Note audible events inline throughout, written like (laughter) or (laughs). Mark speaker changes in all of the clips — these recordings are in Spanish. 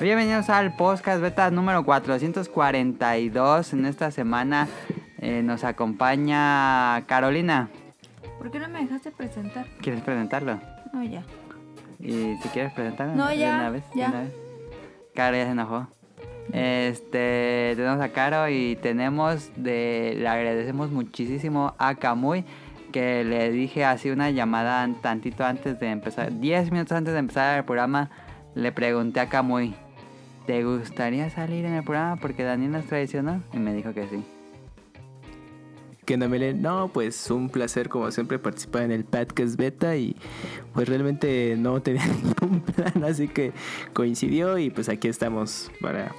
Speaker 1: Bienvenidos al podcast beta número 442. En esta semana eh, nos acompaña Carolina.
Speaker 2: ¿Por qué no me dejaste presentar?
Speaker 1: ¿Quieres presentarlo?
Speaker 2: No, ya.
Speaker 1: Y si quieres presentarlo
Speaker 2: No,
Speaker 1: de
Speaker 2: ya,
Speaker 1: una vez. de
Speaker 2: ya. Mm.
Speaker 1: una vez. Caro ya se enojó. Este, tenemos a Caro y tenemos de. Le agradecemos muchísimo a Camuy que le dije así una llamada an- tantito antes de empezar. 10 minutos antes de empezar el programa, le pregunté a Camuy. ¿Te gustaría salir en el programa porque Daniel nos traicionó? Y me dijo que sí.
Speaker 3: ¿Qué onda, Mele? No, pues un placer como siempre participar en el podcast beta y pues realmente no (laughs) tenía ningún plan, así que coincidió y pues aquí estamos para,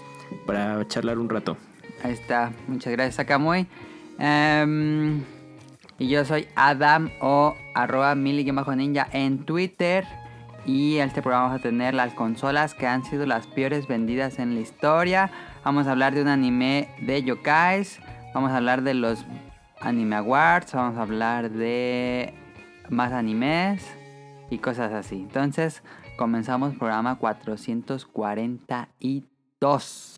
Speaker 3: para charlar un rato.
Speaker 1: Ahí está, muchas gracias Akamoy. Em, y yo soy Adam o arroba mili-ninja en Twitter. Y en este programa vamos a tener las consolas que han sido las peores vendidas en la historia. Vamos a hablar de un anime de yokais. Vamos a hablar de los anime awards. Vamos a hablar de más animes y cosas así. Entonces comenzamos programa 442.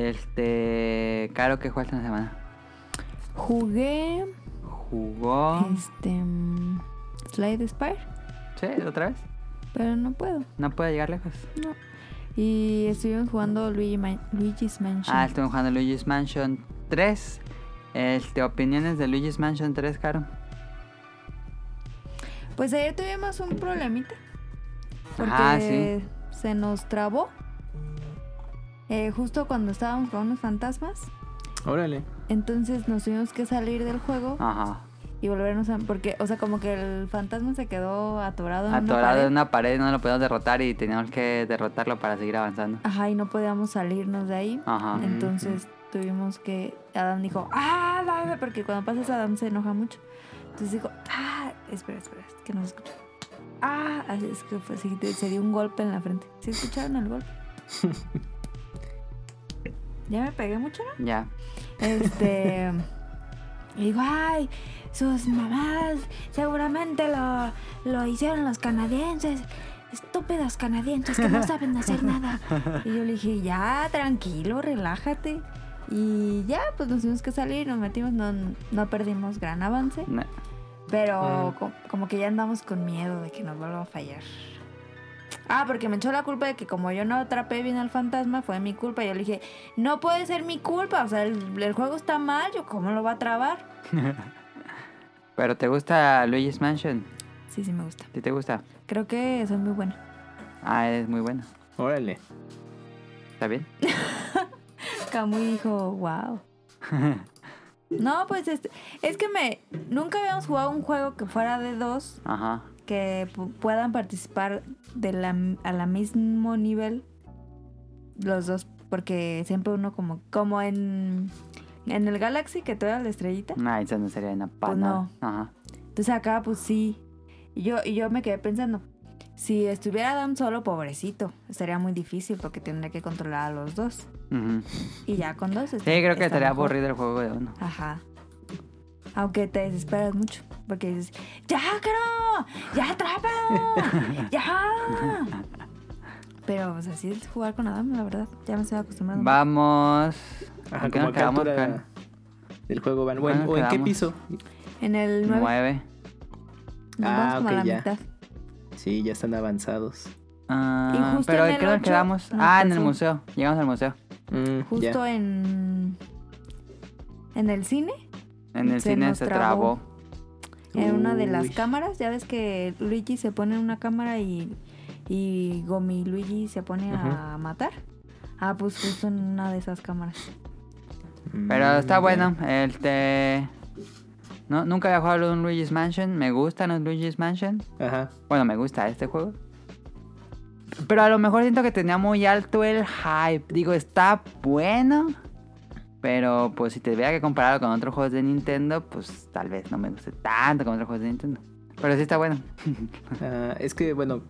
Speaker 1: Este. Caro, ¿qué jugaste en la semana?
Speaker 2: Jugué
Speaker 1: Jugó.
Speaker 2: este mm, Slide Spire,
Speaker 1: Sí, otra vez.
Speaker 2: pero no puedo.
Speaker 1: No puede llegar lejos.
Speaker 2: No. Y estuvimos jugando Luigi Man- Luigi's Mansion.
Speaker 1: Ah, estuve jugando Luigi's Mansion 3. Este, opiniones de Luigi's Mansion 3, Caro.
Speaker 2: Pues ayer tuvimos un problemita. Porque
Speaker 1: Ah, sí.
Speaker 2: se nos trabó. eh, justo cuando estábamos con unos fantasmas.
Speaker 3: Órale.
Speaker 2: Entonces nos tuvimos que salir del juego
Speaker 1: Ajá.
Speaker 2: y volvernos a. Porque, o sea, como que el fantasma se quedó atorado en una
Speaker 1: Atorado
Speaker 2: pared.
Speaker 1: en una pared, no lo podíamos derrotar y teníamos que derrotarlo para seguir avanzando.
Speaker 2: Ajá, y no podíamos salirnos de ahí.
Speaker 1: Ajá.
Speaker 2: Entonces tuvimos que. Adam dijo, ¡ah! Dame", Porque cuando pasas, Adam se enoja mucho. Entonces dijo, ¡ah! Espera, espera, es que no se escucha. ¡ah! Así es que fue, sí, se dio un golpe en la frente. ¿Sí escucharon el golpe? ya me pegué mucho, ¿no?
Speaker 1: Ya.
Speaker 2: Este. Y digo, ay, sus mamás seguramente lo, lo hicieron los canadienses. Estúpidos canadienses que no saben hacer nada. Y yo le dije, ya, tranquilo, relájate. Y ya, pues nos tuvimos que salir, nos metimos, no, no perdimos gran avance.
Speaker 1: No.
Speaker 2: Pero co- como que ya andamos con miedo de que nos vuelva a fallar. Ah, porque me echó la culpa de que como yo no atrapé bien al fantasma, fue mi culpa. Yo le dije, no puede ser mi culpa, o sea, el, el juego está mal, yo cómo lo va a trabar.
Speaker 1: Pero ¿te gusta Luigi's Mansion?
Speaker 2: Sí, sí me gusta.
Speaker 1: ¿Sí te gusta?
Speaker 2: Creo que soy muy buena.
Speaker 1: Ah, es muy bueno.
Speaker 3: Órale.
Speaker 1: ¿Está bien?
Speaker 2: Camuy dijo, wow. No, pues este, es que me nunca habíamos jugado un juego que fuera de dos,
Speaker 1: Ajá.
Speaker 2: que pu- puedan participar de la, a la mismo nivel los dos, porque siempre uno como como en en el Galaxy que tú eras la estrellita.
Speaker 1: No, eso no sería una
Speaker 2: Pues
Speaker 1: pana. Ajá.
Speaker 2: Entonces acá pues sí. Y yo y yo me quedé pensando, si estuviera Adam solo, pobrecito, estaría muy difícil porque tendría que controlar a los dos.
Speaker 1: Ujú.
Speaker 2: Y ya con dos.
Speaker 1: Sí, creo que estaría aburrido el juego de uno.
Speaker 2: Ajá. Aunque te desesperas mucho, porque dices, ¡Ya, Caro! ¡Ya, atrápalo!
Speaker 3: (laughs)
Speaker 2: ¡Ya! Pero, pues así es jugar con Adam, la verdad. Ya me estoy acostumbrando.
Speaker 1: Vamos.
Speaker 3: Ajá,
Speaker 1: ¿En qué
Speaker 3: como
Speaker 1: nos
Speaker 3: acá
Speaker 1: quedamos,
Speaker 3: altura
Speaker 1: Caro?
Speaker 3: del juego van.
Speaker 1: ¿Cuándo
Speaker 3: Bueno, ¿O en qué
Speaker 1: quedamos?
Speaker 3: piso?
Speaker 2: En el 9,
Speaker 1: Nueve.
Speaker 2: vamos
Speaker 3: Ah,
Speaker 2: como a la
Speaker 3: ok, ya.
Speaker 2: mitad.
Speaker 3: Sí, ya están avanzados.
Speaker 1: Ah,
Speaker 2: Y justo
Speaker 1: pero
Speaker 2: en
Speaker 1: ¿en qué
Speaker 2: el
Speaker 1: nos
Speaker 2: ocho
Speaker 1: quedamos?
Speaker 2: nos
Speaker 1: ah, en el
Speaker 2: puso-
Speaker 1: museo. Llegamos al museo.
Speaker 3: Mm,
Speaker 2: Justo
Speaker 3: ya.
Speaker 2: en. En el cine,
Speaker 1: En el
Speaker 2: Se
Speaker 1: cine
Speaker 2: nos
Speaker 1: se trabó.
Speaker 2: en una de las
Speaker 3: Uy.
Speaker 2: cámaras. Ya ves que Luigi se pone en una cámara y. Y Gomi Luigi se pone a matar. Ah, pues justo en una de esas cámaras.
Speaker 1: Pero
Speaker 3: Mm,
Speaker 1: está
Speaker 3: ya.
Speaker 1: bueno. Este. No, nunca había jugado un Luigi's Mansion. Me gustan los Luigi's Mansion.
Speaker 3: Ajá.
Speaker 1: Bueno, me gusta este juego. Pero a lo mejor siento que tenía muy alto el hype. Digo, está bueno. Pero pues si te tuviera que compararlo con otros juegos de Nintendo, pues tal vez no me guste tanto como otros juegos de Nintendo. Pero sí está bueno.
Speaker 3: Ah, es que, bueno,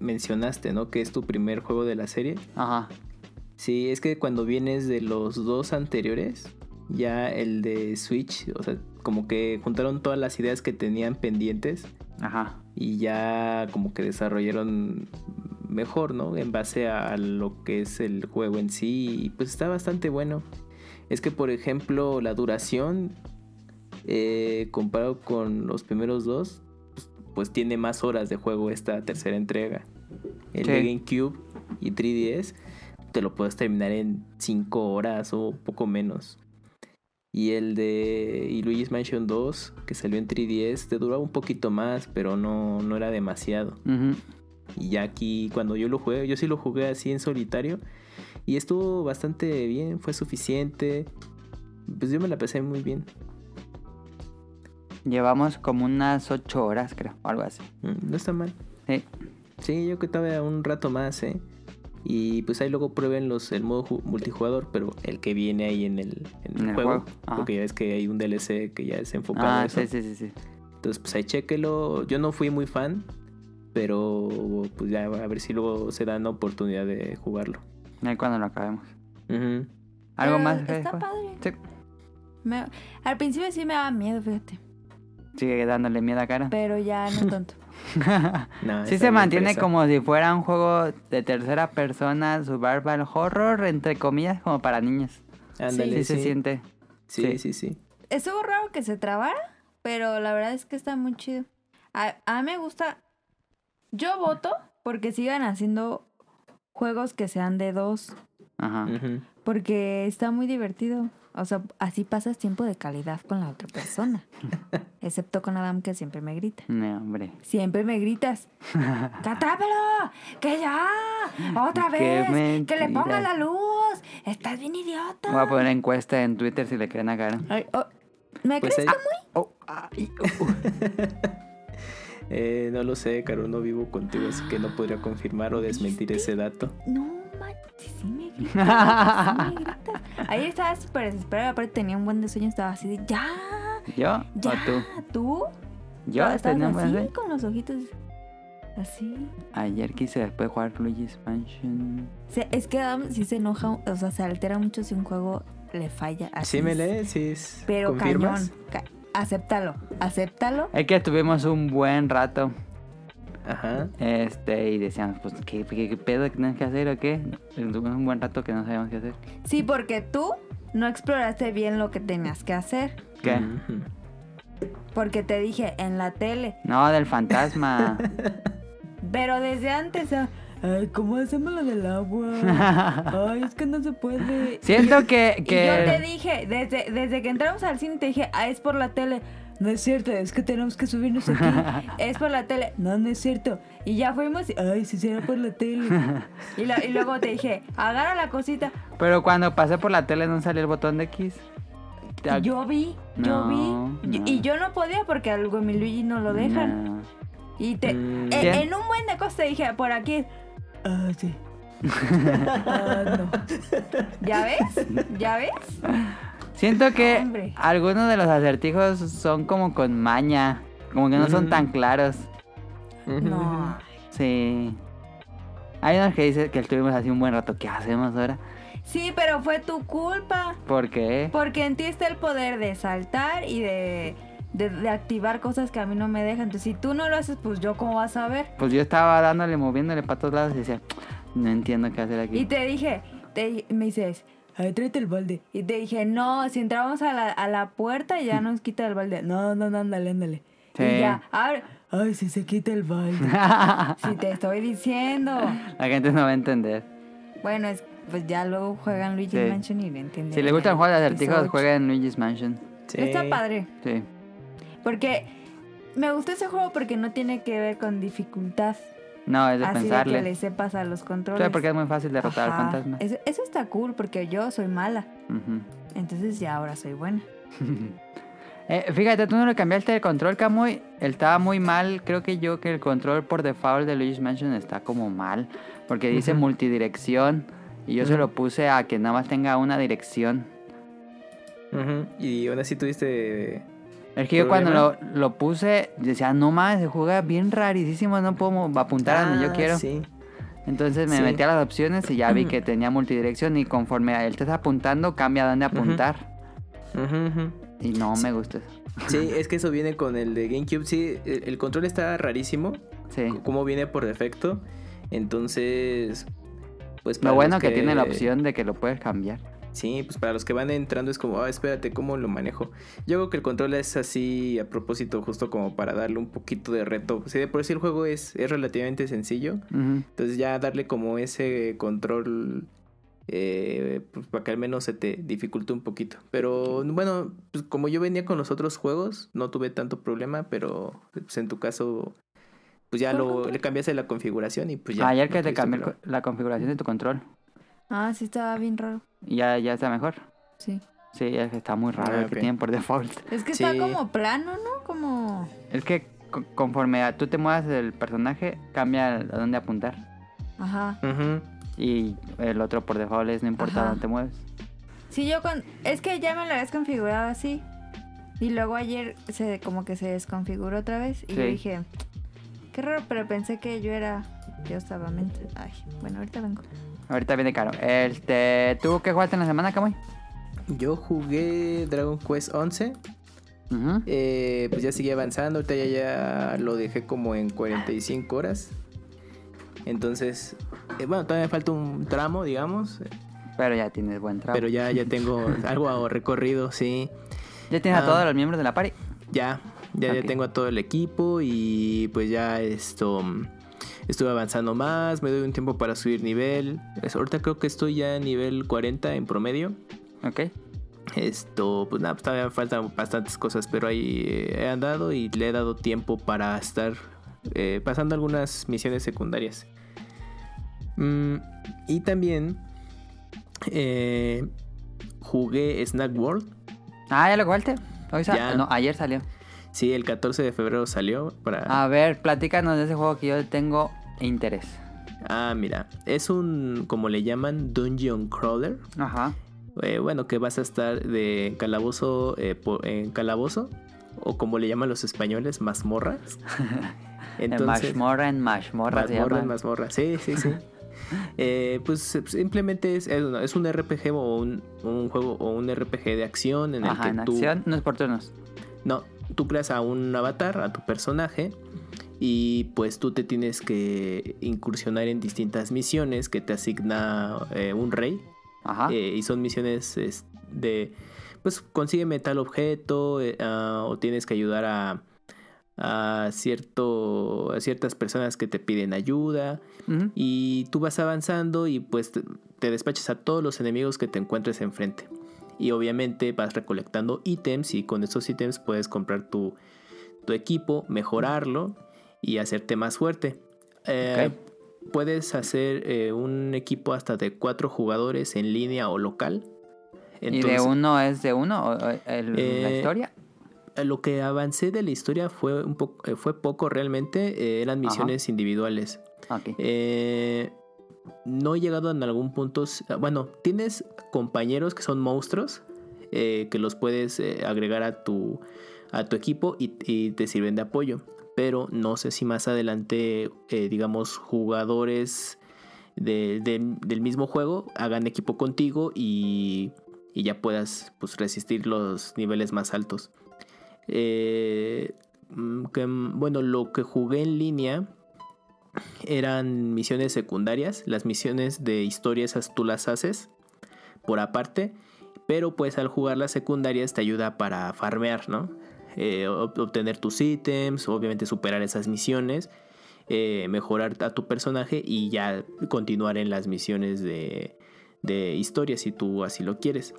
Speaker 3: mencionaste, ¿no? Que es tu primer juego de la serie.
Speaker 1: Ajá.
Speaker 3: Sí, es que cuando vienes de los dos anteriores, ya el de Switch, o sea, como que juntaron todas las ideas que tenían pendientes
Speaker 1: Ajá.
Speaker 3: y ya como que desarrollaron mejor, ¿no? En base a lo que es el juego en sí, y pues está bastante bueno. Es que, por ejemplo, la duración, eh, comparado con los primeros dos, pues, pues tiene más horas de juego esta tercera entrega. El
Speaker 1: Sí.
Speaker 3: de GameCube y 3DS te lo puedes terminar en 5 horas o poco menos. Y el de y Luigi's Mansion 2, que salió en 3DS, te duraba un poquito más, pero no, no era demasiado.
Speaker 1: Ujú.
Speaker 3: Y ya aquí, cuando yo lo jugué, yo sí lo jugué así en solitario. Y estuvo bastante bien, fue suficiente. Pues yo me la pasé muy bien.
Speaker 1: Llevamos como unas 8 horas, creo, o algo así.
Speaker 3: Mm, No está mal.
Speaker 1: Sí.
Speaker 3: Sí, yo que estaba un rato más, ¿eh? Y pues ahí luego prueben los, el modo ju- multijugador, pero el que viene ahí en el, en el
Speaker 1: En el
Speaker 3: juego.
Speaker 1: juego, ajá.
Speaker 3: Porque ya ves que hay un DLC que ya es enfocado a
Speaker 1: Ah,
Speaker 3: eso.
Speaker 1: sí, sí, sí, sí.
Speaker 3: Entonces, pues ahí chéquelo. Yo no fui muy fan, pero pues ya a ver si luego se dan la oportunidad de jugarlo.
Speaker 1: Ahí cuando lo acabemos.
Speaker 3: Ujú.
Speaker 1: ¿Algo
Speaker 2: Pero
Speaker 1: más? que
Speaker 3: eh,
Speaker 2: Está
Speaker 1: después?
Speaker 2: padre.
Speaker 1: Sí.
Speaker 2: Me- al principio sí me daba miedo, fíjate.
Speaker 1: Sigue dándole miedo a cara.
Speaker 2: Pero ya no tanto.
Speaker 1: Sí
Speaker 3: No, está
Speaker 1: se
Speaker 3: bien
Speaker 1: mantiene
Speaker 3: fresa.
Speaker 1: como si fuera un juego de tercera persona, survival horror, entre comillas, como para niños.
Speaker 3: Ándale,
Speaker 1: Sí,
Speaker 3: sí,
Speaker 1: se siente.
Speaker 3: Sí,
Speaker 1: sí.
Speaker 3: sí, sí.
Speaker 2: Estuvo raro que se trabara, pero la verdad es que está muy chido. A, a mí me gusta. Yo voto porque sigan haciendo juegos que sean de dos,
Speaker 1: Ajá.
Speaker 3: Ujú.
Speaker 2: porque está muy divertido. O sea, así pasas tiempo de calidad con la otra persona. Excepto con Adam que siempre me grita.
Speaker 1: No, hombre.
Speaker 2: Siempre me gritas. ¡Catrápalo! ¡Que ya! ¡Otra
Speaker 1: Qué
Speaker 2: vez! ¡Que le ponga
Speaker 1: mentiras.
Speaker 2: la luz! ¡Estás bien idiota!
Speaker 1: Voy a poner encuesta en Twitter si le creen a cara.
Speaker 2: Ay, oh, ¿Me
Speaker 3: Pues
Speaker 2: crees
Speaker 3: ahí-
Speaker 1: Oh, ay,
Speaker 3: uh,
Speaker 1: oh, oh.
Speaker 3: eh, no lo sé, Caro, no vivo contigo, así que no podría confirmar o desmentir ese dato.
Speaker 2: No manches, sí me gritas. sí me gritas. Ayer estaba súper desesperada, aparte tenía un buen de sueño, estaba así de ya,
Speaker 1: ¿Yo
Speaker 2: (laughs) ya.
Speaker 1: o Ah, tú?
Speaker 2: ¿Tú?
Speaker 1: Yo
Speaker 2: Estaba- estabas
Speaker 1: tenía un buen
Speaker 2: así,
Speaker 1: sueño.
Speaker 2: con los ojitos así.
Speaker 1: Ayer quise después jugar Luigi's Mansion.
Speaker 2: Se- es que Adam sí se enoja, o sea, se altera mucho si un juego le falla. Así
Speaker 3: Sí me
Speaker 2: es.
Speaker 3: lees, sí. es-
Speaker 2: Pero
Speaker 3: ¿Confirmas?
Speaker 2: cañón. ca- acéptalo, acéptalo.
Speaker 1: Es que estuvimos un buen rato.
Speaker 3: Ajá.
Speaker 1: Este, y decíamos, pues, ¿qué, qué, qué pedo que tenemos que hacer o qué? Estuvimos un buen rato que no sabíamos qué hacer.
Speaker 2: Sí, porque tú no exploraste bien lo que tenías que hacer.
Speaker 1: ¿Qué?
Speaker 3: Ujú.
Speaker 2: Porque te dije en la tele,
Speaker 1: No, del fantasma.
Speaker 2: (laughs) Pero desde antes, ah, ay, ¿cómo hacemos lo del agua?
Speaker 1: (laughs)
Speaker 2: Ay, es que no se puede.
Speaker 1: Siento que.
Speaker 2: Y
Speaker 1: que...
Speaker 2: yo te dije, desde, desde que entramos al cine, te dije, ah, es por la tele. No es cierto, es que tenemos que subirnos aquí.
Speaker 1: (laughs)
Speaker 2: Es por la tele. No, no es cierto. Y ya fuimos y, ay, si será por la
Speaker 1: (laughs)
Speaker 2: tele. Y, la- y luego te dije, agarra la cosita.
Speaker 1: Pero cuando pasé por la tele no salió el botón de X. Ta-
Speaker 2: Y yo vi, yo
Speaker 1: No,
Speaker 2: vi. y-
Speaker 1: no.
Speaker 2: Y yo no podía porque al mi Luigi no lo dejan.
Speaker 1: No.
Speaker 2: Y te,
Speaker 3: Mm.
Speaker 2: e-
Speaker 1: Bien.
Speaker 2: en un buen de cosas te dije, por aquí. Ah, sí. ah, no. ¿Ya ves? ¿Ya ves?
Speaker 1: Siento que
Speaker 2: Hombre.
Speaker 1: algunos de los acertijos son como con maña. Como que no son
Speaker 3: Mm.
Speaker 1: tan claros.
Speaker 3: Ujú.
Speaker 2: No.
Speaker 1: Sí. Hay unos que dicen que estuvimos así un buen rato. ¿Qué hacemos ahora?
Speaker 2: Sí, pero fue tu culpa.
Speaker 1: ¿Por qué?
Speaker 2: Porque en ti está el poder de saltar y de, de, de activar cosas que a mí no me dejan. Entonces, si tú no lo haces, pues yo cómo vas a ver.
Speaker 1: Pues yo estaba dándole, moviéndole para todos lados y decía, no entiendo qué hacer aquí.
Speaker 2: Y te dije, te, me dices, ay, tráete el balde. Y te dije, no, si entramos a la, a la puerta ya nos quita el balde. No, no, no, ándale, ándale.
Speaker 1: Sí.
Speaker 2: Y ya, abre. Ay, si se quita el balde.
Speaker 1: (laughs)
Speaker 2: (laughs)
Speaker 1: La
Speaker 2: si te estoy diciendo.
Speaker 1: gente no va a entender.
Speaker 2: Bueno, es, pues ya luego juegan Luigi
Speaker 1: Sí.
Speaker 2: Mansion y lo entienden.
Speaker 1: Si les gustan juegos de acertijos, jueguen Luigi's Mansion.
Speaker 3: Sí.
Speaker 2: Está padre.
Speaker 1: Sí.
Speaker 2: Porque me gustó ese juego porque no tiene que ver con dificultad.
Speaker 1: No, es de
Speaker 2: Así
Speaker 1: pensarle.
Speaker 2: de que le sepas a los controles.
Speaker 1: Sí, porque es muy fácil derrotar
Speaker 2: Ajá.
Speaker 1: al fantasma.
Speaker 2: Eso, eso está cool porque yo soy mala.
Speaker 1: Ujú.
Speaker 2: Entonces ya ahora soy buena.
Speaker 1: Eh, fíjate, tú no le cambiaste el control, Camuy. Estaba muy mal. Creo que yo que el control por default de Luigi's Mansion está como mal. Porque dice multidirección. Y yo se lo puse a que nada más tenga una dirección.
Speaker 3: Ujú, Y aún así tuviste.
Speaker 1: Es que yo cuando
Speaker 3: ¿Problema?
Speaker 1: lo, lo puse, decía, no más, se juega bien rarísimo, no puedo mo- apuntar a donde yo
Speaker 3: Ah,
Speaker 1: quiero.
Speaker 3: Sí.
Speaker 1: Entonces me
Speaker 3: Sí.
Speaker 1: metí a las opciones y ya
Speaker 3: (clears throat)
Speaker 1: vi que tenía multidirección y conforme a él te está apuntando, cambia a dónde apuntar.
Speaker 3: Ujú, ujú.
Speaker 1: Y no me gusta eso. (laughs)
Speaker 3: Sí, es que eso viene con el de GameCube. Sí, e, el, el control está rarísimo.
Speaker 1: Sí.
Speaker 3: Como viene por defecto. Entonces. Pues para
Speaker 1: Lo bueno
Speaker 3: los
Speaker 1: que... tiene la opción de que lo puedes cambiar.
Speaker 3: Sí, pues para los que van entrando es como, ah, espérate, ¿cómo lo manejo? Yo creo que el control es así a propósito, justo como para darle un poquito de reto. Si de por sí el juego es, es relativamente sencillo,
Speaker 1: Ujú.
Speaker 3: entonces ya darle como ese control eh, pues, para que al menos se te dificulte un poquito. Pero bueno, pues, como yo venía con los otros juegos, no tuve tanto problema, pero pues, en tu caso, pues ya
Speaker 4: ¿Cuál
Speaker 3: lo,
Speaker 4: control?
Speaker 3: le cambiaste la configuración y pues ya.
Speaker 1: Ah, Ayer
Speaker 3: no
Speaker 1: que te
Speaker 3: tuviste
Speaker 1: cambié el
Speaker 3: problema.
Speaker 1: co- la configuración de tu control.
Speaker 4: Ah, sí, estaba bien raro.
Speaker 1: Y ya, ya está mejor.
Speaker 4: Sí.
Speaker 1: Sí, es que está muy raro
Speaker 3: Ah,
Speaker 1: el
Speaker 3: ok.
Speaker 1: que tienen por (laughs) default.
Speaker 4: Es que
Speaker 3: Sí.
Speaker 4: está como plano, ¿no? Como.
Speaker 1: Es que co- conforme a tú te muevas el personaje, cambia a dónde apuntar.
Speaker 4: Ajá.
Speaker 3: Ujú.
Speaker 1: Y el otro por default es no importa
Speaker 4: Ajá.
Speaker 1: dónde te mueves.
Speaker 4: Sí, yo con. Es que ya me lo habías configurado así. Y luego ayer se como que se desconfiguró otra vez. Y yo
Speaker 1: Sí.
Speaker 4: dije, qué raro, pero pensé que yo era. Yo estaba mente. Ay, bueno, ahorita vengo.
Speaker 1: Ahorita viene caro. Este, ¿Tú qué jugaste en la semana, Camuy?
Speaker 3: Yo jugué Dragon Quest 11.
Speaker 1: Ujú.
Speaker 3: Eh, pues ya sigue avanzando. Ahorita ya, ya lo dejé como en 45 horas. Entonces, eh, bueno, todavía me falta un tramo, digamos.
Speaker 1: Pero ya tienes buen trabajo.
Speaker 3: Pero ya, ya tengo algo recorrido, sí.
Speaker 1: Ya tienes a
Speaker 3: Ah.
Speaker 1: todos los miembros de la party.
Speaker 3: Ya, ya,
Speaker 1: Ok.
Speaker 3: ya tengo a todo el equipo y pues ya esto. mm, Estuve avanzando más, me doy un tiempo para subir nivel. Es- Ahorita creo que estoy ya en nivel 40 en promedio.
Speaker 1: Ok.
Speaker 3: Esto, pues nada, pues todavía me faltan bastantes cosas, pero ahí eh, he andado y le he dado tiempo para estar eh, pasando algunas misiones secundarias. Mm, y también eh, jugué Snack World.
Speaker 1: Ah, ¿ya lo jugaste? Hoy sa-
Speaker 3: Ya.
Speaker 1: No, ayer salió.
Speaker 3: Sí, el 14 de febrero salió para...
Speaker 1: A ver, platícanos de ese juego que yo tengo interés.
Speaker 3: Ah, mira, es un, como le llaman, Dungeon Crawler.
Speaker 1: Ajá.
Speaker 3: Eh, bueno, que vas a estar de calabozo eh, po- en calabozo, o como le llaman los españoles, mazmorras.
Speaker 1: (laughs) En Mashmorra, en Mashmorra se
Speaker 3: mazmorra,
Speaker 1: llama.
Speaker 3: mazmorra. Sí,
Speaker 1: (laughs)
Speaker 3: sí, sí. Eh, pues eh, simplemente es, es una- es un RPG o un, un juego o un RPG de acción en el
Speaker 1: Ajá,
Speaker 3: que
Speaker 1: en
Speaker 3: tú
Speaker 1: acción. No es por turnos.
Speaker 3: no, tú creas a un avatar, a tu personaje, y pues tú te tienes que incursionar en distintas misiones que te asigna eh, un rey.
Speaker 1: Ajá.
Speaker 3: eh, y son misiones es, de, pues consígueme tal objeto, eh, ah, o tienes que ayudar a, a cierto, a ciertas personas que te piden ayuda.
Speaker 1: Ujú.
Speaker 3: Y tú vas avanzando y pues te, te despachas a todos los enemigos que te encuentres enfrente. Y obviamente vas recolectando ítems y con esos ítems puedes comprar tu, tu equipo, mejorarlo y hacerte más fuerte. Eh, Puedes hacer eh, un equipo hasta de cuatro jugadores en línea o local.
Speaker 1: ¿Y de
Speaker 3: Entonces,
Speaker 1: uno es de uno? ¿O- o el- ¿La
Speaker 3: Eh,
Speaker 1: historia?
Speaker 3: lo que avancé de la historia fue, un poco, eh, fue poco realmente, eh, eran
Speaker 1: Ajá.
Speaker 3: misiones individuales.
Speaker 1: Ok.
Speaker 3: Eh, no he llegado en algún punto. s- ah, Bueno, tienes compañeros que son monstruos eh, que los puedes eh, agregar a tu, a tu equipo y, y te sirven de apoyo. Pero no sé si más adelante, eh, digamos, jugadores de- de- del mismo juego hagan equipo contigo y, y ya puedas pues, resistir los niveles más altos. Eh, mm, que, mm, bueno, lo que jugué en línea eran misiones secundarias. Las misiones de historia esas tú las haces por aparte. Pero pues al jugar las secundarias te ayuda para farmear, ¿no? Eh, ob- obtener tus ítems, obviamente superar esas misiones, eh, mejorar a tu personaje y ya continuar en las misiones de, de historia si tú así lo quieres.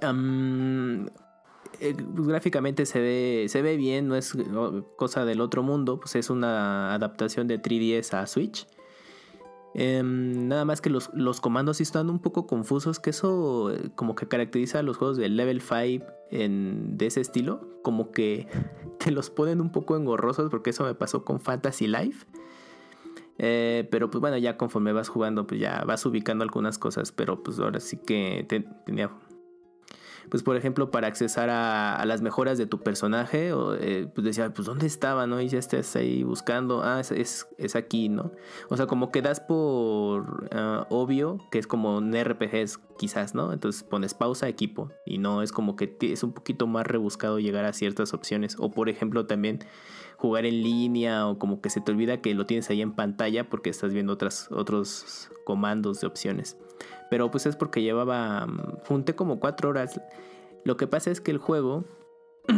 Speaker 3: Am, eh, gráficamente se ve, se ve bien, no es oh, cosa del otro mundo, pues es una adaptación de 3DS a Switch. Em, nada más que los, los comandos sí están un poco confusos, que eso eh, como que caracteriza a los juegos de level 5 en- de ese estilo, como que (laughs) te los ponen un poco engorrosos, porque eso me pasó con Fantasy Life. Eh, pero pues bueno, ya conforme vas jugando, pues ya vas ubicando algunas cosas, pero pues ahora sí que te- tenía... Pues por ejemplo, para accesar a, a las mejoras de tu personaje, o, eh, pues decía, pues ¿dónde estaba? ¿No? Y ya estás ahí buscando, ah, es, es, es aquí, ¿no? O sea, como que das por ah, obvio que es como un RPGs quizás, ¿no? Entonces pones pausa, equipo. Y no es como que ti- es un poquito más rebuscado llegar a ciertas opciones. O por ejemplo también jugar en línea o como que se te olvida que lo tienes ahí en pantalla porque estás viendo otras, otros comandos de opciones. Pero pues es porque llevaba... mm, Junté como cuatro horas. Lo que pasa es que el juego (clears throat)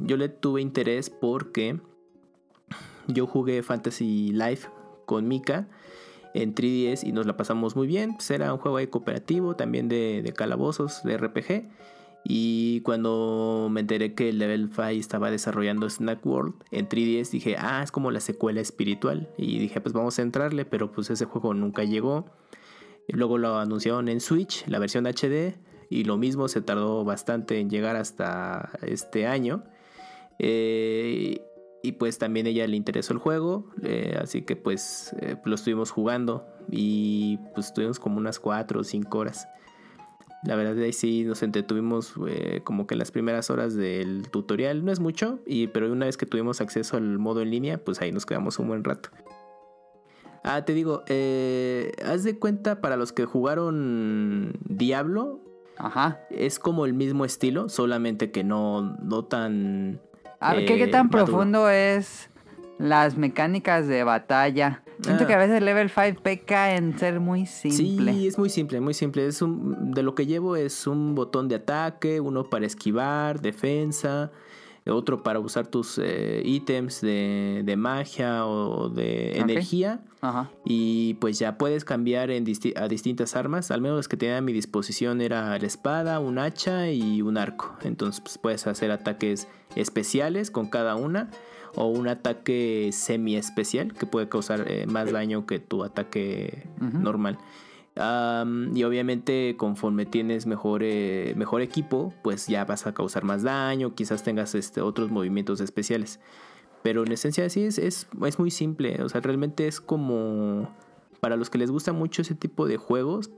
Speaker 3: yo le tuve interés porque yo jugué Fantasy Life con Mika en 3DS y nos la pasamos muy bien. Pues era un juego ahí cooperativo, también de, de calabozos, de RPG. Y cuando me enteré que Level 5 estaba desarrollando Snack World en 3DS, dije, ah, es como la secuela espiritual. Y dije, pues vamos a entrarle, pero pues ese juego nunca llegó. Luego lo anunciaron en Switch, la versión HD, y lo mismo se tardó bastante en llegar hasta este año. Eh, y pues también ella le interesó el juego, eh, así que pues eh, lo estuvimos jugando y pues estuvimos como unas 4 o 5 horas. La verdad ahí sí nos entretuvimos eh, como que en las primeras horas del tutorial, no es mucho, y, pero una vez que tuvimos acceso al modo en línea, pues ahí nos quedamos un buen rato. Ah, te digo, eh, haz de cuenta para los que jugaron Diablo,
Speaker 1: Ajá.
Speaker 3: es como el mismo estilo, solamente que no, no tan...
Speaker 1: A ver, ¿qué, qué
Speaker 3: Eh,
Speaker 1: tan
Speaker 3: maduro.
Speaker 1: profundo es las mecánicas de batalla? Siento
Speaker 3: Ah.
Speaker 1: que a veces Level 5 peca en ser muy simple.
Speaker 3: Sí, es muy simple, muy simple. Es un, de lo que llevo es un botón de ataque, uno para esquivar, defensa, otro para usar tus eh, ítems de, de magia o de
Speaker 1: Ok.
Speaker 3: energía.
Speaker 1: Ajá.
Speaker 3: Y pues ya puedes cambiar en disti- a distintas armas. Al menos las que tenía a mi disposición era la espada, un hacha y un arco. Entonces pues, puedes hacer ataques especiales con cada una. O un ataque semi especial que puede causar eh, más daño que tu ataque
Speaker 1: Ujú.
Speaker 3: normal. Am, y obviamente conforme tienes mejor, eh, mejor equipo, pues ya vas a causar más daño, quizás tengas este, otros movimientos especiales. Pero en esencia sí es, es, es muy simple. O sea, realmente es como. Para los que les gusta mucho ese tipo de juegos.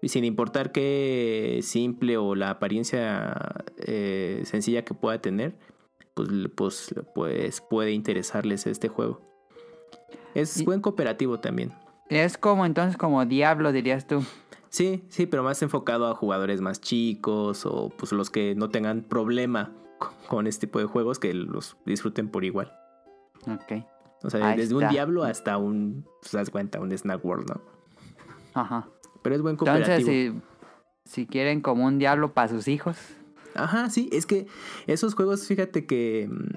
Speaker 3: Y sin importar qué simple o la apariencia eh, sencilla que pueda tener. Pues, pues, pues puede interesarles este juego. Es
Speaker 1: Y-
Speaker 3: buen cooperativo también.
Speaker 1: Es como entonces como Diablo, dirías tú.
Speaker 3: Sí, sí, pero más enfocado a jugadores más chicos. O pues los que no tengan problema (laughs) con- con este tipo de juegos. Que los disfruten por igual.
Speaker 1: Ok.
Speaker 3: O sea,
Speaker 1: Ahí
Speaker 3: desde un
Speaker 1: está.
Speaker 3: diablo hasta un, pues, das cuenta, un Snack World, ¿no?
Speaker 1: Ajá.
Speaker 3: Pero es buen
Speaker 1: Entonces,
Speaker 3: cooperativo.
Speaker 1: si, si quieren como un Diablo para sus hijos.
Speaker 3: Ajá, sí, es que esos juegos, fíjate que, mm,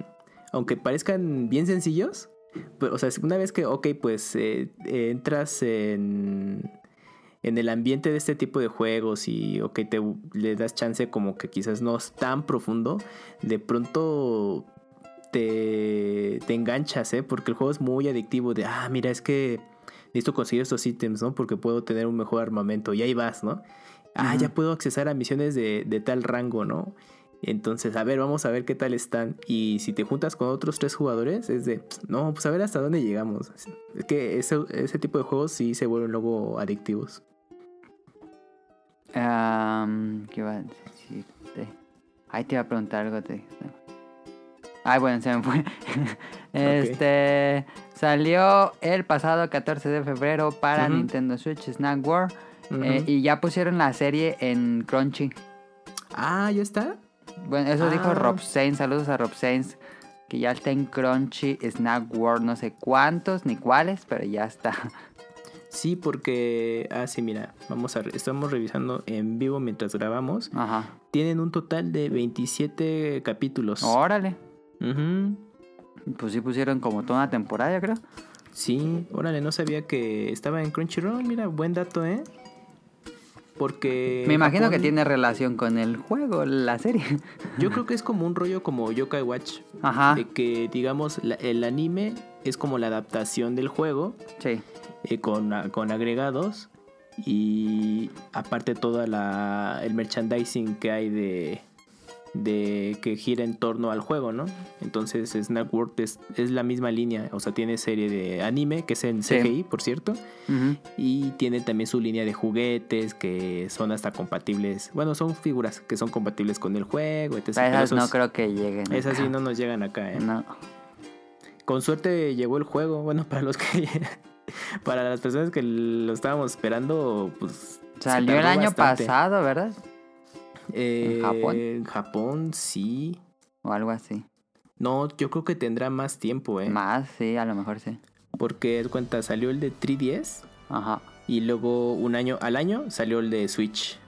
Speaker 3: aunque parezcan bien sencillos, pero, o sea, una vez que, ok, pues eh, eh, entras en, en el ambiente de este tipo de juegos y, ok, te, le das chance como que quizás no es tan profundo, de pronto te, te enganchas, ¿eh? Porque el juego es muy adictivo de, ah, mira, es que necesito conseguir estos ítems, ¿no? Porque puedo tener un mejor armamento. Y ahí vas, ¿no? Ah,
Speaker 1: Ujú.
Speaker 3: ya puedo accesar a misiones de, de tal rango, ¿no? Entonces, a ver, vamos a ver qué tal están. Y si te juntas con otros tres jugadores, es de, no, pues a ver hasta dónde llegamos. Es que ese, ese tipo de juegos sí se vuelven luego adictivos.
Speaker 1: Am, ¿Qué iba a decirte? Ahí te iba a preguntar algo. Te... Ay, bueno, se me fue. (laughs) este. Salió el pasado 14 de febrero para
Speaker 3: Ujú.
Speaker 1: Nintendo Switch Snack World. eh,
Speaker 3: Ujú.
Speaker 1: y ya pusieron la serie en Crunchy.
Speaker 3: Ah, ya está.
Speaker 1: Bueno, eso dijo
Speaker 3: Ah.
Speaker 1: Rob Sainz. Saludos a Rob Sainz. Que ya está en Crunchy Snack World. No sé cuántos ni cuáles, pero ya
Speaker 3: (laughs)
Speaker 1: está.
Speaker 3: Sí, porque. Ah, sí, mira. Vamos a. re- Estamos revisando en vivo mientras grabamos.
Speaker 1: Ajá.
Speaker 3: Tienen un total de 27 capítulos.
Speaker 1: Órale.
Speaker 3: Ujú.
Speaker 1: Pues sí pusieron como toda una temporada, yo creo.
Speaker 3: Sí, órale, no sabía que estaba en Crunchyroll. Mira, buen dato, ¿eh? Porque.
Speaker 1: Me imagino que
Speaker 3: Japón-
Speaker 1: tiene relación con el juego, la
Speaker 3: (laughs)
Speaker 1: serie.
Speaker 3: Yo creo que es como un rollo como Yokai Watch.
Speaker 1: Ajá.
Speaker 3: De que, digamos, la- el anime es como la adaptación del juego.
Speaker 1: Sí.
Speaker 3: eh, con, a- con agregados y aparte toda la el merchandising que hay de de que gira en torno al juego, ¿no? Entonces Snack World es, es la misma línea, o sea, tiene serie de anime, que es en
Speaker 1: Sí.
Speaker 3: CGI, por cierto,
Speaker 1: Ujú.
Speaker 3: y tiene también su línea de juguetes que son hasta compatibles, bueno, son figuras que son compatibles con el juego, etc.
Speaker 1: Pero
Speaker 3: Pero
Speaker 1: esas
Speaker 3: esos-
Speaker 1: no creo que lleguen.
Speaker 3: esas sí
Speaker 1: acá.
Speaker 3: no nos llegan acá, ¿eh?
Speaker 1: No.
Speaker 3: Con suerte llegó el juego. Bueno, (laughs) para los que. Para las personas que lo estábamos esperando, pues. se
Speaker 1: Salió el
Speaker 3: tardó
Speaker 1: año
Speaker 3: bastante.
Speaker 1: pasado, ¿verdad? ¿En
Speaker 3: Eh,
Speaker 1: Japón?
Speaker 3: En Japón, sí.
Speaker 1: O algo así.
Speaker 3: No, yo creo que tendrá más tiempo, ¿eh?
Speaker 1: Más, sí, a lo mejor sí.
Speaker 3: Porque, haz cuenta, salió el de 3DS
Speaker 1: Ajá.
Speaker 3: y luego un año al año salió el de Switch.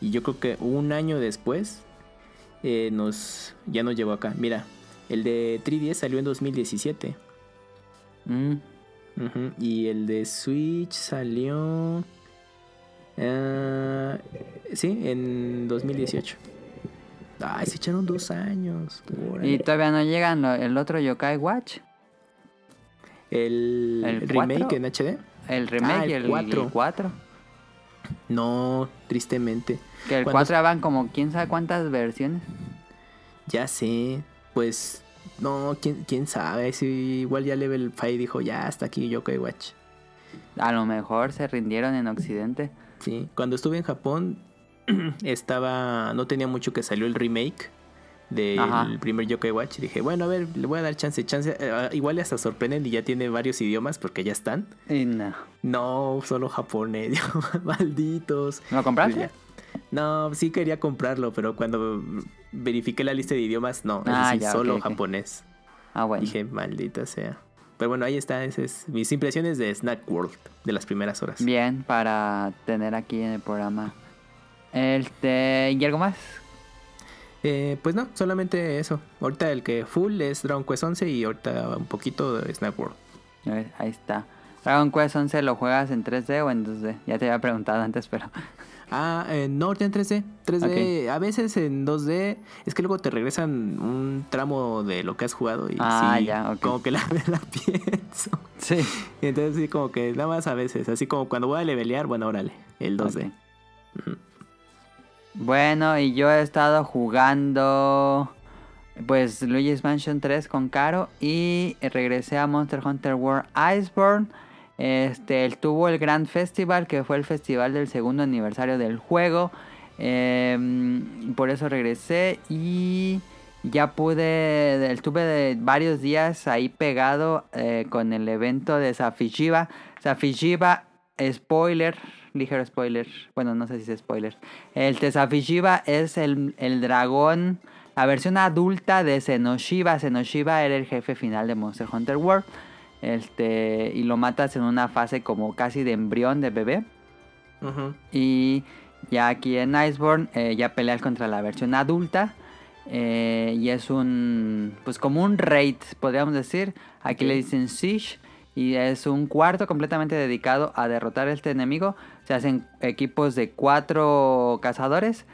Speaker 3: Y yo creo que un año después eh, nos ya nos llegó acá. Mira, el de 3DS salió en 2017.
Speaker 1: Mm,
Speaker 3: Ujú, Y el de Switch salió. ah, sí, en 2018. Ay, se echaron dos años. órale.
Speaker 1: Y todavía no llegan lo- el otro Yokai Watch,
Speaker 3: el,
Speaker 1: ¿el
Speaker 3: remake
Speaker 1: cuatro?
Speaker 3: en HD.
Speaker 1: el remake
Speaker 3: Ah, el
Speaker 1: y el
Speaker 3: cuatro.
Speaker 1: 4.
Speaker 3: No, tristemente.
Speaker 1: Que el
Speaker 3: ¿Cuántos?
Speaker 1: 4 ya van como quién sabe cuántas versiones.
Speaker 3: Ya sé. Pues. No, quién, quién sabe. Si igual ya Level 5 dijo, ya hasta aquí Yokai Watch.
Speaker 1: A lo mejor se rindieron en Occidente.
Speaker 3: Sí, cuando estuve en Japón (clears throat) estaba, no tenía mucho que salió el remake del
Speaker 1: Ajá.
Speaker 3: primer Yokai Watch. Y dije, bueno, a ver, le voy a dar chance, chance. Eh, igual hasta sorprenden y ya tiene varios idiomas porque ya están.
Speaker 1: Y no.
Speaker 3: No, solo japonés, (laughs) yo, malditos.
Speaker 1: ¿Lo
Speaker 3: Pues
Speaker 1: compraste?
Speaker 3: ya. No, sí quería comprarlo, pero cuando verifiqué la lista de idiomas, no, es
Speaker 1: Ah,
Speaker 3: decir,
Speaker 1: ya,
Speaker 3: solo
Speaker 1: ok, ok.
Speaker 3: japonés.
Speaker 1: Ah, bueno.
Speaker 3: Dije, maldita sea. Pero bueno, ahí está, esas es mis impresiones de Snack World, de las primeras horas.
Speaker 1: Bien, para tener aquí en el programa. Este, ¿y algo más?
Speaker 3: Eh, pues no, solamente eso. Ahorita el que full es Dragon Quest 11 y ahorita un poquito de Snack World.
Speaker 1: A ver, Ahí está. Dragon Quest 11 lo juegas en 3D o en 2D? Ya te había preguntado antes, pero
Speaker 3: Ah, eh, no, ya en 3D. 3D, a veces en 2D. Es que luego te regresan un tramo de lo que has jugado y
Speaker 1: Ah,
Speaker 3: sí,
Speaker 1: ya, ok.
Speaker 3: como que (laughs) la, la pienso.
Speaker 1: (laughs) sí.
Speaker 3: Entonces sí, como que nada más a veces. Así como cuando voy a levelear, bueno, órale, el 2D.
Speaker 1: Ok. Bueno, y yo he estado jugando pues Luigi's Mansion 3 con Caro y regresé a Monster Hunter World Iceborne. Este, él tuvo el Grand Festival, que fue el festival del segundo aniversario del juego. Em, por eso regresé y ya pude, estuve de varios días ahí pegado eh, con el evento de Safishiba. Safishiba, spoiler, ligero spoiler, bueno, no sé si es spoiler. El Tesafishiba es el, el dragón, la versión adulta de Senoshiba. Senoshiba era el jefe final de Monster Hunter World. Este, y lo matas en una fase como casi de embrión de bebé.
Speaker 3: Ujú.
Speaker 1: Y ya aquí en Iceborne eh, ya peleas contra la versión adulta. eh, y es un, pues como un raid, podríamos decir. Aquí le
Speaker 3: Ok.
Speaker 1: dicen Siege. Y es un cuarto completamente dedicado a derrotar a este enemigo. Se hacen equipos de cuatro cazadores.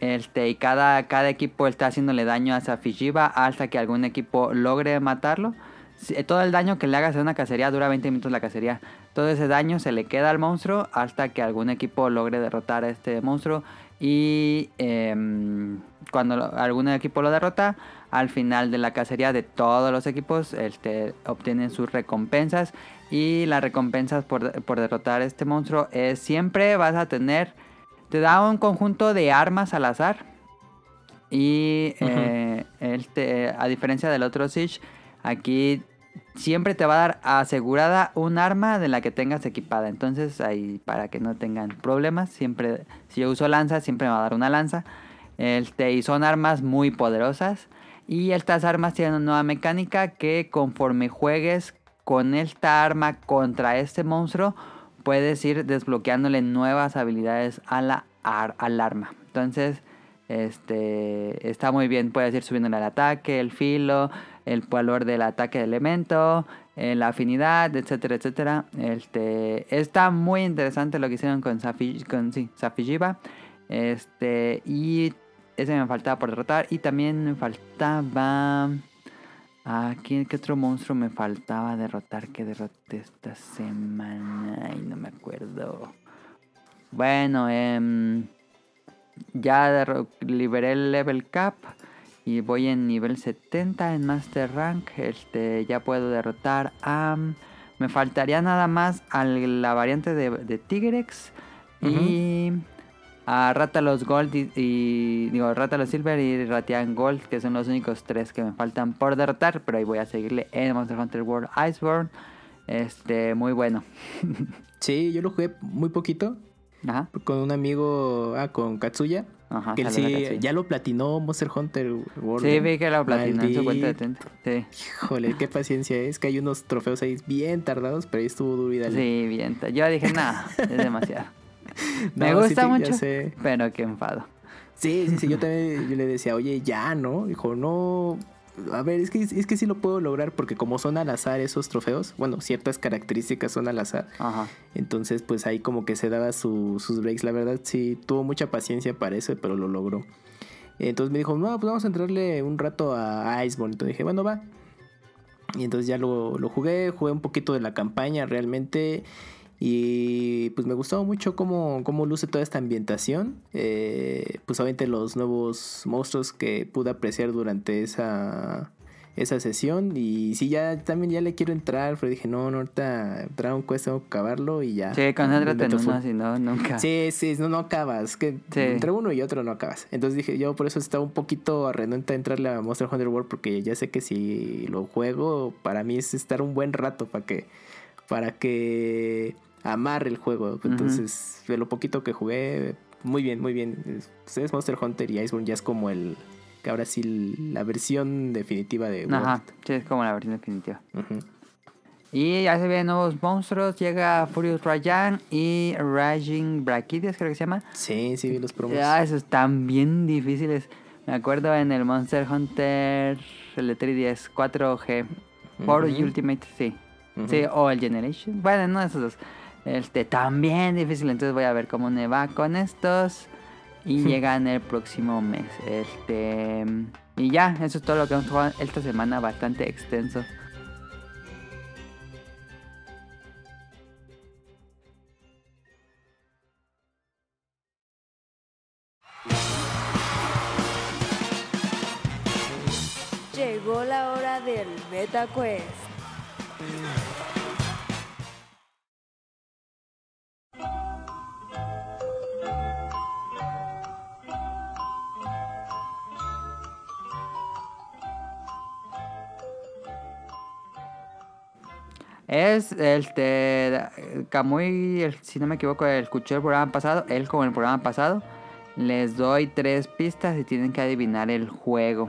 Speaker 1: Este, y cada, cada equipo está haciéndole daño a Safishiba hasta que algún equipo logre matarlo. Si- eh, Todo el daño que le hagas en una cacería dura 20 minutos la cacería. Todo ese daño se le queda al monstruo hasta que algún equipo logre derrotar a este monstruo. Y em, cuando lo- algún equipo lo derrota, al final de la cacería de todos los equipos este, obtienen sus recompensas. Y las recompensas por, de- por derrotar a este monstruo es siempre vas a tener... Te da un conjunto de armas al azar. Y
Speaker 3: Ujú.
Speaker 1: eh, este, a diferencia del otro Siege, aquí siempre te va a dar asegurada un arma de la que tengas equipada. Entonces, ahí para que no tengan problemas, siempre, si yo uso lanza, siempre me va a dar una lanza. Este, y son armas muy poderosas. Y estas armas tienen una nueva mecánica que conforme juegues con esta arma contra este monstruo, puedes ir desbloqueándole nuevas habilidades a la ar- al arma. Entonces, este está muy bien, puedes ir subiendo el ataque, el filo, el valor del ataque de elemento, eh, la afinidad, etcétera, etcétera. Este está muy interesante lo que hicieron con Safi, con sí, Safijiba. Este y ese me faltaba por derrotar y también me faltaba Ah, ¿quién, ¿qué otro monstruo me faltaba derrotar que derroté esta semana? Ay, no me acuerdo. Bueno, em, ya derro- liberé el level cap y voy en nivel 70 en Master Rank. Este, ya puedo derrotar a... mm, me faltaría nada más a la variante de, de Tigrex y a Rátalos Gold y, y- digo Rátalos Silver y Ratian Gold, que son los únicos tres que me faltan por derrotar, pero ahí voy a seguirle en Monster Hunter World Iceborne. Este, muy bueno.
Speaker 3: Sí, yo lo jugué muy poquito
Speaker 1: Ajá.
Speaker 3: con un amigo, ah, con Katsuya.
Speaker 1: Ajá,
Speaker 3: que él
Speaker 1: saluda,
Speaker 3: sí,
Speaker 1: Ah, Katsuya.
Speaker 3: ya lo platinó Monster Hunter World.
Speaker 1: Sí,
Speaker 3: ¿no?
Speaker 1: vi que lo platinó en su cuenta de
Speaker 3: Maldito.
Speaker 1: Twitter. Sí.
Speaker 3: Híjole, qué paciencia ¿eh? es, que hay unos trofeos ahí bien tardados, pero ahí estuvo duro y dale.
Speaker 1: Sí, bien. Yo dije, nada,
Speaker 3: (laughs)
Speaker 1: es demasiado.
Speaker 3: No,
Speaker 1: Me
Speaker 3: sí
Speaker 1: gusta
Speaker 3: te- ya
Speaker 1: mucho,
Speaker 3: sé.
Speaker 1: pero qué enfado.
Speaker 3: Sí, sí, sí, yo también yo le decía, oye, ya, ¿no? Dijo, no, a ver, es que, es que sí lo puedo lograr porque como son al azar esos trofeos, bueno, ciertas características son al azar,
Speaker 1: Ajá.
Speaker 3: entonces pues ahí como que se daba su- sus breaks, la verdad sí, tuvo mucha paciencia para eso, pero lo logró. Entonces me dijo, no, pues vamos a entrarle un rato a Iceborne, entonces dije, bueno, va. Y entonces ya lo, lo jugué, jugué un poquito de la campaña realmente. Y pues me gustó mucho cómo, cómo luce toda esta ambientación. Eh, pues obviamente los nuevos monstruos que pude apreciar durante esa, esa sesión. Y sí, ya también ya le quiero entrar, pero dije, no, no, ahorita Dragon Quest tengo que acabarlo y ya.
Speaker 1: Sí, concéntrate
Speaker 3: Me
Speaker 1: en
Speaker 3: meto full.
Speaker 1: uno, si no, nunca.
Speaker 3: Sí, sí, no, no acabas. Que
Speaker 1: Sí.
Speaker 3: Entre uno y otro no acabas. Entonces dije, yo por eso estaba un poquito renuente a entrarle a Monster Hunter World porque ya sé que si lo juego, para mí es estar un buen rato para que, para que amarre el juego. Entonces, de lo poquito que jugué, muy bien, muy bien. Es- Ustedes Monster Hunter y Iceborne ya es como el, que ahora sí, la versión definitiva de World.
Speaker 1: Ajá, sí, es como la versión definitiva.
Speaker 3: Ujú.
Speaker 1: Y ya se vienen nuevos monstruos. Llega Furious Rayan y Raging Brachidias, creo que se llama.
Speaker 3: Sí, sí, vi los promos.
Speaker 1: Ah, esos están bien difíciles. Me acuerdo en el Monster Hunter, el de 3DS, 4G, 4G
Speaker 3: Ujú.
Speaker 1: Ultimate, sí.
Speaker 3: Ujú.
Speaker 1: Sí, o el Generation. Bueno, no, esos dos. Este, también difícil. Entonces voy a ver cómo me va con estos. Y llegan el próximo mes. Este. Y ya, eso es todo lo que hemos jugado esta semana, bastante extenso.
Speaker 5: Llegó la hora del MetaQuest.
Speaker 1: Es este Kamui, el- si no me equivoco, escuchó el programa pasado, él como el programa pasado. Les doy tres pistas y tienen que adivinar el juego.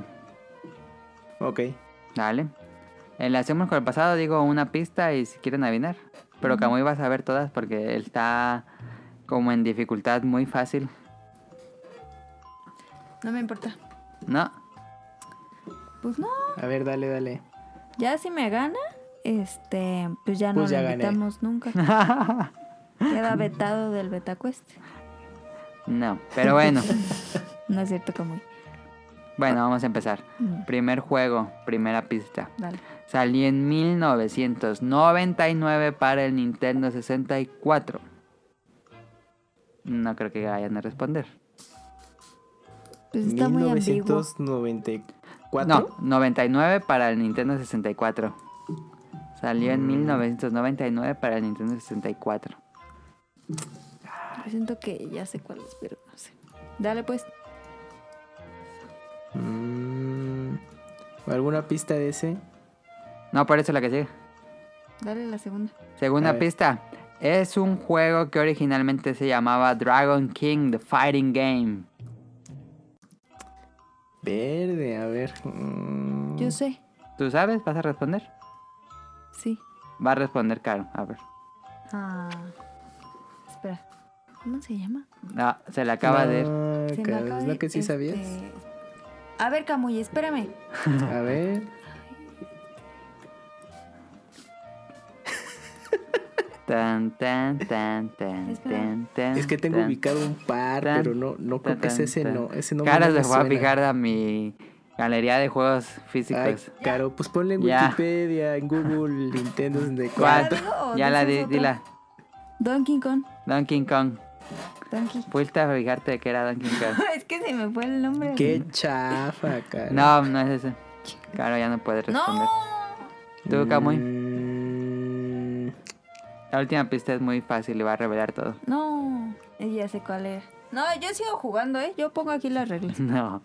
Speaker 3: Ok.
Speaker 1: Dale. Eh, Le hacemos con el pasado, digo una pista y si quieren adivinar. Pero Kamui va a saber todas porque él está como en dificultad muy fácil.
Speaker 4: No me importa.
Speaker 1: No,
Speaker 4: Pues no,
Speaker 3: A ver, dale, dale.
Speaker 4: ya si me gana, este, pues ya
Speaker 3: Pues
Speaker 4: no
Speaker 3: ya
Speaker 4: lo
Speaker 3: gané.
Speaker 4: invitamos
Speaker 3: (laughs)
Speaker 4: nunca. Queda vetado del Betacuest.
Speaker 1: no. Pero bueno,
Speaker 4: No es cierto, Camuy.
Speaker 1: bueno, vamos a empezar.
Speaker 4: Mm,
Speaker 1: Primer juego, primera pista.
Speaker 4: Dale.
Speaker 1: Salió en 1999 para el Nintendo 64. No creo que vayan a responder.
Speaker 4: Pues está muy ambiguo.
Speaker 3: 1994.
Speaker 1: No, 99 para el Nintendo 64. Salió
Speaker 3: Mm.
Speaker 1: en 1999 para el Nintendo 64.
Speaker 4: Yo siento que ya sé cuál es, pero no sé. Dale pues.
Speaker 3: Mm, ¿Alguna pista de ese?
Speaker 1: No, por eso la que sigue.
Speaker 4: Dale la segunda.
Speaker 1: Segunda
Speaker 3: A ver.
Speaker 1: pista. Es un juego que originalmente se llamaba Dragon King The Fighting Game.
Speaker 3: Verde, a ver. mm,
Speaker 4: Yo sé.
Speaker 1: ¿Tú sabes? ¿Vas a responder?
Speaker 4: Sí.
Speaker 1: Va a responder Caro. A ver.
Speaker 4: Ah. Espera. ¿Cómo se llama?
Speaker 1: Ah, se le acaba de ir.
Speaker 3: ah,
Speaker 4: Se me
Speaker 3: caray,
Speaker 4: acaba
Speaker 3: ¿Es
Speaker 4: de-
Speaker 3: lo que sí
Speaker 4: este-
Speaker 3: sabías?
Speaker 4: A ver, Camuy, espérame.
Speaker 3: A ver.
Speaker 1: Tan, tan, tan, tan,
Speaker 4: Espera.
Speaker 1: tan, tan.
Speaker 3: Es que tengo
Speaker 1: tan.
Speaker 3: ubicado un par,
Speaker 1: tan,
Speaker 3: pero no, no creo que es
Speaker 1: tan,
Speaker 3: ese,
Speaker 1: tan.
Speaker 3: no. Ese no
Speaker 1: Caro
Speaker 3: me
Speaker 1: se fue a
Speaker 3: suena.
Speaker 1: fijar a mi Galería de juegos
Speaker 3: Ay,
Speaker 1: físicos.
Speaker 3: Caro, pues ponle en
Speaker 1: Ya.
Speaker 3: Wikipedia, en
Speaker 1: (laughs)
Speaker 3: Google, Nintendo 64.
Speaker 1: ¿Cuál?
Speaker 2: ¿Ya la digo o
Speaker 1: Ya la
Speaker 2: dices
Speaker 1: di,
Speaker 2: otra?
Speaker 1: dila.
Speaker 2: Donkey Kong.
Speaker 1: Donkey Kong.
Speaker 2: Donkey.
Speaker 1: Fuiste a fijarte de que era Donkey
Speaker 3: (laughs)
Speaker 1: Kong.
Speaker 2: (laughs) es que se me fue el nombre.
Speaker 3: Qué chafa, Caro.
Speaker 1: No, no es ese. Claro, ya no puedes responder.
Speaker 2: No.
Speaker 1: Tú, Camuy.
Speaker 3: Mm,
Speaker 1: La última pista es muy fácil y va a revelar todo. (laughs)
Speaker 2: No. Eh, Ya sé cuál era. No, yo sigo jugando, ¿eh? Yo pongo aquí las reglas.
Speaker 1: No.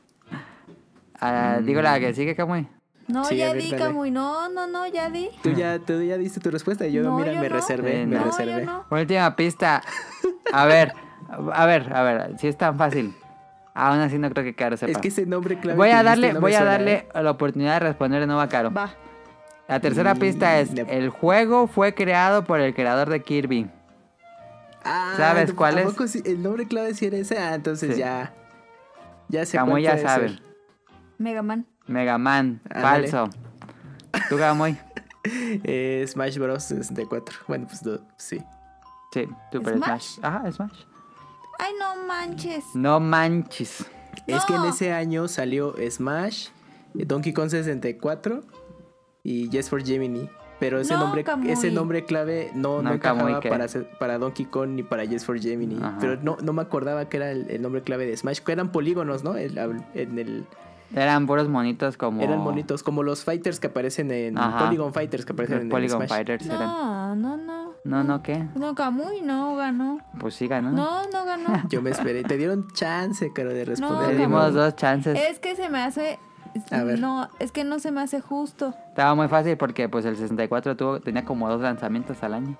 Speaker 1: Ah, Digo la
Speaker 3: Mm.
Speaker 1: que sigue, Camuy.
Speaker 2: No,
Speaker 3: Sí, a
Speaker 2: ya
Speaker 3: ver,
Speaker 2: di,
Speaker 3: dale.
Speaker 2: Camuy. No, no, no, ya di.
Speaker 3: Tú ya, tú ya diste tu respuesta. Yo,
Speaker 2: No,
Speaker 3: mira,
Speaker 2: yo
Speaker 3: me
Speaker 2: no.
Speaker 3: reservé,
Speaker 1: Eh,
Speaker 3: me
Speaker 1: no.
Speaker 2: No, yo
Speaker 3: reservé.
Speaker 2: no.
Speaker 1: Última pista. A ver, a ver, a ver. Si es tan fácil. Aún así no creo que Caro sepa.
Speaker 3: Es que ese nombre clave.
Speaker 1: voy
Speaker 3: que
Speaker 1: a
Speaker 3: dijiste
Speaker 1: darle,
Speaker 3: no me
Speaker 1: voy a
Speaker 3: suena,
Speaker 1: darle
Speaker 3: ¿eh?
Speaker 1: la oportunidad de responder de nuevo a Caro.
Speaker 2: Va.
Speaker 1: La tercera pista es
Speaker 3: Mm, le-
Speaker 1: el juego fue creado por el creador de Kirby.
Speaker 3: Ah,
Speaker 1: ¿Sabes
Speaker 3: ¿a
Speaker 1: cuál es?
Speaker 3: poco sí? el nombre clave si era ese. Ah, entonces
Speaker 1: Sí.
Speaker 3: ya. Ya sé
Speaker 1: Camuy
Speaker 3: cuál
Speaker 1: ya
Speaker 3: puede
Speaker 1: sabe.
Speaker 3: ser.
Speaker 2: Mega Man.
Speaker 1: Mega Man,
Speaker 3: Ándale.
Speaker 1: falso. Tú Camuy.
Speaker 3: Eh, Smash Bros. 64. Bueno, pues do- sí.
Speaker 1: Sí, Super Smash.
Speaker 2: Smash.
Speaker 1: Ajá, Smash.
Speaker 2: Ay, no manches.
Speaker 1: No manches.
Speaker 3: Es que en
Speaker 2: No.
Speaker 3: ese año salió Smash, eh, Donkey Kong 64 y Yes for Gemini. Pero ese,
Speaker 2: No,
Speaker 3: nombre,
Speaker 2: Kamui.
Speaker 3: ese nombre clave no,
Speaker 1: No,
Speaker 3: no,
Speaker 1: Kamui,
Speaker 3: encajaba
Speaker 1: ¿qué?
Speaker 3: para, se- para Donkey Kong ni para Yes for Gemini.
Speaker 1: Ajá.
Speaker 3: Pero no, no me acordaba que era el, el nombre clave de Smash. Que eran polígonos, ¿no? El- al- en el,
Speaker 1: Eran puros monitos como.
Speaker 3: Eran bonitos, como los fighters que aparecen en...
Speaker 1: Ajá.
Speaker 3: Polygon Fighters que aparecen
Speaker 1: Los
Speaker 3: en
Speaker 1: Polygon
Speaker 3: el Smash.
Speaker 1: Fighters eran.
Speaker 2: No, no, no.
Speaker 1: No, no, ¿qué?
Speaker 2: No, Camuy no ganó.
Speaker 1: Pues sí
Speaker 3: Ah.
Speaker 1: ganó.
Speaker 2: No, no ganó.
Speaker 3: Yo me esperé. Te dieron chance, Caro, de
Speaker 1: Le
Speaker 3: responder.
Speaker 2: No,
Speaker 1: dimos
Speaker 2: Camuy.
Speaker 1: dos chances.
Speaker 2: es que se me hace.
Speaker 3: A ver.
Speaker 2: No, es que no se me hace justo.
Speaker 1: Estaba muy fácil porque pues el 64 tuvo, tenía como dos lanzamientos al año.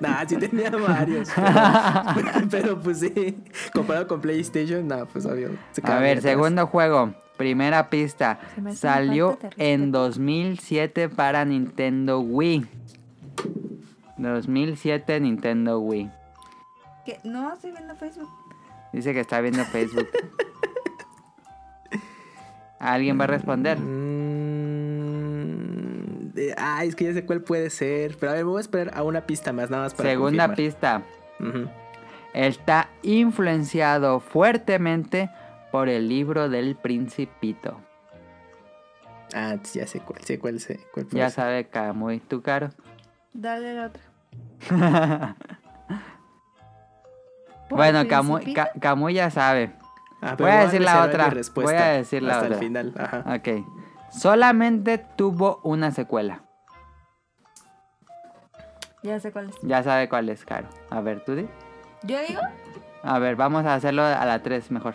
Speaker 3: Nah, sí tenía varios.
Speaker 1: (laughs)
Speaker 3: Pero, pero, pues sí, comparado con PlayStation, nah, pues obvio. se
Speaker 1: A
Speaker 3: queda
Speaker 1: ver,
Speaker 3: muy atrás.
Speaker 1: segundo juego. Primera pista.
Speaker 2: Se me hace
Speaker 1: Salió
Speaker 2: una falta de
Speaker 1: en
Speaker 2: respeto.
Speaker 1: 2007 para Nintendo Wii. 2007 Nintendo Wii.
Speaker 2: ¿Qué? No, estoy viendo Facebook.
Speaker 1: Dice que está viendo Facebook. ¿Alguien va a responder?
Speaker 3: Mm, eh, ah, es que ya sé cuál puede ser. Pero a ver, me voy a esperar a una pista más, nada más para
Speaker 1: Segunda
Speaker 3: confirmar.
Speaker 1: pista.
Speaker 3: Ujú.
Speaker 1: Está influenciado fuertemente por el libro del Principito.
Speaker 3: Ah, sí, ya sé cuál, sé cuál, sé cuál puede
Speaker 1: Ya
Speaker 3: ser.
Speaker 1: sabe, Camuy, tú caro.
Speaker 2: Dale la otra.
Speaker 3: (laughs)
Speaker 2: ¿Por
Speaker 1: Bueno,
Speaker 2: el
Speaker 1: Camuy,
Speaker 2: principito?
Speaker 1: Ca- Camuy ya sabe.
Speaker 3: Ah, pero
Speaker 1: Voy a decir la
Speaker 3: reservar mi
Speaker 1: otra,
Speaker 3: respuesta
Speaker 1: voy a decir la
Speaker 3: hasta
Speaker 1: otra. Ah,
Speaker 3: el final, ajá.
Speaker 1: Ok. Solamente tuvo una secuela.
Speaker 2: Ya sé cuál es.
Speaker 1: Ya sabe cuál es, Caro. A ver, tú di.
Speaker 2: ¿Yo digo?
Speaker 1: A ver, vamos a hacerlo a la 3 mejor.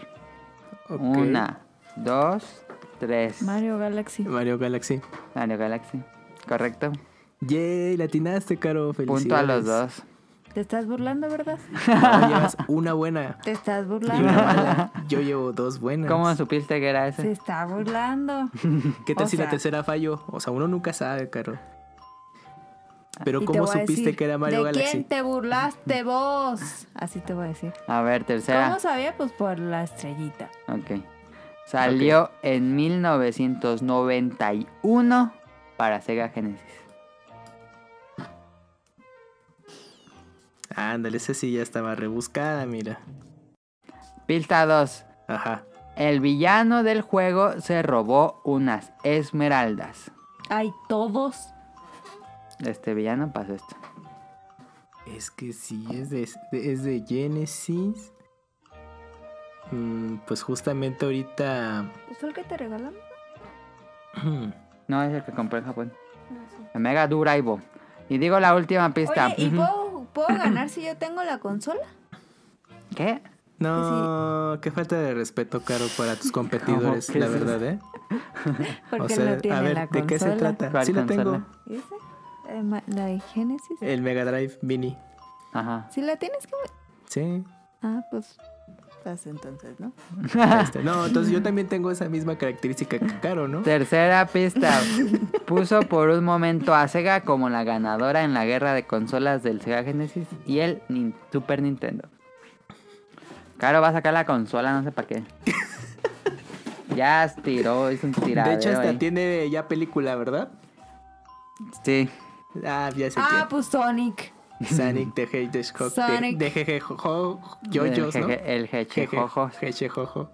Speaker 3: Ok.
Speaker 1: Una, dos, tres.
Speaker 2: Mario Galaxy.
Speaker 3: Mario Galaxy.
Speaker 1: Mario Galaxy. Correcto.
Speaker 3: Yay, latinaste, Caro. Felicidades.
Speaker 1: Punto a los dos.
Speaker 2: Te estás burlando, ¿verdad?
Speaker 1: (laughs)
Speaker 3: No, llevas una buena.
Speaker 2: Te
Speaker 3: (laughs)
Speaker 2: estás
Speaker 3: y una
Speaker 2: burlando.
Speaker 3: mala. (laughs) Yo llevo dos buenas.
Speaker 1: ¿Cómo supiste que era
Speaker 2: Se
Speaker 1: ese?
Speaker 2: está burlando.
Speaker 3: ¿Qué tal
Speaker 2: o
Speaker 3: si la
Speaker 2: sea-
Speaker 3: tercera falló? O sea, uno nunca sabe, Caro. Pero
Speaker 2: Ah, Y te
Speaker 3: ¿cómo
Speaker 2: voy a
Speaker 3: supiste
Speaker 2: decir,
Speaker 3: que era Mario
Speaker 2: ¿De
Speaker 3: Galaxy?
Speaker 2: quién te burlaste vos? Así te voy a decir.
Speaker 1: A ver, tercera.
Speaker 2: ¿Cómo sabía? Pues por la estrellita.
Speaker 1: Ok. Salió en 1991 para Sega Genesis.
Speaker 3: Ándale, esa sí ya estaba rebuscada, mira.
Speaker 1: Pista 2.
Speaker 3: Ajá.
Speaker 1: El villano del juego se robó unas esmeraldas.
Speaker 2: Ay, todos.
Speaker 1: Este villano pasó esto.
Speaker 3: Es que sí, es de, es de Genesis. Mm, pues justamente ahorita... (clears throat)
Speaker 2: ¿Pues fue el que te regalan?
Speaker 1: No es el que compré en Japón. Mega Duraibo. Y digo la última pista.
Speaker 2: Oye, ¿y
Speaker 1: Ujú.
Speaker 2: puedo, puedo ganar si yo tengo la consola?
Speaker 1: ¿Qué?
Speaker 3: No, qué falta de respeto, Caro,
Speaker 2: (laughs)
Speaker 3: para tus competidores,
Speaker 1: ¿Qué
Speaker 3: la
Speaker 1: es
Speaker 3: verdad, ¿eh?
Speaker 2: Porque
Speaker 3: O sea,
Speaker 2: no tiene
Speaker 3: a ver,
Speaker 2: la
Speaker 3: ¿de
Speaker 2: consola.
Speaker 3: qué se trata?
Speaker 1: ¿Cuál
Speaker 3: Sí la
Speaker 1: consola?
Speaker 3: tengo.
Speaker 2: ¿Esa? Eh, ma- ¿La de Genesis?
Speaker 3: El Mega Drive Mini.
Speaker 1: Ajá.
Speaker 2: Si la tienes que...
Speaker 3: Sí.
Speaker 2: Ah, pues... Estás entonces, ¿no?
Speaker 1: (laughs)
Speaker 3: Este, No, entonces yo también tengo esa misma característica que Caro, ¿no?
Speaker 1: Tercera pista. Puso por un momento a Sega como la ganadora en la guerra de consolas del Sega Genesis y el Nin- Super Nintendo. Claro, va a sacar la consola, no sé para qué. Ya estiró, es un tiradero.
Speaker 3: De hecho,
Speaker 1: ahí.
Speaker 3: hasta tiene ya película, ¿verdad?
Speaker 1: Sí.
Speaker 3: Ah, ya sé
Speaker 2: Ah, pues Sonic.
Speaker 3: quién.
Speaker 1: pues,
Speaker 3: Sonic the Hedgehog.
Speaker 2: Sonic.
Speaker 3: De Jejejojo. Yoyos,
Speaker 1: el
Speaker 3: ¿no?
Speaker 1: jeje- el jejejojo.
Speaker 3: Jejejojo.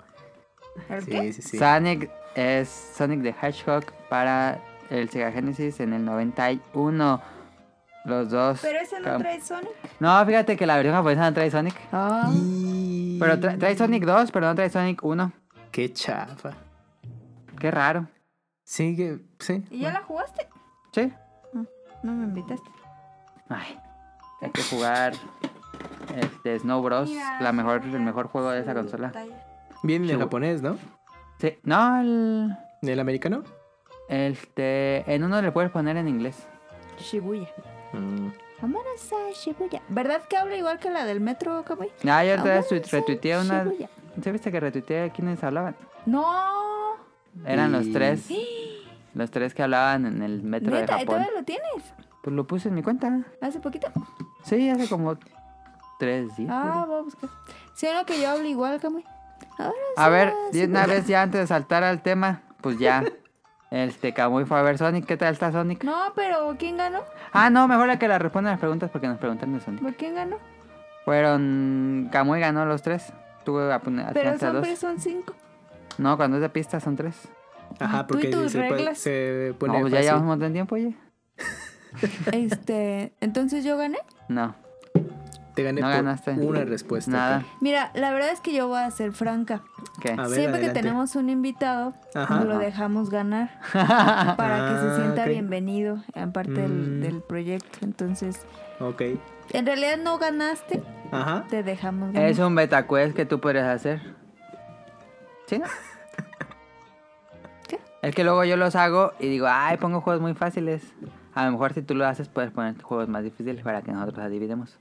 Speaker 2: ¿El qué?
Speaker 3: Sí, sí, sí.
Speaker 1: Sonic es Sonic the Hedgehog para el Sega Genesis en el 91. Los dos.
Speaker 2: Pero ese no
Speaker 1: cam- Ah.
Speaker 2: trae Sonic. Ah.
Speaker 1: No, fíjate que la versión japonesa no trae Sonic.
Speaker 3: Y-
Speaker 1: Pero tra- trae Sonic 2, pero no trae Sonic 1.
Speaker 3: Qué chafa.
Speaker 1: Qué raro.
Speaker 3: Sí, que. Sí.
Speaker 2: ¿Y ya la jugaste?
Speaker 1: Sí.
Speaker 2: No me invitaste.
Speaker 1: Ay. Hay que jugar este, Snow Bros.
Speaker 2: Mira,
Speaker 1: La mejor, el mejor juego de esa consola.
Speaker 3: Bien en el
Speaker 1: Seguro.
Speaker 3: japonés, ¿no?
Speaker 1: Sí. No, el,
Speaker 3: ¿En el americano?
Speaker 1: este, en uno le puedes poner en inglés.
Speaker 2: Shibuya.
Speaker 3: Mm.
Speaker 2: Vámonos a Shibuya. ¿Verdad que habla igual que la del metro, Kamui?
Speaker 1: Ah, yo te
Speaker 2: Vámonos a
Speaker 1: retuiteé una.
Speaker 2: Shibuya.
Speaker 1: ¿Sí viste que retuiteé a quienes hablaban?
Speaker 2: No.
Speaker 1: Eran los
Speaker 3: Y-
Speaker 1: tres. Los tres que hablaban en el metro
Speaker 2: Neta,
Speaker 1: de Japón.
Speaker 2: ¿y todavía lo tienes?
Speaker 1: Pues lo puse en mi cuenta.
Speaker 2: ¿Hace poquito?
Speaker 1: Sí, hace como tres días.
Speaker 2: Ah, voy a buscar. ¿Sí o no que yo hablo igual, Kamui? Ahora
Speaker 1: A
Speaker 2: sí,
Speaker 1: ver,
Speaker 2: ahora sí.
Speaker 1: de una vez ya antes de saltar al tema, pues
Speaker 2: (laughs)
Speaker 1: ya. Este Camuy fue a ver Sonic. ¿Qué tal está Sonic?
Speaker 2: No, pero ¿quién ganó?
Speaker 1: Ah, no, mejor la que la responda las preguntas porque nos preguntan de Sonic.
Speaker 2: ¿Por quién ganó?
Speaker 1: Fueron. Camuy ganó los tres. Tuve a poner
Speaker 2: Pero
Speaker 1: a
Speaker 2: siempre
Speaker 1: dos.
Speaker 2: son cinco.
Speaker 1: No, cuando es de pista son tres.
Speaker 3: Ajá,
Speaker 2: Tú y
Speaker 3: porque
Speaker 2: tus
Speaker 3: se, pone-
Speaker 2: reglas.
Speaker 3: se pone.
Speaker 1: No, pues ya
Speaker 3: fácil.
Speaker 1: llevamos un montón de tiempo, oye.
Speaker 2: Este, entonces yo gané.
Speaker 1: No,
Speaker 3: Te gané
Speaker 1: No
Speaker 3: por
Speaker 1: ganaste.
Speaker 3: una respuesta.
Speaker 1: nada.
Speaker 2: Mira, la verdad es que yo voy a ser franca.
Speaker 1: ¿Qué?
Speaker 3: A ver,
Speaker 2: Siempre
Speaker 3: adelante.
Speaker 2: que tenemos un invitado,
Speaker 3: Ajá.
Speaker 2: lo dejamos ganar
Speaker 1: (laughs)
Speaker 2: para que
Speaker 3: Ah,
Speaker 2: se sienta
Speaker 3: ok.
Speaker 2: bienvenido en parte del,
Speaker 3: Mm.
Speaker 2: del proyecto. Entonces,
Speaker 3: Ok.
Speaker 2: en realidad no ganaste,
Speaker 3: Ajá.
Speaker 2: te dejamos ganar.
Speaker 1: Es un beta quest que tú podrías hacer.
Speaker 2: (laughs)
Speaker 1: ¿Sí? no?
Speaker 2: ¿Qué?
Speaker 1: Es que luego yo los hago y digo, ay, pongo juegos muy fáciles. A lo mejor si tú lo haces, puedes poner juegos más difíciles para que nosotros adivinemos.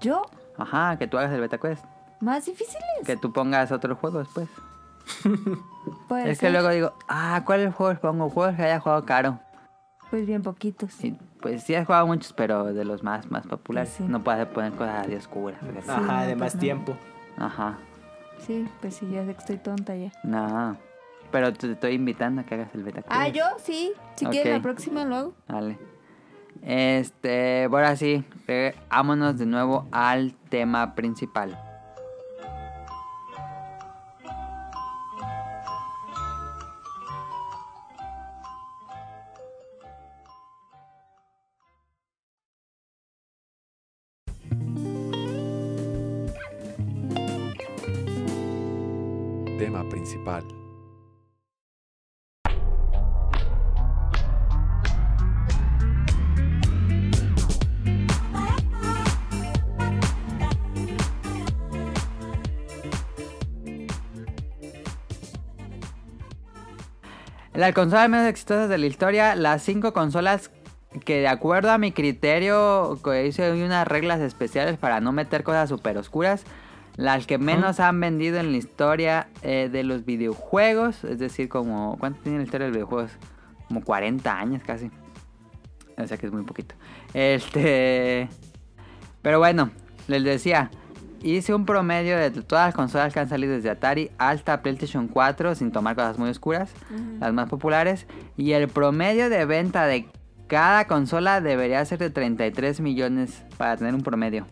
Speaker 2: Yo,
Speaker 1: Ajá, que tú hagas el beta quest.
Speaker 2: más difíciles.
Speaker 1: Que tú pongas otros juegos, pues.
Speaker 2: Puede
Speaker 1: Es que
Speaker 2: ser,
Speaker 1: luego digo, ah, ¿cuáles juegos pongo? Juegos que haya jugado caro.
Speaker 2: Pues bien poquitos.
Speaker 1: Y, pues sí, has jugado muchos, pero de los más, más populares.
Speaker 2: Sí.
Speaker 1: No puedes poner cosas así oscuras. porque-
Speaker 2: Sí,
Speaker 3: Ajá, de
Speaker 2: no,
Speaker 3: más
Speaker 2: pues no.
Speaker 3: tiempo.
Speaker 1: Ajá,
Speaker 2: Sí, pues sí, ya sé que estoy tonta ya.
Speaker 1: no. Pero te estoy invitando a que hagas el beta quest.
Speaker 2: Ah, yo sí. Si
Speaker 1: Ok.
Speaker 2: quieres la próxima lo hago.
Speaker 1: Vale. Este, bueno, ahora sí, eh, vámonos de nuevo al tema principal.
Speaker 6: Tema principal.
Speaker 1: Las consolas menos exitosas de la historia, las cinco consolas que de acuerdo a mi criterio que hice unas reglas especiales para no meter cosas súper oscuras, las que menos han vendido en la historia eh, de los videojuegos, es decir, como ¿cuánto tiene la historia de los videojuegos? Como 40 años casi. O sea que es muy poquito. Este pero bueno, les decía, hice un promedio de todas las consolas que han salido desde Atari hasta PlayStation 4 sin tomar cosas muy oscuras las más populares. Y el promedio de venta de cada consola debería ser de 33 millones para tener un promedio.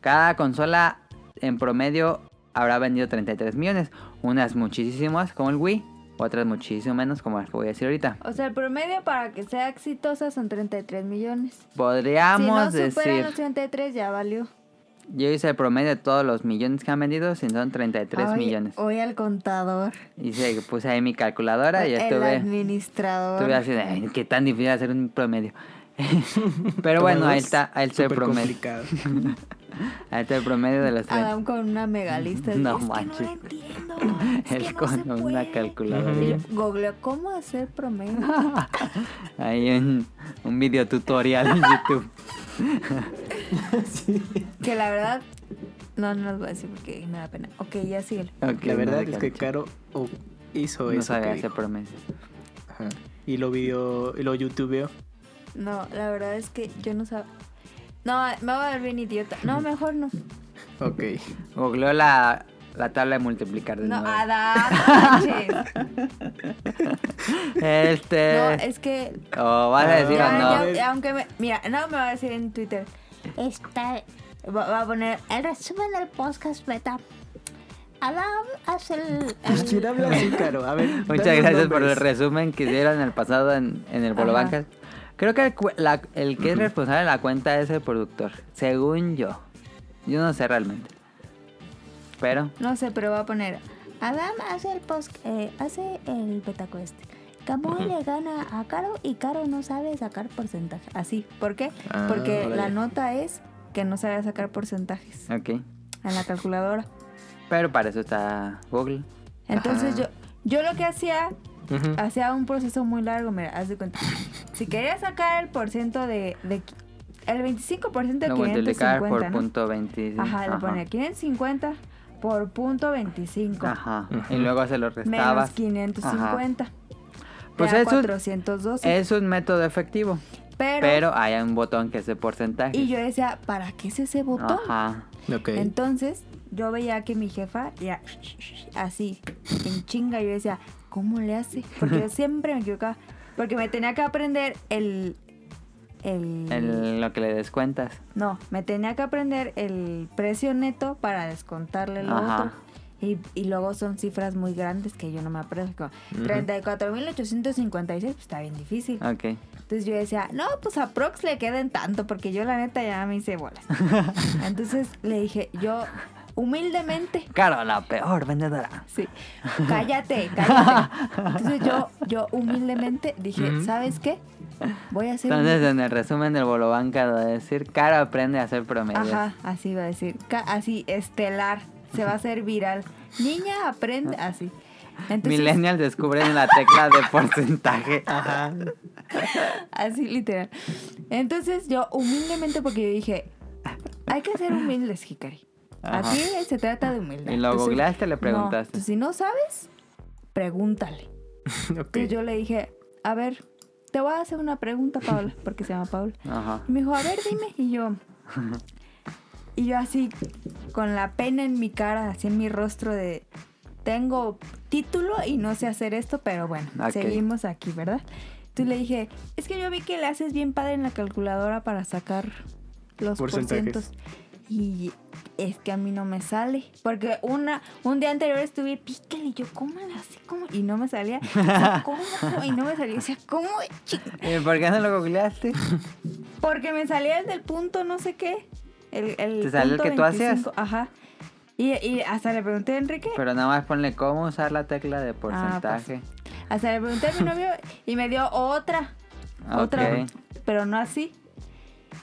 Speaker 1: Cada consola en promedio habrá vendido 33 millones. Unas muchísimas como el Wii, otras muchísimo menos como las que voy a decir ahorita.
Speaker 2: O sea, el promedio para que sea exitosa son 33 millones.
Speaker 1: Podríamos
Speaker 2: si no superan
Speaker 1: decir,
Speaker 2: los 33 ya valió.
Speaker 1: yo hice el promedio de todos los millones que han vendido, si son 33
Speaker 2: Ay, oh.
Speaker 1: millones.
Speaker 2: Hoy al contador.
Speaker 1: Hice, puse ahí mi calculadora y
Speaker 2: el
Speaker 1: estuve...
Speaker 2: administrador.
Speaker 1: Estuve así de, "Ay, qué tan difícil hacer un promedio. (laughs) Pero bueno, ahí está, ahí está el
Speaker 3: Súper
Speaker 1: promedio.
Speaker 3: complicado.
Speaker 1: Ahí está el promedio de los tres.
Speaker 2: Adam con una megalista.
Speaker 1: No
Speaker 4: Es que no
Speaker 1: manches.
Speaker 4: la
Speaker 1: (laughs)
Speaker 4: entiendo. Es
Speaker 1: Él
Speaker 4: que no
Speaker 1: con
Speaker 4: se
Speaker 1: una
Speaker 4: puede.
Speaker 1: calculadora.
Speaker 3: Ujú.
Speaker 2: Googleó cómo hacer promedio. (laughs)
Speaker 1: (laughs) Ahí en un video tutorial en YouTube.
Speaker 2: que la verdad, no, no los voy a decir porque me da pena. Ok, ya sigue.
Speaker 1: (laughs) Ok,
Speaker 3: La verdad
Speaker 1: no
Speaker 3: es que
Speaker 1: cacho.
Speaker 3: Caro oh, hizo
Speaker 1: no
Speaker 3: eso. que
Speaker 1: sabía hacer
Speaker 3: dijo.
Speaker 1: promedio.
Speaker 3: Ajá. Y lo vio, y lo youtubeó.
Speaker 2: No, la verdad es que yo no sab No, me voy a ver bien idiota. No, mejor no.
Speaker 1: Pues
Speaker 3: Ok.
Speaker 1: Ah. Googleó la, la tabla de multiplicar de
Speaker 2: No,
Speaker 1: nuevo.
Speaker 2: Adam, manches.
Speaker 1: (laughs)
Speaker 4: (laughs)
Speaker 1: Este.
Speaker 2: No, es que.
Speaker 1: O vas a
Speaker 3: Ah.
Speaker 1: decir o
Speaker 2: ya,
Speaker 1: no.
Speaker 2: ya, eh, aunque me. Mira, no me va a decir en Twitter.
Speaker 7: Está
Speaker 2: Va, va a poner.
Speaker 7: el resumen del podcast beta.
Speaker 6: Adam hace el...
Speaker 3: Pues quién habla así, Caro. A ver.
Speaker 1: Muchas
Speaker 3: danos
Speaker 1: gracias por el
Speaker 3: nombres.
Speaker 1: resumen que dieron el pasado en, en el Bolo
Speaker 2: Ajá.
Speaker 1: Bancas. Creo que el, cu- la- el que es responsable de la cuenta es el productor, según yo. Yo no sé realmente. Pero,
Speaker 2: No sé, pero va a poner.
Speaker 6: Adam hace el post... eh, hace el betacuest. Camuy le gana a Caro y Caro no sabe sacar porcentaje.
Speaker 2: Así. ¿Por qué?
Speaker 3: Ah,
Speaker 2: Porque la
Speaker 3: órale.
Speaker 2: nota es que no sabe sacar porcentajes
Speaker 1: ok.
Speaker 2: en la calculadora.
Speaker 1: Pero para eso está Google.
Speaker 2: Entonces yo,
Speaker 3: Ajá.
Speaker 2: yo lo que hacía,
Speaker 3: Ujú.
Speaker 2: hacía un proceso muy largo, mira, haz de cuenta. Si quería sacar el porciento de, de qui- el 25% de
Speaker 1: Lo multiplicar
Speaker 2: 550,
Speaker 1: por
Speaker 2: ¿no?
Speaker 1: punto 25.
Speaker 2: Ajá, le ponía 550 por punto 25.
Speaker 1: Ajá.
Speaker 3: Ujú.
Speaker 1: Y luego se lo
Speaker 2: Menos
Speaker 1: restabas.
Speaker 2: 550.
Speaker 1: Pues
Speaker 2: Pues era
Speaker 1: eso-
Speaker 2: 412.
Speaker 1: Es un método efectivo.
Speaker 2: pero,
Speaker 1: Pero hay un botón que es de porcentaje.
Speaker 2: y yo decía, ¿para qué es ese botón?
Speaker 1: Ajá.
Speaker 3: Ok.
Speaker 2: Entonces, yo veía que mi jefa ya así, en chinga, yo decía, ¿cómo le hace? Porque yo siempre me equivocaba. Porque me tenía que aprender el. El.
Speaker 1: En lo que le descuentas.
Speaker 2: No, me tenía que aprender el precio neto para descontarle lo
Speaker 1: Ajá.
Speaker 2: otro. Y, y luego son cifras muy grandes que yo no me aprendo. como 34.856, pues está bien difícil.
Speaker 1: Ok.
Speaker 2: Entonces yo decía, no, pues a Prox le queden tanto, porque yo la neta ya me hice bolas. Entonces le dije, yo humildemente,
Speaker 1: Claro, la peor vendedora.
Speaker 2: sí, cállate, cállate. Entonces yo, yo humildemente dije, ¿sabes qué? Voy a hacer un-
Speaker 1: Entonces, en el resumen del Bolobanca, lo de decir, Caro aprende a hacer promedios.
Speaker 2: Ajá, así iba a decir, ca- así, estelar, se va a hacer viral. Niña, aprende, así. Entonces,
Speaker 1: Millennials descubren la tecla
Speaker 2: (laughs)
Speaker 1: de porcentaje. Ajá.
Speaker 2: Así, literal. Entonces yo humildemente, porque yo dije, "Ah, hay que ser humildes, Hikari.
Speaker 1: Ajá.
Speaker 2: Aquí se trata de humildad.
Speaker 1: Y lo
Speaker 2: Entonces,
Speaker 1: googleaste, le
Speaker 2: no,
Speaker 1: preguntaste.
Speaker 2: si no sabes, pregúntale.
Speaker 3: (laughs) Ok.
Speaker 2: Entonces yo le dije, a ver, te voy a hacer una pregunta, Paula, porque se llama Paula.
Speaker 1: Ajá.
Speaker 2: Y me dijo, a ver, dime. Y
Speaker 1: (laughs)
Speaker 2: yo, y yo así, con la pena en mi cara, así en mi rostro de, tengo título y no sé hacer esto, pero bueno,
Speaker 1: Ok.
Speaker 2: seguimos aquí, ¿verdad? Entonces le dije, es que yo vi que le haces bien padre en la calculadora para sacar los
Speaker 3: Porcentajes.
Speaker 2: porcientos. Y es que a mí no me sale. Porque una, un día anterior estuve pícale y yo, ¿cómo le hace? ¿Cómo? Y no me salía. O sea, (laughs) ¿Cómo? Y no me salía. O sea, ¿cómo? Chi-
Speaker 1: ¿Y por qué no lo googleaste?
Speaker 2: porque me salía el del punto no sé qué. El, el
Speaker 1: ¿Te salió el
Speaker 2: punto
Speaker 1: que tú hacías?
Speaker 2: 25, Ajá. Y, y hasta le pregunté a Enrique,
Speaker 1: Pero nada más ponle cómo usar la tecla
Speaker 2: Ah,
Speaker 1: de
Speaker 2: pues,
Speaker 1: porcentaje.
Speaker 2: hasta le pregunté a mi novio y me dio otra, otra,
Speaker 1: Ah, Ok.
Speaker 2: pero no así.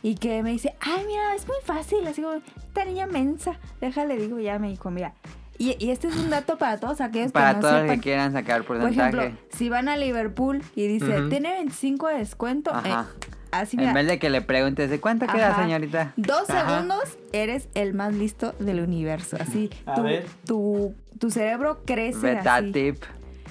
Speaker 2: Y que me dice, ay, mira, es muy fácil, así como, esta niña mensa, déjale, digo, ya me dijo, mira. Y, y este es un dato para todos aquellos
Speaker 1: Para
Speaker 2: que no
Speaker 1: todos los
Speaker 2: sepan.
Speaker 1: que quieran sacar
Speaker 2: Por
Speaker 1: porcentaje.
Speaker 2: ejemplo, si van a Liverpool y dice,
Speaker 3: Ujú.
Speaker 2: tiene 25 de descuento, eh,
Speaker 1: Ajá.
Speaker 2: así
Speaker 1: en
Speaker 2: mira,
Speaker 1: vez de que le preguntes, ¿de cuánto queda,
Speaker 2: Ajá.
Speaker 1: señorita?
Speaker 2: Dos
Speaker 3: Ajá.
Speaker 2: segundos, eres el más listo del universo. Así,
Speaker 3: A
Speaker 2: tu,
Speaker 3: ver.
Speaker 2: tu, tu cerebro crece.
Speaker 1: Beta
Speaker 2: así.
Speaker 1: tip.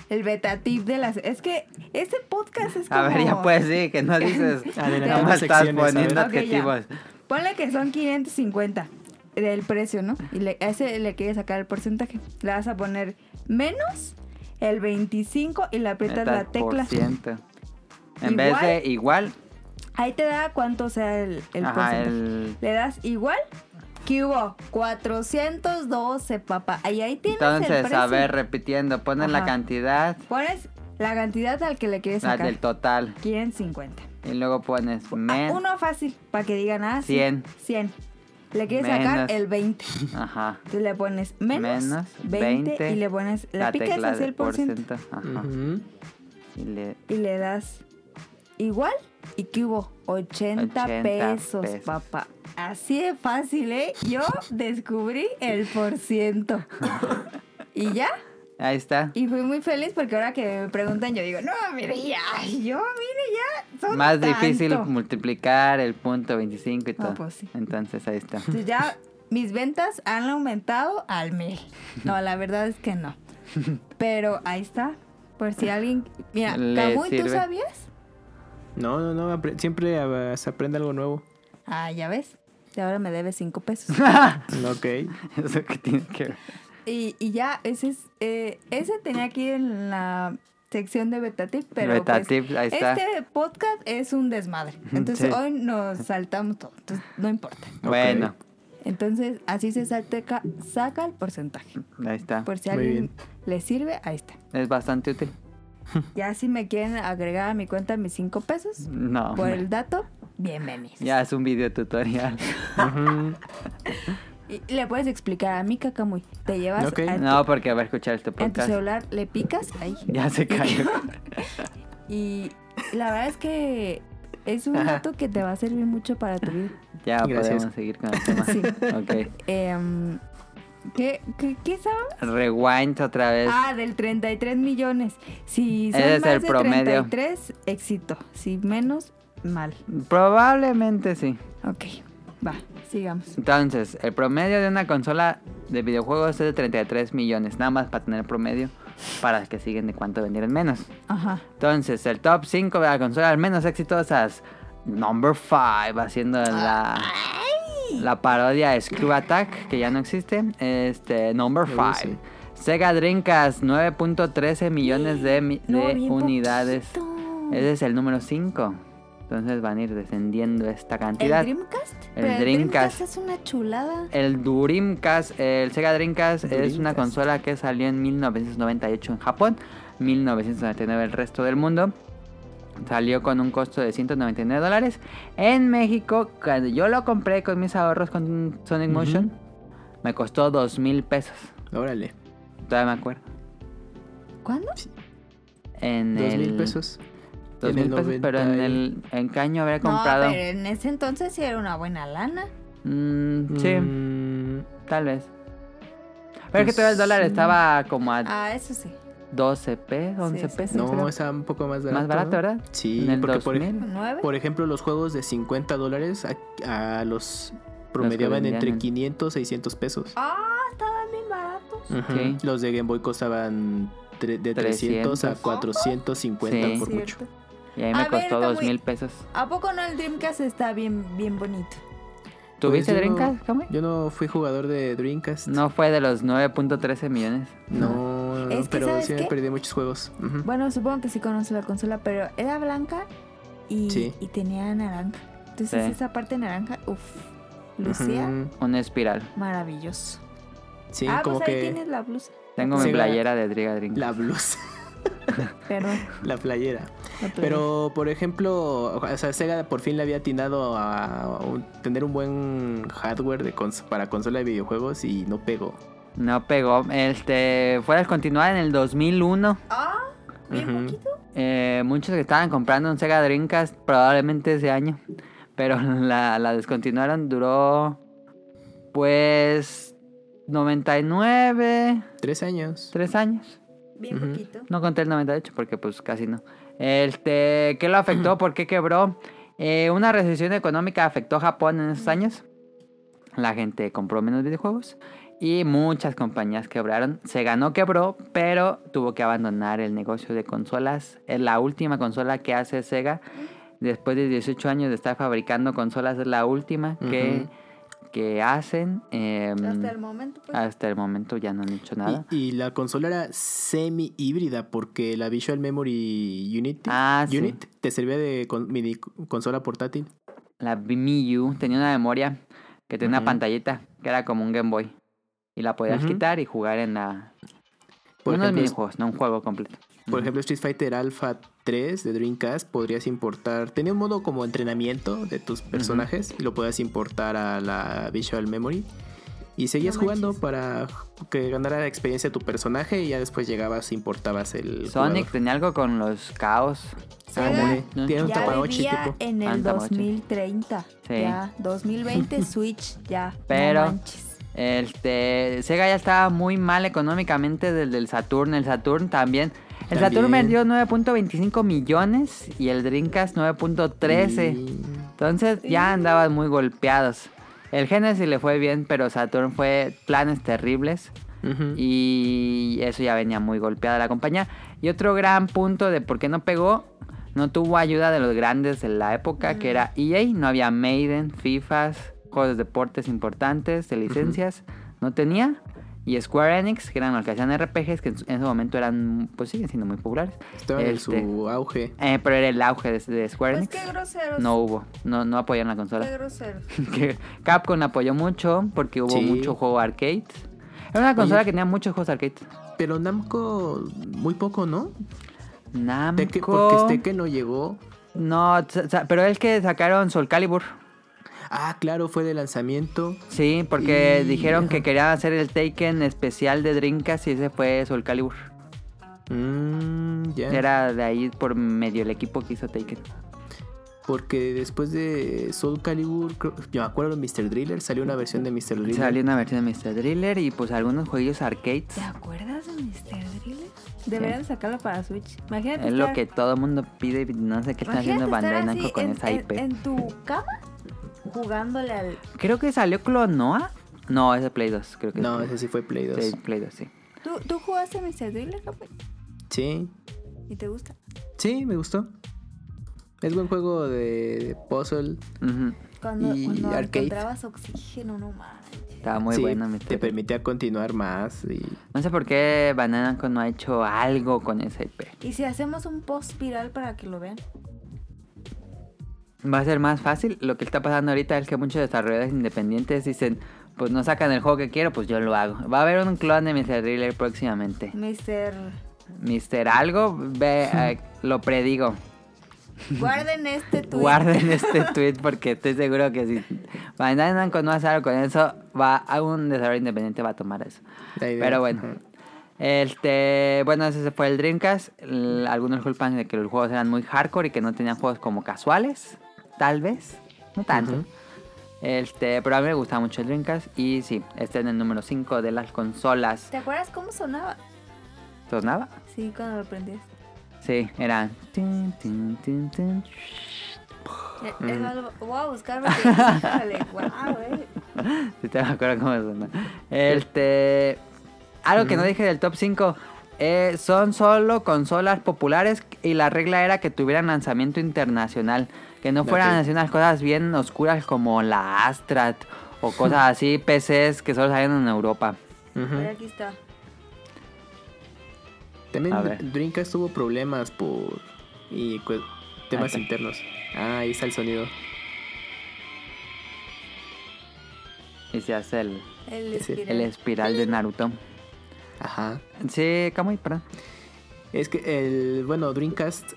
Speaker 2: El beta tip de las. Es que este podcast es como.
Speaker 1: A ver, ya pues. puedes decir que
Speaker 2: (laughs)
Speaker 1: no dices.
Speaker 3: Adelantamos
Speaker 1: Nada más estás
Speaker 3: secciones, a ver.
Speaker 1: poniendo
Speaker 2: Ok, ya.
Speaker 1: objetivos.
Speaker 2: Ponle que son 550 del precio, ¿no? Y le, a ese le quieres sacar el porcentaje. Le vas a poner menos el 25 y le aprietas
Speaker 1: Metas
Speaker 2: la tecla.
Speaker 1: por ciento. En
Speaker 2: Igual.
Speaker 1: vez de igual,
Speaker 2: Ahí te da cuánto sea el, el
Speaker 1: ajá,
Speaker 2: porcentaje.
Speaker 1: el...
Speaker 2: Le das igual. que hubo? 412, papá. Ahí, ahí tienes el
Speaker 1: Entonces,
Speaker 2: precio.
Speaker 1: a ver, repitiendo, pones la
Speaker 2: Ajá.
Speaker 1: cantidad,
Speaker 2: Pones la cantidad al que le quieres
Speaker 1: la
Speaker 2: sacar.
Speaker 1: del total,
Speaker 2: 550.
Speaker 1: y luego pones
Speaker 2: Ah,
Speaker 1: men,
Speaker 2: uno fácil, para que digan nada. (laughs)
Speaker 1: 100.
Speaker 2: 100. Le quieres
Speaker 1: Menos.
Speaker 2: sacar el 20.
Speaker 1: ajá,
Speaker 2: Entonces le pones menos,
Speaker 1: Menos
Speaker 2: 20,
Speaker 1: 20,
Speaker 2: y le pones, la,
Speaker 1: la
Speaker 2: picas
Speaker 1: tecla
Speaker 2: hacia el
Speaker 1: del
Speaker 2: por ciento
Speaker 1: porcentaje, ajá,
Speaker 3: Ujú.
Speaker 1: y le
Speaker 2: y le das igual y que hubo 80,
Speaker 1: 80
Speaker 2: pesos,
Speaker 1: pesos.
Speaker 2: papá. Así de fácil, ¿eh? Yo descubrí el por
Speaker 1: (laughs)
Speaker 2: ciento. y ya,
Speaker 1: ahí está,
Speaker 2: Y fui muy feliz porque ahora que me preguntan, yo digo, no, mire, ya, yo, mire, ya, son
Speaker 1: más
Speaker 2: tanto".
Speaker 1: difícil multiplicar el punto 25 y
Speaker 2: No,
Speaker 1: todo,
Speaker 2: pues sí.
Speaker 1: entonces ahí está,
Speaker 2: Entonces ya mis ventas han aumentado al mil. No, la verdad es que no. Pero ahí está. Por si alguien. Mira,
Speaker 1: Le
Speaker 2: Camuy, ¿tú
Speaker 1: sirve.
Speaker 2: sabías?
Speaker 3: No, no, no. apre- Siempre ah, se aprende algo nuevo.
Speaker 2: Ah, ya ves. Y ahora me debe
Speaker 1: (laughs)
Speaker 2: cinco pesos.
Speaker 1: (laughs)
Speaker 3: Ok.
Speaker 1: eso que tiene que ver,
Speaker 2: y, y ya, ese es. eh, ese tenía aquí en la sección de Betatip, pero.
Speaker 1: Beta
Speaker 2: pues,
Speaker 1: tips, ahí está,
Speaker 2: Este podcast es un desmadre. Entonces
Speaker 1: Sí.
Speaker 2: hoy nos saltamos todo. Entonces no importa.
Speaker 1: bueno,
Speaker 2: Entonces, así se salteca, saca el porcentaje.
Speaker 1: Ahí está.
Speaker 2: Por si a
Speaker 3: Muy
Speaker 2: alguien
Speaker 3: bien.
Speaker 2: le sirve, ahí está.
Speaker 1: Es bastante útil.
Speaker 2: Ya si me quieren agregar a mi cuenta mis cinco pesos
Speaker 1: No.
Speaker 2: por
Speaker 1: hombre.
Speaker 2: el dato, bienvenidos.
Speaker 1: Ya es un video
Speaker 2: (laughs)
Speaker 1: tutorial.
Speaker 2: Y le puedes explicar a mi cacamuy. Te llevas
Speaker 3: Ok.
Speaker 2: a, tu-
Speaker 1: No, porque va a escuchar este
Speaker 2: a tu
Speaker 1: podcast.
Speaker 2: celular, le picas ahí.
Speaker 1: Ya
Speaker 2: (laughs)
Speaker 1: se cayó.
Speaker 2: Y la verdad es que es un dato que te va a servir mucho para tu
Speaker 1: (laughs)
Speaker 2: vida.
Speaker 1: Ya
Speaker 3: Gracias.
Speaker 1: podemos seguir con el tema.
Speaker 2: Sí.
Speaker 1: Ok.
Speaker 2: Em, ¿qué, qué, qué sabes?
Speaker 1: Rewind otra vez.
Speaker 2: Ah, del 33 millones. Si son
Speaker 1: Ese es
Speaker 2: más
Speaker 1: el
Speaker 2: de
Speaker 1: promedio.
Speaker 2: 33, éxito. Si menos, mal.
Speaker 1: Probablemente sí.
Speaker 2: Ok, va, sigamos.
Speaker 1: Entonces, el promedio de una consola de videojuegos es de 33 millones. Nada más para tener promedio para que siguen de cuánto vendieron menos.
Speaker 2: Ajá.
Speaker 1: Entonces, el top 5 de las consolas menos exitosas. Number 5, haciendo la, la parodia de Screw Attack, que ya no existe. Este, number
Speaker 3: Uy,
Speaker 1: 5.
Speaker 3: sí.
Speaker 1: Sega Dreamcast, 9.13 millones de, mi-
Speaker 6: No,
Speaker 1: de
Speaker 6: bien
Speaker 1: unidades.
Speaker 6: poquito.
Speaker 1: Ese es el número 5. Entonces van a ir descendiendo esta
Speaker 6: ¿El
Speaker 1: cantidad.
Speaker 6: Dreamcast?
Speaker 1: El
Speaker 6: Pero
Speaker 1: Dreamcast.
Speaker 6: es una chulada.
Speaker 1: El Dreamcast, el Sega Dreamcast, es una
Speaker 3: Dreamcast.
Speaker 1: consola que salió en 1998 en Japón, 1999 el resto del mundo. Salió con un costo de 199 dólares. En México, cuando yo lo compré con mis ahorros con Sonic
Speaker 3: Ujú.
Speaker 1: Motion, me costó 2 mil pesos.
Speaker 3: (laughs) Órale,
Speaker 1: Todavía me acuerdo.
Speaker 2: ¿Cuándo?
Speaker 1: En
Speaker 3: dos mil
Speaker 1: el-
Speaker 3: pesos.
Speaker 1: Dos
Speaker 3: En
Speaker 1: mil
Speaker 3: el
Speaker 1: pesos, pero en
Speaker 3: 90 y-
Speaker 1: el en qué año habría comprado.
Speaker 6: No, pero en ese entonces sí era una buena lana.
Speaker 1: Mm, sí,
Speaker 3: Mm,
Speaker 1: tal vez. Pero es que
Speaker 3: pues,
Speaker 1: todavía el dólar
Speaker 3: sí.
Speaker 1: estaba como a
Speaker 6: Ah, eso sí.
Speaker 1: 12 pesos, 11
Speaker 6: sí,
Speaker 1: pesos. creo.
Speaker 3: no, está un poco más barato.
Speaker 1: Más barato,
Speaker 3: ¿no?
Speaker 1: ¿verdad?
Speaker 3: Sí,
Speaker 1: en el
Speaker 3: porque por, ej-
Speaker 1: 2000.
Speaker 6: ¿Nueve?
Speaker 3: por ejemplo, los juegos de 50 dólares a, a los promediaban
Speaker 1: vendían
Speaker 3: entre
Speaker 1: en-
Speaker 3: 500 600 pesos.
Speaker 6: Ah, estaban bien baratos.
Speaker 3: Ujú.
Speaker 1: Sí.
Speaker 3: Los de Game Boy costaban tre- de 300, a
Speaker 1: 300.
Speaker 3: 450
Speaker 1: Sí.
Speaker 3: por mucho.
Speaker 6: Cierto.
Speaker 1: Y ahí
Speaker 6: A
Speaker 1: me
Speaker 6: ver,
Speaker 1: costó
Speaker 6: está
Speaker 1: dos
Speaker 6: muy-
Speaker 1: mil pesos.
Speaker 6: ¿A poco no el Dreamcast está bien, bien bonito?
Speaker 1: ¿Tuviste
Speaker 3: Pues, yo no-
Speaker 1: Dreamcast, Kamui?
Speaker 3: Yo no fui jugador de Dreamcast.
Speaker 1: No fue de los 9.13 millones.
Speaker 3: No, no,
Speaker 2: Es que,
Speaker 3: pero
Speaker 2: ¿sabes
Speaker 3: sí me
Speaker 2: qué?
Speaker 3: perdí muchos juegos. Ujú.
Speaker 2: Bueno, supongo que sí conoce la consola, pero era blanca y,
Speaker 3: Sí.
Speaker 2: y tenía naranja. Entonces
Speaker 1: Sí.
Speaker 2: esa parte naranja, uff, lucía
Speaker 3: Ujú.
Speaker 1: Una espiral.
Speaker 2: maravilloso.
Speaker 3: Sí,
Speaker 2: ah,
Speaker 3: como
Speaker 2: pues ahí
Speaker 3: que
Speaker 2: tienes la blusa.
Speaker 1: Tengo
Speaker 3: Sí,
Speaker 1: mi
Speaker 3: la-
Speaker 1: playera de Driga Dreamcast.
Speaker 3: la blusa, (laughs)
Speaker 2: Perdón.
Speaker 3: la playera. (laughs)
Speaker 2: la perdí.
Speaker 3: Pero, por ejemplo, o sea, Sega por fin le había atinado a un- tener un buen hardware de cons- para consola de videojuegos y no pegó.
Speaker 1: No pegó. Este, fue descontinuada en el 2001.
Speaker 6: Ah, bien
Speaker 3: Ujú.
Speaker 6: poquito.
Speaker 1: Eh, muchos que estaban comprando un Sega Dreamcast probablemente ese año. Pero (laughs) la, la descontinuaron. Duró pues 99,
Speaker 3: Tres años.
Speaker 1: 3 años.
Speaker 6: Bien
Speaker 3: Ujú.
Speaker 6: poquito.
Speaker 1: No conté el 98 porque pues casi no. Este, ¿qué lo afectó? ¿Por qué quebró? Eh, una recesión económica afectó a Japón en esos años. La gente compró menos videojuegos y muchas compañías quebraron. Se ganó quebró, pero tuvo que abandonar el negocio de consolas. Es la última consola que hace Sega. Después de 18 años de estar fabricando consolas, es la última que, que hacen. Em,
Speaker 3: Mm.
Speaker 6: Hasta el momento, pues.
Speaker 3: Ah,
Speaker 1: hasta el momento ya no han hecho nada.
Speaker 3: Y, y la consola era semi híbrida porque la Visual Memory Unit,
Speaker 1: Ah, sí.
Speaker 3: Unit te servía de con- mini consola portátil.
Speaker 1: La Miu tenía una memoria que tenía una
Speaker 3: Ujú.
Speaker 1: pantallita que era como un Game Boy. Y la podías
Speaker 3: Ujú.
Speaker 1: quitar y jugar en la...
Speaker 3: Por
Speaker 1: unos
Speaker 3: ejemplo,
Speaker 1: minijuegos, no un juego completo.
Speaker 3: Por ejemplo, Street Fighter Alpha 3 de Dreamcast podrías importar. Tenía un modo como entrenamiento de tus personajes y lo podías importar a la Visual Memory. Y seguías jugando para que ganara la experiencia de tu personaje y ya después llegabas e importabas el.
Speaker 1: Sonic
Speaker 3: jugador.
Speaker 1: tenía algo con los caos.
Speaker 3: Ándale,
Speaker 1: ¿no?
Speaker 3: ah, tiene un
Speaker 2: Ya
Speaker 3: Tamagotchi
Speaker 2: vivía
Speaker 3: tipo.
Speaker 2: en el
Speaker 1: Ah, Tamagotchi.
Speaker 2: 2030.
Speaker 1: Sí.
Speaker 2: Ya,
Speaker 3: (laughs)
Speaker 2: 2020 Switch, ya.
Speaker 1: Pero-
Speaker 2: No manches.
Speaker 1: Este, Sega ya estaba muy mal económicamente desde el Saturn. El Saturn también. El Saturn
Speaker 3: También.
Speaker 1: vendió 9.25 millones y el Dreamcast 9.13.
Speaker 3: Y-
Speaker 1: Entonces ya andaban muy golpeados. El Genesis le fue bien, pero Saturn fue planes terribles.
Speaker 3: Ujú.
Speaker 1: Y eso ya venía muy golpeada la compañía. Y otro gran punto de por qué no pegó, no tuvo ayuda de los grandes en la época, que era EA. No había Maiden, FIFAs, juegos de deportes importantes, de licencias. No tenía. y Square Enix, que eran los que hacían RPGs, que en su, en su momento eran, pues siguen siendo muy populares.
Speaker 3: Estaba en
Speaker 1: Este,
Speaker 3: su auge.
Speaker 1: eh, pero era el auge de, de Square Enix.
Speaker 2: Pues qué groseros.
Speaker 1: No hubo, no, no apoyaron la
Speaker 2: Qué
Speaker 1: consola.
Speaker 2: groseros.
Speaker 1: (laughs) Que Capcom apoyó mucho porque hubo
Speaker 3: Sí.
Speaker 1: mucho juego arcade. Era una consola
Speaker 3: Oye.
Speaker 1: que tenía muchos juegos arcade.
Speaker 3: Pero Namco, muy poco, ¿no?
Speaker 1: Namco.
Speaker 3: Tekken- porque Tekken no llegó.
Speaker 1: No, sa- sa- pero es que sacaron Soul Calibur.
Speaker 3: Ah, claro, fue de lanzamiento.
Speaker 1: Sí, porque
Speaker 3: Y-
Speaker 1: dijeron que querían hacer el Taken especial de Dreamcast y ese fue Soul Calibur.
Speaker 3: Mm, ya.
Speaker 1: Era de ahí por medio el equipo que hizo Taken.
Speaker 3: Porque después de Soul Calibur, creo- yo me acuerdo de Mr. Driller, salió una versión de Mr. Driller.
Speaker 1: Salió una versión de Mr. Driller y pues algunos jueguillos arcades.
Speaker 2: ¿Te acuerdas de Mr. Driller? Deberían sacarlo para Switch. Imagínate.
Speaker 1: Es lo
Speaker 2: estar-
Speaker 1: que todo el mundo pide y no sé qué están
Speaker 2: imagínate
Speaker 1: haciendo Bandai
Speaker 2: estar así
Speaker 1: Namco con
Speaker 2: en,
Speaker 1: esa
Speaker 2: en-
Speaker 1: IP.
Speaker 2: en tu cama jugándole al.
Speaker 1: Creo que salió Clonoa. No, es de Play 2, creo que
Speaker 3: No,
Speaker 1: es
Speaker 3: ese sí fue Play 2.
Speaker 1: Sí,
Speaker 3: Sí.
Speaker 1: Play 2, sí.
Speaker 2: ¿Tú, tú jugaste Mr. Driller, Capuy?
Speaker 3: sí,
Speaker 2: ¿Y te gusta?
Speaker 3: me gustó. Es buen juego de puzzle.
Speaker 1: Ujú,
Speaker 2: Cuando,
Speaker 3: Y
Speaker 2: cuando
Speaker 3: arcade.
Speaker 2: encontrabas oxígeno, no manches.
Speaker 1: Estaba muy
Speaker 3: Sí,
Speaker 1: bueno. mi
Speaker 3: Te
Speaker 1: teoría.
Speaker 3: permitía continuar más. Y...
Speaker 1: No sé por qué Banana Namco no ha hecho algo con esa IP.
Speaker 2: ¿Y si hacemos un post viral para que lo vean?
Speaker 1: Va a ser más fácil. Lo que está pasando ahorita es que muchos desarrolladores independientes dicen, pues no sacan el juego que quiero, pues yo lo hago. Va a haber un clon de Mr. Driller próximamente.
Speaker 2: Mr.
Speaker 1: Mr. Algo, ve, eh, lo predigo. (laughs)
Speaker 2: Guarden este tweet.
Speaker 1: Guarden este tweet porque estoy seguro que si Bandai Namco no hace algo con eso, va a un desarrollador independiente va a tomar eso.
Speaker 3: la idea.
Speaker 1: Pero bueno. Este, bueno, ese fue el Dreamcast. L- Algunos culpan de que los juegos eran muy hardcore y que no tenían juegos como casuales, tal vez, no tanto.
Speaker 3: Ujú.
Speaker 1: Este, pero a mí me gustaba mucho el Dreamcast y sí, está en el número 5 de las consolas.
Speaker 2: ¿Te acuerdas cómo sonaba?
Speaker 1: ¿Sonaba?
Speaker 2: Sí, cuando lo prendías.
Speaker 1: Sí, era tin, tin, tin, tin.
Speaker 2: Eh,
Speaker 1: Mm.
Speaker 2: es algo- Voy a buscar porque. Híjole,
Speaker 1: (laughs)
Speaker 2: guau, eh.
Speaker 1: Si te (laughs) me acuerdo cómo suena. Este. Algo que no dije del top 5. eh, son solo consolas populares y la regla era que tuvieran lanzamiento internacional. Que no fueran
Speaker 3: Ok.
Speaker 1: así unas cosas bien oscuras como la Astrat o cosas así, PCs que solo salían en Europa.
Speaker 2: A
Speaker 3: Ujú.
Speaker 2: ver, aquí está.
Speaker 1: A
Speaker 3: También
Speaker 1: ver.
Speaker 3: Dreamcast tuvo problemas por y cu- temas
Speaker 1: está.
Speaker 3: internos. Ah, ahí está el sonido.
Speaker 1: Y se hace el,
Speaker 2: El
Speaker 3: Ese-
Speaker 2: espiral.
Speaker 1: el espiral de Naruto.
Speaker 3: Ajá.
Speaker 1: Sí, Kamui, perdón.
Speaker 3: Es que el bueno Dreamcast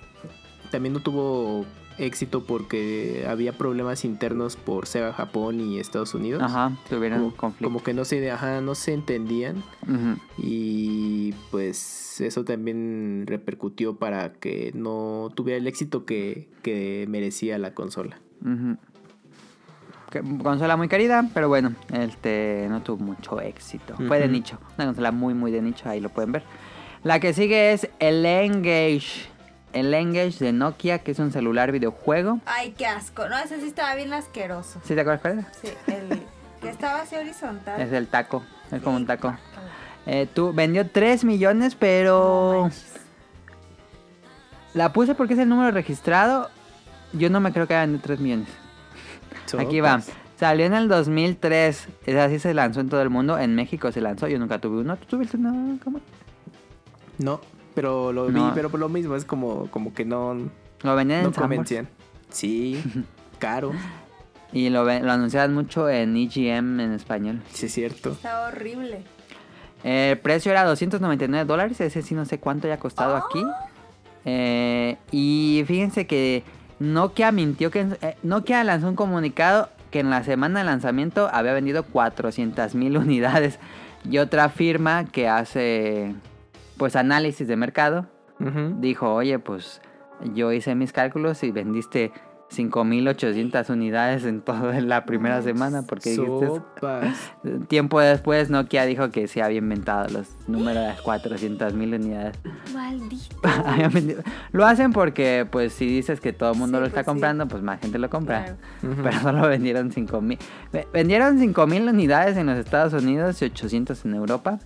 Speaker 3: también no tuvo éxito porque había problemas internos por Sega Japón y Estados Unidos.
Speaker 1: Ajá, tuvieron
Speaker 3: Como,
Speaker 1: conflicto.
Speaker 3: como que no se, ajá, no se entendían
Speaker 1: Ujú.
Speaker 3: y pues eso también repercutió para que no tuviera el éxito que, que merecía la consola.
Speaker 1: Ujú. Que- Consola muy querida, pero bueno, este no tuvo mucho éxito. Fue de
Speaker 3: Ujú.
Speaker 1: nicho, una consola muy muy de nicho, ahí lo pueden ver. La que sigue es el Engage. El Engage de Nokia, que es un celular videojuego.
Speaker 2: Ay, qué asco. No, ese sí estaba bien asqueroso.
Speaker 1: ¿Sí te acuerdas cuál era?
Speaker 2: Sí, el que estaba así horizontal.
Speaker 1: Es el taco, es como un taco. Eh, tú vendió 3 millones, pero la puse porque es el número registrado. Yo no me creo que haya vendido 3 millones. Aquí va.
Speaker 3: Sopas.
Speaker 1: Salió en el 2003. Es así se lanzó en todo el mundo. En México se lanzó. Yo nunca tuve uno. ¿Tú tuviste uno? ¿Cómo?
Speaker 3: No, pero lo
Speaker 1: No.
Speaker 3: vi, pero por lo mismo es como, como que no,
Speaker 1: Lo vendían
Speaker 3: no
Speaker 1: en Sanborns.
Speaker 3: convencían.
Speaker 1: (laughs)
Speaker 3: Sí, caro,
Speaker 1: Y lo, ve- lo anunciaban mucho en EGM en español.
Speaker 3: sí es cierto.
Speaker 2: Estaba horrible.
Speaker 1: El precio era 299 dólares. Ese sí no sé cuánto haya costado aquí.
Speaker 3: Ah.
Speaker 1: Eh, y fíjense que Nokia mintió que... en- eh, Nokia lanzó un comunicado que en la semana de lanzamiento había vendido 400 mil unidades. Y otra firma que hace pues análisis de mercado
Speaker 3: Ujú.
Speaker 1: dijo, oye, pues yo hice mis cálculos y vendiste 5.800 unidades en toda la primera semana porque dijiste...
Speaker 3: Sopas.
Speaker 1: Tiempo después Nokia dijo que se había inventado los números de las 400.000 unidades. (laughs)
Speaker 2: Maldito.
Speaker 1: Había vendido- lo hacen porque, pues, si dices que todo el mundo
Speaker 2: Sí,
Speaker 1: lo está
Speaker 2: pues, sí.
Speaker 1: comprando, pues más gente lo compra.
Speaker 2: Claro.
Speaker 1: (laughs)
Speaker 3: Ujú.
Speaker 1: Pero solo vendieron 5.000. Ve- Vendieron 5.000 unidades en los Estados Unidos y 800 en Europa.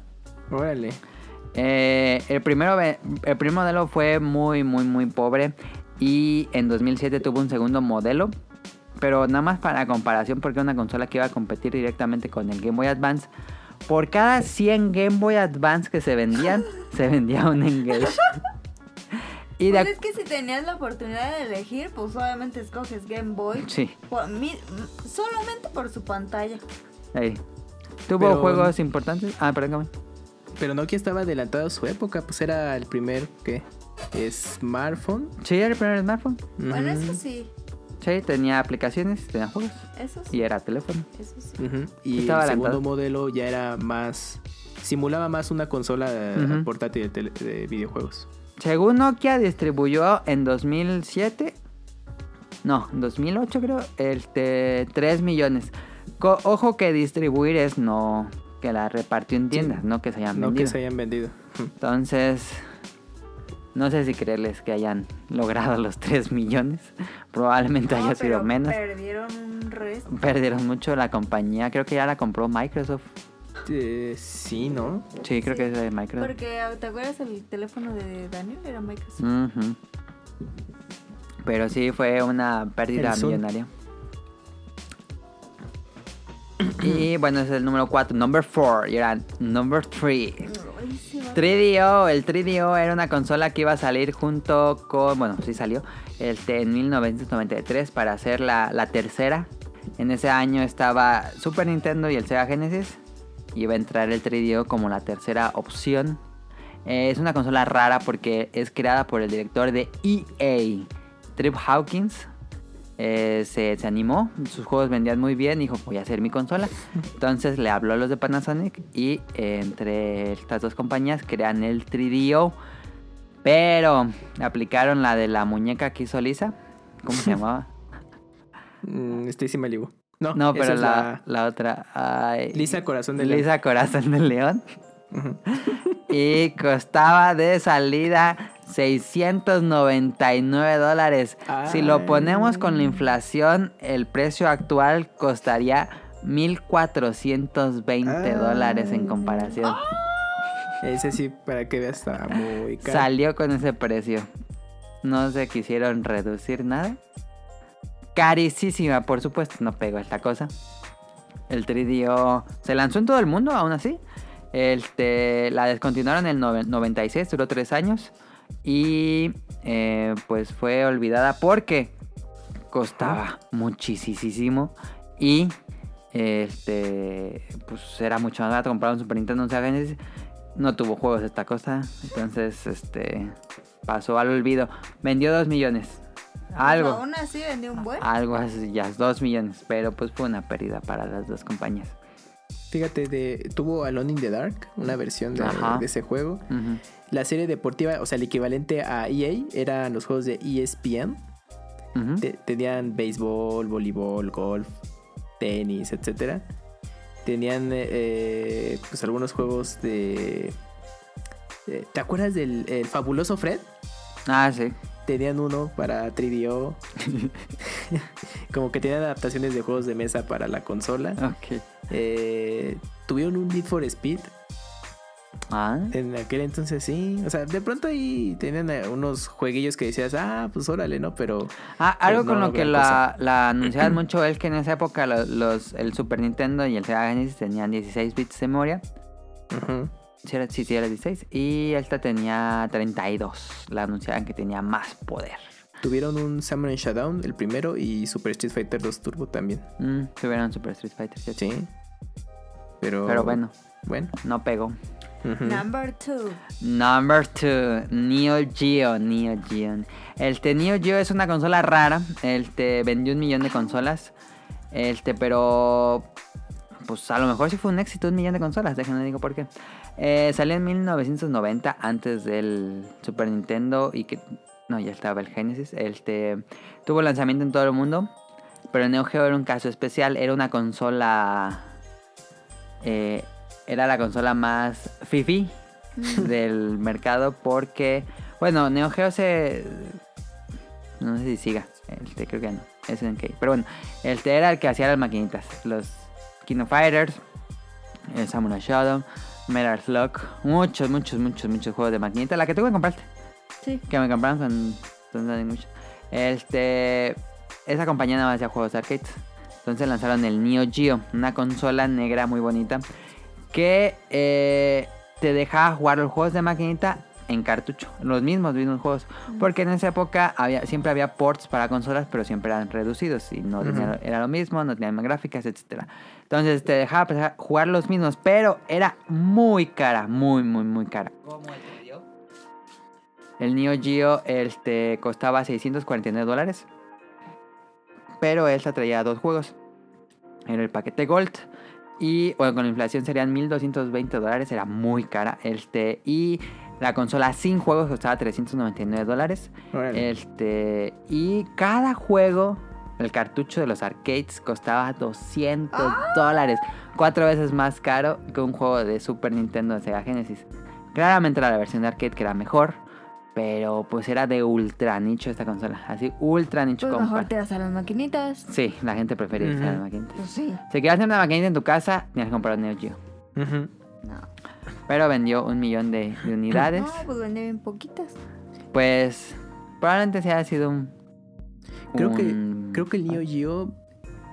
Speaker 3: Órale.
Speaker 1: Eh, el, primero, ve- el primer modelo fue muy, muy, muy pobre. Y en 2007 tuvo un segundo modelo. Pero nada más para comparación, porque era una consola que iba a competir directamente con el Game Boy Advance. Por cada 100 Game Boy Advance que se vendían, se vendía un Engage. Y de
Speaker 2: Pues
Speaker 1: ac-
Speaker 2: es que si tenías la oportunidad de elegir, pues obviamente escoges Game Boy.
Speaker 1: Sí,
Speaker 2: Por mi- solamente por su pantalla.
Speaker 1: ahí. ¿Tuvo
Speaker 3: Pero-
Speaker 1: juegos importantes? Ah, perdón, Gaby.
Speaker 3: Pero Nokia estaba adelantado a su época, pues era el primer, ¿qué? Smartphone.
Speaker 1: Sí, era el primer smartphone.
Speaker 2: Bueno,
Speaker 3: Ujú.
Speaker 2: eso sí.
Speaker 1: Sí, tenía aplicaciones, tenía juegos.
Speaker 2: Eso sí.
Speaker 1: Y era teléfono.
Speaker 2: Eso sí.
Speaker 3: Ujú. Y
Speaker 1: Estaba
Speaker 3: el
Speaker 1: adelantado.
Speaker 3: segundo modelo ya era más. Simulaba más una consola eh,
Speaker 1: Ujú.
Speaker 3: portátil de, tele- de videojuegos.
Speaker 1: Según Nokia distribuyó en 2007, no, en 2008 creo, este, 3 millones. Co- ojo que distribuir es no que la repartió en tiendas, no que se hayan
Speaker 3: No que
Speaker 1: vendido.
Speaker 3: se hayan vendido. Ujú.
Speaker 1: Entonces, no sé si creerles que hayan logrado los 3 millones. Probablemente haya
Speaker 2: No,
Speaker 1: sido
Speaker 2: pero
Speaker 1: menos.
Speaker 2: Perdieron un resto.
Speaker 1: Perdieron mucho la compañía, creo que ya la compró Microsoft.
Speaker 3: Eh, sí, ¿no?
Speaker 1: Sí, creo que es de Microsoft.
Speaker 2: Porque, ¿te acuerdas el teléfono de Daniel? Era Microsoft.
Speaker 1: Ujú. Pero sí fue una pérdida
Speaker 3: El Zoom.
Speaker 1: millonaria. Y bueno, ese es el número 4, number 4, y era number 3. 3DO, el 3DO era una consola que iba a salir junto con, bueno, sí salió, este, en 1993 para hacer la, la tercera. En ese año estaba Super Nintendo y el Sega Genesis. Y iba a entrar el 3DO como la tercera opción. Eh, es una consola rara porque es creada por el director de EA, Trip Hawkins. Eh, se, se animó, sus juegos vendían muy bien, dijo, voy a hacer mi consola. Entonces le habló a los de Panasonic y eh, entre estas dos compañías crean el 3DO. Pero aplicaron la de la muñeca que hizo Lisa. ¿Cómo
Speaker 3: (laughs)
Speaker 1: se llamaba?
Speaker 3: Mm, Stacy Malibu. No,
Speaker 1: No,
Speaker 3: esa
Speaker 1: pero
Speaker 3: es
Speaker 1: la, la otra. ay,
Speaker 3: Lisa Corazón de
Speaker 1: Lisa Corazón de León.
Speaker 3: Ujú.
Speaker 1: (laughs) Y costaba de salida 699 dólares. Si lo
Speaker 3: Ay.
Speaker 1: ponemos con la inflación, el precio actual costaría 1420 dólares
Speaker 3: Ah.
Speaker 1: en comparación.
Speaker 3: Ese sí, para que veas, está muy caro.
Speaker 1: Salió con ese precio. No se quisieron reducir nada. Carísima, por supuesto, no pegó esta cosa. El 3DO se lanzó en todo el mundo, aún así. Este, la descontinuaron en el noven- 96, duró tres años. Y eh, pues fue olvidada porque costaba muchísimo. Y este, pues era mucho más barato comprar un Super Nintendo, un Sega Genesis. No tuvo juegos esta cosa. Entonces, este, pasó al olvido. Vendió 2 millones. Algo.
Speaker 2: Pues aún así vendió un buen.
Speaker 1: Algo así, ya, 2 millones. Pero pues fue una pérdida para las dos compañías.
Speaker 3: Fíjate, de, tuvo Alone in the Dark, una versión de,
Speaker 1: Ajá.
Speaker 3: de ese juego.
Speaker 1: Ujú.
Speaker 3: La serie deportiva, o sea, el equivalente a EA, eran los juegos de E ESPN.
Speaker 1: Ujú.
Speaker 3: Te- tenían béisbol, voleibol, golf, tenis, etcétera. Tenían eh, eh, pues algunos juegos de. eh, ¿Te acuerdas del el fabuloso Fred?
Speaker 1: Ah, sí.
Speaker 3: Tenían uno para 3DO. Como que tenían adaptaciones de juegos de mesa para la consola.
Speaker 1: Ok.
Speaker 3: Eh, tuvieron un Need for Speed
Speaker 1: Ah,
Speaker 3: en aquel entonces, sí. O sea, de pronto ahí tenían eh, unos jueguillos que decías, ah, pues órale, ¿no? Pero
Speaker 1: Ah, algo
Speaker 3: Pues no,
Speaker 1: con
Speaker 3: no
Speaker 1: lo que
Speaker 3: gran
Speaker 1: la, la anunciaban mucho es que en esa época lo- los, el Super Nintendo y el Sega Genesis tenían 16 bits de memoria.
Speaker 3: ujú,
Speaker 1: Si era, sí, sí, era 16. Y esta tenía 32. La anunciaban que tenía más poder.
Speaker 3: Tuvieron un Samurai Showdown, el primero, y Super Street Fighter 2 Turbo también.
Speaker 1: Mm, tuvieron Super Street Fighter 7.
Speaker 3: Sí. Pero,
Speaker 1: Pero bueno,
Speaker 3: Bueno.
Speaker 1: no pegó.
Speaker 3: ujú.
Speaker 2: Number two.
Speaker 1: Number 2, Neo Geo, Neo Geo. Este Neo Geo es una consola rara. Este vendió un millón de consolas. Este, pero. Pues a lo mejor sí fue un éxito, un millón de consolas. Déjenme digo por qué. Eh, salió en 1990, antes del Super Nintendo. Y que. No, ya estaba el Genesis. Este. Tuvo lanzamiento en todo el mundo. Pero Neo Geo era un caso especial. Era una consola. eh, era la consola más fifi del mercado porque, bueno, Neo Geo se... No sé si siga, este, creo que no, es en Pero bueno, este era el que hacía las maquinitas, los Kino Fighters, el Samurai Shadow, Metal Slug, muchos, muchos, muchos, muchos juegos de maquinita. La que tú me compraste.
Speaker 2: Sí.
Speaker 1: Que me compraron con con Sonic mucho. Este. Esa compañía nada más hacía juegos arcades. Entonces lanzaron el Neo Geo, una consola negra muy bonita. que eh, te dejaba jugar los juegos de maquinita en cartucho, los mismos, mismos juegos. Porque en esa época había, siempre había ports para consolas, pero siempre eran reducidos y no tenía- era lo mismo, no tenían gráficas, etcétera. Entonces te dejaba pues, jugar los mismos, pero era muy cara, muy, muy, muy cara. El Neo Geo este, costaba 649 dólares. Pero esta traía dos juegos. Era el paquete Gold. Y bueno, con la inflación serían 1220 dólares. Era muy cara. Este, y la consola sin juegos costaba 399 dólares.
Speaker 3: Órale.
Speaker 1: Este, y cada juego, el cartucho de los arcades, costaba 200
Speaker 2: ¡Ah!
Speaker 1: dólares. Cuatro veces más caro que un juego de Super Nintendo de Sega Genesis. Claramente era la versión de arcade que era mejor, pero pues era de ultra nicho esta consola. Así, ultra nicho
Speaker 2: Pues
Speaker 1: como
Speaker 2: mejor
Speaker 1: para-
Speaker 2: te das a las maquinitas.
Speaker 1: Sí, la gente prefería
Speaker 3: Ujú.
Speaker 1: usar la maquinita.
Speaker 2: Pues sí.
Speaker 1: Si querías tener una maquinita en tu casa, tenías que comprar un Neo Geo.
Speaker 3: Ujú.
Speaker 1: Pero vendió un millón de, de unidades.
Speaker 2: (laughs) No, pues vende bien poquitas.
Speaker 1: Pues probablemente se haya sido un...
Speaker 3: Creo
Speaker 1: un- ah.
Speaker 3: que creo que el Neo Geo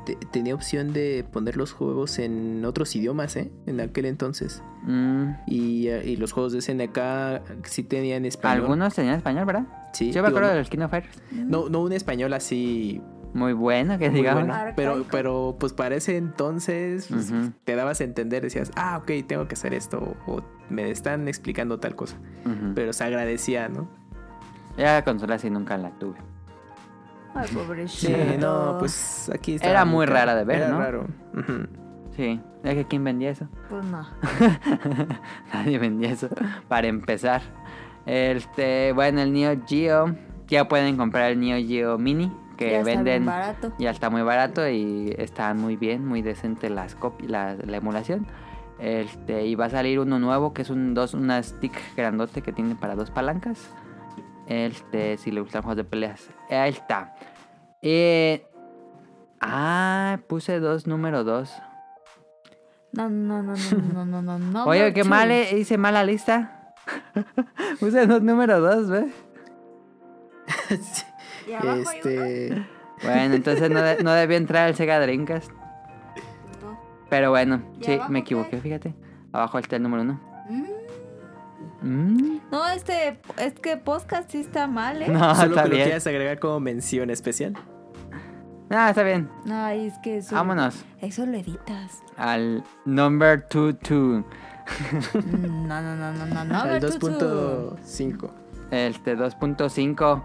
Speaker 3: te- tenía opción de poner los juegos en otros idiomas, ¿eh? En aquel entonces.
Speaker 1: Mm.
Speaker 3: Y, eh, y los juegos de SNK sí tenían español.
Speaker 1: Algunos tenían español, ¿verdad?
Speaker 3: Sí,
Speaker 1: Yo me
Speaker 3: digo,
Speaker 1: acuerdo
Speaker 3: no-
Speaker 1: del King of Fighters.
Speaker 3: no, no un español así
Speaker 1: Muy bueno, que
Speaker 3: muy
Speaker 1: digamos.
Speaker 3: bueno, pero, pero pues para ese entonces pues,
Speaker 1: Ujú.
Speaker 3: te dabas a entender, decías, ah, ok, tengo que hacer esto, o me están explicando tal cosa.
Speaker 1: Ujú.
Speaker 3: Pero se agradecía, ¿no?
Speaker 1: Era la consola así nunca la tuve.
Speaker 2: Ay,
Speaker 3: Sí,
Speaker 2: pobrecito.
Speaker 3: no, pues aquí estaba
Speaker 1: Era muy
Speaker 3: caro.
Speaker 1: rara de ver,
Speaker 3: Era
Speaker 1: ¿no?
Speaker 3: raro. Ujú.
Speaker 1: Sí. Es que ¿quién vendía eso? (laughs)
Speaker 2: Pues no.
Speaker 1: Nadie vendía eso. Para empezar. Este, bueno, el Neo Geo. Ya pueden comprar el Neo Geo Mini. Que
Speaker 2: Ya está bien
Speaker 1: venden.
Speaker 2: barato.
Speaker 1: Ya está muy barato y está muy bien, muy decente las copi- la, la emulación. Este, y va a salir uno nuevo que es un dos, una stick grandote que tiene para dos palancas. Este, si le gustan juegos de peleas. Ahí está. Eh, ah, puse dos, número dos.
Speaker 2: No, no, no, no, no, no, no, no.
Speaker 1: Oye, qué
Speaker 2: Bertie.
Speaker 1: mal, eh, hice mala lista. (laughs) puse dos, número dos, ¿ves?
Speaker 3: Sí.
Speaker 2: Y abajo hay
Speaker 3: este,
Speaker 1: Bueno, entonces no, de- no debió entrar el Sega Dreamcast. Pero bueno,
Speaker 2: ¿Y
Speaker 1: sí,
Speaker 2: abajo
Speaker 1: me
Speaker 2: qué?
Speaker 1: equivoqué, fíjate. Abajo está el número uno.
Speaker 2: Mm.
Speaker 1: Mm.
Speaker 2: No, este, es que podcast sí está mal,
Speaker 1: (laughs)
Speaker 2: ¿eh?
Speaker 1: No,
Speaker 3: solo
Speaker 1: Ah, está
Speaker 3: que lo
Speaker 1: bien.
Speaker 3: quieras agregar como mención especial.
Speaker 1: No, está bien.
Speaker 2: Ay, es que eso.
Speaker 1: Vámonos
Speaker 2: Eso lo editas.
Speaker 1: al number 22.
Speaker 2: Mm, No, no, no, no, no, no.
Speaker 3: al
Speaker 2: Bertutu.
Speaker 3: 2.5.
Speaker 1: Este 2.5.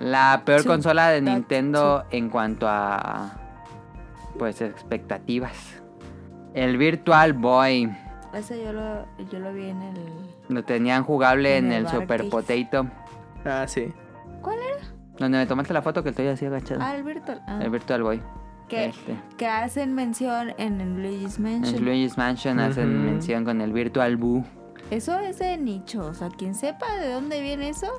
Speaker 1: La peor
Speaker 2: Chu,
Speaker 1: consola de
Speaker 2: ta,
Speaker 1: Nintendo en cuanto a. Pues expectativas. El Virtual Boy.
Speaker 2: Eso yo lo, yo lo vi en el.
Speaker 1: Lo tenían jugable en,
Speaker 2: En el
Speaker 1: el
Speaker 2: Barclays.
Speaker 1: Super Potato.
Speaker 3: Ah, sí.
Speaker 1: Donde me tomaste la foto que estoy así agachado.
Speaker 2: Ah, el virtual. Ah,
Speaker 1: El Virtual Boy.
Speaker 2: que,
Speaker 1: Este.
Speaker 2: que hacen mención en el Luigi's
Speaker 1: En
Speaker 2: Mansion.
Speaker 1: Luigi's Mansion hacen
Speaker 3: Ujú.
Speaker 1: mención con el Virtual Boo.
Speaker 2: Eso es de nicho. O sea, quien sepa de dónde viene eso,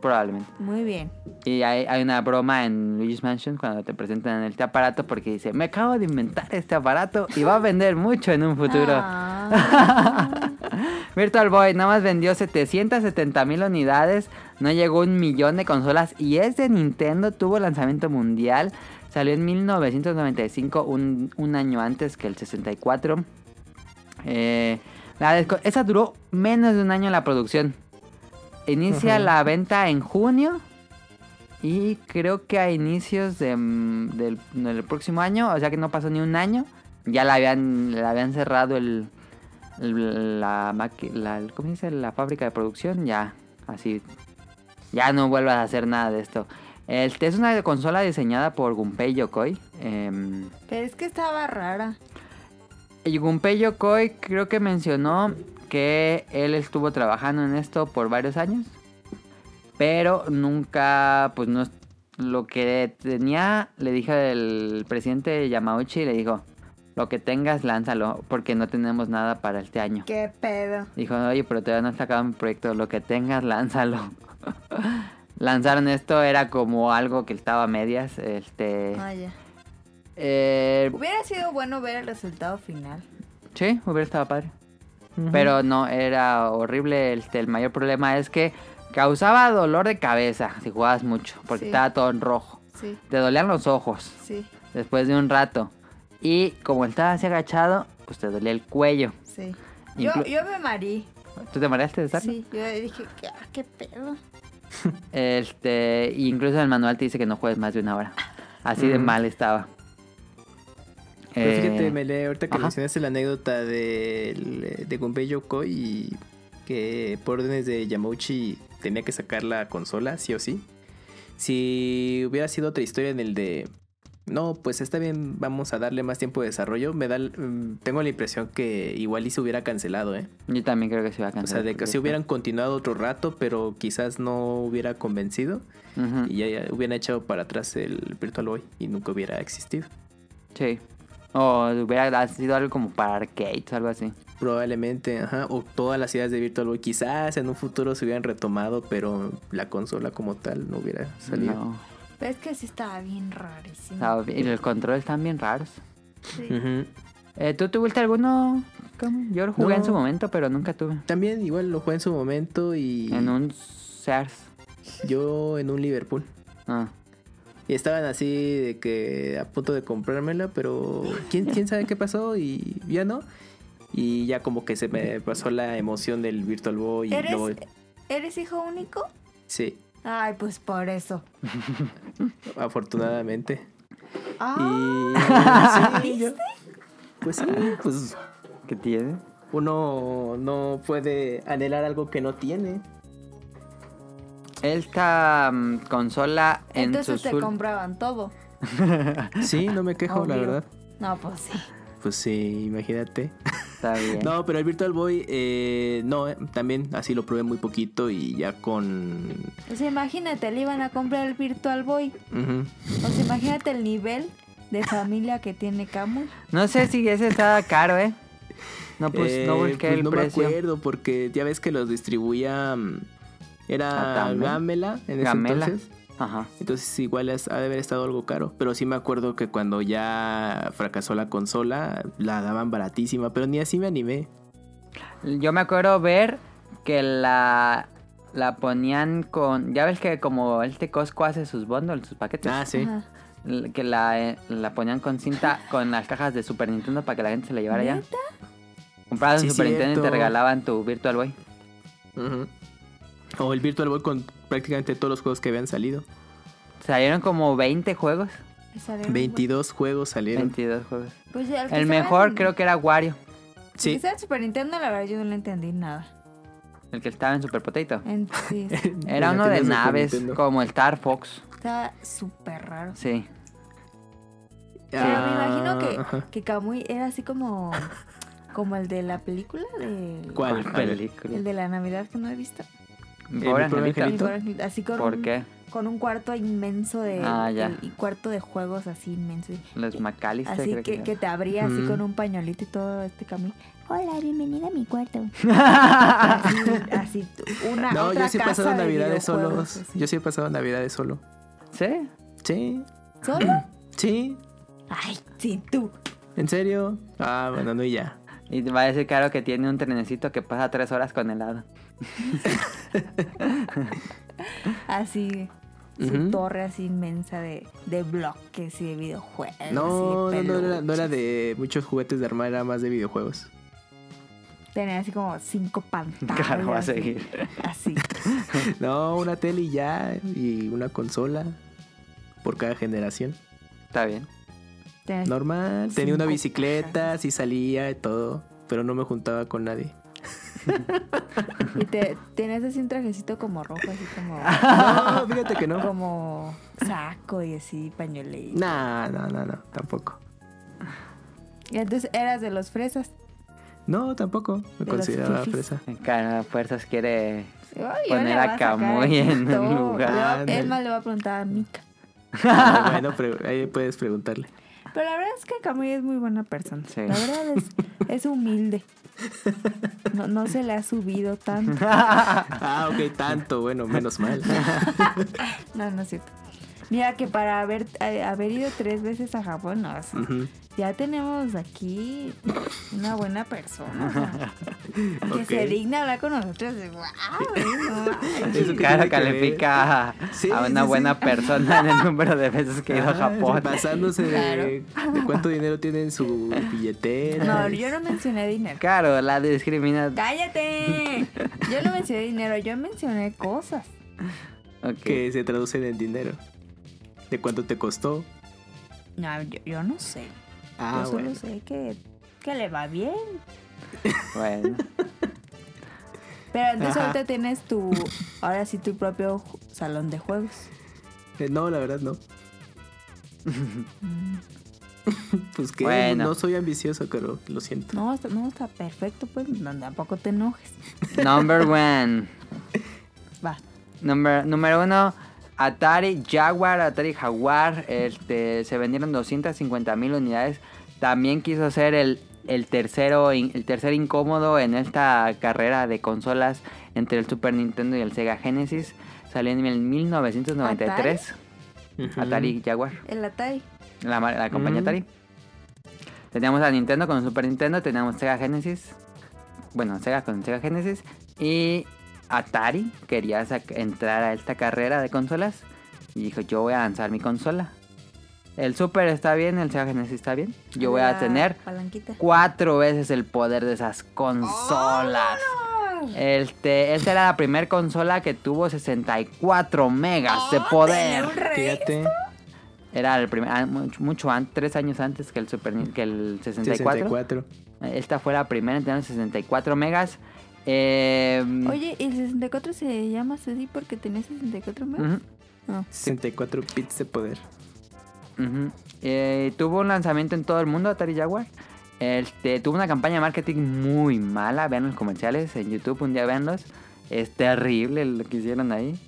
Speaker 1: Probablemente.
Speaker 2: muy bien.
Speaker 1: Y hay, hay una broma en Luigi's Mansion cuando te presentan este aparato porque dice, me acabo de inventar este aparato y va a vender mucho en un futuro. (laughs)
Speaker 2: Ah,
Speaker 1: Virtual Boy nada más vendió 770 mil unidades, no llegó a un millón de consolas y es de Nintendo, tuvo lanzamiento mundial, salió en 1995, un, un año antes que el 64. Eh, la desco- esa duró menos de un año la producción. Inicia
Speaker 3: Ujú.
Speaker 1: la venta en junio y creo que a inicios de, mm, del, del próximo año, o sea que no pasó ni un año, ya la habían, la habían cerrado el, el- la, maqui- la- el- ¿cómo se dice? la fábrica de producción, ya así, ya no vuelvas a hacer nada de esto. Este es una consola diseñada por Gunpei Yokoi. em,
Speaker 2: pero es que estaba rara.
Speaker 1: y Gunpei Yokoi creo que mencionó que él estuvo trabajando en esto por varios años, pero nunca, pues no, lo que tenía, le dijo el presidente Yamauchi, le dijo, lo que tengas, lánzalo, porque no tenemos nada para este año.
Speaker 2: ¿Qué pedo?
Speaker 1: Dijo, oye, pero todavía no está acabado mi proyecto, lo que tengas, lánzalo. (laughs) Lanzaron esto, era como algo que estaba a medias, este...
Speaker 2: Vaya.
Speaker 1: eh,
Speaker 2: Ah, Hubiera sido bueno ver el resultado final.
Speaker 1: Sí, hubiera estado padre. Pero no, era horrible. este, El, el mayor problema es que causaba dolor de cabeza si jugabas mucho, porque
Speaker 2: Sí.
Speaker 1: estaba todo en rojo.
Speaker 2: Sí,
Speaker 1: Te dolían los ojos
Speaker 2: sí,
Speaker 1: después de un rato. Y como estaba así agachado, pues te dolía el cuello.
Speaker 2: Sí. Yo,
Speaker 1: Inclu-
Speaker 2: yo me marí.
Speaker 1: ¿Tú te mareaste de estar?
Speaker 2: Sí, yo dije, ¿qué, ah, qué pedo?
Speaker 1: Este, incluso el manual te dice que no juegues más de una hora. Así de
Speaker 3: Mm.
Speaker 1: mal estaba.
Speaker 3: Pero fíjate,
Speaker 1: Eh,
Speaker 3: Mele, ahorita que
Speaker 1: ajá.
Speaker 3: mencionaste la anécdota del- eh, de Gunpei Yokoi y que por órdenes de Yamauchi tenía que sacar la consola, sí o sí. Si hubiera sido otra historia en el de. No, pues está bien, vamos a darle más tiempo de desarrollo. Me da, l- mm, tengo la impresión que igual y se hubiera cancelado, ¿eh?
Speaker 1: Yo también creo que se iba a
Speaker 3: O
Speaker 1: cancelar.
Speaker 3: sea, de que si hubieran continuado otro rato, pero quizás no hubiera convencido
Speaker 1: Ujú,
Speaker 3: y ya, ya hubieran echado para atrás el Virtual Boy y nunca hubiera existido.
Speaker 1: Sí. O hubiera sido algo como para arcades, algo así.
Speaker 3: Probablemente, ajá. O todas las ideas de Virtual Boy quizás en un futuro se hubieran retomado, pero la consola como tal no hubiera salido.
Speaker 1: No.
Speaker 2: Pero es que sí estaba bien rarísimo.
Speaker 1: Estaba bien- Y los controles están bien raros.
Speaker 3: Ah, Ujú.
Speaker 1: Eh, ¿Tú tuviste alguno? Cam? Yo lo jugué en
Speaker 3: No.
Speaker 1: su momento, pero nunca tuve.
Speaker 3: También igual lo jugué en su momento y
Speaker 1: En un Sears.
Speaker 3: yo en un Liverpool.
Speaker 1: Ah.
Speaker 3: Y estaban así de que a punto de comprármela, pero
Speaker 1: (laughs)
Speaker 3: quién, quién sabe qué pasó y ya no. Y ya como que se me pasó la emoción del Virtual Boy y
Speaker 2: ¿Eres-
Speaker 3: luego...
Speaker 2: ¿Eres hijo único?
Speaker 3: Sí,
Speaker 2: Ay, pues por eso.
Speaker 3: afortunadamente.
Speaker 2: Ah,
Speaker 3: (laughs)
Speaker 1: (laughs)
Speaker 3: Y... sí, yo- Pues sí, pues
Speaker 1: ¿Qué tiene?
Speaker 3: uno no puede anhelar algo que no tiene.
Speaker 1: Esta mm, consola en
Speaker 2: entonces
Speaker 1: sus
Speaker 2: te
Speaker 1: ul-
Speaker 2: compraban todo.
Speaker 3: Sí, no me quejo, la
Speaker 2: Obvio.
Speaker 3: verdad.
Speaker 2: No, pues sí.
Speaker 3: Pues sí, imagínate.
Speaker 1: Está bien.
Speaker 3: No, pero el Virtual Boy, eh, no, eh, también así lo probé muy poquito y ya con...
Speaker 2: O sea, imagínate, le iban a comprar el Virtual Boy.
Speaker 3: Ujú.
Speaker 2: O sea, imagínate el nivel de familia que tiene Camus.
Speaker 1: No sé si ese estaba caro, ¿eh? No, pues, no
Speaker 3: Eh,
Speaker 1: busqué
Speaker 3: pues
Speaker 1: el
Speaker 3: no
Speaker 1: precio.
Speaker 3: me acuerdo porque ya ves que los distribuía... mm,
Speaker 1: Ah,
Speaker 3: Era
Speaker 1: también.
Speaker 3: Gamela en ese
Speaker 1: Gamela.
Speaker 3: entonces.
Speaker 1: Ajá.
Speaker 3: Entonces igual es- ha de haber estado algo caro. Pero sí me acuerdo que cuando ya fracasó la consola, la daban baratísima. Pero ni así me animé.
Speaker 1: Yo me acuerdo ver que la, la ponían con... Ya ves que como este Costco hace sus bundles, sus paquetes.
Speaker 3: Ah, sí.
Speaker 2: Ajá.
Speaker 1: l- Que la, eh, la ponían con
Speaker 3: (laughs)
Speaker 1: cinta, con las cajas de Super Nintendo para que la gente se la llevara ya. Comprabas
Speaker 3: Sí,
Speaker 1: un Super Nintendo y te
Speaker 3: cierto.
Speaker 1: regalaban tu Virtual Boy.
Speaker 3: Ujú. O el Virtual Boy con prácticamente todos los juegos que habían salido.
Speaker 1: Salieron como 20 juegos.
Speaker 2: Salieron,
Speaker 3: 22 juegos salieron.
Speaker 1: 22 juegos.
Speaker 2: güey. Pues, al que
Speaker 1: El
Speaker 2: estaba
Speaker 1: mejor
Speaker 2: en-
Speaker 1: creo que era Wario.
Speaker 2: Sí.
Speaker 3: Sí.
Speaker 2: Quizás Super Nintendo, la verdad, yo no le entendí nada.
Speaker 1: El que estaba en Super Potato.
Speaker 2: En-
Speaker 3: (laughs)
Speaker 2: sí,
Speaker 1: Era
Speaker 3: Ya
Speaker 1: uno de
Speaker 3: tenías Super
Speaker 1: naves,
Speaker 3: Nintendo.
Speaker 1: como el Star Fox.
Speaker 2: está súper raro.
Speaker 1: Sí.
Speaker 2: Pero me imagino que,
Speaker 3: Ah, Ajá.
Speaker 2: que Kamui era así como, como el de la película de
Speaker 3: ¿Cuál? A ver.
Speaker 1: película?
Speaker 2: el de la Navidad que no he visto.
Speaker 1: Mi
Speaker 3: Eh,
Speaker 1: pobre
Speaker 3: mi pobre
Speaker 1: angelito.
Speaker 2: Mi
Speaker 3: angelito.
Speaker 2: pobre angelito, Así con
Speaker 1: ¿Por
Speaker 2: un,
Speaker 1: qué?
Speaker 2: con un cuarto inmenso de
Speaker 1: Ah, ya.
Speaker 2: de- y cuarto de juegos así inmenso.
Speaker 1: Los McAllister.
Speaker 2: Así
Speaker 1: creo
Speaker 2: que,
Speaker 1: que
Speaker 2: que te abría así
Speaker 3: Ujú.
Speaker 2: con un pañuelito y todo este Kamui.
Speaker 6: Hola, bienvenida a mi cuarto.
Speaker 2: Así,
Speaker 3: (laughs)
Speaker 2: así tú- una
Speaker 3: No,
Speaker 2: otra
Speaker 3: yo sí he pasado
Speaker 2: casa de
Speaker 3: navidades
Speaker 2: videojuegos,
Speaker 3: solos.
Speaker 2: así.
Speaker 3: Yo sí he pasado navidades solo.
Speaker 1: ¿Sí?
Speaker 3: Sí.
Speaker 2: ¿Solo?
Speaker 3: Sí.
Speaker 2: (clears throat) Ay, sí, tú.
Speaker 3: ¿En serio? Ah, bueno, no y ya.
Speaker 1: Y te va a decir, claro, que tiene un trenecito que pasa tres horas con helado. (laughs)
Speaker 2: Así, su
Speaker 3: Ujú.
Speaker 2: torre así inmensa de, de bloques y de videojuegos. así
Speaker 3: No, no,
Speaker 2: de
Speaker 3: no, era, no era
Speaker 2: Eh, peluches.
Speaker 3: de muchos juguetes de armar, era más de videojuegos. (laughs)
Speaker 2: Tenía así como cinco
Speaker 3: Ah,
Speaker 2: pantallas.
Speaker 1: Claro, va a seguir.
Speaker 3: (laughs)
Speaker 2: Así.
Speaker 3: No, una tele y ya, y una consola por cada generación.
Speaker 1: Está bien.
Speaker 2: Tenía-
Speaker 3: Normal. Tenía una
Speaker 2: Cinco
Speaker 3: bicicleta, sí salía y todo, pero no me juntaba
Speaker 2: (laughs)
Speaker 3: con nadie.
Speaker 2: Y te, tenías así un trajecito como rojo, así como,
Speaker 3: (laughs) No, fíjate que no.
Speaker 2: como saco y así pañuelito.
Speaker 3: No, no, no, no, tampoco.
Speaker 2: Y entonces eras de los fresas.
Speaker 3: No, tampoco. Me
Speaker 2: De
Speaker 3: consideraba
Speaker 2: los fifís. (laughs)
Speaker 3: fresa.
Speaker 1: Cada fuerzas quiere
Speaker 2: Ay, yo le
Speaker 1: poner
Speaker 2: voy
Speaker 1: a
Speaker 2: sacar
Speaker 1: Camuy
Speaker 2: aquí
Speaker 1: en un
Speaker 2: todo. Le
Speaker 1: lugar.
Speaker 2: va-
Speaker 3: Ándale.
Speaker 2: Es más, le voy a preguntar a Mika.
Speaker 3: Ah, bueno, pre- ahí puedes preguntarle.
Speaker 2: Pero la verdad es que Camuy es muy buena persona.
Speaker 1: Sí.
Speaker 2: La verdad es, es humilde. No, no se le ha subido tanto. (laughs)
Speaker 3: Ah, ok, tanto, bueno, menos mal.
Speaker 2: No, no es cierto. Mira que para haber, eh, haber ido tres veces a Japón, no, o sea,
Speaker 3: Ujú.
Speaker 2: ya tenemos aquí una buena persona. o sea, que se
Speaker 3: Ok.
Speaker 2: digna hablar con nosotros. ¡Wow!
Speaker 1: Su
Speaker 3: (laughs) Eso que
Speaker 1: cara
Speaker 3: tiene que ver.
Speaker 1: califica a-
Speaker 3: Sí,
Speaker 1: a
Speaker 3: sí, Ah,
Speaker 1: una
Speaker 3: sí. (laughs)
Speaker 1: buena persona en el número de veces que ha ido a
Speaker 3: Ajá,
Speaker 1: Japón.
Speaker 3: Basándose de, de cuánto dinero tiene en su billetera.
Speaker 2: No, yo no mencioné dinero.
Speaker 1: Claro, la discriminación.
Speaker 2: ¡Cállate! Yo no mencioné dinero, yo mencioné cosas.
Speaker 1: Ok.
Speaker 3: Que se traducen en dinero. ¿De cuánto te costó?
Speaker 2: No, yo, yo no sé.
Speaker 3: Ah,
Speaker 2: yo solo
Speaker 3: bueno.
Speaker 2: sé que, que le va bien.
Speaker 1: Bueno.
Speaker 2: Pero entonces
Speaker 3: Ajá.
Speaker 2: ahorita tienes tu, ahora sí, tu propio ju- salón de juegos.
Speaker 3: Eh, no, la
Speaker 1: (laughs)
Speaker 3: verdad no. pues que
Speaker 1: Bueno.
Speaker 3: no soy ambicioso, pero lo siento.
Speaker 2: No, está, no, está perfecto, pues no, tampoco te enojes.
Speaker 1: Number one.
Speaker 2: Va.
Speaker 1: Number- número uno, Atari Jaguar, Atari Jaguar, este, se vendieron 250 mil unidades. También quiso ser el, el tercero, in- el tercer incómodo en esta carrera de consolas entre el Super Nintendo y el Sega Genesis. Salió en el 1993.
Speaker 3: Ujú.
Speaker 1: Atari Jaguar,
Speaker 2: El Atari.
Speaker 1: la, mar- la compañía
Speaker 3: Ujú.
Speaker 1: Atari. Teníamos a Nintendo con Super Nintendo, teníamos Sega Genesis. Bueno, Sega con Sega Genesis. Y Atari quería sac- entrar a esta carrera de consolas. Y dijo, yo voy a lanzar mi consola. El Super está bien, el Sega Genesis está bien. Yo voy a
Speaker 2: La
Speaker 1: tener
Speaker 2: Palanquita.
Speaker 1: cuatro veces el poder de esas consolas.
Speaker 2: ¡Oh,
Speaker 1: Este, esta era la primera consola que tuvo 64 megas
Speaker 2: ¡Oh,
Speaker 1: de poder.
Speaker 3: Fíjate.
Speaker 1: Era el primer, ah, mucho, mucho an- tres años antes que el Super Nin- que el 64.
Speaker 3: 64.
Speaker 1: Esta fue la primera en tener 64 megas. Eh,
Speaker 2: Oye, ¿y el 64 se llama así porque tenía 64 megas?
Speaker 1: ujú,
Speaker 3: 64 bits de poder.
Speaker 1: ujú. Eh, tuvo un lanzamiento en todo el mundo, Atari Jaguar. Este, tuvo una campaña de marketing muy mala. Vean los comerciales en YouTube, un día veanlos. Es terrible lo que hicieron ahí.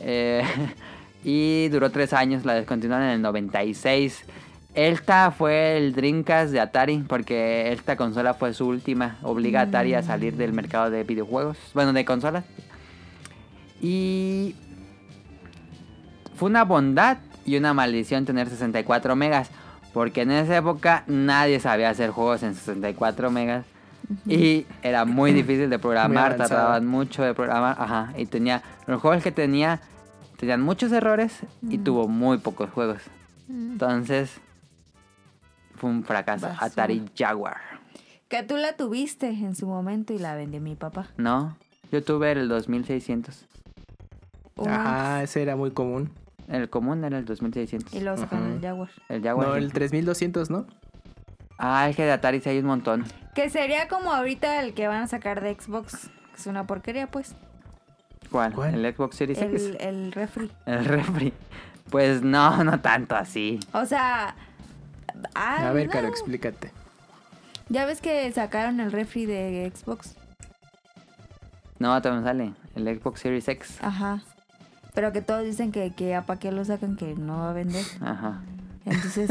Speaker 1: Eh, (laughs) y duró tres años, la descontinuaron en el 96. Esta fue el Dreamcast de Atari, porque esta consola fue su última. Obliga a Atari a salir del mercado de videojuegos, bueno, de consolas. Y fue una bondad y una maldición tener 64 megas, porque en esa época nadie sabía hacer juegos en 64 megas. Y era muy difícil de programar,
Speaker 3: avanzado.
Speaker 1: tardaban mucho de programar, ajá, y tenía, los juegos que tenía tenían muchos errores y tuvo muy pocos juegos. Entonces, fue un fracaso.
Speaker 2: Basura.
Speaker 1: Atari Jaguar.
Speaker 2: Que tú la tuviste en su momento y la vendió mi papá.
Speaker 1: No, yo tuve el 2600.
Speaker 2: O
Speaker 3: Ajá, Ah, ese era muy común.
Speaker 1: El común era el 2600.
Speaker 2: Y luego sacaron el Jaguar.
Speaker 1: El Jaguar.
Speaker 3: No,
Speaker 1: sí.
Speaker 3: el 3200, ¿no?
Speaker 1: Ah, es que de Atari sí hay un montón.
Speaker 2: Que sería como ahorita el que van a sacar de Xbox. Que es una porquería, pues.
Speaker 1: ¿Cuál?
Speaker 3: ¿Cuál?
Speaker 1: El Xbox Series X.
Speaker 2: El, el refri.
Speaker 1: El refri. Pues no, no tanto así.
Speaker 2: O sea. ah,
Speaker 3: A ver,
Speaker 2: no.
Speaker 3: Caro, explícate.
Speaker 2: Ya ves que sacaron el refri de Xbox.
Speaker 1: No, también sale. El Xbox Series X.
Speaker 2: Ajá. Pero que todos dicen que, que a pa' qué lo sacan, que no va a vender.
Speaker 1: Ajá.
Speaker 2: Entonces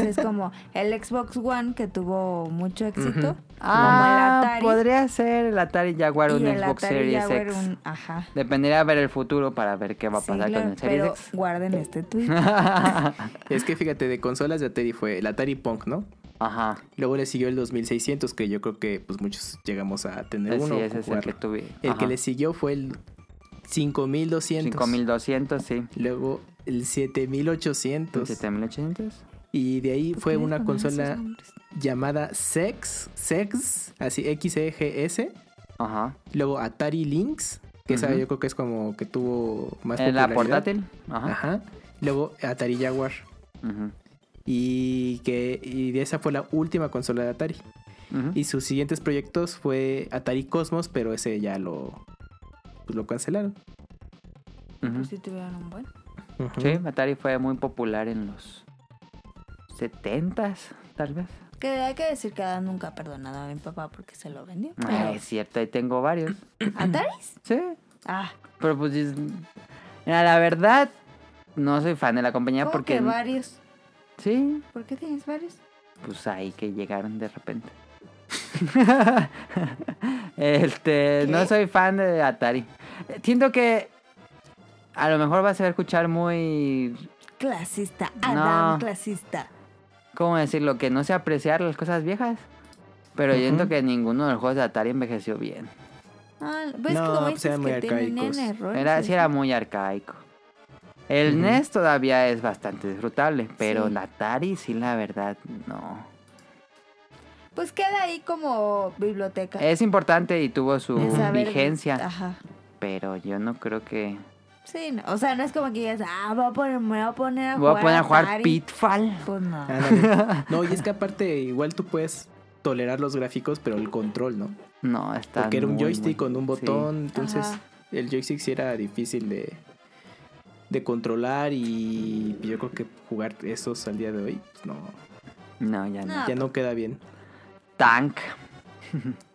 Speaker 1: (laughs)
Speaker 2: es como el Xbox One que tuvo mucho éxito. como el
Speaker 1: Ah,
Speaker 2: Atari.
Speaker 1: podría ser el Atari Jaguar un
Speaker 2: y el
Speaker 1: Xbox
Speaker 2: Atari
Speaker 1: Series
Speaker 2: Jaguar
Speaker 1: X.
Speaker 2: un- Ajá.
Speaker 1: Dependería ver el futuro para ver qué va a
Speaker 2: Sí,
Speaker 1: pasar
Speaker 2: claro,
Speaker 1: con el Series
Speaker 2: pero
Speaker 1: X. (laughs) Eh,
Speaker 2: guarden este tweet.
Speaker 3: Es que fíjate, de consolas de Atari fue el Atari Punk, ¿no?
Speaker 1: Ajá.
Speaker 3: Luego le siguió el 2600, que yo creo que pues muchos llegamos a tener
Speaker 1: pues Sí,
Speaker 3: uno. o
Speaker 1: ese es el que
Speaker 3: jugarlo.
Speaker 1: tuve.
Speaker 3: El
Speaker 1: Ajá.
Speaker 3: que le siguió fue el 5200.
Speaker 1: 5200, sí.
Speaker 3: Luego el 7800.
Speaker 1: 7800.
Speaker 3: Y de ahí fue
Speaker 2: ¿Quieres
Speaker 3: una
Speaker 2: poner esos
Speaker 3: consola
Speaker 2: nombres?
Speaker 3: llamada Sex, Sex, así X-E-G-S.
Speaker 1: Ajá.
Speaker 3: Luego Atari Lynx, que esa
Speaker 1: Ujú.
Speaker 3: yo creo que es como que tuvo más
Speaker 1: Eh, la
Speaker 3: popularidad.
Speaker 1: portátil. Ajá.
Speaker 3: Ajá. Luego Atari Jaguar.
Speaker 1: Ujú.
Speaker 3: Y que y de esa fue la última consola de Atari.
Speaker 1: Ujú.
Speaker 3: Y sus siguientes proyectos fue Atari Cosmos, pero ese ya lo, pues lo cancelaron.
Speaker 1: Ujú.
Speaker 2: Pues sí tuvieron un buen.
Speaker 3: Ujú.
Speaker 1: Sí, Atari fue muy popular en los 70s, tal vez.
Speaker 2: Que hay que decir que Adam nunca ha perdonado a mi papá porque se lo vendió.
Speaker 1: Ah, es cierto, ahí tengo varios. (laughs)
Speaker 2: ¿Ataris?
Speaker 1: Sí,
Speaker 2: Ah,
Speaker 1: pero pues es- mira, la verdad no soy fan de la compañía
Speaker 2: ¿cómo
Speaker 1: porque
Speaker 2: que varios?
Speaker 1: sí,
Speaker 2: ¿Por qué tienes varios?
Speaker 1: pues ahí que llegaron de repente. (laughs) este, no soy fan de Atari. Siento que a lo mejor vas a escuchar muy
Speaker 2: Clasista. Adam, clasista.
Speaker 1: ¿Cómo decirlo? Que no sé apreciar las cosas viejas. Pero yo siento que ninguno de los juegos de Atari envejeció bien.
Speaker 2: Ah, pues
Speaker 3: No,
Speaker 2: como
Speaker 3: pues
Speaker 2: dices
Speaker 3: eran muy
Speaker 2: que
Speaker 3: arcaicos.
Speaker 2: tienen errores.
Speaker 1: Era, sí, era muy arcaico. El NES todavía es bastante disfrutable, pero la Atari sí, la verdad, no.
Speaker 2: Pues queda ahí como biblioteca.
Speaker 1: Es importante y tuvo su
Speaker 2: El saber- ah.
Speaker 1: vigencia,
Speaker 2: Ajá.
Speaker 1: pero yo no creo que...
Speaker 2: Sí, no, o sea, no es como que digas, ah, voy a poner, me voy a poner a
Speaker 1: Voy a
Speaker 2: jugar.
Speaker 1: poner a jugar
Speaker 2: Atari".
Speaker 1: Pitfall.
Speaker 2: Pues no.
Speaker 3: Ah,
Speaker 1: (laughs)
Speaker 3: Ándale. No, y es que aparte, igual tú puedes tolerar los gráficos, pero el control, ¿no?
Speaker 1: No, está
Speaker 3: Porque era un
Speaker 1: muy, muy-
Speaker 3: joystick con un
Speaker 1: sí.
Speaker 3: botón, entonces
Speaker 2: Ajá.
Speaker 3: el joystick sí era difícil de, de controlar y yo creo que jugar esos al día de hoy, pues no,
Speaker 1: No, ya no.
Speaker 2: No.
Speaker 3: ya no queda bien.
Speaker 1: Tank.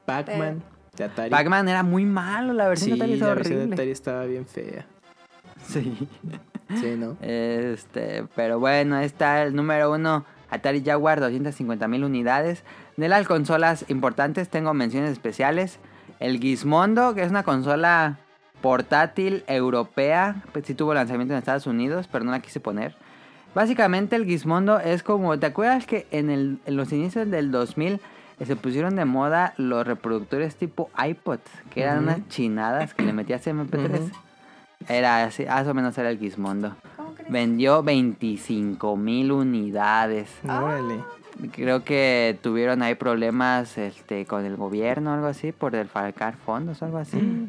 Speaker 3: Pac-Man, de Atari.
Speaker 1: Pac-Man era muy malo, la versión de
Speaker 3: sí,
Speaker 1: Atari es
Speaker 3: la versión de
Speaker 1: horrible.
Speaker 3: Atari estaba bien fea.
Speaker 1: Sí.
Speaker 3: Sí,
Speaker 1: (gasps)
Speaker 3: ¿no?
Speaker 1: Este, pero bueno, ahí está el número uno, Atari Jaguar, 250 mil unidades. De las consolas importantes tengo menciones especiales. El Gizmondo, que es una consola portátil europea, pues sí tuvo lanzamiento en Estados Unidos, pero no la quise poner. Básicamente el Gizmondo es como, ¿te acuerdas que en, el- en los inicios del 2000 se pusieron de moda los reproductores tipo iPod, que eran
Speaker 3: Ujú.
Speaker 1: unas chinadas que le metías MP3?
Speaker 3: Ujú.
Speaker 1: Era así, más o menos era el Gizmondo. Vendió 25 mil unidades.
Speaker 3: Órale.
Speaker 1: Creo que tuvieron ahí problemas este, con el gobierno o algo así por defalcar fondos o algo
Speaker 3: Mm,
Speaker 1: así.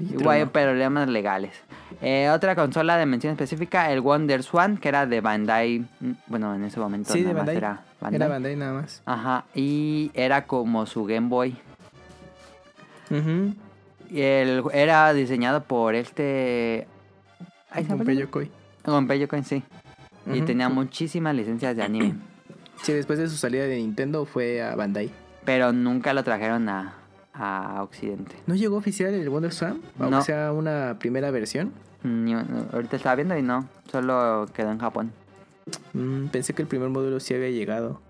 Speaker 1: Igual hay
Speaker 3: tronó.
Speaker 1: problemas legales. Eh, otra consola de mención específica, el Wonder Swan, que era de Bandai. mm, Bueno, en ese momento
Speaker 3: Sí,
Speaker 1: nada
Speaker 3: de
Speaker 1: más
Speaker 3: Bandai.
Speaker 1: era Bandai.
Speaker 3: Era Bandai nada más.
Speaker 1: Ajá, y era como su Game Boy.
Speaker 3: Ujú.
Speaker 1: Y el- era diseñado por este... ay, se me fue el
Speaker 3: Gunpei Yokoi.
Speaker 1: Gunpei Yokoi, sí. Y
Speaker 3: Ujú.
Speaker 1: tenía muchísimas licencias de anime.
Speaker 3: Sí, después de su salida de Nintendo fue a Bandai.
Speaker 1: pero nunca lo trajeron a, a Occidente.
Speaker 3: ¿No llegó oficial el Wonder Swan? Aunque
Speaker 1: No.
Speaker 3: sea una primera versión.
Speaker 1: Ni- ahorita estaba viendo y no, solo quedó en Japón.
Speaker 3: Mm, pensé que el primer módulo sí había llegado.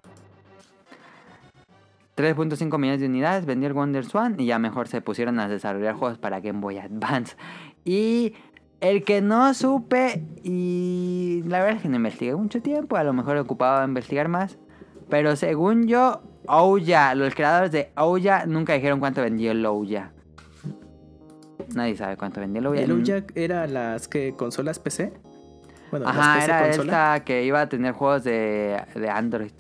Speaker 1: 3.5 millones de unidades, vendió el Wonder Swan y ya mejor se pusieron a desarrollar juegos para Game Boy Advance. Y el que no supe, y la verdad es que no investigué mucho tiempo, a lo mejor ocupaba investigar más, pero según yo, Ouya, los creadores de Ouya nunca dijeron cuánto vendió el Ouya. Nadie sabe cuánto vendió el Ouya.
Speaker 3: ¿El Jack era las que consolas PC? Bueno,
Speaker 1: Ajá,
Speaker 3: las PC
Speaker 1: era
Speaker 3: consola.
Speaker 1: esta que iba a tener juegos de, de Android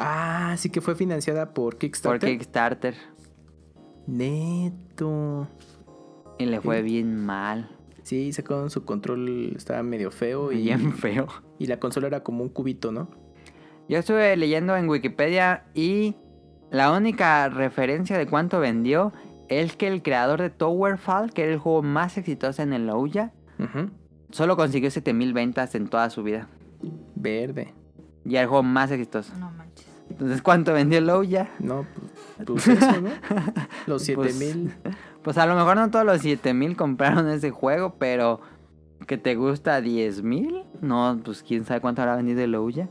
Speaker 3: Ah, sí que fue financiada por
Speaker 1: por
Speaker 3: Kickstarter.
Speaker 1: Kickstarter
Speaker 3: Neto.
Speaker 1: y le fue bien mal,
Speaker 3: Sí, sacaron su control, estaba medio feo y,
Speaker 1: bien feo.
Speaker 3: y la consola era como un cubito, ¿no?
Speaker 1: Yo estuve leyendo en Wikipedia y la única referencia de cuánto vendió es que el creador de Towerfall, que era el juego más exitoso en el Ouya,
Speaker 3: Ujú.
Speaker 1: solo consiguió 7000 ventas en toda su vida.
Speaker 3: Verde.
Speaker 1: Y era el juego más exitoso.
Speaker 2: No manches.
Speaker 1: Entonces, ¿cuánto vendió el Ouya?
Speaker 3: No,
Speaker 1: (laughs)
Speaker 3: pues, pues eso, ¿no? Los 7000.
Speaker 1: Pues a lo mejor no todos los 7000 compraron ese juego, pero que te gusta 10000? No, pues quién sabe cuánto habrá vendido el Ouya.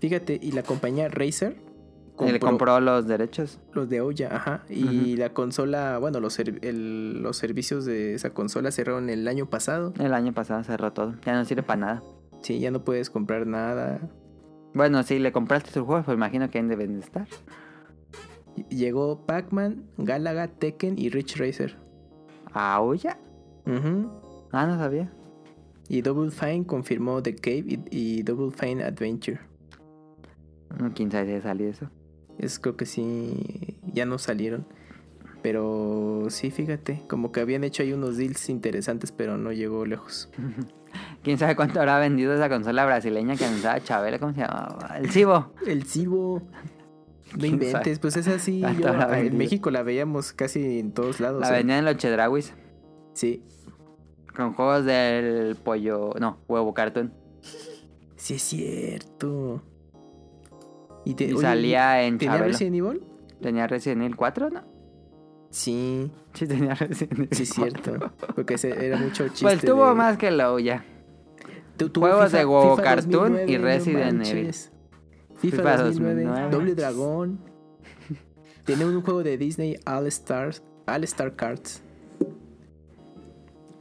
Speaker 3: Fíjate, y la compañía Razer
Speaker 1: Él compró los derechos.
Speaker 3: los de Ouya, ajá. Y
Speaker 1: Ujú.
Speaker 3: la consola, bueno, los, ser- el- los servicios de esa consola cerraron el año pasado.
Speaker 1: El año pasado cerró todo. Ya no sirve para nada.
Speaker 3: Sí, ya no puedes comprar nada.
Speaker 1: Bueno, si le compraste sus juegos, pues imagino que ahí deben de estar.
Speaker 3: Y- Llegó Pac-Man, Galaga, Tekken y Rich Racer.
Speaker 1: ¿A Ouya?
Speaker 3: Ujú.
Speaker 1: Ah, no sabía.
Speaker 3: Y Double Fine confirmó The Cave y, y Double Fine Adventure.
Speaker 1: No, quién sabe si haya salido eso.
Speaker 3: Es creo que sí, ya no salieron. Pero sí, fíjate, como que habían hecho ahí unos deals interesantes, pero no llegó lejos.
Speaker 1: Quién sabe cuánto habrá vendido esa consola brasileña que anunciaba Chabela, ¿cómo se llamaba? El Cibo.
Speaker 3: El Cibo.
Speaker 1: (laughs)
Speaker 3: No
Speaker 1: ¿Quién sabe?
Speaker 3: inventes, pues es así.
Speaker 1: Hasta
Speaker 3: yo-
Speaker 1: la
Speaker 3: en
Speaker 1: vendí.
Speaker 3: México la veíamos casi en todos lados.
Speaker 1: La
Speaker 3: ¿eh?
Speaker 1: vendían en los Chedrawis.
Speaker 3: Sí,
Speaker 1: Con juegos del pollo. No, huevo cartoon.
Speaker 3: sí es cierto. Y, te-
Speaker 1: Y
Speaker 3: oye,
Speaker 1: salía en
Speaker 3: ¿Tenía
Speaker 1: Chabelo.
Speaker 3: Resident Evil?
Speaker 1: Tenía Resident Evil 4, ¿no?
Speaker 3: Sí,
Speaker 1: Sí, tenía (laughs) Resident Evil.
Speaker 3: sí es cierto. Porque ese era mucho chiste.
Speaker 1: (laughs) Pues tuvo
Speaker 3: de-
Speaker 1: más que la Ouya.
Speaker 3: Tu- tuvo
Speaker 1: Juegos de Go
Speaker 3: FIFA
Speaker 1: Cartoon
Speaker 3: 2009,
Speaker 1: y
Speaker 3: no
Speaker 1: Resident
Speaker 3: manches.
Speaker 1: Evil.
Speaker 3: FIFA,
Speaker 1: FIFA
Speaker 3: 2009,
Speaker 1: 2009.
Speaker 3: Doble Dragón. Tiene un juego de Disney All Stars, All Star Cards.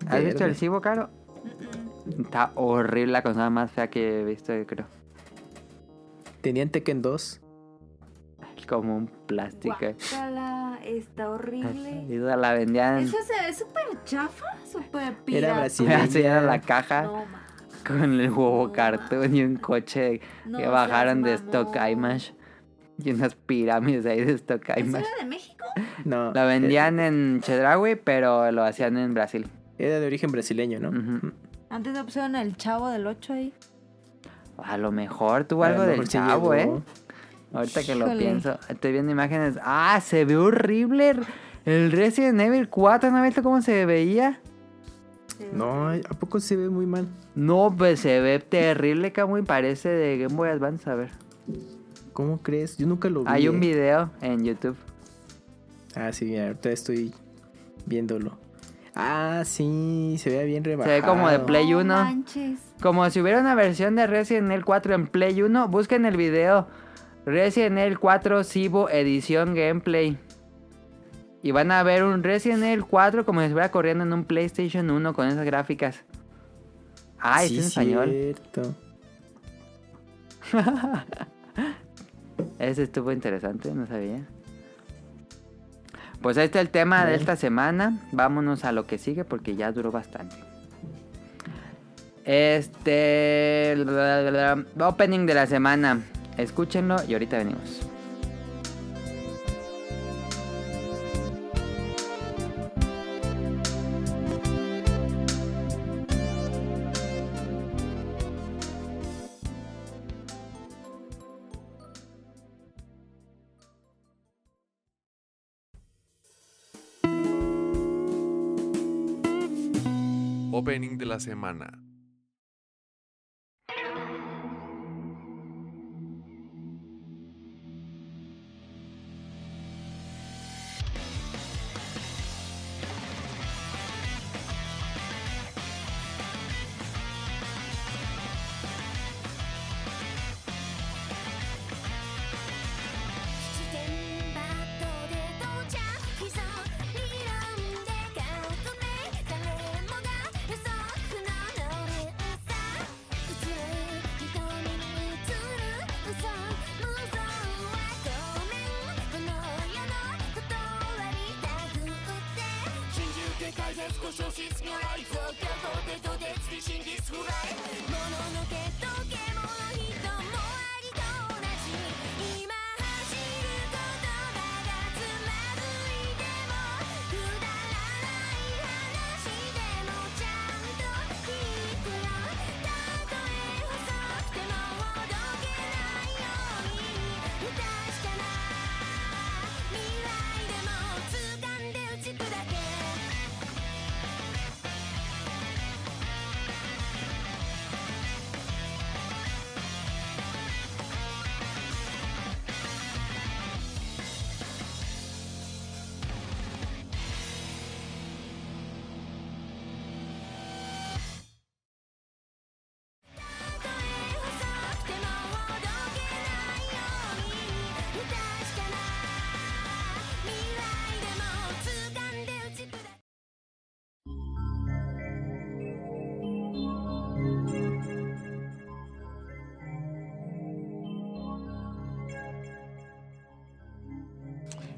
Speaker 1: ¿Has visto
Speaker 3: Verde.
Speaker 1: el Cibo, Caro? Está horrible la consola más fea que he visto, yo creo. (laughs)
Speaker 3: Tenían Tekken 2.
Speaker 1: Como un plástico.
Speaker 8: Guácala, está horrible.
Speaker 1: Y la vendían.
Speaker 8: Eso se ve súper chafa, súper pirata.
Speaker 3: Era brasileño.
Speaker 1: Así era la caja
Speaker 8: No, ma.
Speaker 1: con el huevo
Speaker 8: No,
Speaker 1: cartón y un coche
Speaker 8: No
Speaker 1: que
Speaker 8: seas
Speaker 1: bajaron de Stock
Speaker 8: mamón.
Speaker 1: Image y unas pirámides ahí de Stock
Speaker 8: ¿Eso
Speaker 1: Image.
Speaker 8: era de México?
Speaker 3: No.
Speaker 1: Lo vendían en Chedraui, pero lo hacían en Brasil.
Speaker 3: e-, Era de origen brasileño, ¿no?
Speaker 1: Ujú.
Speaker 8: Antes no pusieron el chavo del 8 ahí.
Speaker 1: A lo mejor tuvo
Speaker 3: A lo
Speaker 1: algo del
Speaker 3: mejor sí
Speaker 1: chavo,
Speaker 3: llegó.
Speaker 1: ¿eh? Ahorita que lo
Speaker 8: Híjole.
Speaker 1: pienso, estoy viendo imágenes. ¡Ah! Se ve horrible. El Resident Evil 4, ¿no has visto cómo se veía?
Speaker 3: No, ¿a poco se ve muy mal?
Speaker 1: No, pues se ve terrible, Camuy. Parece de Game Boy Advance. A ver,
Speaker 3: ¿Cómo crees? Yo nunca lo vi.
Speaker 1: hay un
Speaker 3: ¿eh?
Speaker 1: video en YouTube.
Speaker 3: Ah, sí, mira, ahorita estoy viéndolo. Ah, sí, se ve bien
Speaker 1: Se
Speaker 3: rebajado.
Speaker 1: ve como de Play 1.
Speaker 8: Manches.
Speaker 1: Como si hubiera una versión de Resident Evil 4 en Play 1, busquen el video Resident Evil 4 Cibo Edición Gameplay. Y van a ver un Resident Evil 4 como si estuviera corriendo en un PlayStation 1 con esas gráficas. Ah,
Speaker 3: sí,
Speaker 1: es en español.
Speaker 3: cierto.
Speaker 1: Ese estuvo interesante, no sabía. Pues este es el tema de
Speaker 3: Bien.
Speaker 1: esta semana. Vámonos a lo que sigue porque ya duró bastante. Este. la, la, la, opening de la semana. Escúchenlo y ahorita venimos.
Speaker 7: Opening de la semana.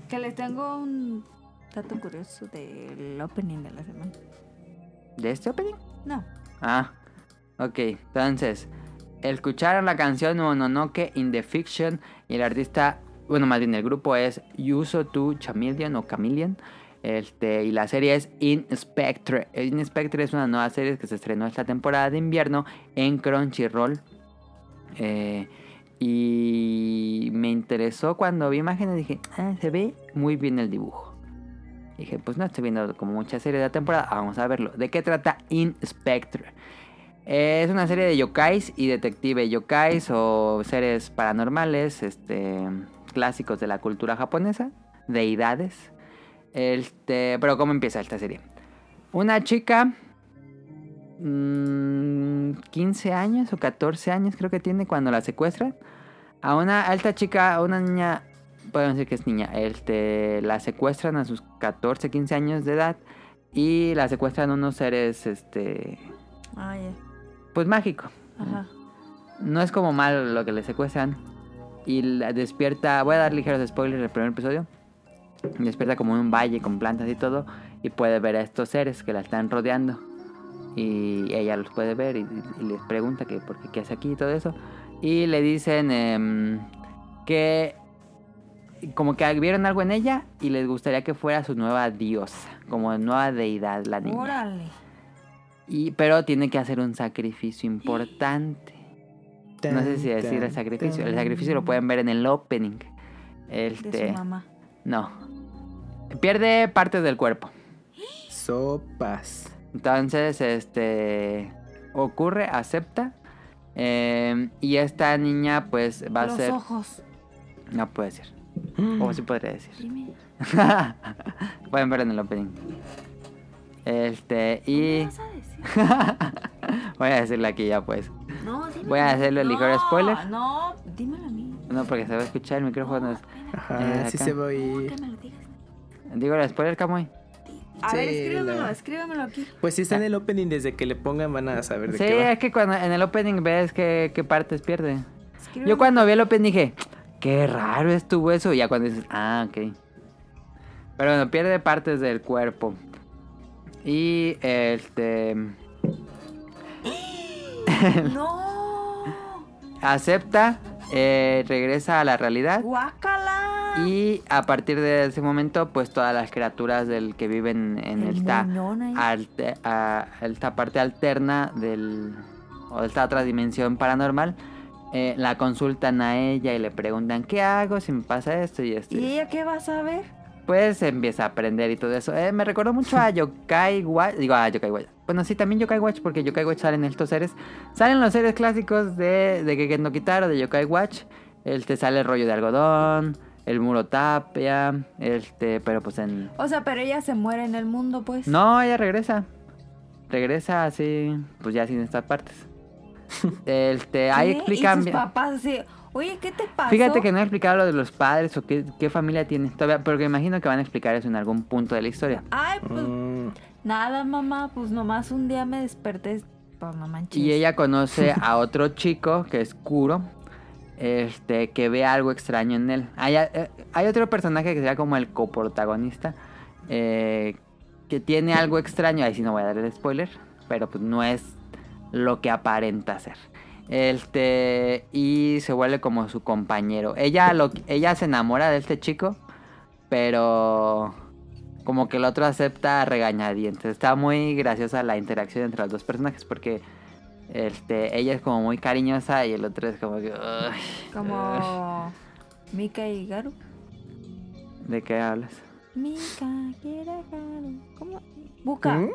Speaker 8: Que les tengo un dato curioso del opening de la semana.
Speaker 1: ¿De este opening?
Speaker 8: No.
Speaker 1: Ah, ok. Entonces, escucharon la canción Mononoke in the Fiction y el artista, bueno, más bien el grupo es Yuso to Chameleon o Chameleon. Este, y la serie es In Spectre. In Spectre es una nueva serie que se estrenó esta temporada de invierno en Crunchyroll. Eh, y me interesó cuando vi imágenes, dije, "Ah, se ve muy bien el dibujo. Dije, pues no estoy viendo como muchas series de la temporada, vamos a verlo. ¿De qué trata In Spectre? Eh, Es una serie de yokais y detective yokais o seres paranormales, este, clásicos de la cultura japonesa, deidades. Este, pero ¿cómo empieza esta serie? Una chica, mm, 15 años o 14 años creo que tiene cuando la secuestran. A una alta chica, a una niña, podemos decir que es niña, este, la secuestran a sus 14, 15 años de edad y la secuestran unos seres, este,
Speaker 8: Ah, ya.
Speaker 1: pues mágico.
Speaker 2: Ajá.
Speaker 1: No es como malo lo que le secuestran. Y la despierta. Voy a dar ligeros spoilers del primer episodio. Despierta como en un valle con plantas y todo. Y puede ver a estos seres que la están rodeando. Y ella los puede ver y, y les pregunta que por qué, qué hace aquí y todo eso. Y le dicen em, que. Como que vieron algo en ella y les gustaría que fuera su nueva diosa. Como nueva deidad la niña.
Speaker 2: Órale.
Speaker 1: Y, pero tiene que hacer un sacrificio importante. No sé si decir el sacrificio. El sacrificio lo pueden ver en el opening.
Speaker 2: De su
Speaker 1: Este.
Speaker 2: mamá.
Speaker 1: No. Pierde partes del cuerpo.
Speaker 3: Sopas.
Speaker 1: Entonces, este. Ocurre, acepta. eh, y esta niña, pues, va a
Speaker 2: Los
Speaker 1: ser.
Speaker 2: ojos.
Speaker 1: No puede ser. O sí podría decir.
Speaker 2: Dime.
Speaker 1: (laughs) pueden ver en el opening. Este.
Speaker 2: ¿Qué
Speaker 1: Y.
Speaker 2: vas a decir?
Speaker 1: (laughs) Voy a decirle aquí ya, pues.
Speaker 2: No, dime.
Speaker 1: Voy a hacerlo el ligero spoiler.
Speaker 2: No, dímelo a mí.
Speaker 1: No, porque se va a escuchar el micrófono.
Speaker 3: Ajá,
Speaker 1: Eh,
Speaker 3: Ah, sí
Speaker 1: acá.
Speaker 3: se va a oír.
Speaker 2: Que me lo digas.
Speaker 1: Digo, el spoiler, Camuy.
Speaker 2: A ver,
Speaker 3: Sí,
Speaker 2: escríbemelo,
Speaker 3: la-
Speaker 2: escríbemelo aquí.
Speaker 3: Pues si está en el opening, desde que le pongan van a saber de
Speaker 1: Ah. Sí,
Speaker 3: qué va.
Speaker 1: es que cuando en el opening ves que, qué partes pierde.
Speaker 2: Escríbemelo.
Speaker 1: Yo cuando vi el opening dije, qué raro estuvo eso. Y ya cuando dices, ah, ok. Pero bueno, pierde partes del cuerpo. Y este.
Speaker 2: No.
Speaker 1: Acepta, eh, regresa a la realidad.
Speaker 2: Guácala.
Speaker 1: Y a partir de ese momento, pues todas las criaturas del que viven en
Speaker 2: El
Speaker 1: esta,
Speaker 2: muñón ahí.
Speaker 1: alte- a- esta parte alterna del, o esta otra dimensión paranormal, eh, la consultan a ella y le preguntan, ¿qué hago si me pasa esto y esto?
Speaker 2: ¿Y ella qué va a saber?
Speaker 1: Pues empieza a aprender y todo eso. Eh, me recordó mucho
Speaker 2: (laughs)
Speaker 1: a Yokai Watch. Digo, a Yokai Watch. Bueno, sí, también Yokai Watch, porque Yokai Watch salen estos seres. Salen los seres clásicos de, de Keken no Kitaro, de Yokai Watch. Este sale el rollo de algodón, el muro tapia. Este, pero pues en.
Speaker 2: O sea, pero ella se muere en el mundo, pues.
Speaker 1: No, ella regresa. Regresa así, pues ya sin estas
Speaker 2: (laughs)
Speaker 1: partes. Este, ahí
Speaker 2: ¿Qué?
Speaker 1: explican.
Speaker 2: Y sus
Speaker 1: bien-
Speaker 2: papás así, oye, ¿qué te pasó?
Speaker 1: Fíjate que no he explicado lo de los padres o qué, qué familia tienes todavía, porque imagino que van a explicar eso en algún punto de la historia.
Speaker 2: Ay, pues
Speaker 3: Mm,
Speaker 2: nada, mamá, pues nomás un día me desperté. Pues, Pa, no manches.
Speaker 1: Y ella conoce a otro chico que es Kuro, este, que ve algo extraño en él. Hay, eh, hay otro personaje que sería como el coprotagonista, eh, que tiene algo extraño. Ahí sí no voy a dar el spoiler, pero pues no es lo que aparenta ser. Este, y se vuelve como su compañero. Ella, lo, ella se enamora de este chico, pero como que el otro acepta a regañadientes. Está muy graciosa la interacción entre los dos personajes porque este, ella es como muy cariñosa y el otro es como que... "Ay, ay".
Speaker 2: Como.
Speaker 1: (laughs)
Speaker 2: Mika y Garu.
Speaker 1: ¿De qué hablas?
Speaker 2: Mika, quiere Garu. ¿Cómo? Buca.
Speaker 3: ¿Mm?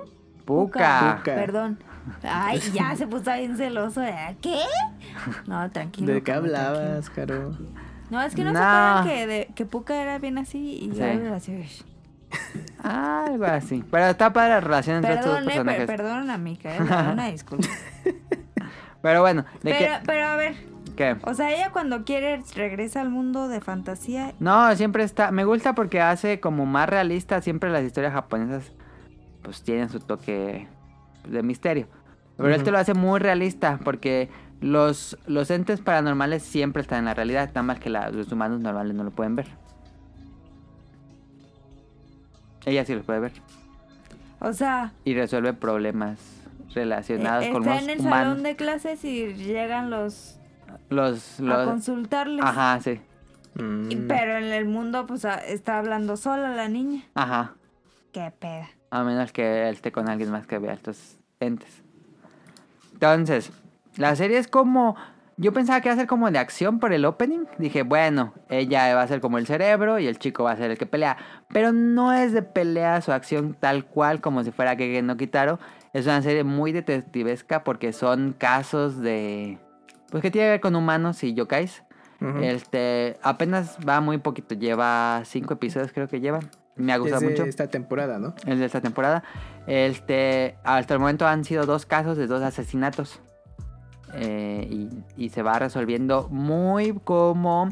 Speaker 1: Puka.
Speaker 3: Puka.
Speaker 2: Perdón. Ay, ya se puso bien celoso. ¿eh? ¿Qué? No, tranquilo.
Speaker 3: ¿De qué
Speaker 2: Caro, tranquilo.
Speaker 3: hablabas, Caro?
Speaker 2: No, es que no, se
Speaker 1: No.
Speaker 2: acuerdan que, de- que Puka era bien así y
Speaker 1: Sí.
Speaker 2: Garu era así. uy.
Speaker 1: Algo así. Pero está para la relación entre estos dos
Speaker 2: Perdón, eh,
Speaker 1: personajes.
Speaker 2: per- perdón a Mika, eh, la- una disculpa.
Speaker 1: Pero bueno, (laughs) ¿de
Speaker 2: Pero,
Speaker 1: qué?
Speaker 2: pero a ver,
Speaker 1: qué?
Speaker 2: o sea, ella cuando quiere regresa al mundo de fantasía.
Speaker 1: No, siempre está... Me gusta porque hace como más realista. Siempre las historias japonesas pues tienen su toque de misterio. Pero este
Speaker 3: Ujú.
Speaker 1: lo hace muy realista porque los, los entes paranormales siempre están en la realidad. Nada más que la- los humanos normales no lo pueden ver. Ella sí los puede ver.
Speaker 2: O sea,
Speaker 1: y resuelve problemas
Speaker 2: eh,
Speaker 1: relacionados con
Speaker 2: está
Speaker 1: los
Speaker 2: en el
Speaker 1: humanos.
Speaker 2: salón de clases y llegan los,
Speaker 1: Los,
Speaker 2: a
Speaker 1: los...
Speaker 2: consultarles.
Speaker 1: Ajá, sí.
Speaker 2: Y-
Speaker 3: Mm,
Speaker 2: Pero en el mundo, pues a- está hablando sola la niña.
Speaker 1: Ajá.
Speaker 2: Qué peda.
Speaker 1: A menos que él esté con alguien más que vea estos entes. Entonces, la serie es como... Yo pensaba que iba a ser como de acción por el opening. Dije, bueno, ella va a ser como el cerebro y el chico va a ser el que pelea. Pero no es de pelea su acción tal cual como si fuera que no Kitaro. Es una serie muy detectivesca porque son casos de... Pues que tiene que ver con humanos y yokais.
Speaker 3: ujú.
Speaker 1: Este, apenas va muy poquito, lleva cinco episodios creo que lleva. Me ha gustado
Speaker 3: Es de
Speaker 1: mucho
Speaker 3: esta temporada, ¿no?
Speaker 1: el de esta temporada. Este, hasta el momento han sido dos casos de dos asesinatos. Eh, y, y se va resolviendo muy como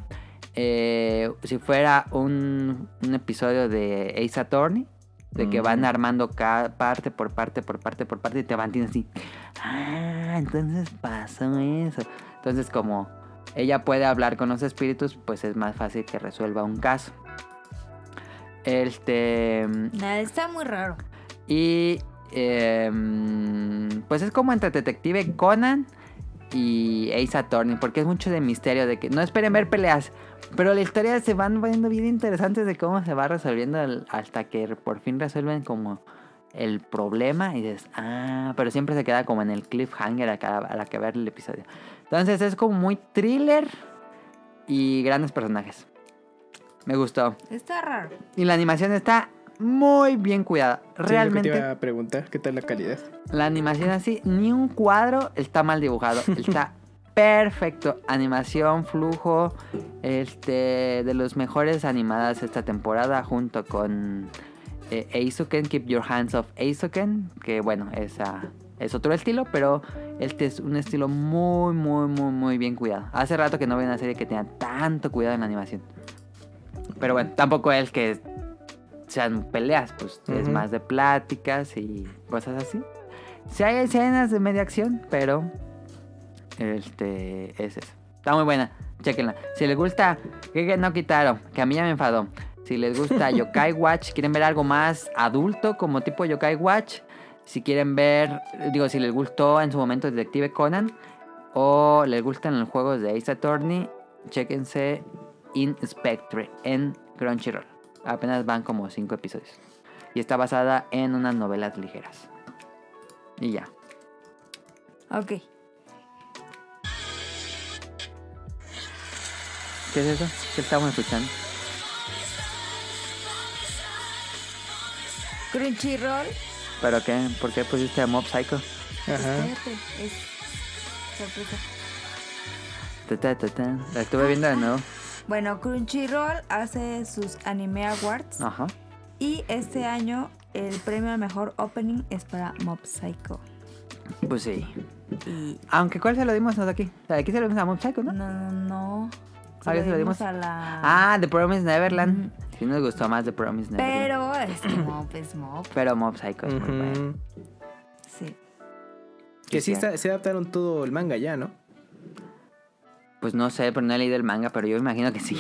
Speaker 1: eh, si fuera un, un episodio de Ace Attorney. De que van armando cada parte por parte por parte por parte y te van diciendo así. Ah, entonces pasó eso. Entonces como ella puede hablar con los espíritus, pues es más fácil que resuelva un caso. Este...
Speaker 2: Nada, está muy raro.
Speaker 1: Y em, pues es como entre Detective Conan y Ace Attorney, porque es mucho de misterio, de que no esperen ver peleas, pero la historia se van viendo bien interesantes de cómo se va resolviendo el- hasta que por fin resuelven como el problema y dices, ah, pero siempre se queda como en el cliffhanger a cada- al acabar el episodio. Entonces es como muy thriller y grandes personajes. Me gustó.
Speaker 2: Está raro.
Speaker 1: Y la animación está muy bien cuidada.
Speaker 3: Sí, es lo que
Speaker 1: Realmente.
Speaker 3: te iba a preguntar, ¿qué tal la calidad?
Speaker 1: La animación así, ni un cuadro está mal dibujado. Está perfecto. Animación, flujo, este, de los mejores animadas esta temporada junto con eh, Eizuken, Keep Your Hands Off Eizuken, que bueno, esa es otro estilo, pero este es un estilo muy, muy, muy, muy bien cuidado. Hace rato que no veo una serie que tenga tanto cuidado en la animación. Pero bueno, tampoco es que sean peleas, pues es
Speaker 3: Ujú.
Speaker 1: más de pláticas y cosas así. Sí hay escenas de media acción, pero este es eso. Está muy buena, chequenla. Si les gusta que no quitaron, que a mí ya me enfadó. Si les gusta Yokai Watch, quieren ver algo más adulto como tipo Yokai Watch, si quieren ver, digo, si les gustó en su momento Detective Conan o les gustan los juegos de Ace Attorney, chéquense In Spectre en Crunchyroll. Apenas van como 5 episodios. Y está basada en unas novelas ligeras. Y ya.
Speaker 2: Ok.
Speaker 1: ¿Qué es eso? ¿Qué estamos escuchando?
Speaker 2: Crunchyroll.
Speaker 1: ¿Pero qué? ¿Por qué pusiste a Mob Psycho?
Speaker 3: Ajá.
Speaker 1: Este,
Speaker 2: Espérate, es sorpresa.
Speaker 1: Ta, ta, ta, ta. La estuve viendo de nuevo.
Speaker 2: Bueno, Crunchyroll hace sus Anime Awards.
Speaker 1: Ajá.
Speaker 2: Y este año el premio al mejor opening es para Mob Psycho.
Speaker 1: Pues sí. Aunque ¿cuál se lo dimos nosotros aquí? La de aquí se lo dimos a Mob Psycho,
Speaker 2: No,
Speaker 1: ¿no?
Speaker 2: no, no.
Speaker 1: Ah, ya se lo dimos.
Speaker 2: a la.
Speaker 1: Ah, The Promised Neverland. Sí nos gustó más The Promised Neverland.
Speaker 2: Pero es que Mob es Mob.
Speaker 1: Pero Mob Psycho es pues, muy bueno.
Speaker 3: Ujú.
Speaker 2: Sí.
Speaker 3: Que sí,
Speaker 1: Sí,
Speaker 3: está- se adaptaron todo el manga ya, ¿no?
Speaker 1: Pues no sé, pero no he leído el manga, pero yo imagino que sí.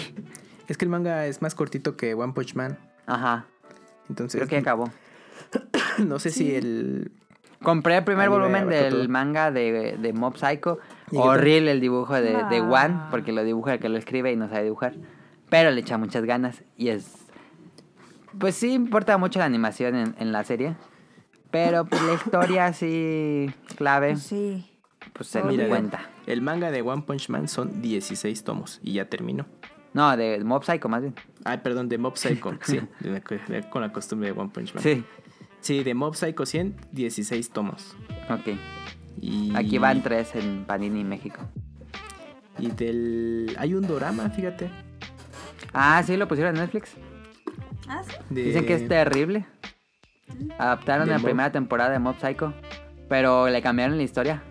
Speaker 3: Es que el manga es más cortito que One Punch Man.
Speaker 1: Ajá.
Speaker 3: Entonces,
Speaker 1: Creo que acabó.
Speaker 3: (laughs) no sé si el...
Speaker 1: Compré el primer
Speaker 3: Anime
Speaker 1: volumen
Speaker 3: abarca
Speaker 1: del
Speaker 3: todo.
Speaker 1: manga de, de Mob Psycho.
Speaker 3: ¿Y qué tal?
Speaker 1: Horrible el dibujo de, de
Speaker 2: No.
Speaker 1: One, porque lo dibuja el que lo escribe y no sabe dibujar. Pero le echa muchas ganas y es... Pues sí, importa mucho la animación en, en la serie. Pero pues, la historia así clave,
Speaker 2: Pues Sí.
Speaker 1: pues se nos
Speaker 3: Mira,
Speaker 1: cuenta.
Speaker 3: el manga de One Punch Man son 16 tomos y ya terminó.
Speaker 1: No, de Mob Psycho más bien.
Speaker 3: Ah, perdón, de Mob Psycho.
Speaker 1: (laughs)
Speaker 3: sí, de la cu- de- con la costumbre de One Punch Man.
Speaker 1: Sí,
Speaker 3: Sí, de Mob Psycho 100, 16 tomos.
Speaker 1: ok.
Speaker 3: Y...
Speaker 1: Aquí van tres en Panini México.
Speaker 3: Y del... Hay un dorama, fíjate.
Speaker 1: Ah, sí, lo pusieron en Netflix.
Speaker 3: de-
Speaker 1: Dicen que es terrible. Adaptaron
Speaker 3: Eh, de
Speaker 1: la
Speaker 3: Mob.
Speaker 1: primera temporada de Mob Psycho, pero le cambiaron la historia.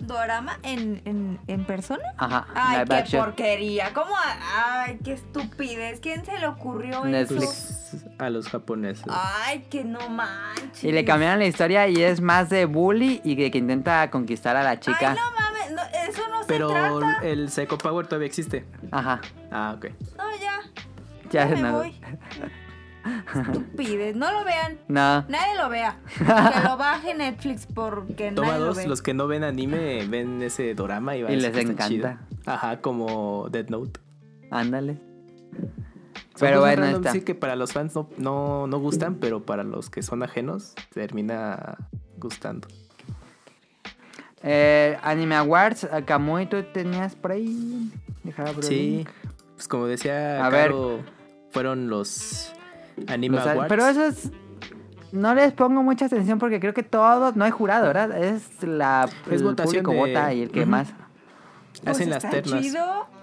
Speaker 2: ¿Dorama en, en, en persona?
Speaker 1: Ajá,
Speaker 2: Ay,
Speaker 1: live
Speaker 2: qué
Speaker 1: action.
Speaker 2: porquería. ¿Cómo? a- Ay, qué estupidez. ¿Quién se le ocurrió eso?
Speaker 1: Netflix.
Speaker 3: A los japoneses.
Speaker 2: Ay, que no manches.
Speaker 1: Y le cambiaron la historia y es más de bully y de que intenta conquistar a la chica.
Speaker 2: Ay, no mames. no, eso no se
Speaker 3: Pero
Speaker 2: trata.
Speaker 3: el Psycho Power todavía existe.
Speaker 1: Ajá,
Speaker 3: Ah, ok.
Speaker 2: No, ya.
Speaker 1: ya
Speaker 2: me
Speaker 1: no.
Speaker 2: voy. Estupidez. No lo vean.
Speaker 1: No,
Speaker 2: Nadie lo vea. Que lo baje Netflix porque
Speaker 3: Toma
Speaker 2: nadie lo
Speaker 3: dos,
Speaker 2: ve.
Speaker 3: los que no ven anime ven ese dorama y van
Speaker 1: Y
Speaker 3: a
Speaker 1: les
Speaker 3: decir que está
Speaker 1: encanta.
Speaker 3: chido. Ajá, como Dead Note.
Speaker 1: ándale.
Speaker 3: Son
Speaker 1: Pero
Speaker 3: cosas
Speaker 1: bueno,
Speaker 3: random,
Speaker 1: está.
Speaker 3: sí, que para los fans no, no, no gustan, pero para los que son ajenos termina gustando.
Speaker 1: Eh, Anime Awards, eh, Kamui, tú tenías por ahí. Dejaba abrir el
Speaker 3: Sí,
Speaker 1: link.
Speaker 3: pues como decía
Speaker 1: A
Speaker 3: Caro, fueron los Anime
Speaker 1: Los a-
Speaker 3: Awards.
Speaker 1: pero esos no les pongo mucha atención porque creo que todos, no hay jurado, ¿verdad? Es la
Speaker 3: Es
Speaker 1: el
Speaker 3: votación
Speaker 1: público
Speaker 3: de-
Speaker 1: vota y el que
Speaker 3: Ujú.
Speaker 1: más.
Speaker 2: Pues
Speaker 3: hacen las
Speaker 2: está
Speaker 3: ternas.
Speaker 2: chido.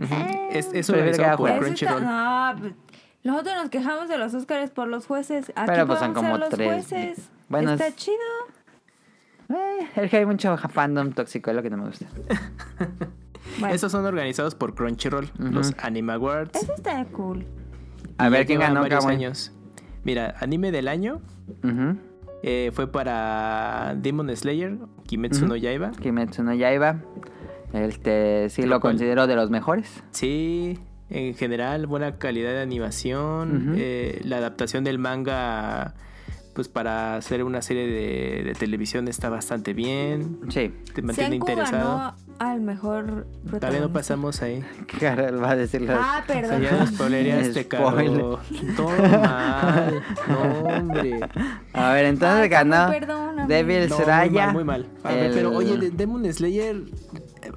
Speaker 2: Eh.
Speaker 3: Ujú. Es, es
Speaker 1: Prefiero que haga
Speaker 3: organizado por
Speaker 1: juego.
Speaker 2: Eso está-
Speaker 3: Crunchyroll.
Speaker 2: no, pues, nosotros nos quejamos de los Óscares por los jueces. Aquí
Speaker 1: Pero, pues, son
Speaker 2: podemos ser
Speaker 1: como
Speaker 2: los
Speaker 1: tres.
Speaker 2: jueces.
Speaker 1: Bueno,
Speaker 2: está
Speaker 1: es-
Speaker 2: chido.
Speaker 1: Eh, es que hay mucho fandom tóxico, es lo que no me gusta.
Speaker 2: Bueno,
Speaker 3: Esos son organizados por Crunchyroll, los Anime Awards.
Speaker 2: eso está cool.
Speaker 1: A
Speaker 3: Y
Speaker 1: ver
Speaker 3: ya
Speaker 1: quién
Speaker 3: llevan
Speaker 1: ganó,
Speaker 3: varios
Speaker 1: Kamui.
Speaker 3: años. Mira, anime del año
Speaker 1: Ujú.
Speaker 3: eh, fue para Demon Slayer, Kimetsu no
Speaker 1: Ujú.
Speaker 3: Yaiba.
Speaker 1: Kimetsu no Yaiba. Este, sí
Speaker 3: Lo
Speaker 1: lo
Speaker 3: cual-
Speaker 1: considero de los mejores.
Speaker 3: Sí, en general, buena calidad de animación.
Speaker 1: Ujú.
Speaker 3: eh, la adaptación del manga, pues para hacer una serie de, de televisión está bastante bien.
Speaker 1: (laughs) Sí.
Speaker 3: Te mantiene
Speaker 2: Senku
Speaker 3: interesado.
Speaker 2: ganó al mejor
Speaker 3: Todavía no
Speaker 2: protagonista.
Speaker 3: pasamos ahí.
Speaker 1: Carol va a decirlo.
Speaker 2: Ah,
Speaker 3: O sea,
Speaker 2: perdón.
Speaker 3: ya nos
Speaker 1: (laughs)
Speaker 3: spoilereaste, Caro. Todo mal. No, hombre.
Speaker 1: A ver, entonces
Speaker 2: Ay,
Speaker 1: ganó
Speaker 2: perdóname.
Speaker 1: Devil
Speaker 3: No,
Speaker 1: Seraya.
Speaker 3: Muy mal, muy mal. A ver,
Speaker 1: el-
Speaker 3: Pero oye, de- Demon Slayer,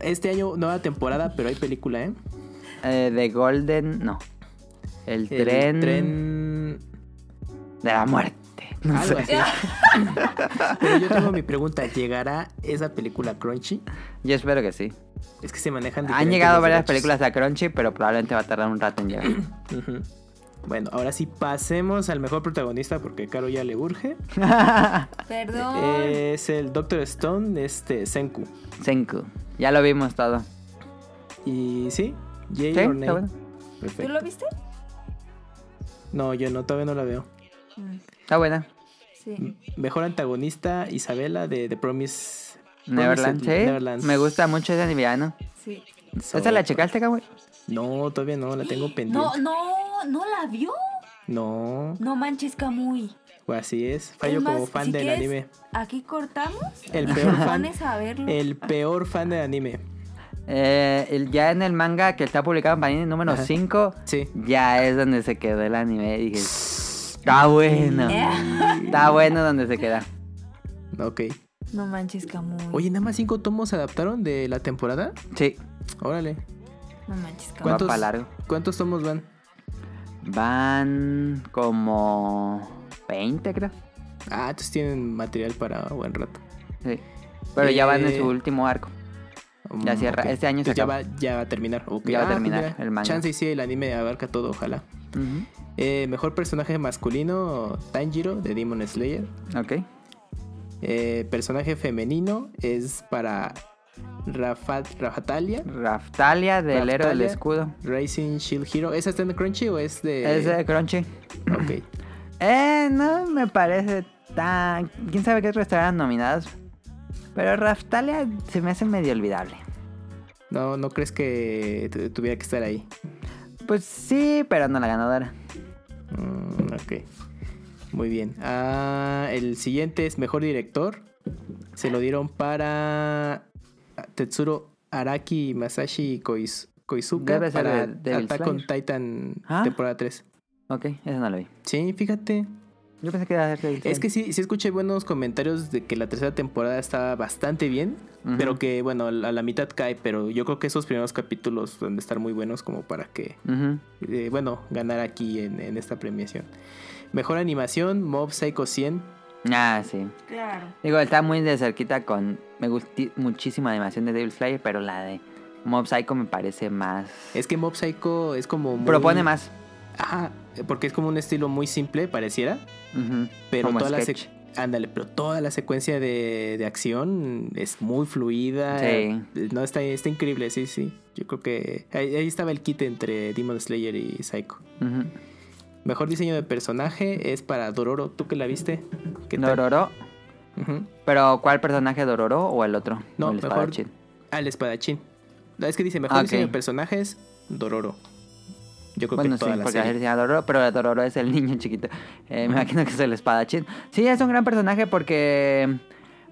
Speaker 3: este año nueva temporada, pero hay película, ¿eh?
Speaker 1: eh, de Golden, no. El,
Speaker 3: El
Speaker 1: tren,
Speaker 3: tren
Speaker 1: de la muerte. No
Speaker 3: Algo
Speaker 1: sé.
Speaker 3: así. (laughs) Pero yo tengo mi pregunta, ¿llegará esa película Crunchy?
Speaker 1: (laughs) Yo espero que sí.
Speaker 3: Es que se manejan
Speaker 1: Han
Speaker 3: diferentes
Speaker 1: llegado
Speaker 3: los
Speaker 1: varias
Speaker 3: derechos.
Speaker 1: películas a Crunchy, pero probablemente va a tardar un rato en
Speaker 3: (clears throat)
Speaker 1: llegar.
Speaker 3: Ujú. Bueno, ahora sí pasemos al mejor protagonista porque Caro ya le urge.
Speaker 2: Perdón.
Speaker 3: Es el Doctor Stone, este Senku.
Speaker 1: Senku. Ya lo vimos todo.
Speaker 3: Y sí, Jay
Speaker 1: Sí, está
Speaker 3: or Nay.
Speaker 1: bueno.
Speaker 2: ¿Tú
Speaker 3: Perfecto.
Speaker 2: lo viste?
Speaker 3: No, yo no, todavía no la veo.
Speaker 1: Está buena.
Speaker 3: Mm.
Speaker 2: Sí.
Speaker 3: Mejor antagonista, Isabela de The Promise.
Speaker 1: Neverland, sí.
Speaker 3: Promised Neverland.
Speaker 1: Me gusta mucho ese villano.
Speaker 2: Sí.
Speaker 3: So-
Speaker 1: ¿Esa la checaste, güey?
Speaker 3: No, todavía no,
Speaker 2: (gasps)
Speaker 3: la tengo pendiente.
Speaker 2: No, no, no la vio.
Speaker 3: No,
Speaker 2: No manches, Kamui.
Speaker 3: pues así es.
Speaker 2: Es
Speaker 3: Fallo
Speaker 2: más,
Speaker 3: como fan
Speaker 2: si
Speaker 3: del
Speaker 2: quieres,
Speaker 3: anime.
Speaker 2: Aquí cortamos.
Speaker 3: El
Speaker 2: y
Speaker 3: peor
Speaker 2: te
Speaker 3: fan.
Speaker 2: pones a verlo.
Speaker 3: El peor fan del anime.
Speaker 1: Eh, el- ya en el manga que está publicado en Panini número
Speaker 3: Ajá.
Speaker 1: 5,
Speaker 3: Sí.
Speaker 1: ya es donde se quedó el anime. Dije, está bueno.
Speaker 3: Eh.
Speaker 1: Está bueno donde se queda.
Speaker 3: Ok.
Speaker 2: No manches, Kamui.
Speaker 3: Oye, nada más cinco tomos se adaptaron de la temporada.
Speaker 1: Sí,
Speaker 3: Órale.
Speaker 2: No manches, Kamui.
Speaker 1: va
Speaker 3: ¿Cuántos?
Speaker 1: para largo.
Speaker 3: ¿Cuántos tomos van?
Speaker 1: Van como 20, creo.
Speaker 3: Ah, entonces tienen material para buen rato.
Speaker 1: Sí. Pero ya van en
Speaker 3: Eh,
Speaker 1: su último arco. Ya
Speaker 3: Mm,
Speaker 1: cierra,
Speaker 3: ok.
Speaker 1: este año se
Speaker 3: Entonces ya
Speaker 1: acaba.
Speaker 3: va, ya va a terminar. ok.
Speaker 1: Ya va a
Speaker 3: Ah, pues
Speaker 1: terminar
Speaker 3: mira,
Speaker 1: el manga.
Speaker 3: Chance y sí, el anime abarca todo, ojalá.
Speaker 1: Ujú.
Speaker 3: Eh, mejor personaje masculino, Tanjiro de Demon Slayer.
Speaker 1: Ok.
Speaker 3: Eh, personaje femenino es para Rafat, Rafatalia,
Speaker 1: Raftalia del héroe del
Speaker 3: Raftalia.
Speaker 1: escudo.
Speaker 3: Rising Shield Hero. ¿Esa está en Crunchy o es de.?
Speaker 1: Es de Crunchy.
Speaker 3: Ok.
Speaker 1: Eh, no me parece tan. Quién sabe qué otros estarán nominados. Pero Raftalia se me hace medio olvidable.
Speaker 3: No, no crees que tu- tuviera que estar ahí.
Speaker 1: Pues sí, pero no la ganadora.
Speaker 3: Mm, ok. Muy bien. Ah, el siguiente es mejor director. Se lo dieron para Tetsuro Araki y Masashi Koiz- Koizuka
Speaker 1: Debe ser
Speaker 3: para
Speaker 1: de Devil
Speaker 3: Attack on Titan
Speaker 1: ¿Ah?
Speaker 3: temporada 3.
Speaker 1: Ok, esa no la vi.
Speaker 3: Sí, fíjate.
Speaker 1: Yo pensé que era Devil
Speaker 3: Es que sí, sí escuché buenos comentarios de que la tercera temporada estaba bastante bien,
Speaker 1: Ujú.
Speaker 3: pero que bueno, a la mitad cae, pero yo creo que esos primeros capítulos van a estar muy buenos como para que,
Speaker 1: Ujú.
Speaker 3: eh, bueno, ganar aquí en, en esta premiación. Mejor animación, Mob Psycho 100.
Speaker 1: Ah, sí.
Speaker 2: Claro.
Speaker 1: Digo, está muy de cerquita con. Me gusta muchísimo la animación de Devil Slayer, pero la de Mob Psycho me parece más.
Speaker 3: Es que Mob Psycho es como... muy-
Speaker 1: Propone más.
Speaker 3: Ajá, porque es como un estilo muy simple, pareciera,
Speaker 1: Ujú.
Speaker 3: pero e-
Speaker 1: Como
Speaker 3: toda la,
Speaker 1: sketch.
Speaker 3: sec- ándale, pero toda la secuencia de, de acción es muy fluida.
Speaker 1: Sí.
Speaker 3: eh, No, está, está increíble, sí, sí. Yo creo que ahí, ahí estaba el kit entre Demon Slayer y Psycho.
Speaker 1: Ujú.
Speaker 3: Mejor diseño de personaje es para Dororo. ¿Tú que la viste? ¿Qué tal?
Speaker 1: Dororo.
Speaker 3: Ujú.
Speaker 1: Pero ¿cuál personaje Dororo o el otro?
Speaker 3: No,
Speaker 1: ¿O el
Speaker 3: mejor-
Speaker 1: espadachín?
Speaker 3: Ah, el espadachín. No, Es que dice mejor
Speaker 1: Ah, ok.
Speaker 3: diseño de personajes, Dororo. Yo creo
Speaker 1: Bueno,
Speaker 3: que
Speaker 1: sí,
Speaker 3: toda la
Speaker 1: porque ayer
Speaker 3: serie.
Speaker 1: decía Dororo, pero Dororo es el niño chiquito. Eh, me imagino que es el espadachín. Sí, es un gran personaje porque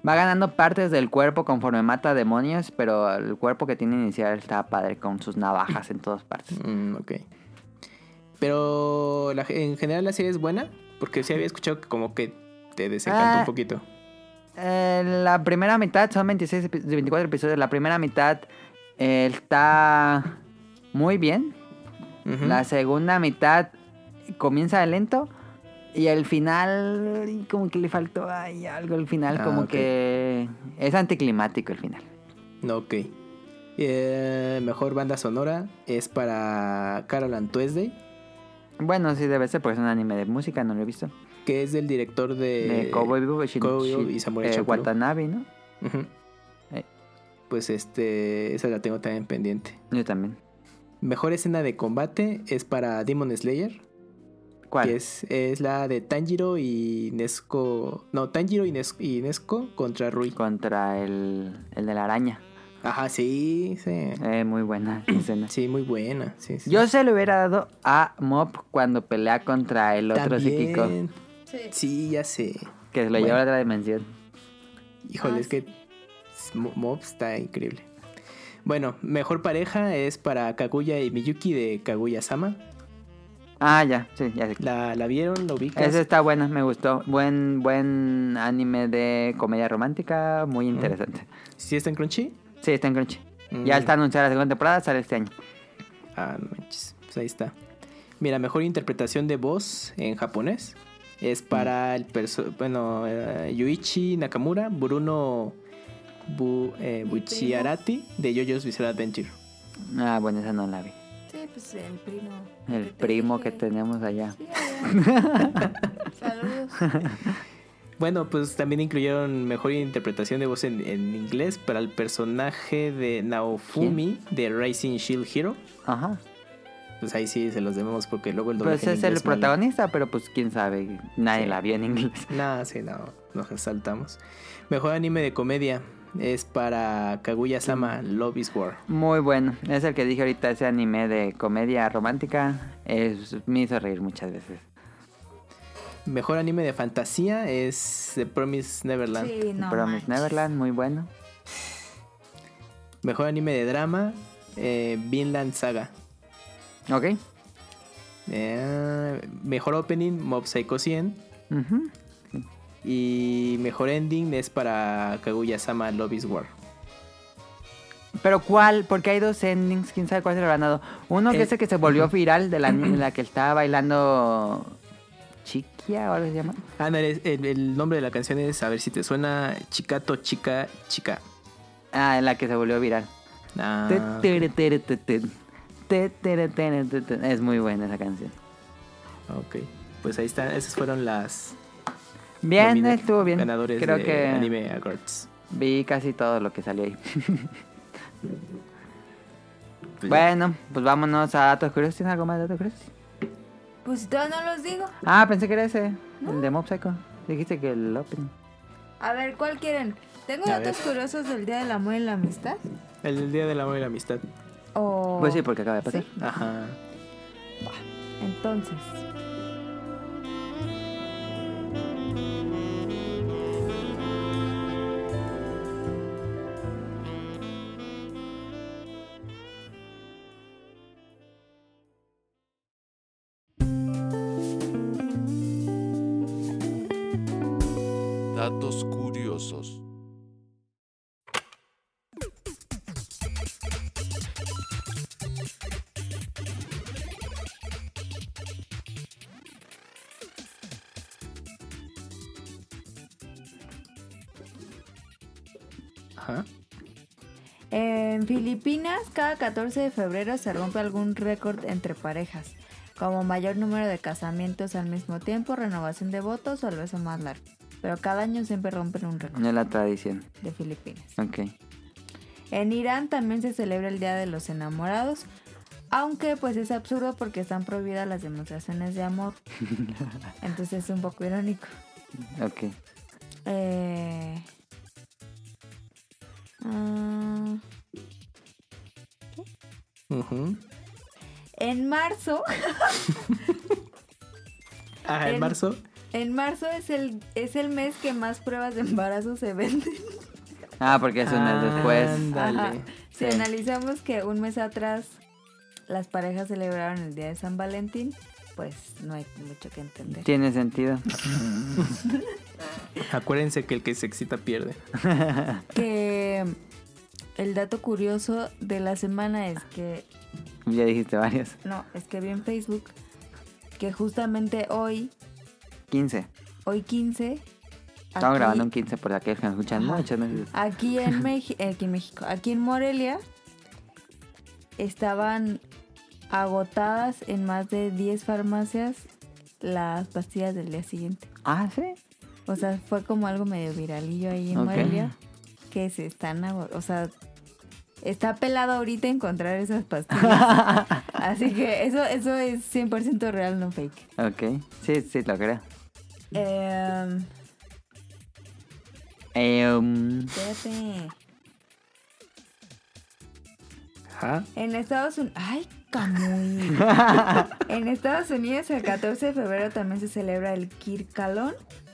Speaker 1: va ganando partes del cuerpo conforme mata demonios, pero el cuerpo que tiene inicial está padre con sus navajas en todas partes.
Speaker 3: Mm, ok. Pero la- en general la serie es buena, porque sí había escuchado que como que te desencantó
Speaker 1: Ah.
Speaker 3: un poquito.
Speaker 1: Eh, la primera mitad son 26, epi- 24 episodios. La primera mitad eh, está muy bien.
Speaker 3: Ujú.
Speaker 1: La segunda mitad comienza lento y el final y como que le faltó ahí algo el final
Speaker 3: Ah,
Speaker 1: como
Speaker 3: ok.
Speaker 1: que es anticlimático el final.
Speaker 3: No, Ok. Eh, mejor banda sonora es para Carol and Tuesday,
Speaker 1: Bueno, sí debe ser porque es un anime de música, no lo he visto.
Speaker 3: que es del director de,
Speaker 1: De Cowboy Bebop, Shin-
Speaker 3: Eh, Cowboy Bebop
Speaker 1: Shin-
Speaker 3: y Samurai
Speaker 1: eh,
Speaker 3: Champloo.
Speaker 1: Watanabe, ¿no?
Speaker 3: Ujú.
Speaker 1: Eh.
Speaker 3: Pues este, esa la tengo también pendiente.
Speaker 1: Yo también.
Speaker 3: Mejor escena de combate es para Demon Slayer.
Speaker 1: ¿Cuál?
Speaker 3: Que es, es la de Tanjiro y Nesco. No, Tanjiro y, Nes- y Nesco contra Rui.
Speaker 1: Contra el, el de la araña.
Speaker 3: Ajá, sí, sí.
Speaker 1: Eh, muy
Speaker 3: (clears throat)
Speaker 1: buena escena.
Speaker 3: Sí, muy buena. Sí, sí.
Speaker 1: Yo se lo hubiera dado a Mop cuando pelea contra el otro
Speaker 3: También.
Speaker 1: psíquico.
Speaker 3: Sí, ya sé.
Speaker 1: Que se lo
Speaker 3: Bueno.
Speaker 1: lleva a otra dimensión.
Speaker 3: Híjole, es que Mo- Mob está increíble. Bueno, mejor pareja es para Kaguya y Miyuki de Kaguya-sama.
Speaker 1: Ah, ya, sí, ya sé.
Speaker 3: ¿La, la vieron? ¿La ubicas?
Speaker 1: Esa está buena, me gustó. Buen, buen anime de comedia romántica, muy interesante.
Speaker 3: ¿Sí está en Crunchy?
Speaker 1: Sí, está en Crunchy.
Speaker 3: Mm.
Speaker 1: Ya está anunciada la segunda temporada, sale este año.
Speaker 3: Ah, no manches. Pues ahí está. Mira, mejor interpretación de voz en japonés es
Speaker 1: Mm.
Speaker 3: para el perso bueno, eh, Yuichi Nakamura, Bruno Bu eh, Bucciarati de JoJo's Bizarre Adventure.
Speaker 1: Ah, bueno, esa no la vi.
Speaker 9: Sí, pues el primo.
Speaker 1: El primo que tenemos allá.
Speaker 9: Sí, allá. Saludos.
Speaker 3: Bueno, pues también incluyeron mejor interpretación de voz en, en inglés para el personaje de Naofumi de Rising Shield Hero.
Speaker 1: Ajá.
Speaker 3: Pues ahí sí se los debemos porque luego el
Speaker 1: Pues
Speaker 3: doblaje en
Speaker 1: es el
Speaker 3: inglés malo.
Speaker 1: protagonista, pero pues quién sabe, nadie la vio en inglés. (laughs)
Speaker 3: Nah, sí, no, nos resaltamos. Mejor anime de comedia es para Kaguya-sama, Love is War.
Speaker 1: Muy bueno, es el que dije ahorita, ese anime de comedia romántica. Es, me hizo reír muchas veces.
Speaker 3: Mejor anime de fantasía es The Promise Neverland.
Speaker 2: Sí, no.
Speaker 1: Promise
Speaker 2: manches.
Speaker 1: Neverland, muy bueno.
Speaker 3: Mejor anime de drama, eh, Vinland Saga.
Speaker 1: Ok.
Speaker 3: Eh, mejor opening, Mob Psycho 100.
Speaker 1: Ujú.
Speaker 3: Y mejor ending es para Kaguya-sama, Love is War.
Speaker 1: Pero cuál, porque hay dos endings, quién sabe cuál se lo habrán dado. Uno que
Speaker 3: Eh,
Speaker 1: es el que se volvió viral de la, ni- (clears throat) la que estaba bailando Chiquia, ahora se llama.
Speaker 3: Ándale, el, el nombre de la canción es, a ver si te suena, Chicato, Chica, Chica.
Speaker 1: Ah, en la que se volvió viral.
Speaker 3: Ah,
Speaker 1: Te, tere, tere, te, te. Te, tere, tere, te, te. Es muy buena esa canción.
Speaker 3: ok. Pues ahí están, esas fueron las,
Speaker 1: Bien,
Speaker 3: nomina-
Speaker 1: estuvo bien.
Speaker 3: Ganadores
Speaker 1: Creo
Speaker 3: de
Speaker 1: que
Speaker 3: Anime Awards.
Speaker 1: vi casi todo lo que salió (laughs) ahí.
Speaker 3: Pues ya.
Speaker 1: bueno, pues vámonos a datos curiosos. ¿Tienes algo más de datos curiosos?
Speaker 2: Pues todos no los digo.
Speaker 1: Ah, pensé que era ese, el de Mob Psycho. Dijiste que el opening.
Speaker 2: A ver, ¿cuál quieren? Tengo
Speaker 3: A
Speaker 2: datos
Speaker 3: ver.
Speaker 2: curiosos del Día del Amor y la Amistad.
Speaker 3: El Día del Amor y la Amistad.
Speaker 2: O...
Speaker 1: Pues sí, pues. porque acaba de pasar.
Speaker 3: Ajá.
Speaker 2: Entonces.
Speaker 7: Datos curiosos.
Speaker 3: Ajá.
Speaker 2: En Filipinas, cada 14 de febrero se rompe algún récord entre parejas, como mayor número de casamientos al mismo tiempo, renovación de votos o el beso más largo. Pero cada año siempre rompen un récord
Speaker 1: No es la tradición.
Speaker 2: de Filipinas.
Speaker 1: Ok.
Speaker 2: En Irán también se celebra el Día de los Enamorados, aunque pues es absurdo porque están prohibidas las demostraciones de amor. Entonces es un poco irónico.
Speaker 1: Ok.
Speaker 2: Eh, ah,
Speaker 3: Ujú.
Speaker 2: en marzo
Speaker 3: Ajá, Ah, en
Speaker 2: El-
Speaker 3: marzo.
Speaker 2: En marzo es el, es el mes que más pruebas de embarazo se venden. (laughs)
Speaker 1: Ah, porque es un mes después.
Speaker 3: Ándale.
Speaker 2: Ajá.
Speaker 1: Sí.
Speaker 2: Si analizamos que un mes atrás las parejas celebraron el Día de San Valentín, pues no hay mucho que entender.
Speaker 1: Tiene sentido.
Speaker 3: Acuérdense que el que se excita pierde.
Speaker 2: Que el dato curioso de la semana es que,
Speaker 1: Ya dijiste varios.
Speaker 2: no, es que vi en Facebook que justamente hoy,
Speaker 1: 15.
Speaker 2: hoy 15,
Speaker 1: Estamos
Speaker 2: aquí-
Speaker 1: grabando un 15 por aquellos que nos escuchan
Speaker 2: Ajá.
Speaker 1: muchas veces.
Speaker 2: Aquí en, Meji- aquí en México, aquí en Morelia, estaban agotadas en más de 10 farmacias las pastillas del día siguiente.
Speaker 1: Ah, sí.
Speaker 2: O sea, fue como algo medio viralillo ahí en
Speaker 1: Ok.
Speaker 2: Morelia, que se están, ago- o sea, Está pelado ahorita encontrar esas
Speaker 1: (laughs)
Speaker 2: pastillas. Así que eso, eso es 100% real, no fake.
Speaker 1: Ok. Sí, sí, lo creo.
Speaker 2: Em,
Speaker 1: Em,
Speaker 2: espérate.
Speaker 3: Ajá.
Speaker 2: En Estados Unidos. ¡Ay, Camuy! en Estados Unidos, el 14 de febrero también se celebra el Kirkalón,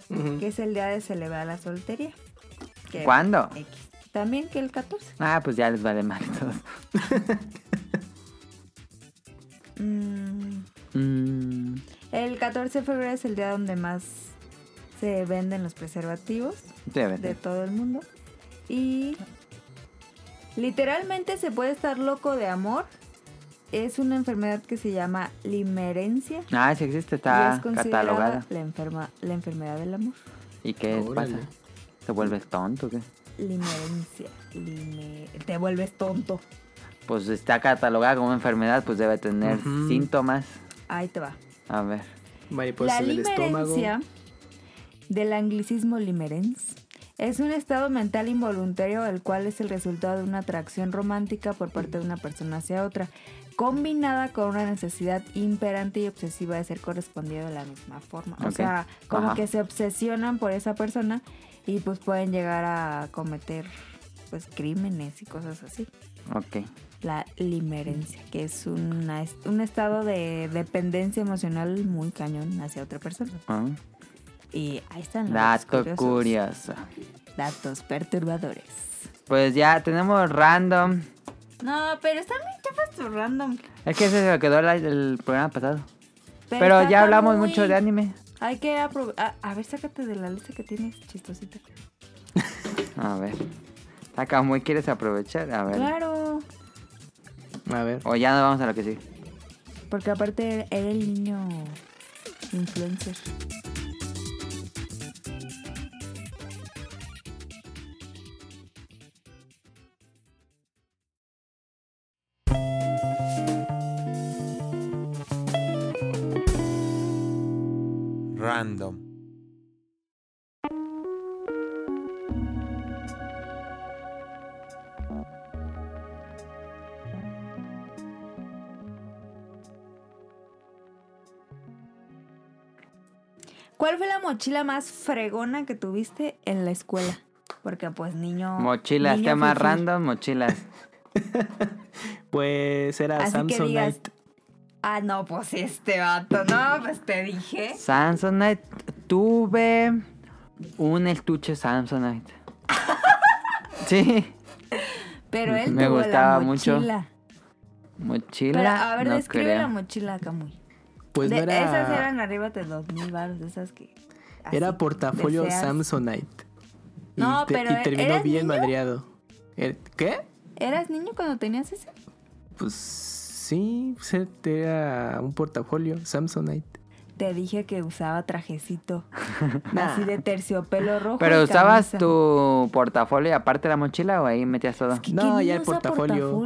Speaker 3: Ujú.
Speaker 2: que es el día de celebrar la soltería. Que-
Speaker 1: ¿Cuándo?
Speaker 2: X. También que el 14.
Speaker 1: Ah, pues ya les vale (laughs) mal a todos.
Speaker 2: Mm,
Speaker 1: Mm,
Speaker 2: el 14 de febrero es el día donde más se venden los preservativos
Speaker 1: debe
Speaker 2: de
Speaker 1: de-
Speaker 2: todo el mundo. Y literalmente se puede estar loco de amor. Es una enfermedad que se llama limerencia.
Speaker 1: Ah, sí existe,
Speaker 2: y
Speaker 1: está
Speaker 2: es considerada
Speaker 1: catalogada.
Speaker 2: La, enferma, la enfermedad del amor.
Speaker 1: ¿Y qué
Speaker 3: Órale.
Speaker 1: pasa? ¿Te vuelves tonto o qué?
Speaker 2: Limerencia. lime- Te vuelves tonto.
Speaker 1: Pues está catalogada como enfermedad, pues debe tener
Speaker 3: Ujú.
Speaker 1: síntomas.
Speaker 2: Ahí te va.
Speaker 1: A ver.
Speaker 3: Mariposas
Speaker 2: la
Speaker 3: pues, en el estómago.
Speaker 2: limerencia del anglicismo limerence es un estado mental involuntario el cual es el resultado de una atracción romántica por parte de una persona hacia otra, combinada con una necesidad imperante y obsesiva de ser correspondido de la misma forma. O
Speaker 1: Ok.
Speaker 2: sea, como
Speaker 1: Ajá.
Speaker 2: que se obsesionan por esa persona y pues pueden llegar a cometer pues crímenes y cosas así.
Speaker 1: Ok.
Speaker 2: La limerencia, que es una es- un estado de dependencia emocional muy cañón hacia otra persona.
Speaker 1: Ah,
Speaker 2: Y ahí están los
Speaker 1: Dato
Speaker 2: datos curiosos.
Speaker 1: curioso.
Speaker 2: Datos perturbadores.
Speaker 1: Pues ya tenemos random.
Speaker 2: No, pero están bien chafas tus random.
Speaker 1: Es que ese se me quedó la- el programa pasado. Pero,
Speaker 2: está
Speaker 1: ya hablamos
Speaker 2: muy-
Speaker 1: mucho de anime.
Speaker 2: Hay que apro- a, a ver, sácate de la lista que tienes, chistosita.
Speaker 1: A ver. Acá muy quieres aprovechar. A ver.
Speaker 2: Claro,
Speaker 3: A ver.
Speaker 1: O ya nos vamos a lo que sigue.
Speaker 2: porque aparte er-, era el niño influencer.
Speaker 7: Random.
Speaker 2: ¿Cuál fue la mochila más fregona que tuviste en la escuela? Porque pues niño...
Speaker 1: Mochilas,
Speaker 2: niño
Speaker 1: tema
Speaker 2: fifí.
Speaker 1: random, mochilas.
Speaker 3: Pues era
Speaker 2: Así que digas,
Speaker 3: Samsonite.
Speaker 2: Ah, no, pues este vato, no, pues te dije.
Speaker 1: Samsonite. Tuve un estuche
Speaker 2: (laughs)
Speaker 1: Samsonite. sí.
Speaker 2: Pero él
Speaker 1: Mm, Me
Speaker 2: tuvo
Speaker 1: gustaba
Speaker 2: la
Speaker 1: mucho.
Speaker 2: mochila.
Speaker 1: Mochila.
Speaker 2: Pero, a ver,
Speaker 1: no
Speaker 2: describe
Speaker 1: creo.
Speaker 2: la mochila, Camuy.
Speaker 3: Pues
Speaker 2: De-
Speaker 3: no era.
Speaker 2: Esas eran arriba de dos mil baros, esas que. así
Speaker 3: Era portafolio
Speaker 2: deseas.
Speaker 3: Samsonite. Y,
Speaker 2: No, pero
Speaker 3: y
Speaker 2: ¿e-
Speaker 3: terminó
Speaker 2: eras
Speaker 3: bien
Speaker 2: niño?
Speaker 3: madreado. Er- ¿Qué?
Speaker 2: ¿Eras niño cuando tenías ese?
Speaker 3: Pues sí, pues era un portafolio Samsonite.
Speaker 2: Te dije que usaba
Speaker 3: (laughs)
Speaker 2: trajecito. así de terciopelo rojo.
Speaker 1: ¿Pero
Speaker 2: y
Speaker 1: usabas
Speaker 2: camisa.
Speaker 1: tu portafolio y aparte la mochila o ahí metías todo?
Speaker 6: ¿Qué-
Speaker 3: No,
Speaker 6: ¿quién
Speaker 3: ya el
Speaker 6: usa
Speaker 3: portafolio.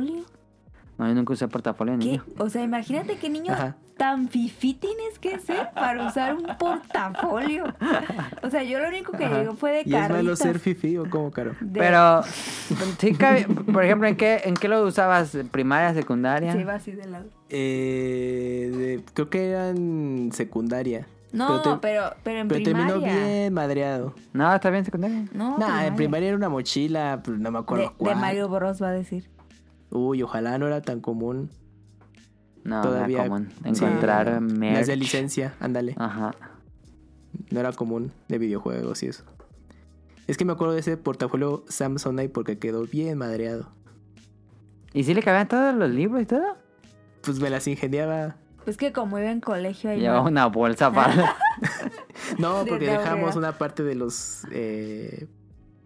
Speaker 1: No, yo nunca usé portafolio de
Speaker 2: ¿Qué?
Speaker 1: niño.
Speaker 2: O sea, imagínate qué niño
Speaker 3: Ajá.
Speaker 2: tan fifí tienes que ser para usar un portafolio. O sea, yo lo único que llegó Eh, fue de
Speaker 3: ¿Y es malo
Speaker 2: carritas.
Speaker 3: ser fifi o cómo, caro?
Speaker 2: de-
Speaker 1: Pero, (laughs) sí cabe- por ejemplo, ¿en qué, ¿en qué lo usabas? ¿Primaria, secundaria?
Speaker 2: Se iba así de lado.
Speaker 3: Eh, de- creo que eran secundaria.
Speaker 2: No, pero,
Speaker 3: te-
Speaker 2: pero, en
Speaker 3: pero
Speaker 2: primaria.
Speaker 3: terminó bien madreado.
Speaker 1: No, está bien secundaria.
Speaker 2: No,
Speaker 3: Nah, en primaria era una mochila, pero no me acuerdo
Speaker 2: De, de
Speaker 3: cuál.
Speaker 2: Mario Bros va a decir.
Speaker 3: Uy, ojalá no era tan común.
Speaker 1: No,
Speaker 3: Todavía.
Speaker 1: era común
Speaker 3: Sí.
Speaker 1: encontrar merch.
Speaker 3: Las de licencia, ándale.
Speaker 1: Ajá.
Speaker 3: No era común de videojuegos y eso. Es que me acuerdo de ese portafolio Samsonite porque quedó bien madreado.
Speaker 1: ¿Y si le cabían todos los libros y todo?
Speaker 3: Pues me las ingeniaba.
Speaker 2: Pues que como iba en colegio ahí.
Speaker 1: Llevaba
Speaker 2: no.
Speaker 1: una bolsa para
Speaker 2: (laughs)
Speaker 3: No,
Speaker 2: De
Speaker 3: porque
Speaker 2: la
Speaker 3: dejamos
Speaker 2: obrera.
Speaker 3: una parte de los. eh,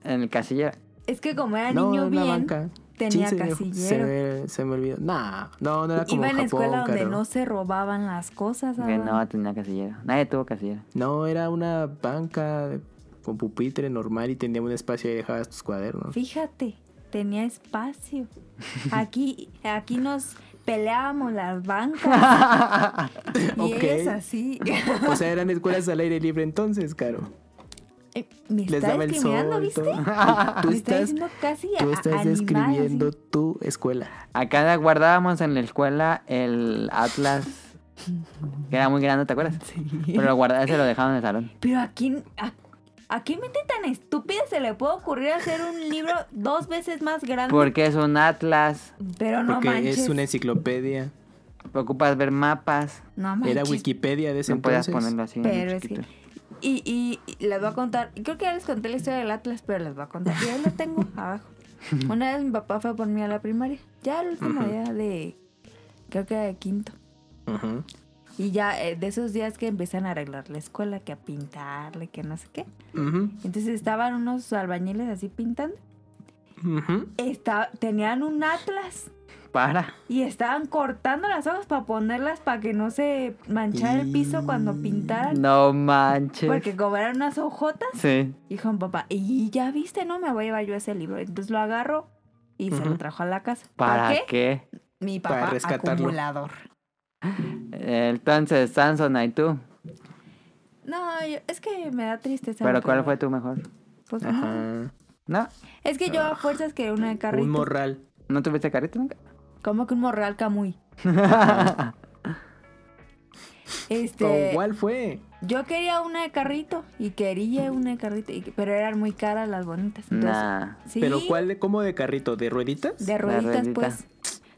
Speaker 1: en el casillero.
Speaker 2: Es que como era
Speaker 3: no,
Speaker 2: niño
Speaker 3: en la
Speaker 2: bien,
Speaker 3: banca.
Speaker 2: tenía
Speaker 3: Sí, se me- Se
Speaker 2: casillero.
Speaker 3: me, se me olvidó. Nah, no, no era como
Speaker 2: Iba en
Speaker 3: Japón,
Speaker 2: escuela donde
Speaker 3: Caro.
Speaker 2: no se robaban las cosas.
Speaker 1: Que
Speaker 2: Adán.
Speaker 1: no tenía casillero. Nadie tuvo casillero. (laughs)
Speaker 3: No, era una banca de- con pupitre normal y tenía un espacio y dejabas tus cuadernos.
Speaker 2: Fíjate, tenía espacio. Aquí, aquí nos peleábamos las
Speaker 3: (laughs)
Speaker 2: bancas y
Speaker 3: Ok.
Speaker 2: ellos así. (laughs)
Speaker 3: O sea, eran escuelas al aire libre entonces, Caro.
Speaker 2: Eh, Me
Speaker 3: Les
Speaker 2: está
Speaker 3: daba el
Speaker 2: discriminando,
Speaker 3: sol.
Speaker 2: ¿viste?
Speaker 3: todo. (laughs) Tú
Speaker 2: Me está
Speaker 3: estás,
Speaker 2: diciendo casi a,
Speaker 3: tú estás
Speaker 2: animal, así.
Speaker 3: describiendo tu escuela.
Speaker 1: Acá guardábamos en la escuela el Atlas, que era muy grande, ¿te acuerdas? Pero lo guardaba, ese lo dejaban en el salón.
Speaker 2: Pero a quién, a, a qué mente tan estúpida se le puede ocurrir hacer un libro dos veces más grande.
Speaker 1: Porque es un Atlas,
Speaker 2: Pero no
Speaker 3: porque
Speaker 2: manches.
Speaker 3: es una enciclopedia.
Speaker 1: ocupas ver mapas,
Speaker 2: No manches.
Speaker 3: Era Wikipedia de ese
Speaker 1: no podías
Speaker 3: entonces.
Speaker 1: ponerlo así.
Speaker 2: Pero es
Speaker 1: chiquito.
Speaker 2: Y, y, y les voy a contar, creo que ya les conté la historia del Atlas, pero les voy a contar. Yo lo tengo abajo. Una vez mi papá fue por mí a la primaria, ya el último día de, creo que era de quinto.
Speaker 3: Ujú.
Speaker 2: Y ya eh, de esos días que empiezan a arreglar la escuela, que a pintarle, que no sé qué.
Speaker 3: Ujú.
Speaker 2: Entonces estaban unos albañiles así pintando.
Speaker 3: Ujú.
Speaker 2: Esta- tenían un Atlas
Speaker 1: Para.
Speaker 2: y estaban cortando las hojas para ponerlas para que no se manchara el piso cuando pintaran.
Speaker 1: No manches.
Speaker 2: Porque como eran unas hojotas.
Speaker 1: Sí.
Speaker 2: Dijo mi papá, y ya viste, no me voy a llevar yo ese libro. Entonces lo agarro y se lo
Speaker 3: Ujú.
Speaker 2: trajo a la casa.
Speaker 1: ¿Para qué?
Speaker 2: Mi papá
Speaker 3: Para rescatarlo.
Speaker 2: acumulador.
Speaker 1: Entonces, Sansona y tú.
Speaker 2: No, yo- es que me da tristeza.
Speaker 1: Pero
Speaker 2: la
Speaker 1: ¿cuál fue
Speaker 2: primera.
Speaker 1: tu mejor?
Speaker 2: Pues, no.
Speaker 3: Ajá.
Speaker 1: No,
Speaker 2: Es que yo a fuerzas que una de carrito.
Speaker 3: Un morral.
Speaker 1: no tuviste carrito nunca.
Speaker 2: Como que un morral camuy.
Speaker 1: (laughs)
Speaker 3: ¿O
Speaker 2: Este,
Speaker 3: cuál fue?
Speaker 2: yo quería una de carrito y quería una de carrito, y- pero eran muy caras las bonitas. Entonces,
Speaker 1: Nah.
Speaker 2: sí,
Speaker 3: ¿Pero cuál? de- ¿Cómo de carrito? ¿De rueditas?
Speaker 2: de rueditas,
Speaker 1: ruedita.
Speaker 2: pues.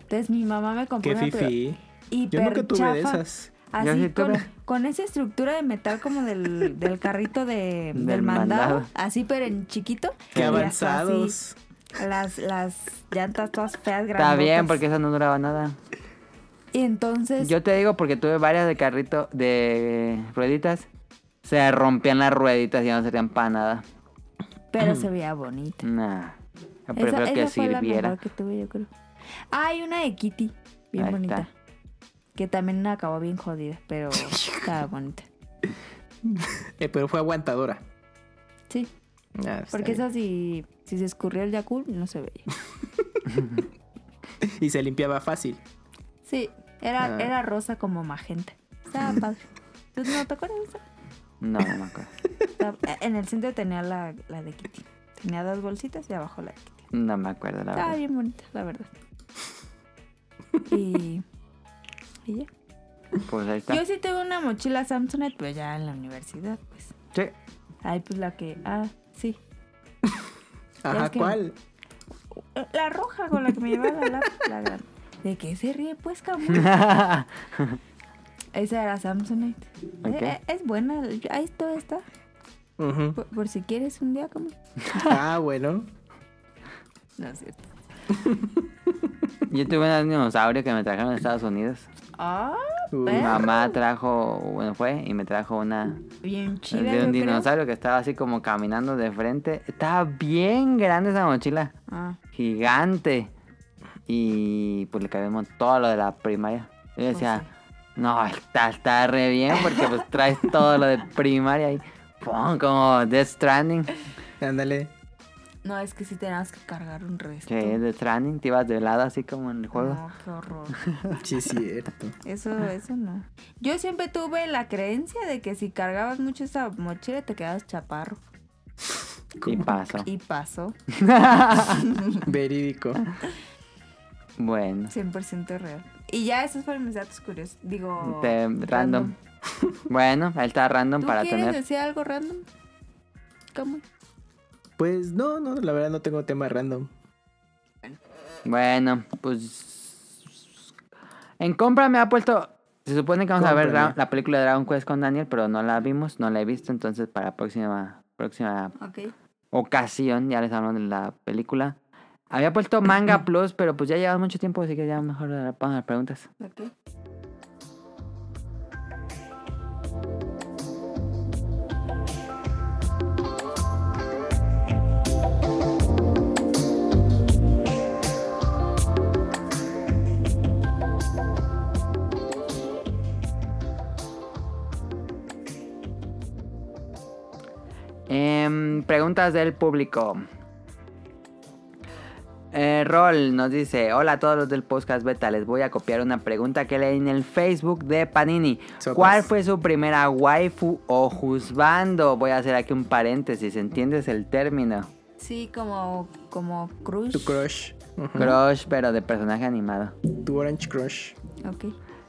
Speaker 2: Entonces mi mamá me compró
Speaker 3: Qué
Speaker 2: una pero
Speaker 3: fifi. Yo
Speaker 2: hiper
Speaker 3: nunca tuve de
Speaker 2: chafa.
Speaker 3: esas.
Speaker 1: Yo
Speaker 2: Así
Speaker 1: sí
Speaker 2: con,
Speaker 1: tuve.
Speaker 2: con esa estructura de metal como del, del carrito de,
Speaker 1: (laughs)
Speaker 2: del,
Speaker 1: Del
Speaker 2: mandado,
Speaker 1: mandado.
Speaker 2: Así pero en chiquito.
Speaker 3: Qué
Speaker 2: Y hasta
Speaker 3: avanzados.
Speaker 2: así, las, las llantas todas feas, grandes.
Speaker 1: Está bien, porque eso no duraba nada.
Speaker 2: Y entonces...
Speaker 1: Yo te digo porque tuve varias de carrito, de rueditas. Se rompían las rueditas y ya no servían para nada. (clears throat)
Speaker 2: Pero se veía bonita.
Speaker 1: Nah. Yo
Speaker 2: Esa-
Speaker 1: prefiero que
Speaker 2: esa fue la
Speaker 1: sirviera.
Speaker 2: mejor que tuve, yo creo. Ah, y una de Kitty, bien
Speaker 1: Ahí
Speaker 2: bonita.
Speaker 1: está.
Speaker 2: Que también acabó bien jodida,
Speaker 1: (laughs)
Speaker 2: pero estaba bonita.
Speaker 3: Eh, pero fue aguantadora.
Speaker 2: Sí,
Speaker 3: Ah, está
Speaker 2: porque
Speaker 3: bien.
Speaker 2: esa si, si se escurrió el Yakul, no se veía.
Speaker 3: Y se limpiaba fácil.
Speaker 2: Sí, era,
Speaker 3: Ah.
Speaker 2: era rosa como magenta. Estaba
Speaker 1: (laughs)
Speaker 2: padre. ¿Tú no te acuerdas de esa?
Speaker 1: No, no me acuerdo.
Speaker 2: Estaba- En el centro tenía la, la de Kitty. Tenía dos bolsitas y abajo la de Kitty.
Speaker 1: No me acuerdo, la
Speaker 2: Estaba
Speaker 1: verdad.
Speaker 2: bien bonita, la verdad. Y, y ya.
Speaker 1: Pues ahí está.
Speaker 2: Yo sí tengo una mochila Samsonite, pero ya en la universidad, pues. (laughs)
Speaker 1: Sí. (laughs)
Speaker 2: Ay, pues la que. Ah, sí.
Speaker 3: Ajá,
Speaker 2: es que-
Speaker 3: ¿cuál?
Speaker 2: La roja con la que me llevaba la, la gran- ¿De qué se ríe, pues, cabrón?
Speaker 1: (laughs)
Speaker 2: Esa era Samsonite.
Speaker 1: Ok.
Speaker 2: Eh, eh, Es buena. Ahí todo está. (laughs)
Speaker 3: Ujú.
Speaker 2: Por, por si quieres un día, como.
Speaker 3: Ah, bueno.
Speaker 2: No es cierto.
Speaker 1: Yo tuve un dinosaurio que me trajeron de Estados Unidos.
Speaker 2: Ah,
Speaker 3: Uh,
Speaker 1: Mi
Speaker 2: ¿Eh?
Speaker 1: mamá trajo, bueno, fue y me trajo una
Speaker 2: bien chida.
Speaker 1: de
Speaker 2: yo
Speaker 1: un
Speaker 2: creo.
Speaker 1: dinosaurio que estaba así como caminando de frente. Estaba bien grande esa mochila.
Speaker 2: Ah,
Speaker 1: gigante. Y pues le cabemos todo lo de la primaria. Y
Speaker 2: Pues
Speaker 1: Yo decía, no, está, está re bien porque pues traes todo lo de primaria y pum, como Death Stranding.
Speaker 3: Ándale.
Speaker 2: no, es que sí tenías que cargar un resto.
Speaker 1: Que Death Stranding, te ibas de lado así como en el juego.
Speaker 2: No,
Speaker 1: (laughs)
Speaker 2: qué horror.
Speaker 3: Sí, es cierto.
Speaker 2: Eso, eso no. Yo siempre tuve la creencia de que si cargabas mucho esa mochila te quedabas chaparro.
Speaker 1: Y pasó.
Speaker 2: Y pasó.
Speaker 3: Verídico.
Speaker 1: Bueno,
Speaker 2: 100% real. Y ya esos fueron mis datos curiosos. Digo,
Speaker 1: te- random. Bueno, ahí está random
Speaker 2: ¿Tú
Speaker 1: para
Speaker 2: quieres
Speaker 1: tener.
Speaker 2: decir algo random? ¿Cómo?
Speaker 3: Pues no, no, la verdad no tengo tema random.
Speaker 1: Bueno, pues. En compra me ha puesto. Se supone que vamos a ver
Speaker 3: Cómprame.
Speaker 1: Dra- la película de Dragon Quest con Daniel, pero no la vimos, no la he visto, entonces para la próxima, próxima
Speaker 2: Ok.
Speaker 1: ocasión ya les hablo de la película. Había puesto Manga
Speaker 2: (laughs)
Speaker 1: Plus, pero pues ya lleva mucho tiempo, así que ya mejor vamos a las preguntas. Em, preguntas del público. Eh, Rol nos dice, hola a todos los del podcast beta, les voy a copiar una pregunta que leí en el Facebook de Panini.
Speaker 3: Sopas.
Speaker 1: ¿Cuál fue su primera waifu o juzbando? Voy a hacer aquí un paréntesis, ¿entiendes el término?
Speaker 2: Sí, como, como crush.
Speaker 3: Tu crush. Ujú.
Speaker 1: Crush, pero de personaje animado.
Speaker 3: Tu
Speaker 1: (laughs)
Speaker 3: orange crush.
Speaker 2: Ok.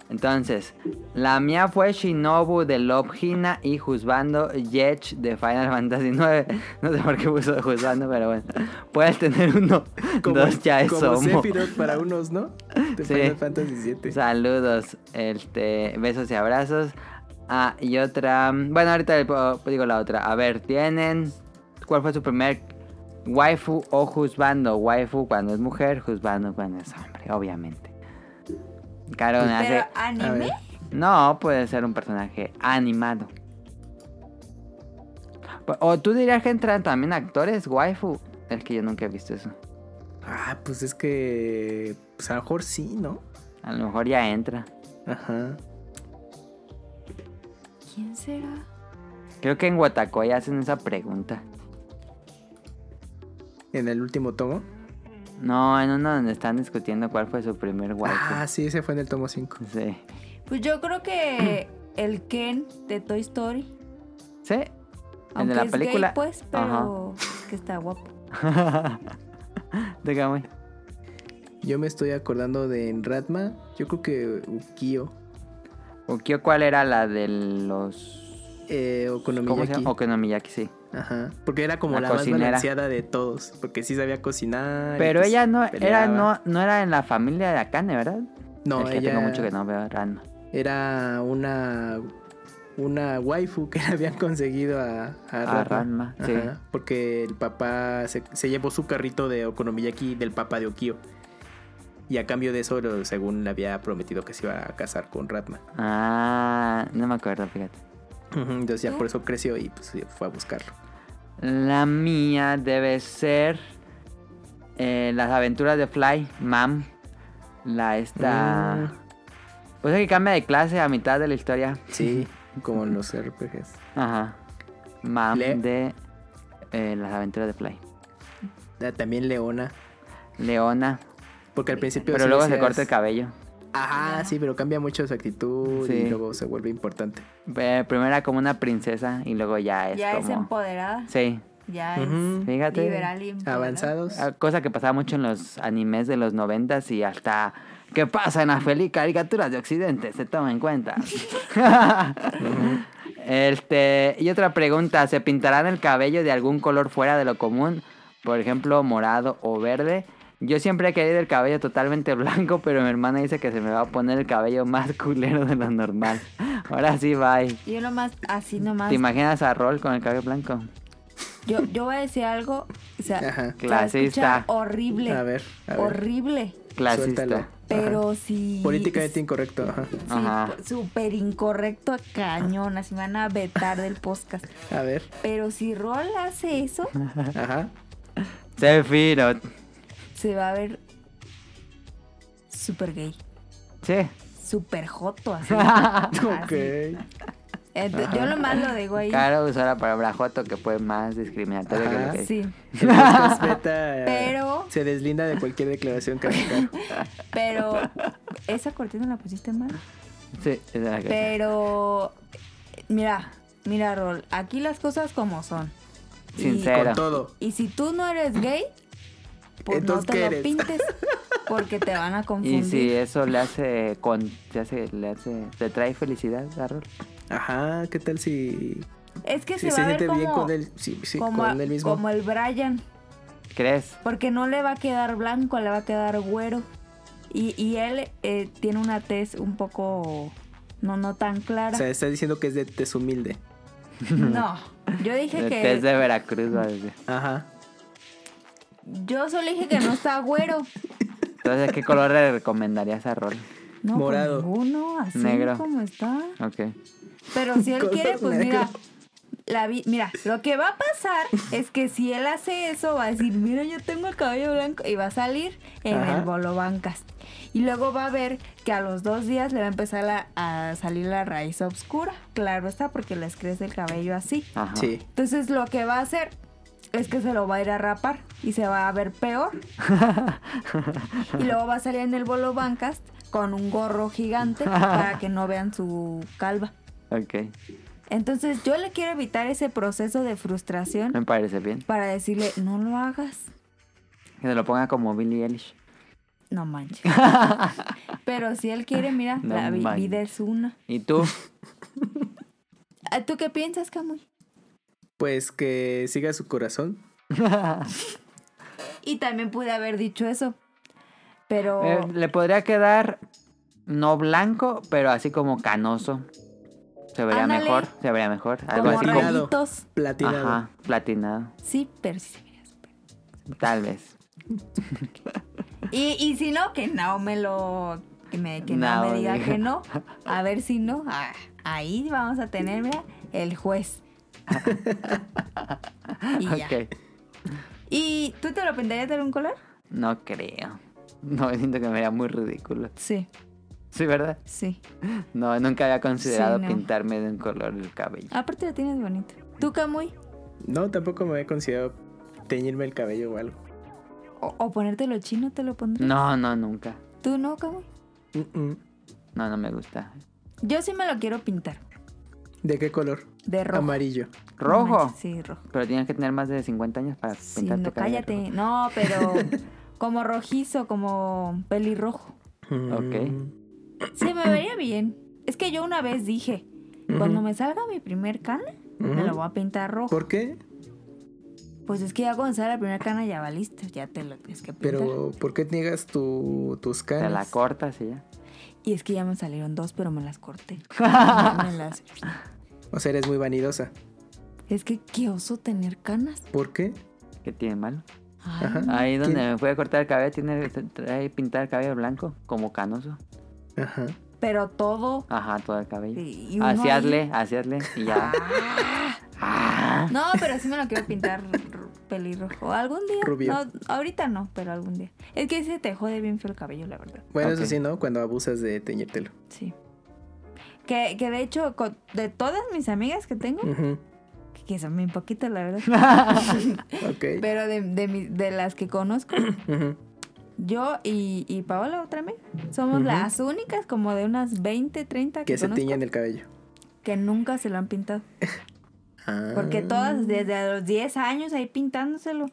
Speaker 1: Entonces, la mía fue Shinobu de Love Hina y juzbando Yetch de Final (laughs) Fantasy 9. No sé por qué puso juzbando, pero bueno. Puedes tener uno, dos ya es
Speaker 3: (laughs) como
Speaker 1: homo.
Speaker 3: Sephiroth para unos, ¿no? De
Speaker 1: Sí.
Speaker 3: Final Fantasy VII.
Speaker 1: Saludos, este, besos y abrazos. Ah, y otra. Bueno, ahorita le puedo- digo la otra. A ver, tienen. ¿Cuál fue su primer waifu o juzbando? Waifu cuando es mujer, juzbando cuando es hombre, obviamente. Caro
Speaker 2: Pero
Speaker 1: hace.
Speaker 3: A
Speaker 2: anime.
Speaker 3: ver,
Speaker 1: No, puede ser un personaje animado. O tú dirías que entran también actores waifu. Es que yo nunca he visto eso.
Speaker 3: Ah, pues es que. Pues a lo mejor sí, ¿no?
Speaker 1: A lo mejor ya entra.
Speaker 3: Ajá.
Speaker 2: ¿Quién será?
Speaker 1: Creo que en Watakoy hacen esa pregunta.
Speaker 3: En el último tomo.
Speaker 1: No, en uno donde están discutiendo cuál fue su primer waifu.
Speaker 3: Ah, sí, ese fue en el tomo 5.
Speaker 1: Sí.
Speaker 2: Pues yo creo que el Ken de Toy Story.
Speaker 1: ¿Sí? El
Speaker 2: Aunque
Speaker 1: de la
Speaker 2: es
Speaker 1: película.
Speaker 2: Gay, pues, pero que está guapo.
Speaker 1: Dígame.
Speaker 3: Yo me estoy acordando de en Ratma. Yo creo que Ukio.
Speaker 1: Ukio, ¿cuál era la de los.
Speaker 3: Eh,
Speaker 1: ¿Cómo se
Speaker 3: Okonomiyaki.
Speaker 1: llama? Okonomiyaki, sí.
Speaker 3: Ajá. Porque era como
Speaker 1: La
Speaker 3: la, más
Speaker 1: cocinera.
Speaker 3: balanceada de todos. Porque sí sabía cocinar. y
Speaker 1: Pero
Speaker 3: pues
Speaker 1: ella no era,
Speaker 3: peleaba.
Speaker 1: no, no era en la familia de Akane, ¿verdad?
Speaker 3: No,
Speaker 1: es que
Speaker 3: ella
Speaker 1: tengo mucho que no veo a Ranma.
Speaker 3: era una una waifu que (laughs) le habían conseguido a, a
Speaker 1: A Ranma, sí.
Speaker 3: Ah, Ajá, Porque el papá se, se llevó su carrito de Okonomiyaki del papá de Okio. Y a cambio de eso, lo- según le había prometido que se iba a casar con Ratma.
Speaker 1: Ah, no me acuerdo, fíjate.
Speaker 3: Ujú, Entonces ya por eso creció y pues fue a buscarlo.
Speaker 1: La mía debe ser eh, Las aventuras de Fly, Mam. La esta.
Speaker 3: Mm.
Speaker 1: Pues es que cambia de clase a mitad de la historia. (laughs)
Speaker 3: Sí, como en los RPGs.
Speaker 1: Ajá. Mam
Speaker 3: Le-
Speaker 1: de eh, Las aventuras de Fly.
Speaker 3: Ah, También Leona.
Speaker 1: Leona.
Speaker 3: Porque al principio.
Speaker 1: Pero
Speaker 3: sí
Speaker 1: luego se
Speaker 3: decías-
Speaker 1: corta el cabello.
Speaker 3: Ajá, sí, pero cambia mucho su actitud
Speaker 1: Sí.
Speaker 3: y luego se vuelve importante.
Speaker 1: Eh, primero era como una princesa y luego ya (laughs) es
Speaker 2: ya es
Speaker 1: como.
Speaker 2: empoderada.
Speaker 1: sí,
Speaker 2: Ya
Speaker 3: Ujú.
Speaker 2: es
Speaker 1: fíjate.
Speaker 2: liberal y empoderada.
Speaker 3: Avanzados.
Speaker 1: Ah, Cosa que pasaba mucho en los animes de los noventas y hasta ¿Qué pasa en las feliz caricaturas de Occidente? Se toma en cuenta. este, y otra pregunta, ¿se pintarán el cabello de algún color fuera de lo común? Por ejemplo, morado o verde. Yo siempre he querido el cabello totalmente (laughs) blanco, pero mi hermana dice que se me va a poner el cabello más culero de lo normal. Ahora sí, bye.
Speaker 2: Yo nomás, así nomás.
Speaker 1: ¿Te imaginas a Rol con el cabello blanco?
Speaker 2: Yo, yo voy a decir algo. O sea,
Speaker 3: Ajá.
Speaker 2: se va a
Speaker 1: Clasista.
Speaker 2: escuchar Horrible.
Speaker 3: A ver, a ver.
Speaker 2: Horrible.
Speaker 3: Suéltalo.
Speaker 1: Clasista.
Speaker 3: Ajá.
Speaker 2: Pero sí.
Speaker 3: Políticamente incorrecto, ajá.
Speaker 2: sí,
Speaker 1: Ajá.
Speaker 2: súper incorrecto a cañón. Así me van a vetar del podcast.
Speaker 3: A ver,
Speaker 2: Pero si Rol hace eso, (laughs)
Speaker 3: ajá.
Speaker 1: Sephiroth.
Speaker 2: se va a ver súper gay.
Speaker 1: Sí.
Speaker 2: Súper joto. Así.
Speaker 3: (laughs) Ok.
Speaker 2: Así. Ent- yo nomás lo digo ahí.
Speaker 1: Claro, usó la palabra joto que fue más discriminatorio que lo
Speaker 3: Ajá.
Speaker 1: que
Speaker 2: Sí.
Speaker 3: El
Speaker 2: (laughs)
Speaker 3: podcast beta, eh,
Speaker 2: Pero-
Speaker 3: se deslinda de cualquier declaración que haga.
Speaker 1: (laughs)
Speaker 2: Pero. Esa cortina la pusiste mal.
Speaker 1: Sí, esa es la cosa.
Speaker 2: Pero. Mira, mira, Rol. Aquí las cosas como son. Y-
Speaker 1: Sincero.
Speaker 3: Con todo.
Speaker 2: Y si tú no eres gay, pues
Speaker 3: Entonces,
Speaker 2: no
Speaker 3: ¿qué
Speaker 2: te
Speaker 3: eres?
Speaker 2: lo pintes porque te
Speaker 3: (laughs)
Speaker 2: van a
Speaker 1: Y
Speaker 2: confundir.
Speaker 1: si eso le hace, con, te hace, le hace, te trae felicidad, Darrol.
Speaker 3: Ajá, ¿qué tal si,
Speaker 2: es que
Speaker 3: si
Speaker 2: se
Speaker 3: se
Speaker 2: va a ver
Speaker 3: siente
Speaker 2: como,
Speaker 3: bien con él, sí, sí,
Speaker 2: como,
Speaker 3: con él mismo?
Speaker 2: como el Brian,
Speaker 1: ¿Crees?
Speaker 2: porque no le va a quedar blanco, le va a quedar güero. Y, y él eh, tiene una tez un poco no no tan
Speaker 3: O
Speaker 2: clara.
Speaker 3: sea, estás diciendo que es de tez humilde.
Speaker 2: No, yo
Speaker 3: (laughs)
Speaker 2: dije
Speaker 1: El
Speaker 2: que
Speaker 1: test de Veracruz, va a decir.
Speaker 3: Ajá.
Speaker 2: yo solo dije que no está güero.
Speaker 1: Entonces, ¿qué color le recomendarías a Rol?
Speaker 2: No, pues
Speaker 3: Morado.
Speaker 2: ninguno, así
Speaker 1: Negro.
Speaker 2: como está.
Speaker 1: Ok.
Speaker 2: Pero si él
Speaker 3: Color
Speaker 2: quiere, pues
Speaker 3: negro.
Speaker 2: mira. La vi- mira, lo que va a pasar es que si él hace eso, va a decir, mira, yo tengo el cabello blanco y va a salir en
Speaker 3: Ajá.
Speaker 2: el bolo bancas. Y luego va a ver que a los dos días le va a empezar la- a salir la raíz oscura. Claro está, porque les crece el cabello así.
Speaker 1: Ajá.
Speaker 3: Sí.
Speaker 2: Entonces lo que va a hacer es que se lo va a ir a rapar y se va a ver peor.
Speaker 1: (laughs)
Speaker 2: y luego va a salir en el bolo Bancast con un gorro gigante para que no vean su calva.
Speaker 1: Ok,
Speaker 2: Entonces yo le quiero evitar ese proceso de frustración
Speaker 1: me parece bien.
Speaker 2: para decirle, no lo hagas.
Speaker 1: Que se lo ponga como Billie Eilish.
Speaker 2: No
Speaker 1: (laughs)
Speaker 2: manches. Pero si él quiere, mira,
Speaker 1: No
Speaker 2: la vi-
Speaker 1: manches.
Speaker 2: vida es una.
Speaker 1: ¿Y tú?
Speaker 2: Ah, ¿Tú qué piensas, Camuy?
Speaker 3: Pues que siga su corazón.
Speaker 2: Y también pude haber dicho eso. Pero
Speaker 1: Eh, le podría quedar no blanco, pero así como canoso. Se vería
Speaker 2: Ándale.
Speaker 1: mejor, se vería mejor. Algo
Speaker 2: como
Speaker 1: así
Speaker 3: rayado.
Speaker 1: como...
Speaker 2: rayitos.
Speaker 3: Platinado.
Speaker 1: Ajá, platinado.
Speaker 2: Sí, pero sí se vería súper.
Speaker 1: Tal vez.
Speaker 2: Y, y si no, que no me lo... Que, me, que no,
Speaker 1: No,
Speaker 2: me diga
Speaker 1: diga.
Speaker 2: que no. A ver si no. Ah, ahí vamos a tener, mira,
Speaker 1: (laughs)
Speaker 2: el juez. y ya.
Speaker 1: Ok.
Speaker 2: ¿Y tú te lo pintarías de algún color?
Speaker 1: No creo. No, (laughs) siento que me vería muy ridículo.
Speaker 2: Sí,
Speaker 1: Sí, ¿verdad?
Speaker 2: sí.
Speaker 1: No, nunca había considerado
Speaker 2: no.
Speaker 1: pintarme de un color el cabello.
Speaker 2: Aparte lo tienes bonito. ¿Tú, Camuy?
Speaker 3: No, tampoco me había considerado teñirme el cabello o algo.
Speaker 2: O, o ponértelo chino, te lo pondré.
Speaker 1: No, no, nunca.
Speaker 2: ¿Tú no, Camuy?
Speaker 3: Mm-mm.
Speaker 1: No, no me gusta.
Speaker 2: Yo sí me lo quiero pintar.
Speaker 3: ¿De qué color?
Speaker 2: De rojo.
Speaker 3: Amarillo.
Speaker 2: No
Speaker 1: ¿Rojo?
Speaker 2: manches, sí, rojo.
Speaker 1: Pero tienes que tener más de 50 años para
Speaker 2: Sí,
Speaker 1: pintarte
Speaker 2: no,
Speaker 1: cabello
Speaker 2: cállate. No,
Speaker 1: (laughs)
Speaker 2: pero como rojizo, como pelirrojo.
Speaker 3: Mm.
Speaker 1: Ok.
Speaker 2: Se me vería bien. Es que yo una vez dije, cuando me salga mi primer cana, me lo voy a pintar rojo.
Speaker 3: ¿Por qué?
Speaker 2: Pues es que ya cuando salga la primera cana ya va listo, ya te lo tienes que pintar.
Speaker 3: Pero ¿por qué niegas tu, tus
Speaker 1: Te
Speaker 3: canas?
Speaker 1: la cortas y ya.
Speaker 2: Y es que ya me salieron dos, pero me las
Speaker 3: (laughs)
Speaker 2: corté. Ya me las-
Speaker 3: o sea, eres muy vanidosa.
Speaker 2: Es que qué oso tener canas.
Speaker 3: ¿Por qué?
Speaker 1: ¿Qué tiene mal?
Speaker 2: Ay,
Speaker 3: Ajá.
Speaker 1: Ahí donde
Speaker 3: ¿Quién?
Speaker 1: me fui a cortar el cabello, tiene trae pintar el cabello blanco, como canoso.
Speaker 3: Ajá.
Speaker 2: pero todo.
Speaker 1: Ajá, todo el cabello.
Speaker 2: Y- y uno
Speaker 1: así
Speaker 2: ahí.
Speaker 1: hazle, así hazle y
Speaker 2: (laughs)
Speaker 1: ya. Ah.
Speaker 2: No, pero sí me lo quiero pintar r- pelirrojo. Algún día.
Speaker 3: Rubio.
Speaker 2: No, ahorita no, pero algún día. Es que se te jode bien feo el cabello, la verdad.
Speaker 3: Bueno,
Speaker 1: Ok.
Speaker 3: eso sí, ¿no? Cuando abusas de teñírtelo.
Speaker 2: Sí. Que, que de hecho, con- de todas mis amigas que tengo,
Speaker 3: Ujú.
Speaker 2: que- que son bien poquitas, la
Speaker 3: (laughs)
Speaker 2: verdad.
Speaker 3: Ok.
Speaker 2: pero de, de, mi- de las que conozco,
Speaker 3: Ujú.
Speaker 2: yo y, y Paola, otra amiga, somos
Speaker 3: Ujú.
Speaker 2: las únicas, como de unas 20, 30 que,
Speaker 3: Que se
Speaker 2: conozco,
Speaker 3: tiñen el cabello.
Speaker 2: que nunca se lo han pintado.
Speaker 3: Ah.
Speaker 2: Porque todas desde a los 10 años ahí pintándoselo.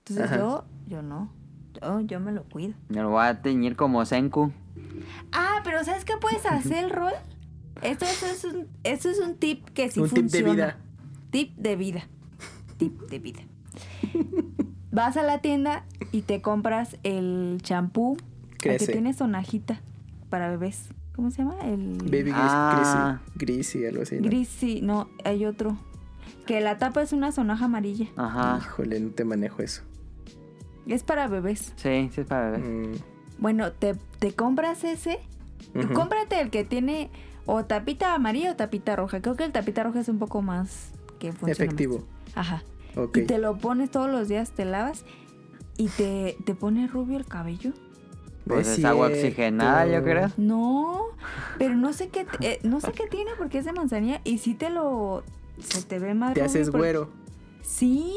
Speaker 2: Entonces
Speaker 3: Ajá.
Speaker 2: yo, yo no. Yo, yo me lo cuido.
Speaker 1: Me lo voy a teñir como Senku.
Speaker 2: Ah, pero ¿sabes qué
Speaker 3: (laughs)
Speaker 2: puedes hacer, Rol? Esto, esto es un, esto es un tip que sí
Speaker 3: Un
Speaker 2: funciona. Tip
Speaker 3: tip de vida.
Speaker 2: de vida. Tip de vida. Vas a la tienda y te compras el champú el que
Speaker 3: Crece.
Speaker 2: tiene sonajita para bebés. ¿Cómo se llama? El
Speaker 3: Baby gris,
Speaker 1: Ah.
Speaker 3: gris y algo así. ¿no?
Speaker 2: gris, sí, no, hay otro. Que la tapa es una sonaja amarilla.
Speaker 1: Ajá.
Speaker 3: Híjole, no te manejo eso.
Speaker 2: Es para bebés.
Speaker 1: Sí, sí es para bebé.
Speaker 3: Mm,
Speaker 2: Bueno, te, te compras ese. y
Speaker 3: ujú.
Speaker 2: Cómprate el que tiene o tapita amarilla o tapita roja. Creo que el tapita roja es un poco más que funciona. más.
Speaker 3: Efectivo.
Speaker 2: Ajá.
Speaker 3: Ok.
Speaker 2: Y te lo pones todos los días, te lavas y te, te pone rubio el cabello.
Speaker 1: Pues
Speaker 3: Es
Speaker 1: es agua
Speaker 3: cierto.
Speaker 1: oxigenada, yo creo.
Speaker 2: No, pero no sé qué te- eh, no sé qué tiene porque es de manzanilla y sí te lo se te ve más
Speaker 3: Te
Speaker 2: rubio
Speaker 3: haces
Speaker 2: porque-
Speaker 3: güero.
Speaker 2: Sí,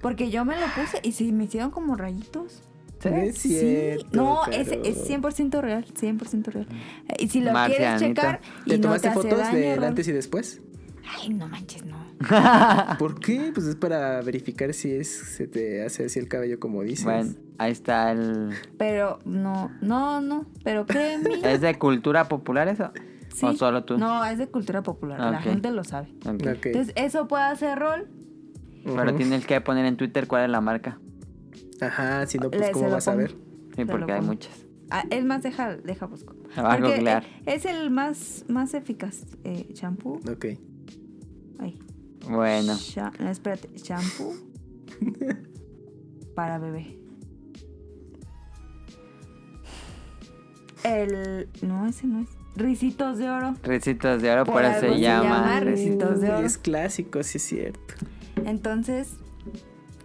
Speaker 2: porque yo me lo puse y sí me hicieron como rayitos.
Speaker 3: No es cierto,
Speaker 2: sí, no, es,
Speaker 3: Caro.
Speaker 2: es 100% real, 100% real. Eh, Y si lo quieres
Speaker 1: Marcianita.
Speaker 2: checar y
Speaker 3: ¿Te
Speaker 2: no
Speaker 3: tomaste
Speaker 2: te hace
Speaker 3: fotos
Speaker 2: daño,
Speaker 3: del
Speaker 2: Rol.
Speaker 3: antes y después?
Speaker 2: Ay, no manches, no.
Speaker 3: ¿Por qué? Pues es para verificar si es se te hace así el cabello como dices.
Speaker 1: Bueno, ahí está el.
Speaker 2: Pero no, no, no, pero
Speaker 3: (laughs)
Speaker 2: créeme.
Speaker 1: ¿Es de cultura popular eso?
Speaker 2: Sí.
Speaker 1: ¿O solo tú? Ah,
Speaker 2: No, es de cultura popular, la
Speaker 1: Ok.
Speaker 2: gente lo sabe.
Speaker 1: Ok.
Speaker 3: Ok.
Speaker 2: Entonces, eso puede hacer rol.
Speaker 3: Ujú.
Speaker 1: Pero tienes que poner en Twitter cuál es la marca.
Speaker 3: Ajá, si no,
Speaker 2: Le-
Speaker 3: pues
Speaker 2: se
Speaker 3: ¿cómo
Speaker 2: lo
Speaker 3: vas a
Speaker 2: pongo.
Speaker 3: ver?
Speaker 1: Sí,
Speaker 2: Te lo
Speaker 1: porque hay
Speaker 2: pongo.
Speaker 1: muchas.
Speaker 2: Ah, es más, deja, deja busco.
Speaker 1: Me va a
Speaker 2: Porque,
Speaker 1: googlear.
Speaker 2: eh, es el más, más eficaz. eh, shampoo.
Speaker 3: Ok.
Speaker 2: Ay.
Speaker 1: Bueno,
Speaker 2: Sha- no, espérate.
Speaker 3: (laughs)
Speaker 2: Shampoo. para bebé. El. No, ese no es. Ricitos de oro.
Speaker 1: Recitos de Oro, por,
Speaker 2: Por
Speaker 1: eso
Speaker 2: algo
Speaker 1: se
Speaker 2: se
Speaker 1: llama.
Speaker 2: llama Recitos. Entonces, de oro.
Speaker 3: es clásico, sí es cierto.
Speaker 2: Entonces,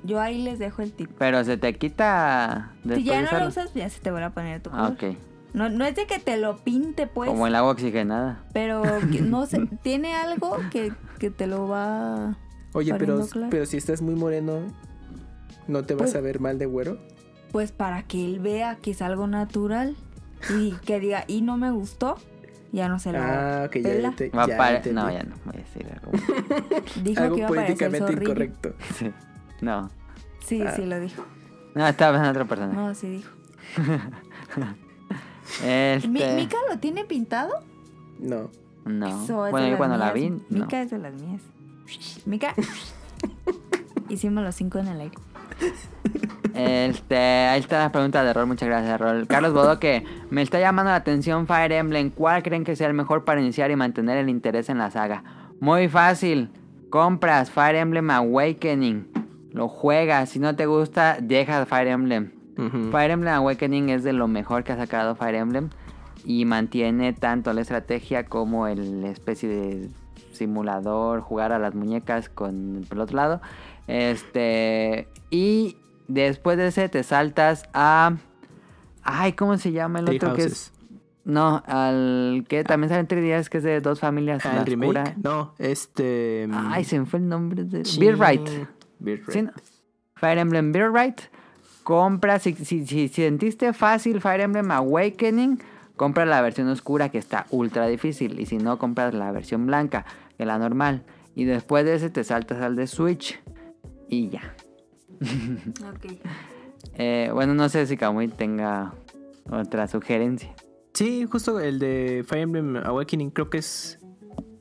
Speaker 2: yo ahí les dejo el tip.
Speaker 1: Pero se te quita después
Speaker 2: Si ya
Speaker 1: de
Speaker 2: no
Speaker 1: usarlo.
Speaker 2: lo usas, ya se te vuelve a poner tu
Speaker 1: Ah,
Speaker 2: color.
Speaker 1: ok.
Speaker 2: No, no es de que te lo pinte, pues.
Speaker 1: Como el agua oxigenada.
Speaker 2: Pero que no
Speaker 1: (laughs)
Speaker 2: sé, tiene algo que, que te lo va.
Speaker 3: Oye, pero,
Speaker 2: Poniendo claro.
Speaker 3: pero si estás muy moreno, ¿No te vas a ver mal de güero?
Speaker 2: Pues para que él vea que es algo natural y que diga, y no me gustó, ya no se lo
Speaker 3: Ah, que ya,
Speaker 2: pela.
Speaker 3: te,
Speaker 1: Va
Speaker 3: ya
Speaker 1: para-
Speaker 3: entendí.
Speaker 1: No, ya no voy a decir algo. (laughs)
Speaker 2: Dijo
Speaker 3: Algo
Speaker 2: que iba a parecer
Speaker 3: políticamente
Speaker 2: zorrillo.
Speaker 3: incorrecto. Ah.
Speaker 1: Sí. No.
Speaker 2: Sí, sí lo dijo.
Speaker 1: No, estaba pensando en otra persona.
Speaker 2: No, sí dijo.
Speaker 1: Este,
Speaker 2: Mi- ¿Mica lo tiene pintado?
Speaker 3: No.
Speaker 1: no.
Speaker 2: Eso es
Speaker 1: bueno, yo
Speaker 2: de las
Speaker 1: cuando la vi,
Speaker 2: mías.
Speaker 1: no.
Speaker 2: Mica es de las mías.
Speaker 1: (laughs)
Speaker 2: Mica. Hicimos los cinco en el aire.
Speaker 1: Este, ahí están las preguntas de Rol, muchas gracias, Rol. Carlos Bodoque, me está llamando la atención Fire Emblem. ¿Cuál creen que sea el mejor para iniciar y mantener el interés en la saga? Muy fácil. Compras Fire Emblem Awakening. Lo juegas. Si no te gusta, deja Fire Emblem.
Speaker 3: Ujú.
Speaker 1: Fire Emblem Awakening es de lo mejor que ha sacado Fire Emblem y mantiene tanto la estrategia como el especie de simulador, jugar a las muñecas con por el otro lado. Este y después de ese te saltas a ay, ¿cómo se llama el
Speaker 3: Three
Speaker 1: otro que es?
Speaker 3: Houses.
Speaker 1: No, al que también sale en 3 días que es de dos familias
Speaker 3: Ah,
Speaker 1: la
Speaker 3: el remake.
Speaker 1: oscura.
Speaker 3: No, este. mm,
Speaker 1: Ay, se me fue el nombre de
Speaker 3: chin.
Speaker 1: Beer Right.
Speaker 3: Beat
Speaker 1: Sí,
Speaker 3: Right.
Speaker 1: ¿no? Fire Emblem Beer Right. Compra, si, si, si sentiste fácil Fire Emblem Awakening, compra la versión oscura que está ultra difícil. Y si no, compras la versión blanca, que la normal. Y después de ese te saltas al de Switch. Y ya.
Speaker 9: Ok.
Speaker 1: Eh, bueno, no sé si Kamui tenga otra sugerencia.
Speaker 3: Sí, justo el de Fire Emblem Awakening creo que es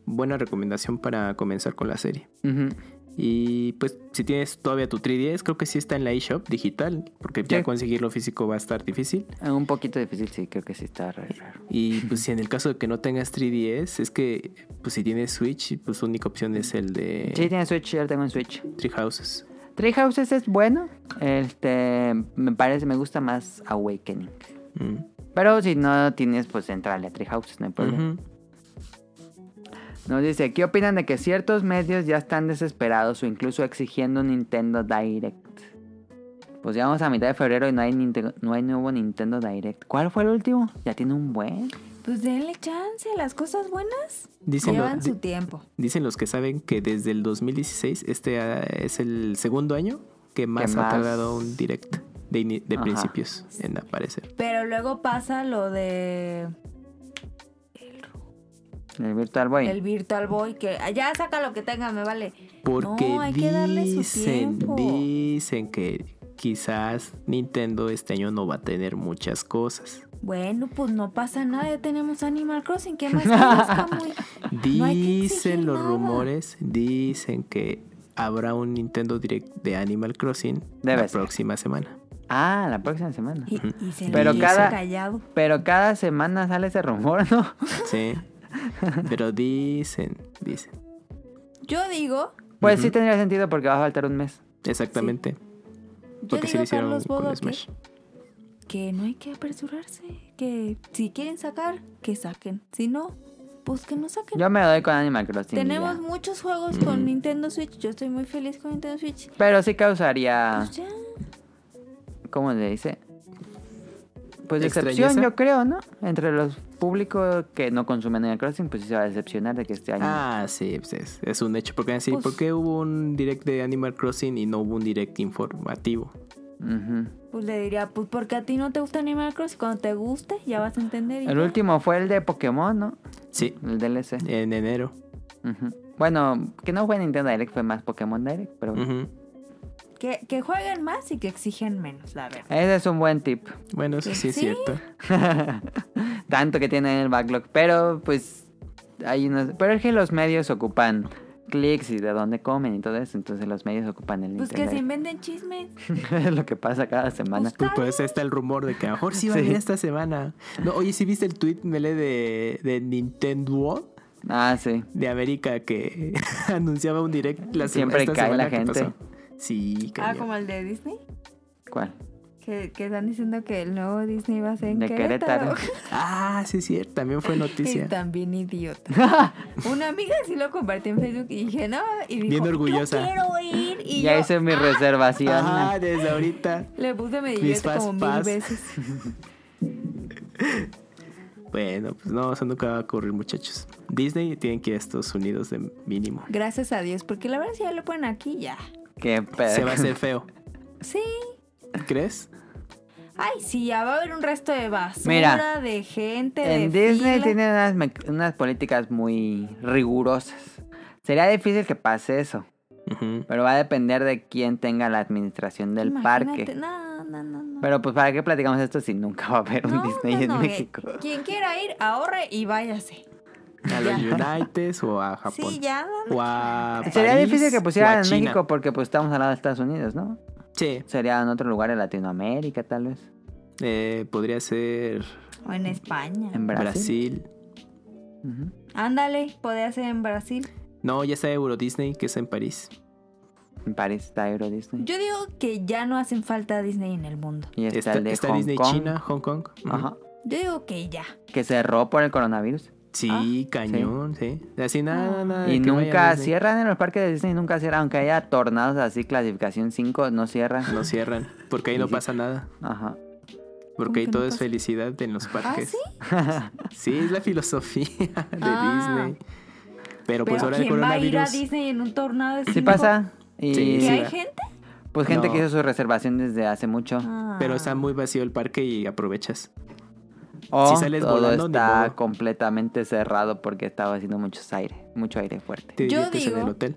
Speaker 3: buena recomendación para comenzar con la serie.
Speaker 1: Ujú.
Speaker 3: Y pues si tienes todavía tu 3DS, creo que sí está en la eShop digital, porque
Speaker 1: Sí.
Speaker 3: ya conseguirlo físico va a estar difícil.
Speaker 1: Eh, Un poquito difícil, sí, creo que sí está re raro.
Speaker 3: Y pues si en el caso de que no tengas 3DS, es que pues si tienes Switch, pues su única opción es el de
Speaker 1: Sí, tiene Switch, yo lo tengo en Switch.
Speaker 3: Three Houses.
Speaker 1: Three Houses es bueno. Este, me parece, me gusta más Awakening.
Speaker 3: Mm.
Speaker 1: Pero si no tienes, pues entrale a Treehouses, no hay problema.
Speaker 3: Ujú.
Speaker 1: Nos dice, ¿qué opinan de que ciertos medios ya están desesperados o incluso exigiendo un Nintendo Direct? Pues ya vamos a mitad de febrero y no hay, Ninte- no hay nuevo Nintendo Direct. ¿Cuál fue el último? Ya tiene un buen.
Speaker 2: Pues denle chance, las cosas buenas
Speaker 3: Dicen, lo-
Speaker 2: llevan
Speaker 3: di-
Speaker 2: su tiempo.
Speaker 3: dicen los que saben que desde el 2016 este ah, es el segundo año que más, ha
Speaker 1: más?
Speaker 3: tardado un direct de, ini- de
Speaker 1: Ajá.
Speaker 3: principios en aparecer.
Speaker 2: Pero luego pasa lo de
Speaker 1: El Virtual Boy.
Speaker 2: el Virtual Boy, que "Ah, ya saca lo que tenga, me vale.
Speaker 3: Porque
Speaker 2: No, hay que darle su
Speaker 3: dicen,
Speaker 2: tiempo.
Speaker 3: dicen que quizás Nintendo este año no va a tener muchas cosas.
Speaker 2: Bueno, pues no pasa nada, ya tenemos Animal Crossing, ¿qué más quieres, Camuy? No hay que exigir
Speaker 3: Dicen los
Speaker 2: nada.
Speaker 3: rumores, dicen que habrá un Nintendo Direct de Animal Crossing
Speaker 1: Debe
Speaker 3: la
Speaker 1: ser.
Speaker 3: próxima semana.
Speaker 1: Ah, la próxima semana.
Speaker 2: Y, y se
Speaker 1: Pero
Speaker 2: le hizo
Speaker 1: cada-
Speaker 2: callado.
Speaker 1: Pero cada semana sale ese rumor, ¿no? (laughs)
Speaker 2: (laughs)
Speaker 3: Sí. Pero dicen, dicen.
Speaker 2: Yo digo,
Speaker 1: Pues sí
Speaker 3: Ujú.
Speaker 1: tendría sentido porque va a faltar un mes.
Speaker 3: Exactamente.
Speaker 2: yo
Speaker 3: Porque sí
Speaker 2: digo
Speaker 3: lo
Speaker 2: a
Speaker 3: hicieron
Speaker 2: Carlos Bodo
Speaker 3: con
Speaker 2: que,
Speaker 3: Smash.
Speaker 2: que no hay que apresurarse, que si quieren sacar, que saquen. Si no, pues que no saquen.
Speaker 1: Yo me doy con Animal Crossing. y
Speaker 2: tenemos
Speaker 1: ya.
Speaker 2: muchos juegos
Speaker 3: Mm.
Speaker 2: con Nintendo Switch, yo estoy muy feliz con Nintendo Switch.
Speaker 1: Pero sí causaría...
Speaker 2: Pues ya.
Speaker 1: ¿cómo le dice? Pues
Speaker 3: ¿Extrañeza?
Speaker 1: decepción, yo creo, ¿no? Entre los públicos que no consumen el Crossing, pues sí se va a decepcionar de que este año.
Speaker 3: Ah, sí, pues es, es un hecho. Porque así,
Speaker 2: Pues-
Speaker 3: ¿por qué hubo un direct de Animal Crossing y no hubo un direct informativo?
Speaker 1: Ujú.
Speaker 2: Pues le diría, pues porque a ti no te gusta Animal Crossing, cuando te guste ya vas a entender. y
Speaker 1: El
Speaker 2: ya.
Speaker 1: último fue el de Pokémon, ¿no?
Speaker 3: Sí,
Speaker 1: El DLC.
Speaker 3: en enero.
Speaker 1: Ujú. Bueno, que no fue Nintendo Direct, fue más Pokémon Direct, pero bueno.
Speaker 3: Ujú.
Speaker 2: Que, que jueguen más y que exigen menos, la verdad.
Speaker 1: ese es un buen tip. (laughs)
Speaker 3: Bueno, eso sí es
Speaker 2: ¿Sí?
Speaker 3: cierto.
Speaker 1: Tanto que tiene en el backlog, pero pues hay unos... Pero es que los medios ocupan clics y de dónde comen y todo eso, entonces los medios ocupan el
Speaker 2: Pues
Speaker 1: Nintendo
Speaker 2: que se
Speaker 1: Direct. (laughs)
Speaker 2: inventen chismes.
Speaker 1: Es lo que pasa cada semana.
Speaker 3: Pues, pues, está el rumor de que a
Speaker 2: (laughs)
Speaker 3: lo mejor sí va a
Speaker 1: Sí.
Speaker 3: venir esta semana. No, oye, ¿sí viste el tweet mele de, de Nintendo
Speaker 1: Ah, sí.
Speaker 3: de América que (laughs) anunciaba un direct la sema-
Speaker 1: Siempre
Speaker 3: esta
Speaker 1: cae la
Speaker 3: semana que
Speaker 1: gente.
Speaker 3: pasó? Sí,
Speaker 2: Ah,
Speaker 3: cañón.
Speaker 2: como el de Disney.
Speaker 1: ¿Cuál?
Speaker 2: Que, que están diciendo que el nuevo Disney va a ser en
Speaker 1: De Querétaro.
Speaker 2: Querétaro.
Speaker 3: Ah, sí, sí, también
Speaker 2: (laughs)
Speaker 3: fue
Speaker 2: Y
Speaker 3: noticia.
Speaker 2: también idiota.
Speaker 1: (laughs)
Speaker 2: Una amiga sí lo compartió en Facebook y dije, no, y dijo,
Speaker 3: Bien orgullosa.
Speaker 2: "Yo quiero ir. (laughs) Y
Speaker 1: ya
Speaker 2: yo
Speaker 1: hice mi reservación.
Speaker 3: Ah, desde ahorita.
Speaker 2: le puse me
Speaker 3: Mis
Speaker 2: divierte como
Speaker 3: fast
Speaker 2: mil
Speaker 3: pass.
Speaker 2: veces.
Speaker 3: (laughs) Bueno, pues no, eso nunca va a ocurrir, muchachos. Disney tienen que ir a Estados Unidos de mínimo.
Speaker 2: Gracias a Dios, porque la verdad si ya lo ponen aquí, ya.
Speaker 1: Qué pedo. (laughs)
Speaker 2: (laughs)
Speaker 3: Se va a hacer feo.
Speaker 2: Sí.
Speaker 3: ¿Crees?
Speaker 2: Ay, sí, ya va a haber un resto de basura,
Speaker 1: Mira,
Speaker 2: de gente,
Speaker 1: En
Speaker 2: de
Speaker 1: Disney
Speaker 2: fila.
Speaker 1: tienen unas, me- unas políticas muy rigurosas. Sería difícil que pase eso,
Speaker 3: Ujú.
Speaker 1: pero va a depender de quién tenga la administración del
Speaker 2: Imagínate,
Speaker 1: parque.
Speaker 2: No, no, no, no.
Speaker 1: Pero pues, ¿para qué platicamos esto si nunca va a haber un
Speaker 3: (laughs)
Speaker 2: No,
Speaker 1: Disney
Speaker 2: no,
Speaker 1: en
Speaker 2: no, eh,
Speaker 1: México?
Speaker 2: Quien quiera ir, ahorre y váyase.
Speaker 3: A los United o a Japón.
Speaker 2: Sí, ya.
Speaker 3: O a
Speaker 1: Sería
Speaker 3: París,
Speaker 1: difícil
Speaker 3: o
Speaker 1: que
Speaker 3: a
Speaker 1: pusieran en
Speaker 3: China.
Speaker 1: México porque pues estamos al lado de Estados Unidos, ¿no?
Speaker 3: Sí,
Speaker 1: Sería en otro lugar en Latinoamérica, tal vez.
Speaker 3: eh, podría ser
Speaker 2: O en España.
Speaker 1: En Brasil.
Speaker 3: Brasil.
Speaker 1: Ujú.
Speaker 2: Ándale, podría ser en Brasil.
Speaker 3: No, ya está Euro Disney, que es en París.
Speaker 1: En París está Euro Disney.
Speaker 2: Yo digo que ya no hacen falta Disney en el mundo.
Speaker 1: Y está,
Speaker 3: Está,
Speaker 1: el de
Speaker 3: está
Speaker 1: Hong
Speaker 3: Disney
Speaker 1: Kong.
Speaker 3: China, Hong Kong. Ujú.
Speaker 1: Ajá.
Speaker 2: Yo digo que ya.
Speaker 1: Que cerró por el coronavirus.
Speaker 3: Sí, cañón, sí. Así nada, nada. Ah, de
Speaker 1: Ah, Y
Speaker 3: que vaya
Speaker 1: nunca
Speaker 3: Disney.
Speaker 1: cierran en los parques de Disney, nunca cierran. Aunque haya tornados así, clasificación 5, no cierran.
Speaker 3: No cierran,
Speaker 1: (laughs)
Speaker 3: porque ahí no pasa nada.
Speaker 1: Ajá.
Speaker 3: Porque ahí todo es felicidad en los parques. (laughs) sí? es la filosofía (laughs) de
Speaker 2: Ah.
Speaker 3: Disney. Pero pues
Speaker 2: Pero
Speaker 3: ahora el
Speaker 2: ¿quién va a ir a
Speaker 3: coronavirus.
Speaker 2: Disney en un tornado de
Speaker 3: (clears throat)
Speaker 1: Sí
Speaker 2: cinco?
Speaker 1: pasa. Y
Speaker 3: Sí,
Speaker 2: ¿Que
Speaker 3: sí.
Speaker 2: hay gente?
Speaker 1: pues gente que
Speaker 3: No.
Speaker 1: hizo su reservación desde hace mucho.
Speaker 3: Pero
Speaker 2: Ah,
Speaker 3: está muy vacío el parque y aprovechas.
Speaker 1: O
Speaker 3: si sales
Speaker 1: Oh, todo
Speaker 3: volando, ni
Speaker 1: está
Speaker 3: modo.
Speaker 1: completamente cerrado porque estaba haciendo muchos aire, mucho aire fuerte.
Speaker 3: Te
Speaker 2: Yo
Speaker 3: diviertes en
Speaker 2: digo-
Speaker 3: el hotel.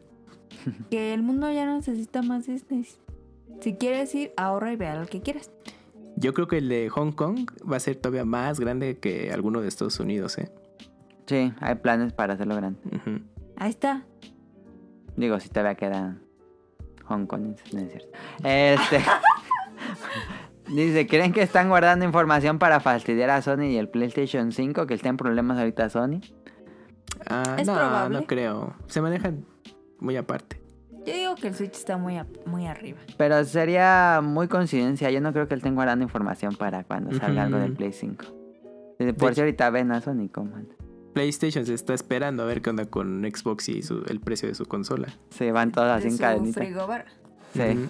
Speaker 2: Que el mundo ya no necesita más Disney. Si quieres ir, ahorra y vea lo que quieras.
Speaker 3: Yo creo que el de Hong Kong va a ser todavía más grande que alguno de Estados Unidos, ¿eh?
Speaker 1: Sí, hay planes para hacerlo grande.
Speaker 3: Ujú.
Speaker 2: Ahí está.
Speaker 1: Digo, si todavía queda Hong Kong, no es cierto.
Speaker 3: (laughs)
Speaker 1: Este. Dice, ¿creen que están guardando información para fastidiar a Sony y el PlayStation 5? Que está en problemas ahorita Sony.
Speaker 3: Ah,
Speaker 2: Es
Speaker 3: no,
Speaker 2: probable.
Speaker 3: no creo. Se manejan muy aparte.
Speaker 2: Yo digo que el Switch está muy, a- muy arriba.
Speaker 1: Pero sería muy coincidencia. Yo no creo que él tenga dando información para cuando salga algo del
Speaker 3: Ujú.
Speaker 1: Play 5. Desde por
Speaker 3: De-
Speaker 1: si ahorita ven a Sony como
Speaker 3: PlayStation se está esperando a ver qué onda con Xbox y su- el precio de su consola.
Speaker 1: se van todas
Speaker 2: De
Speaker 1: así en
Speaker 2: su
Speaker 1: cadenita.
Speaker 2: frigobar.
Speaker 1: Sí.
Speaker 3: Ujú.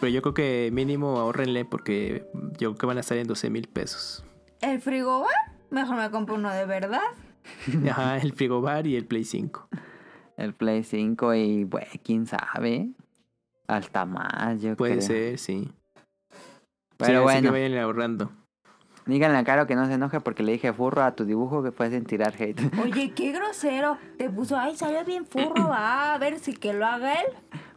Speaker 3: Pero yo creo que mínimo ahorrenle porque yo creo que van a estar en 12 mil
Speaker 1: (laughs)
Speaker 3: pesos.
Speaker 2: ¿El frigobar? Mejor me compro uno de verdad.
Speaker 3: Ajá, el frigobar y el Play 5.
Speaker 1: El Play 5 y, güey, quién sabe. Hasta más, yo
Speaker 3: Puede
Speaker 1: creo.
Speaker 3: ser, sí. Sí, así
Speaker 1: Pero
Speaker 3: que
Speaker 1: bueno,
Speaker 3: vayan ahorrando.
Speaker 1: díganle a Caro que no se enoje porque le dije furro a tu dibujo que fue sin tirar hate. (laughs)
Speaker 2: Oye, qué grosero. Te puso, ay, salió bien furro. Va a ver si que lo haga él.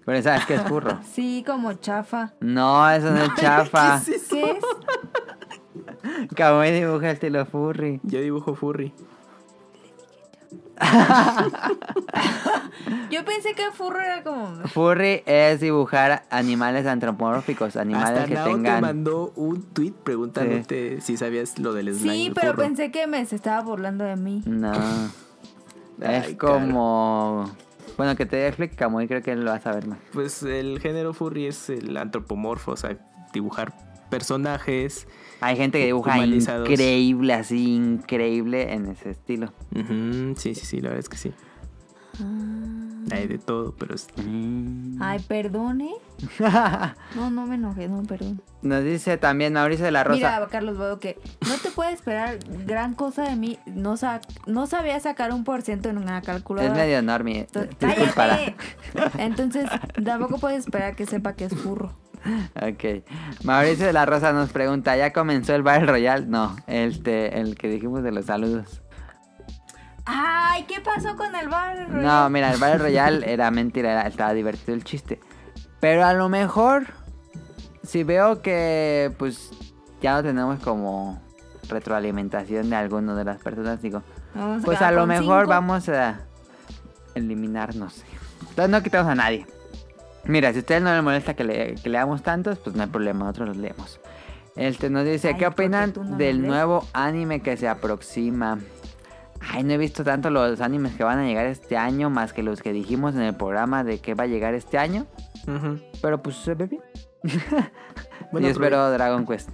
Speaker 1: Pero sabes que es furro.
Speaker 2: Sí, como chafa.
Speaker 1: No, eso no
Speaker 3: (laughs)
Speaker 1: es chafa.
Speaker 2: ¿Qué es?
Speaker 1: Acabo de dibujar el estilo furry.
Speaker 3: Yo dibujo furry.
Speaker 2: Yo pensé que furro era como.
Speaker 1: Furry es dibujar animales antropomórficos, animales
Speaker 3: Hasta
Speaker 1: que
Speaker 3: Nao te
Speaker 1: tengan.
Speaker 3: mandó un tweet preguntándote si sabías lo del slime.
Speaker 2: Sí,
Speaker 3: del
Speaker 2: pero
Speaker 3: furro.
Speaker 2: pensé que me se estaba burlando de mí.
Speaker 1: No. es
Speaker 3: Ay,
Speaker 1: como. Bueno, que te dé flick, Camuy, creo que lo vas a ver más.
Speaker 3: Pues el género furry es el antropomorfo, o sea, dibujar personajes.
Speaker 1: Hay gente que dibuja
Speaker 3: Humanizados.
Speaker 1: increíble, así, increíble en ese estilo.
Speaker 3: Ujú, Sí, sí, sí, la verdad es que sí.
Speaker 2: Ah.
Speaker 3: Hay de todo, pero es-
Speaker 1: Mm.
Speaker 2: Ay, perdone. No, no me enojé, no, perdón.
Speaker 1: Nos dice también Mauricio de la Ah, Rosa.
Speaker 2: Mira, Carlos Bodo, que no te puede esperar gran cosa de mí. No, sa- no sabía sacar un por ciento en una
Speaker 1: es
Speaker 2: calculadora.
Speaker 1: medio enorme. eh, (laughs)
Speaker 2: Entonces,
Speaker 1: Disculpa.
Speaker 2: ¡cállate! Entonces, tampoco puedes esperar que sepa que es furro.
Speaker 1: Ok. Mauricio de la Rosa nos pregunta: ¿Ya comenzó el Battle Royale? No, el, te- el que dijimos de los saludos.
Speaker 2: Ay, ¿qué pasó con el bar?
Speaker 1: No, mira, el Battle Royale era mentira, era- estaba divertido el chiste. Pero a lo mejor, si veo que pues ya no tenemos como retroalimentación de alguno de las personas, digo,
Speaker 2: Vamos
Speaker 1: pues a
Speaker 2: quedar
Speaker 1: lo
Speaker 2: con
Speaker 1: mejor
Speaker 2: cinco.
Speaker 1: vamos a eliminarnos. Entonces no quitamos a nadie. Mira, si a ustedes no les molesta que, le, que leamos tantos, pues no hay problema, nosotros los leemos. Este nos dice,
Speaker 2: Ay,
Speaker 1: ¿qué
Speaker 2: porque
Speaker 1: opinan
Speaker 2: tú no los
Speaker 1: del
Speaker 2: lees.
Speaker 1: nuevo anime que se aproxima? Ay, no he visto tanto los animes que van a llegar este año, más que los que dijimos en el programa de que va a llegar este año.
Speaker 3: Ujú.
Speaker 1: Pero pues se ve bien.
Speaker 3: Bueno,
Speaker 1: Yo espero Dragon Quest.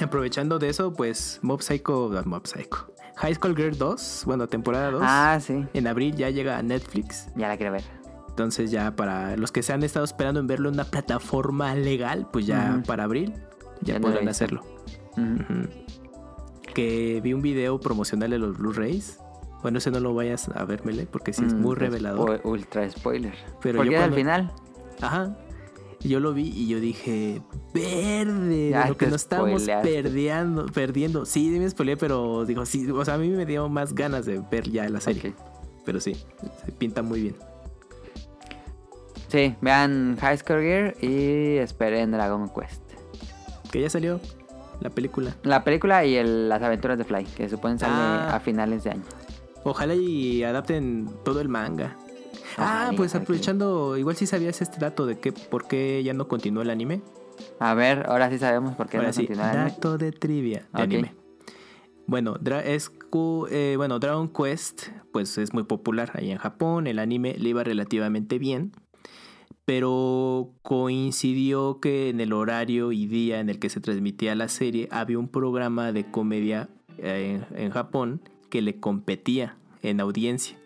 Speaker 3: Aprovechando de eso, pues Mob Psycho, ah, Mob Psycho. High School Girl 2, bueno, temporada 2.
Speaker 1: Ah, sí.
Speaker 3: En abril ya llega a Netflix.
Speaker 1: Ya la quiero ver.
Speaker 3: Entonces ya para los que se han estado esperando en verlo en una plataforma legal, pues ya
Speaker 1: Ujú.
Speaker 3: para abril
Speaker 1: Ya
Speaker 3: ya,
Speaker 1: lo
Speaker 3: podrán
Speaker 1: hizo.
Speaker 3: hacerlo.
Speaker 1: Ujú.
Speaker 3: Ujú. Que vi un video promocional de los Blu-rays. Bueno, ese no lo vayas a ver, Mele, porque sí es
Speaker 1: Mm,
Speaker 3: muy
Speaker 1: pues,
Speaker 3: revelador.
Speaker 1: o- Ultra spoiler.
Speaker 3: Pero
Speaker 1: Porque
Speaker 3: yo
Speaker 1: es al
Speaker 3: cuando-
Speaker 1: final.
Speaker 3: Ajá. Yo lo vi y yo dije, verde,
Speaker 1: Ya
Speaker 3: de lo que
Speaker 1: te
Speaker 3: nos estábamos
Speaker 1: spoileaste.
Speaker 3: perdiendo, perdiendo. Sí, me spoileé, pero digo, sí, o sea, a mí me dio más ganas de ver ya la serie.
Speaker 1: Ok.
Speaker 3: Pero sí, se pinta muy bien.
Speaker 1: Sí, vean High Score Gear y esperen Dragon Quest.
Speaker 3: Que ya salió la película.
Speaker 1: La película y el- las aventuras de Fly, que suponen sale
Speaker 3: Ah.
Speaker 1: a finales de año.
Speaker 3: Ojalá y adapten todo el manga.
Speaker 1: Ojalá,
Speaker 3: ah, pues
Speaker 1: ojalá que-
Speaker 3: aprovechando, igual si sabías este dato de que por qué ya no continuó el anime.
Speaker 1: A ver, ahora sí sabemos por qué
Speaker 3: Ahora
Speaker 1: no
Speaker 3: sí,
Speaker 1: continúa el anime.
Speaker 3: dato de trivia
Speaker 1: Ok.
Speaker 3: de anime. Bueno, Dra- es cu- eh, bueno, Dragon Quest pues es muy popular ahí en Japón, el anime le iba relativamente bien, pero coincidió que en el horario y día en el que se transmitía la serie había un programa de comedia eh, en- en Japón que le competía en audiencia.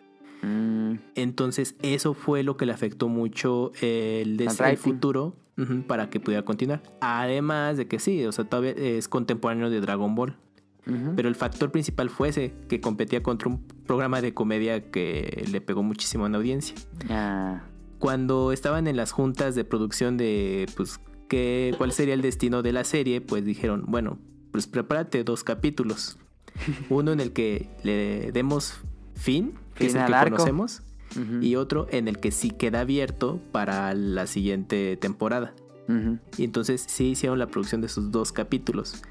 Speaker 1: Mm,
Speaker 3: Entonces eso fue lo que le afectó mucho el, des-
Speaker 1: Al
Speaker 3: el
Speaker 1: writing.
Speaker 3: futuro ujú, para que pudiera continuar. Además de que sí, o sea, todavía es contemporáneo de Dragon Ball.
Speaker 1: ujú.
Speaker 3: Pero el factor principal fue ese, que competía contra un programa de comedia que le pegó muchísimo en la audiencia.
Speaker 1: Ah,
Speaker 3: Cuando estaban en las juntas de producción de, pues, qué, cuál sería el destino de la serie, pues dijeron, bueno, pues prepárate dos capítulos. Uno en el que le demos fin, que es
Speaker 1: Fin
Speaker 3: el
Speaker 1: al
Speaker 3: que
Speaker 1: arco.
Speaker 3: conocemos
Speaker 1: ujú,
Speaker 3: y otro en el que sí queda abierto para la siguiente temporada.
Speaker 1: ujú.
Speaker 3: Y entonces sí hicieron la producción de sus dos capítulos,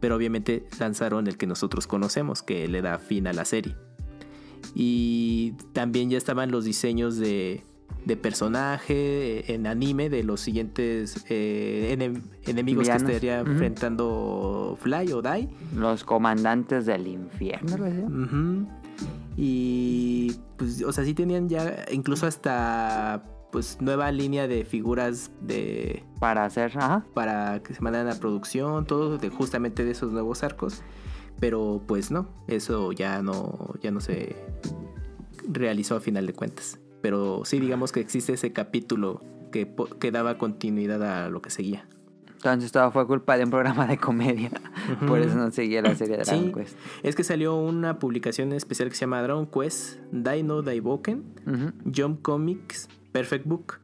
Speaker 3: pero obviamente lanzaron el que nosotros conocemos, que le da fin a la serie. Y también ya estaban los diseños de, de personaje eh, en anime de los siguientes eh, enem- enemigos
Speaker 1: Villanos.
Speaker 3: que estaría
Speaker 1: Ujú.
Speaker 3: enfrentando Fly o Dai.
Speaker 1: Los comandantes del infierno. ¿lo decía?
Speaker 3: Ujú. Y pues, o sea, sí tenían ya incluso hasta pues nueva línea de figuras de
Speaker 1: Para hacer, ajá.
Speaker 3: para que se mandaran a producción, todo de justamente de esos nuevos arcos, pero pues no, eso ya no ya no se realizó a final de cuentas. Pero sí digamos que existe ese capítulo que, po- que daba continuidad a lo que seguía.
Speaker 1: Entonces todo fue culpa de un programa de comedia. Por eso no seguía la serie de Dragon
Speaker 3: Sí.
Speaker 1: Quest.
Speaker 3: Es que salió una publicación especial que se llama Dragon Quest Dino Daiboken
Speaker 1: Ujú.
Speaker 3: Jump Comics, Perfect Book.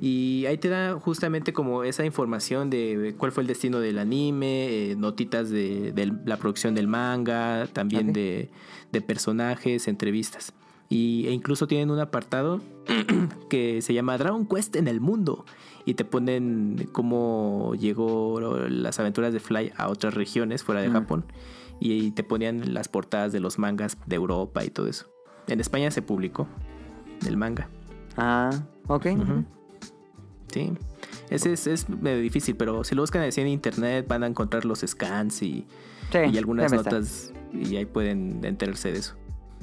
Speaker 3: Y ahí te da justamente como esa información de cuál fue el destino del anime, eh, notitas de, de la producción del manga, también
Speaker 1: Ok.
Speaker 3: de, de personajes, entrevistas. Y, e incluso tienen un apartado (clears throat) que se llama Dragon Quest en el mundo. Y te ponen cómo llegó las aventuras de Fly a otras regiones fuera de
Speaker 1: Mm.
Speaker 3: Japón. Y, y te ponían las portadas de los mangas de Europa y todo eso. En España se publicó el manga.
Speaker 1: Ah, ok.
Speaker 3: Ujú. Sí. Ese es, es medio difícil, pero si lo buscan así en internet van a encontrar los scans y,
Speaker 1: Sí,
Speaker 3: y algunas
Speaker 1: debe estar.
Speaker 3: notas y ahí pueden enterarse de eso.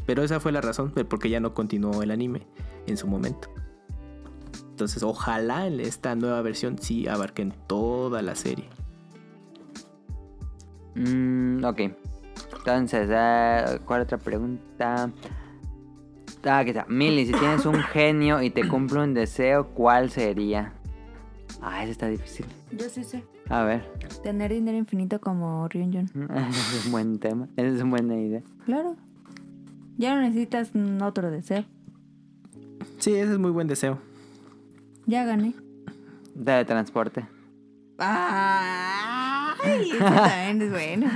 Speaker 3: Pero esa fue la razón de por qué ya no continuó el anime en su momento. Entonces, ojalá en esta nueva versión sí abarquen toda la serie.
Speaker 1: Mm, ok. Entonces, eh, ¿cuál otra pregunta? Ah, aquí está. Milly, si tienes
Speaker 3: (coughs)
Speaker 1: un genio y te cumple un deseo, ¿cuál sería? Ah, ese está difícil.
Speaker 2: Yo sí sé.
Speaker 1: A ver, (laughs)
Speaker 2: Tener dinero infinito como Ryunjun.
Speaker 1: ese es un buen tema. Esa es una buena idea.
Speaker 2: Claro. Ya no necesitas mm, otro deseo.
Speaker 3: Sí, ese es muy buen deseo.
Speaker 2: Ya gané.
Speaker 1: (laughs) Teletransporte.
Speaker 2: (laughs) ¡Ay! Ese también es bueno.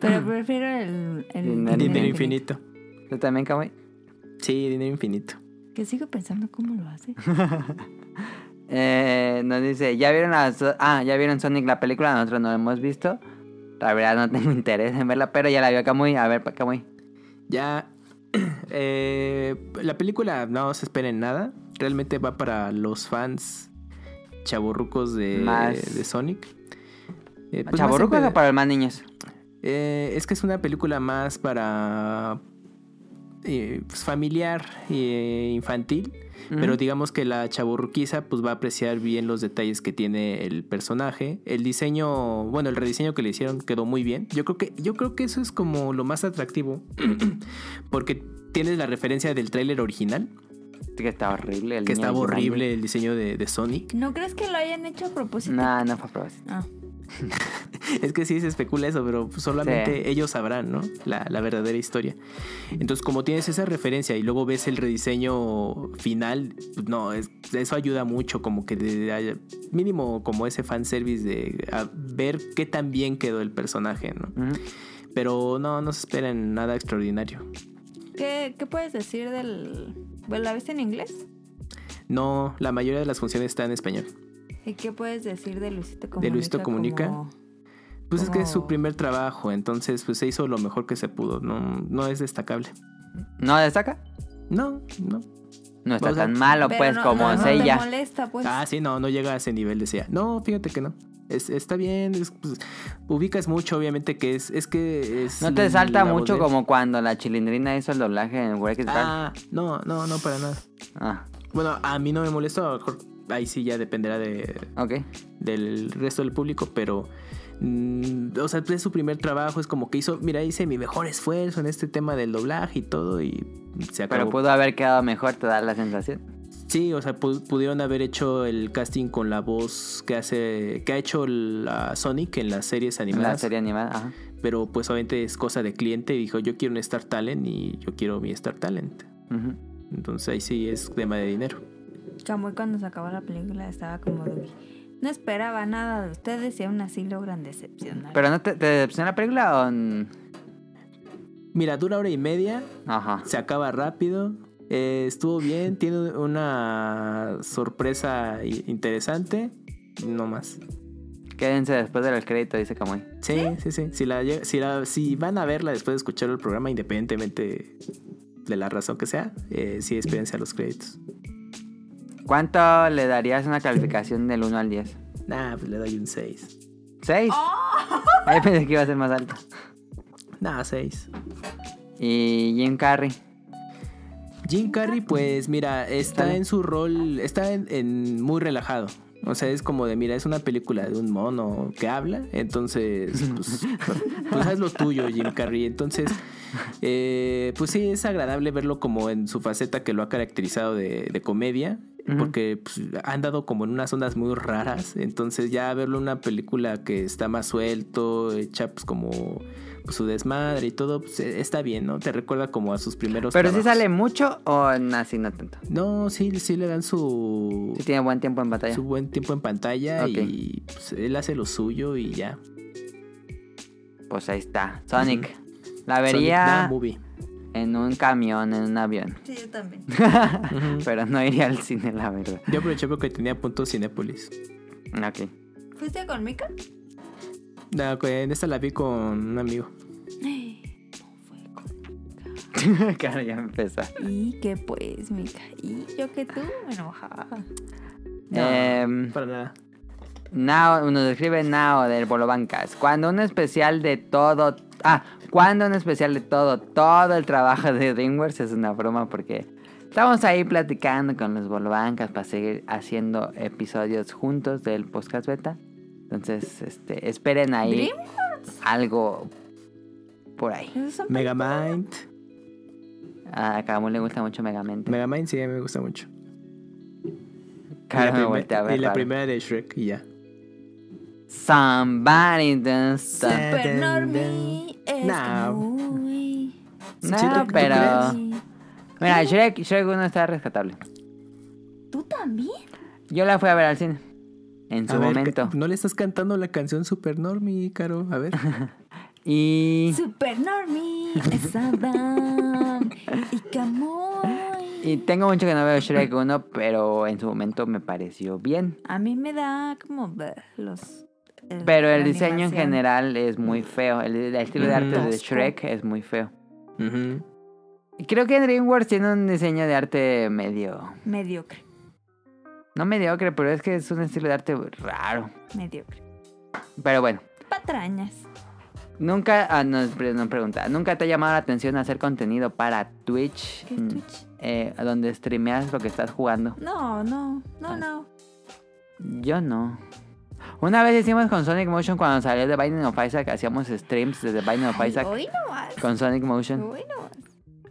Speaker 2: Pero prefiero el, el
Speaker 1: Dinero
Speaker 3: Dinero infinito.
Speaker 1: ¿Tú también, Kamui?
Speaker 3: Sí, dinero infinito.
Speaker 2: Que sigo pensando cómo lo hace.
Speaker 1: Eh, nos dice, ¿ya vieron, a So- ah, ¿ya vieron Sonic la película? Nosotros no la hemos visto. La verdad no tengo (laughs) interés en verla, pero ya la vio Kamui. A ver, Kamui.
Speaker 3: Ya. (clears throat) eh, la película no se esperen nada. Realmente va para los fans chaborrucos de,
Speaker 1: Más-
Speaker 3: de Sonic. Eh, pues,
Speaker 1: ¿Chaborruco
Speaker 3: más
Speaker 1: o
Speaker 3: empe-
Speaker 1: para más niños?
Speaker 3: eh, es que es una película más para. eh, pues, familiar e infantil. Pero
Speaker 1: Ujú.
Speaker 3: digamos que la chaburruquiza pues va a apreciar bien los detalles que tiene el personaje. El diseño, bueno, el rediseño que le hicieron quedó muy bien. Yo creo que, yo creo que eso es como lo más atractivo. (clears throat) porque tienes la referencia del tráiler original,
Speaker 1: Que está horrible. El
Speaker 3: que
Speaker 1: niño
Speaker 3: estaba
Speaker 1: original.
Speaker 3: horrible el diseño de, de Sonic.
Speaker 2: ¿No crees que lo hayan hecho a propósito?
Speaker 1: No, no fue a propósito.
Speaker 2: Ah.
Speaker 3: (laughs) es que sí se especula eso, pero pues, solamente ellos sabrán, ¿no? La, la verdadera historia. Entonces, como tienes esa referencia y luego ves el rediseño final, pues, no, es- eso ayuda mucho, como que de- haya- mínimo como ese fanservice de a ver qué tan bien quedó el personaje, ¿no?
Speaker 1: Ujú.
Speaker 3: Pero no, no se esperen nada extraordinario.
Speaker 2: ¿Qué, qué puedes decir del... Bueno, ¿la viste en inglés?
Speaker 3: No, la mayoría de las funciones está en español.
Speaker 2: ¿Y qué puedes decir de Luisito Comunica?
Speaker 3: ¿De Luisito Comunica?
Speaker 2: como-
Speaker 3: Pues es que es su
Speaker 2: Como-
Speaker 3: primer trabajo, entonces pues se hizo lo mejor que se pudo. No, no es destacable.
Speaker 1: ¿No destaca?
Speaker 3: No, no.
Speaker 1: No está
Speaker 3: O sea,
Speaker 1: tan malo,
Speaker 2: Pero
Speaker 1: pues,
Speaker 2: no-
Speaker 1: como
Speaker 2: no, no te
Speaker 1: Seiya.
Speaker 2: molesta, pues.
Speaker 3: Ah, sí, no, no llega a ese nivel de sea. No, fíjate que no. Es- está bien, es- pues, ubicas mucho, obviamente que es, es que es
Speaker 1: No te salta
Speaker 3: la voz
Speaker 1: mucho
Speaker 3: de él.
Speaker 1: como cuando la chilindrina hizo el doblaje en Wreck-It Ralph.
Speaker 3: Ah, no, no, no para nada.
Speaker 1: Ah,
Speaker 3: Bueno, a mí no me molesta, a lo mejor ahí sí ya dependerá de,
Speaker 1: ok.
Speaker 3: del resto del público, pero. mm, o sea, pues, es su primer trabajo, es como que hizo. Mira, hice mi mejor esfuerzo en este tema del doblaje y todo, y se acabó.
Speaker 1: Pero pudo haber quedado mejor, te da la sensación.
Speaker 3: Sí, o sea, pu- pudieron haber hecho el casting con la voz que hace. que ha hecho la Sonic en las series
Speaker 1: En la
Speaker 3: animadas.
Speaker 1: serie animada, ajá.
Speaker 3: Pero pues obviamente es cosa de cliente. Dijo, yo quiero un Star Talent y yo quiero mi Star Talent.
Speaker 1: Ujú.
Speaker 3: Entonces ahí sí es tema de dinero.
Speaker 2: Camuy cuando se acabó la película estaba como Dougie. No esperaba nada de ustedes y aún así logran decepcionar.
Speaker 1: Pero no te, te decepciona la película o. n-
Speaker 3: Mira, dura hora y media,
Speaker 1: Ajá.
Speaker 3: se acaba rápido. eh, estuvo bien, tiene una sorpresa i- interesante. No más.
Speaker 1: Quédense después de los créditos, dice Kamui.
Speaker 3: Sí, sí, sí. Si, la, lle- si, la- si van a verla después de escuchar el programa, independientemente de la razón que sea, eh, sí, espérense a los créditos.
Speaker 1: ¿Cuánto le darías una calificación del 1 al 10?
Speaker 3: Nah, pues le doy un 6.
Speaker 1: ¿6?
Speaker 2: Oh.
Speaker 1: Ahí pensé que iba a ser más alto.
Speaker 3: Nah, 6.
Speaker 1: Y Jim Carrey.
Speaker 3: Jim Carrey, pues mira, está
Speaker 1: Dale.
Speaker 3: en su rol, está en, en muy relajado. O sea, es como de, mira, es una película de un mono que habla,
Speaker 1: (laughs)
Speaker 3: entonces, pues, pues haz lo tuyo, Jim Carrey. Entonces, eh, pues sí, es agradable verlo como en su faceta que lo ha caracterizado de, de comedia,
Speaker 1: Ujú.
Speaker 3: porque pues, ha andado como en unas ondas muy raras. Entonces, ya verlo en una película que está más suelto, hecha pues como pues, su desmadre y todo, pues, eh, está bien, ¿no? Te recuerda como a sus primeros
Speaker 1: ¿Pero si
Speaker 3: trabajos.
Speaker 1: sale mucho o n- así no tanto?
Speaker 3: No, sí, sí le dan su,
Speaker 1: Si tiene buen tiempo en batalla.
Speaker 3: su buen tiempo en pantalla
Speaker 1: Ok.
Speaker 3: y pues, él hace lo suyo y ya.
Speaker 1: Pues ahí está. Sonic. La vería
Speaker 3: Sonic the Movie.
Speaker 1: en un camión, en un avión. (laughs)
Speaker 9: Sí, yo también.
Speaker 3: Ujú.
Speaker 1: Pero no iría al cine, la verdad.
Speaker 3: Yo aproveché porque tenía puntos Cinépolis.
Speaker 1: Ok. (laughs)
Speaker 2: ¿Fuiste con Mika?
Speaker 3: No, en esta la vi con un amigo.
Speaker 1: Cara, ya empezó.
Speaker 2: (gasps) Y que pues, Mika. Y yo que tú me enojaba.
Speaker 3: No,
Speaker 1: Em,
Speaker 3: para nada.
Speaker 1: Nao, nos escribe Nao del Bolo Bancas. Cuando un especial de todo. Ah, cuando un especial de todo, todo el trabajo de DreamWorks es una broma porque estamos ahí platicando con los Bolo Bancas para seguir haciendo episodios juntos del podcast beta. Entonces, este, esperen ahí algo por ahí.
Speaker 2: Esos son
Speaker 3: Megamind.
Speaker 1: A Camus le gusta mucho Megamente.
Speaker 3: Megamind sí, me gusta mucho.
Speaker 1: Claro,
Speaker 3: y
Speaker 1: me
Speaker 3: la,
Speaker 1: volteé a
Speaker 3: primer-
Speaker 1: ver.
Speaker 3: y la
Speaker 1: raro.
Speaker 3: primera de Shrek y ya.
Speaker 1: Somebody does something.
Speaker 2: Super normie es
Speaker 3: No.
Speaker 2: muy...
Speaker 1: No,
Speaker 3: Sí, ¿tú- tú
Speaker 1: pero.
Speaker 3: crees?
Speaker 1: Mira, Shrek, Shrek 1 está rescatable.
Speaker 6: ¿Tú también?
Speaker 1: Yo la fui a ver al cine. En su
Speaker 3: A ver,
Speaker 1: momento.
Speaker 3: ca- no le estás cantando la canción Super Normie, Caro.
Speaker 1: (laughs)
Speaker 3: A ver.
Speaker 1: Y.
Speaker 2: Super normie es Adam y Camuy.
Speaker 1: Y tengo mucho que no veo Shrek 1, pero en su momento me pareció bien.
Speaker 2: A mí me da como bleh, los... el-
Speaker 1: Pero el
Speaker 2: la
Speaker 1: diseño en
Speaker 2: animación.
Speaker 1: general es muy feo. El, el estilo
Speaker 3: Mm.
Speaker 1: de arte de
Speaker 2: Tosco.
Speaker 1: Shrek es muy feo.
Speaker 3: Ujú.
Speaker 1: Y creo que DreamWorks tiene un diseño de arte medio.
Speaker 2: Mediocre,
Speaker 1: No mediocre, pero es que es un estilo de arte raro.
Speaker 2: mediocre.
Speaker 1: Pero bueno.
Speaker 2: Patrañas.
Speaker 1: Nunca, ah, nos, pre- nos pregunta, ¿nunca te ha llamado la atención hacer contenido para Twitch?
Speaker 2: ¿Qué
Speaker 1: Mm,
Speaker 2: Twitch?
Speaker 1: eh, donde streameas lo que estás jugando.
Speaker 2: No, no, no, no.
Speaker 1: Yo no. Una vez hicimos con Sonic Motion cuando salió de Binding of Isaac, hacíamos streams desde Binding of Isaac
Speaker 2: Hoy no más.
Speaker 1: con Sonic Motion,
Speaker 2: Hoy no más.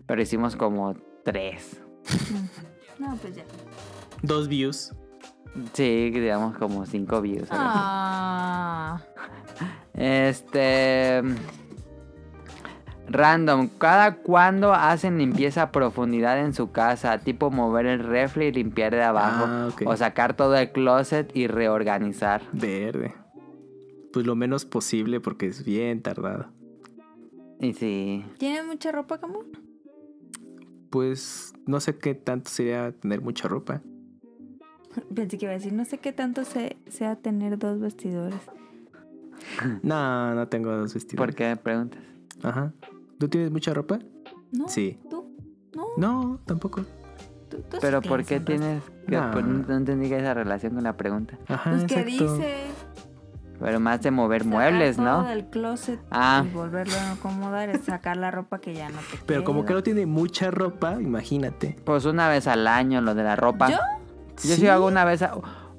Speaker 1: pero hicimos como tres.
Speaker 2: No, pues ya.
Speaker 3: Dos views.
Speaker 1: Sí, digamos como cinco views. algo así.
Speaker 2: Ah,
Speaker 1: Este. Random, ¿cada cuándo hacen limpieza a profundidad en su casa? Tipo mover el refri y limpiar de abajo.
Speaker 3: Ah, ok.
Speaker 1: O sacar todo el closet y reorganizar.
Speaker 3: Verde. Pues lo menos posible porque es bien tardado.
Speaker 1: Y sí.
Speaker 2: ¿Tiene mucha ropa, como?
Speaker 3: Pues no sé qué tanto sería tener mucha ropa.
Speaker 2: (laughs) Pensé que iba a decir, no sé qué tanto se, sea tener dos vestidores.
Speaker 3: No, no tengo dos vestidos.
Speaker 1: Mm. ¿Por qué preguntas?
Speaker 3: Ajá. ¿Tú tienes mucha ropa?
Speaker 2: ¿No?
Speaker 3: Sí.
Speaker 2: ¿Tú? No.
Speaker 3: No, tampoco.
Speaker 2: tú- tú sí
Speaker 1: Pero
Speaker 2: tienes
Speaker 1: ¿por qué
Speaker 2: un resto.
Speaker 1: tienes.?
Speaker 3: No.
Speaker 1: por- No entendí esa relación con la pregunta.
Speaker 3: Ajá,
Speaker 2: Pues que
Speaker 3: exacto.
Speaker 2: dice.
Speaker 1: Pero más de mover
Speaker 2: sacar
Speaker 1: muebles,
Speaker 2: todo
Speaker 1: ¿no?
Speaker 2: del closet
Speaker 1: Ah.
Speaker 2: y volverlo a acomodar es sacar la ropa que ya no te
Speaker 3: Pero como que
Speaker 2: queda.
Speaker 3: no tiene mucha ropa, imagínate.
Speaker 1: Pues una vez al año, lo de la ropa.
Speaker 2: ¿Yo?
Speaker 1: Yo sí hago una vez. a-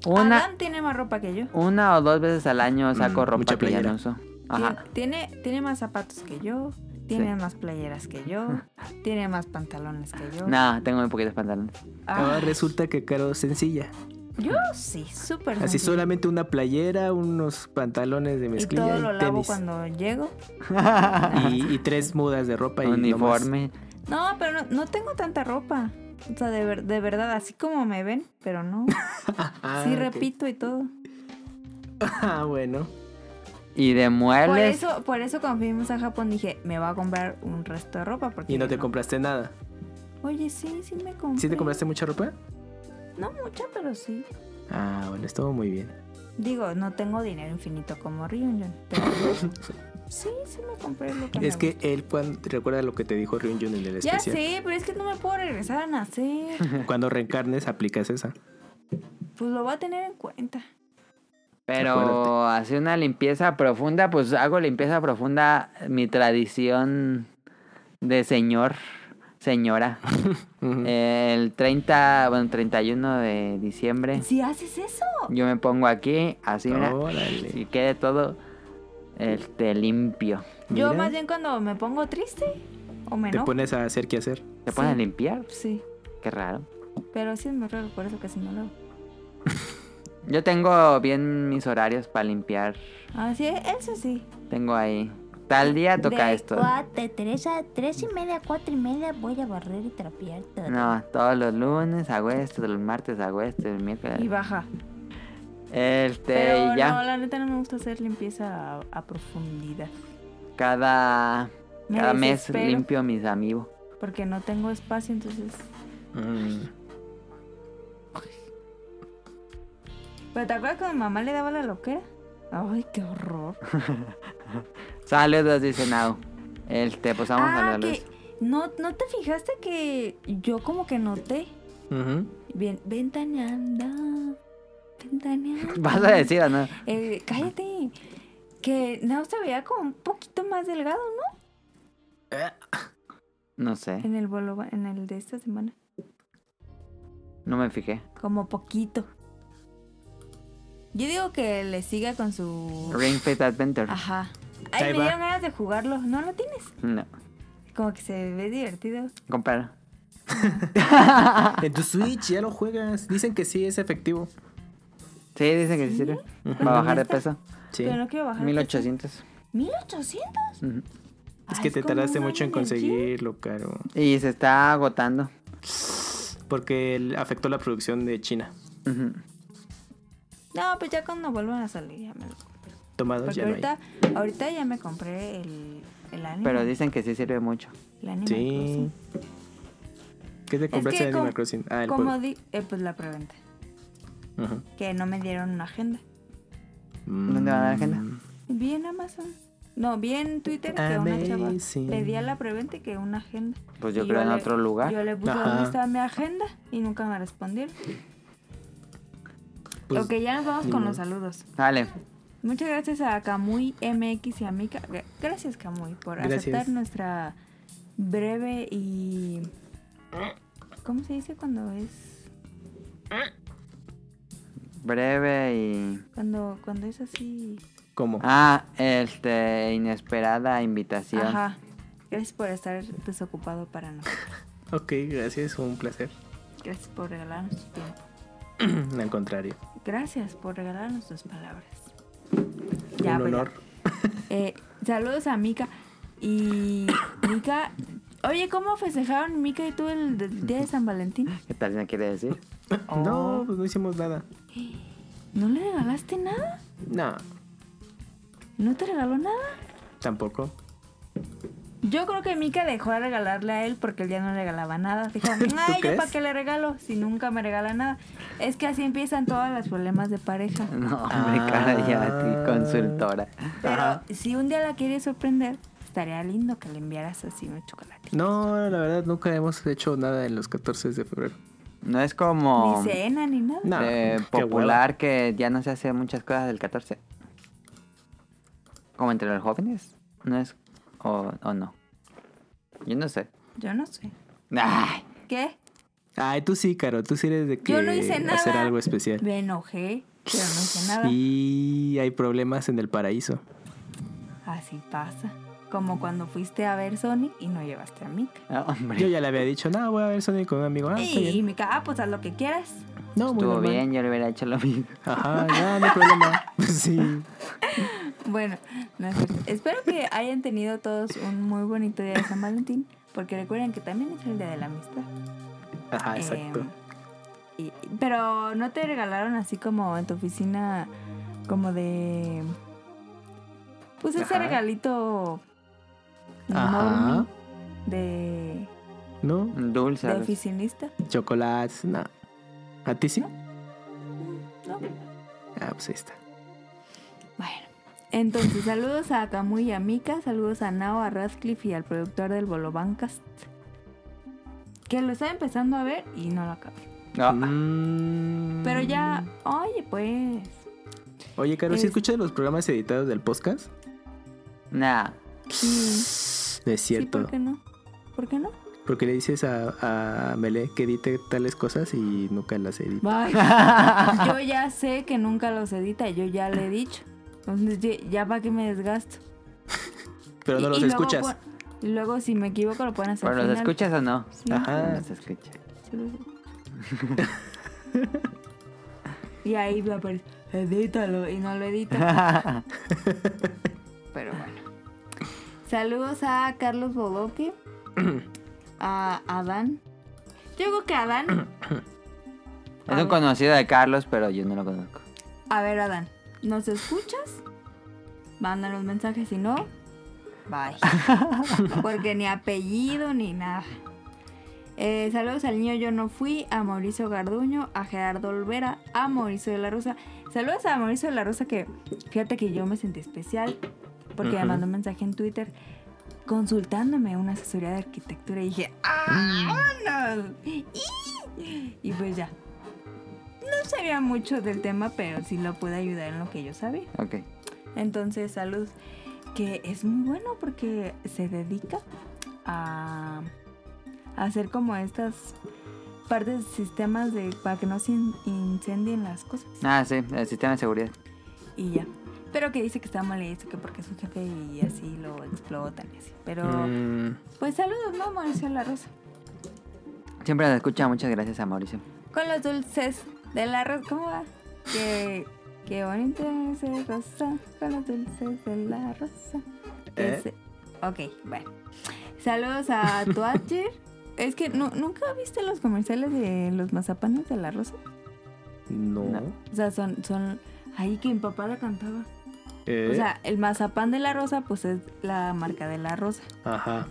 Speaker 1: Una,
Speaker 2: Adam tiene más ropa que yo.
Speaker 1: una o dos veces al año saco
Speaker 3: Mm,
Speaker 1: ropa
Speaker 3: mucha
Speaker 1: que ya
Speaker 3: playera.
Speaker 1: no uso.
Speaker 2: Ti-
Speaker 1: Ajá.
Speaker 2: Tiene, tiene más zapatos que yo, tiene más playeras que yo, tiene más pantalones que yo.
Speaker 1: No, tengo muy poquitos pantalones.
Speaker 2: Ah,
Speaker 3: Ahora resulta que Caro es sencilla.
Speaker 2: yo Ah, sí, súper
Speaker 3: Así
Speaker 2: sencillo.
Speaker 3: solamente una playera, unos pantalones de
Speaker 2: Y
Speaker 3: mezclilla
Speaker 2: todo
Speaker 3: y,
Speaker 2: lo lavo
Speaker 3: tenis. Ah,
Speaker 2: cuando llego.
Speaker 3: Y, y tres mudas de ropa y no más.
Speaker 1: Uniforme.
Speaker 2: No, pero no, no tengo tanta ropa. O sea, de, ver- de verdad, así como me ven, pero no.
Speaker 3: Ah,
Speaker 2: Sí,
Speaker 3: ok.
Speaker 2: repito y todo.
Speaker 3: (laughs) Ah, bueno.
Speaker 1: Y de
Speaker 2: Por
Speaker 1: muebles.
Speaker 2: eso, por eso cuando fuimos a Japón dije, me voy a comprar un resto de ropa. Porque
Speaker 3: Y no
Speaker 2: yo
Speaker 3: te compraste nada.
Speaker 2: Oye, sí, sí me compré.
Speaker 3: ¿Sí te compraste mucha ropa?
Speaker 2: No mucha, pero sí.
Speaker 3: Ah, bueno, estuvo muy bien.
Speaker 2: Digo, no tengo dinero infinito como Ryunjun, pero sí, sí me compré lo que
Speaker 3: Es
Speaker 2: me
Speaker 3: que
Speaker 2: gusta.
Speaker 3: él cuando, recuerda lo que te dijo Ryunjun en el
Speaker 2: Ya
Speaker 3: especial.
Speaker 2: sé, pero es que no me puedo regresar a nacer.
Speaker 3: Cuando reencarnes aplicas esa.
Speaker 2: Pues lo voy a tener en cuenta.
Speaker 1: Pero
Speaker 3: Acuérdate.
Speaker 1: hacer una limpieza profunda, pues hago limpieza profunda, mi tradición de señor, señora.
Speaker 3: Ujú.
Speaker 1: El 30, bueno, 31 de diciembre,
Speaker 2: Si haces eso,
Speaker 1: yo me pongo aquí, así, mira,
Speaker 3: Órale.
Speaker 1: y quede todo este, limpio.
Speaker 2: yo
Speaker 3: Mira,
Speaker 2: más bien cuando me pongo triste o me
Speaker 3: te
Speaker 2: enojo.
Speaker 3: pones a hacer qué hacer.
Speaker 1: ¿Te pones a
Speaker 2: Sí.
Speaker 1: limpiar?
Speaker 2: Sí,
Speaker 1: Qué raro.
Speaker 2: pero sí es muy raro, por eso que si no lo hago.
Speaker 1: Yo tengo bien mis horarios para limpiar.
Speaker 2: Ah, sí, eso sí.
Speaker 1: Tengo ahí. Tal día toca
Speaker 6: de
Speaker 1: esto.
Speaker 6: cuate, tres, a, tres y media, cuatro y media voy a barrer y trapear todo.
Speaker 1: No, todos los lunes hago esto, los martes hago esto, el
Speaker 2: Y
Speaker 1: miércoles.
Speaker 2: baja.
Speaker 1: Este,
Speaker 2: Pero
Speaker 1: y Eh, ya.
Speaker 2: no, la neta no me gusta hacer limpieza a, a profundidad.
Speaker 1: Cada,
Speaker 2: Me
Speaker 1: cada mes
Speaker 2: desespero.
Speaker 1: limpio a mis amigos.
Speaker 2: Porque no tengo espacio, entonces.
Speaker 3: Mm.
Speaker 2: Pero te acuerdas cuando mi mamá le daba la loquera. Ay, qué horror.
Speaker 1: Saludos, dice Nao. Este, pues vamos a
Speaker 2: ah,
Speaker 1: los
Speaker 2: que no, no te fijaste que yo como que noté.
Speaker 3: Ujú.
Speaker 2: Bien, ventaneando. Ventaneando.
Speaker 1: (laughs) ¿Vas a decir o no?
Speaker 2: Eh, cállate. Que no se veía como un poquito más delgado, ¿no?
Speaker 1: No sé,
Speaker 2: En el bolo, en el de esta semana.
Speaker 1: no me fijé.
Speaker 2: Como poquito. Yo digo que le siga con su.
Speaker 1: Ring Fit Adventure.
Speaker 2: Ajá. Ay,
Speaker 3: Ahí
Speaker 2: me
Speaker 3: va.
Speaker 2: dieron ganas de jugarlo. ¿No lo tienes?
Speaker 1: No,
Speaker 2: Como que se ve divertido.
Speaker 1: compara.
Speaker 3: En tu Switch ya lo juegas. Dicen que sí es efectivo.
Speaker 1: Sí, dicen que sí sirve. Para bajar de peso.
Speaker 3: Sí.
Speaker 2: Pero no quiero (laughs) bajar. de peso.
Speaker 1: 1800.
Speaker 2: ¿1800?
Speaker 1: Ujú.
Speaker 3: Es que
Speaker 2: Ah,
Speaker 3: te
Speaker 2: como
Speaker 3: tardaste
Speaker 2: un
Speaker 3: mucho en
Speaker 2: año el gym.
Speaker 3: conseguirlo, Caro.
Speaker 1: Y se está agotando.
Speaker 3: Porque él afectó la producción de China.
Speaker 1: Ujú.
Speaker 2: No, pues ya cuando vuelvan a salir ya me lo compro.
Speaker 3: Tomados
Speaker 2: Porque
Speaker 3: ya no hay.
Speaker 2: ahorita, ahorita ya me compré el, el anime.
Speaker 1: Pero dicen que sí sirve mucho.
Speaker 2: el anime
Speaker 3: Sí.
Speaker 2: Crossing.
Speaker 3: ¿Qué te
Speaker 2: Es
Speaker 3: compraste
Speaker 2: que
Speaker 3: de
Speaker 2: com-
Speaker 3: Animal Crossing? Ah, el
Speaker 2: como
Speaker 3: juego.
Speaker 2: di- eh, pues la preventa.
Speaker 3: Ujú.
Speaker 2: Que no me dieron una agenda.
Speaker 1: ¿Dónde va a dar
Speaker 3: Mm,
Speaker 1: agenda?
Speaker 2: Mm. Vi en Amazon. No, vi en Twitter que una chava
Speaker 3: Amazing.
Speaker 2: pedía la preventa y que una agenda.
Speaker 1: Pues yo
Speaker 2: Y
Speaker 1: creo en
Speaker 2: le-
Speaker 1: otro lugar.
Speaker 2: Yo le puse
Speaker 3: Ajá.
Speaker 2: dónde estaba mi agenda y nunca me respondieron.
Speaker 3: Pues,
Speaker 2: ok, ya nos vamos
Speaker 3: ni
Speaker 2: con
Speaker 3: modo.
Speaker 2: los saludos.
Speaker 1: Dale.
Speaker 2: Muchas gracias a Camuy MX y a Mika. Gra- Gracias Camuy por
Speaker 3: Gracias.
Speaker 2: aceptar nuestra breve y ¿Cómo se dice cuando es
Speaker 1: Breve y.
Speaker 2: cuando cuando es así?
Speaker 3: ¿Cómo?
Speaker 1: Ah, este. Inesperada invitación.
Speaker 2: Ajá. Gracias por estar desocupado para nosotros.
Speaker 3: Ok, gracias, un placer.
Speaker 2: Gracias por regalarnos tu tiempo.
Speaker 3: Al contrario.
Speaker 2: Gracias por regalarnos tus palabras.
Speaker 3: un
Speaker 2: pues
Speaker 3: honor.
Speaker 2: Eh, saludos a Mika. Y (coughs) Mika, oye, ¿cómo festejaron Mika y tú el, el día de San Valentín?
Speaker 1: ¿Qué tal me quiere decir? (laughs)
Speaker 2: Oh.
Speaker 3: No, pues no hicimos nada.
Speaker 2: ¿No le regalaste nada?
Speaker 3: No,
Speaker 2: ¿No te regaló nada?
Speaker 3: tampoco.
Speaker 2: Yo creo que Mika dejó de regalarle a él porque él ya no regalaba nada.
Speaker 3: (laughs)
Speaker 2: Dijo, ay, ¿yo
Speaker 3: crees?
Speaker 2: para qué le regalo si nunca me regala nada? Es que así empiezan todos los problemas de pareja.
Speaker 1: No, hombre,
Speaker 2: Ah.
Speaker 1: cara, ya, consultora.
Speaker 2: Pero si un día la quieres sorprender, estaría lindo que le enviaras así un chocolate.
Speaker 3: No, la verdad nunca hemos hecho nada en los 14 de febrero.
Speaker 1: No es como
Speaker 2: Ni cena, ni nada.
Speaker 3: No,
Speaker 1: eh,
Speaker 3: (laughs) qué hueva.
Speaker 1: popular que ya no se hace muchas cosas del 14. Como entre los jóvenes. No es. O, o no. Yo no sé.
Speaker 2: Yo no sé.
Speaker 1: Ay,
Speaker 2: ¿Qué?
Speaker 3: Ay, tú sí, Caro, tú sí eres de que
Speaker 2: Yo no hice nada.
Speaker 3: hacer algo especial.
Speaker 2: Me enojé, pero no hice nada.
Speaker 3: Y hay problemas en el paraíso.
Speaker 2: Así pasa. Como cuando fuiste a ver Sony y no llevaste a Mika.
Speaker 1: ah,
Speaker 3: Yo
Speaker 1: hombre.
Speaker 3: ya le había dicho, no, voy a ver Sonic con un amigo. Ah, está
Speaker 2: Y
Speaker 3: bien.
Speaker 2: Mika, ah, pues haz lo que quieras.
Speaker 3: No, muy
Speaker 1: Estuvo
Speaker 3: normal.
Speaker 1: bien, yo le hubiera hecho lo mismo. (laughs)
Speaker 3: Ajá, ya, no hay problema. (laughs) sí.
Speaker 2: Bueno, no es cierto. espero que hayan tenido todos un muy bonito día de San Valentín, porque recuerden que también es el día de la amistad.
Speaker 3: Ajá, Ah, exacto.
Speaker 2: Eh, y- pero no te regalaron así como en tu oficina, como de... Pues ese
Speaker 1: Ajá.
Speaker 2: regalito
Speaker 3: Ajá.
Speaker 2: enorme de,
Speaker 3: No,
Speaker 1: Dulce.
Speaker 2: de
Speaker 1: algo así.
Speaker 2: oficinista.
Speaker 3: chocolates, no. ¿A ti sí?
Speaker 2: no.
Speaker 3: Ah, pues ahí está.
Speaker 2: Bueno, entonces saludos a Camuy y a Mika, saludos a Nao, a Radcliffe y al productor del Bolobancast, que lo está empezando a ver y no lo acaba.
Speaker 1: No,
Speaker 3: Mm.
Speaker 2: Pero ya, oye, pues.
Speaker 3: Oye, Caro, ¿sí
Speaker 2: Es-
Speaker 3: escuchas los programas editados del podcast?
Speaker 1: Nah.
Speaker 3: No es
Speaker 2: Sí,
Speaker 3: cierto.
Speaker 2: ¿por qué no? ¿Por qué no?
Speaker 3: Porque le dices a, a Mele que edite tales cosas y nunca las edita.
Speaker 2: Bye. (laughs) yo ya sé que nunca los edita, yo ya le he dicho. Entonces, ye- ya para que me desgasto.
Speaker 3: Pero no
Speaker 2: Y-
Speaker 3: los
Speaker 2: y luego
Speaker 3: escuchas.
Speaker 2: pon- y luego, si me equivoco, lo ponen hacer.
Speaker 1: ¿Pero los escuchas o no?
Speaker 3: Ajá.
Speaker 1: No se
Speaker 3: (laughs)
Speaker 1: escucha.
Speaker 2: (laughs) Y ahí va a aparecer, edítalo, y no lo edita. Pero bueno. Saludos a Carlos
Speaker 3: (clears throat)
Speaker 2: Bodoque, a Adán. Yo creo que Adán. A
Speaker 1: (laughs) Es
Speaker 2: ver.
Speaker 1: un conocido de Carlos, pero yo no lo conozco.
Speaker 2: A ver, Adán, ¿nos escuchas? Mándanos los mensajes, si no, bye. Porque ni apellido ni nada. Eh, saludos al niño Yo No Fui, a Mauricio Garduño, a Gerardo Olvera, a Mauricio de la Rosa. Saludos a Mauricio de la Rosa, que fíjate que yo me sentí especial porque me
Speaker 3: Ujú.
Speaker 2: mandó un mensaje en Twitter consultándome una asesoría de arquitectura y dije, "Ah, ¡vámonos! Y- Y pues ya. No sabía mucho del tema, pero sí lo pude ayudar en lo que yo sabía.
Speaker 1: Ok.
Speaker 2: Entonces, salud, que es muy bueno porque se dedica a a hacer como estas partes, sistemas de para que no se in- incendien las cosas
Speaker 1: Ah, sí, el sistema de seguridad.
Speaker 2: y ya. Pero que dice que está mal esto, que porque es un jefe y así lo explotan y así. Pero,
Speaker 3: Mm,
Speaker 2: pues saludos, ¿no, Mauricio La Rosa?
Speaker 1: Siempre nos escucha, muchas gracias a Mauricio.
Speaker 2: Con los dulces de la rosa. ¿Cómo va? Qué, qué bonito es el rosa. Con los dulces de la rosa. Que
Speaker 3: ¿Eh?
Speaker 2: se- Ok, bueno. Saludos
Speaker 3: (laughs)
Speaker 2: a Twatcher. Es que nu- nunca viste los comerciales de los mazapanes de la rosa.
Speaker 3: no.
Speaker 1: No.
Speaker 2: O sea, son. son ahí que mi papá la cantaba.
Speaker 3: Eh,
Speaker 2: O sea, el mazapán de la rosa, pues es la marca de la rosa.
Speaker 3: ajá.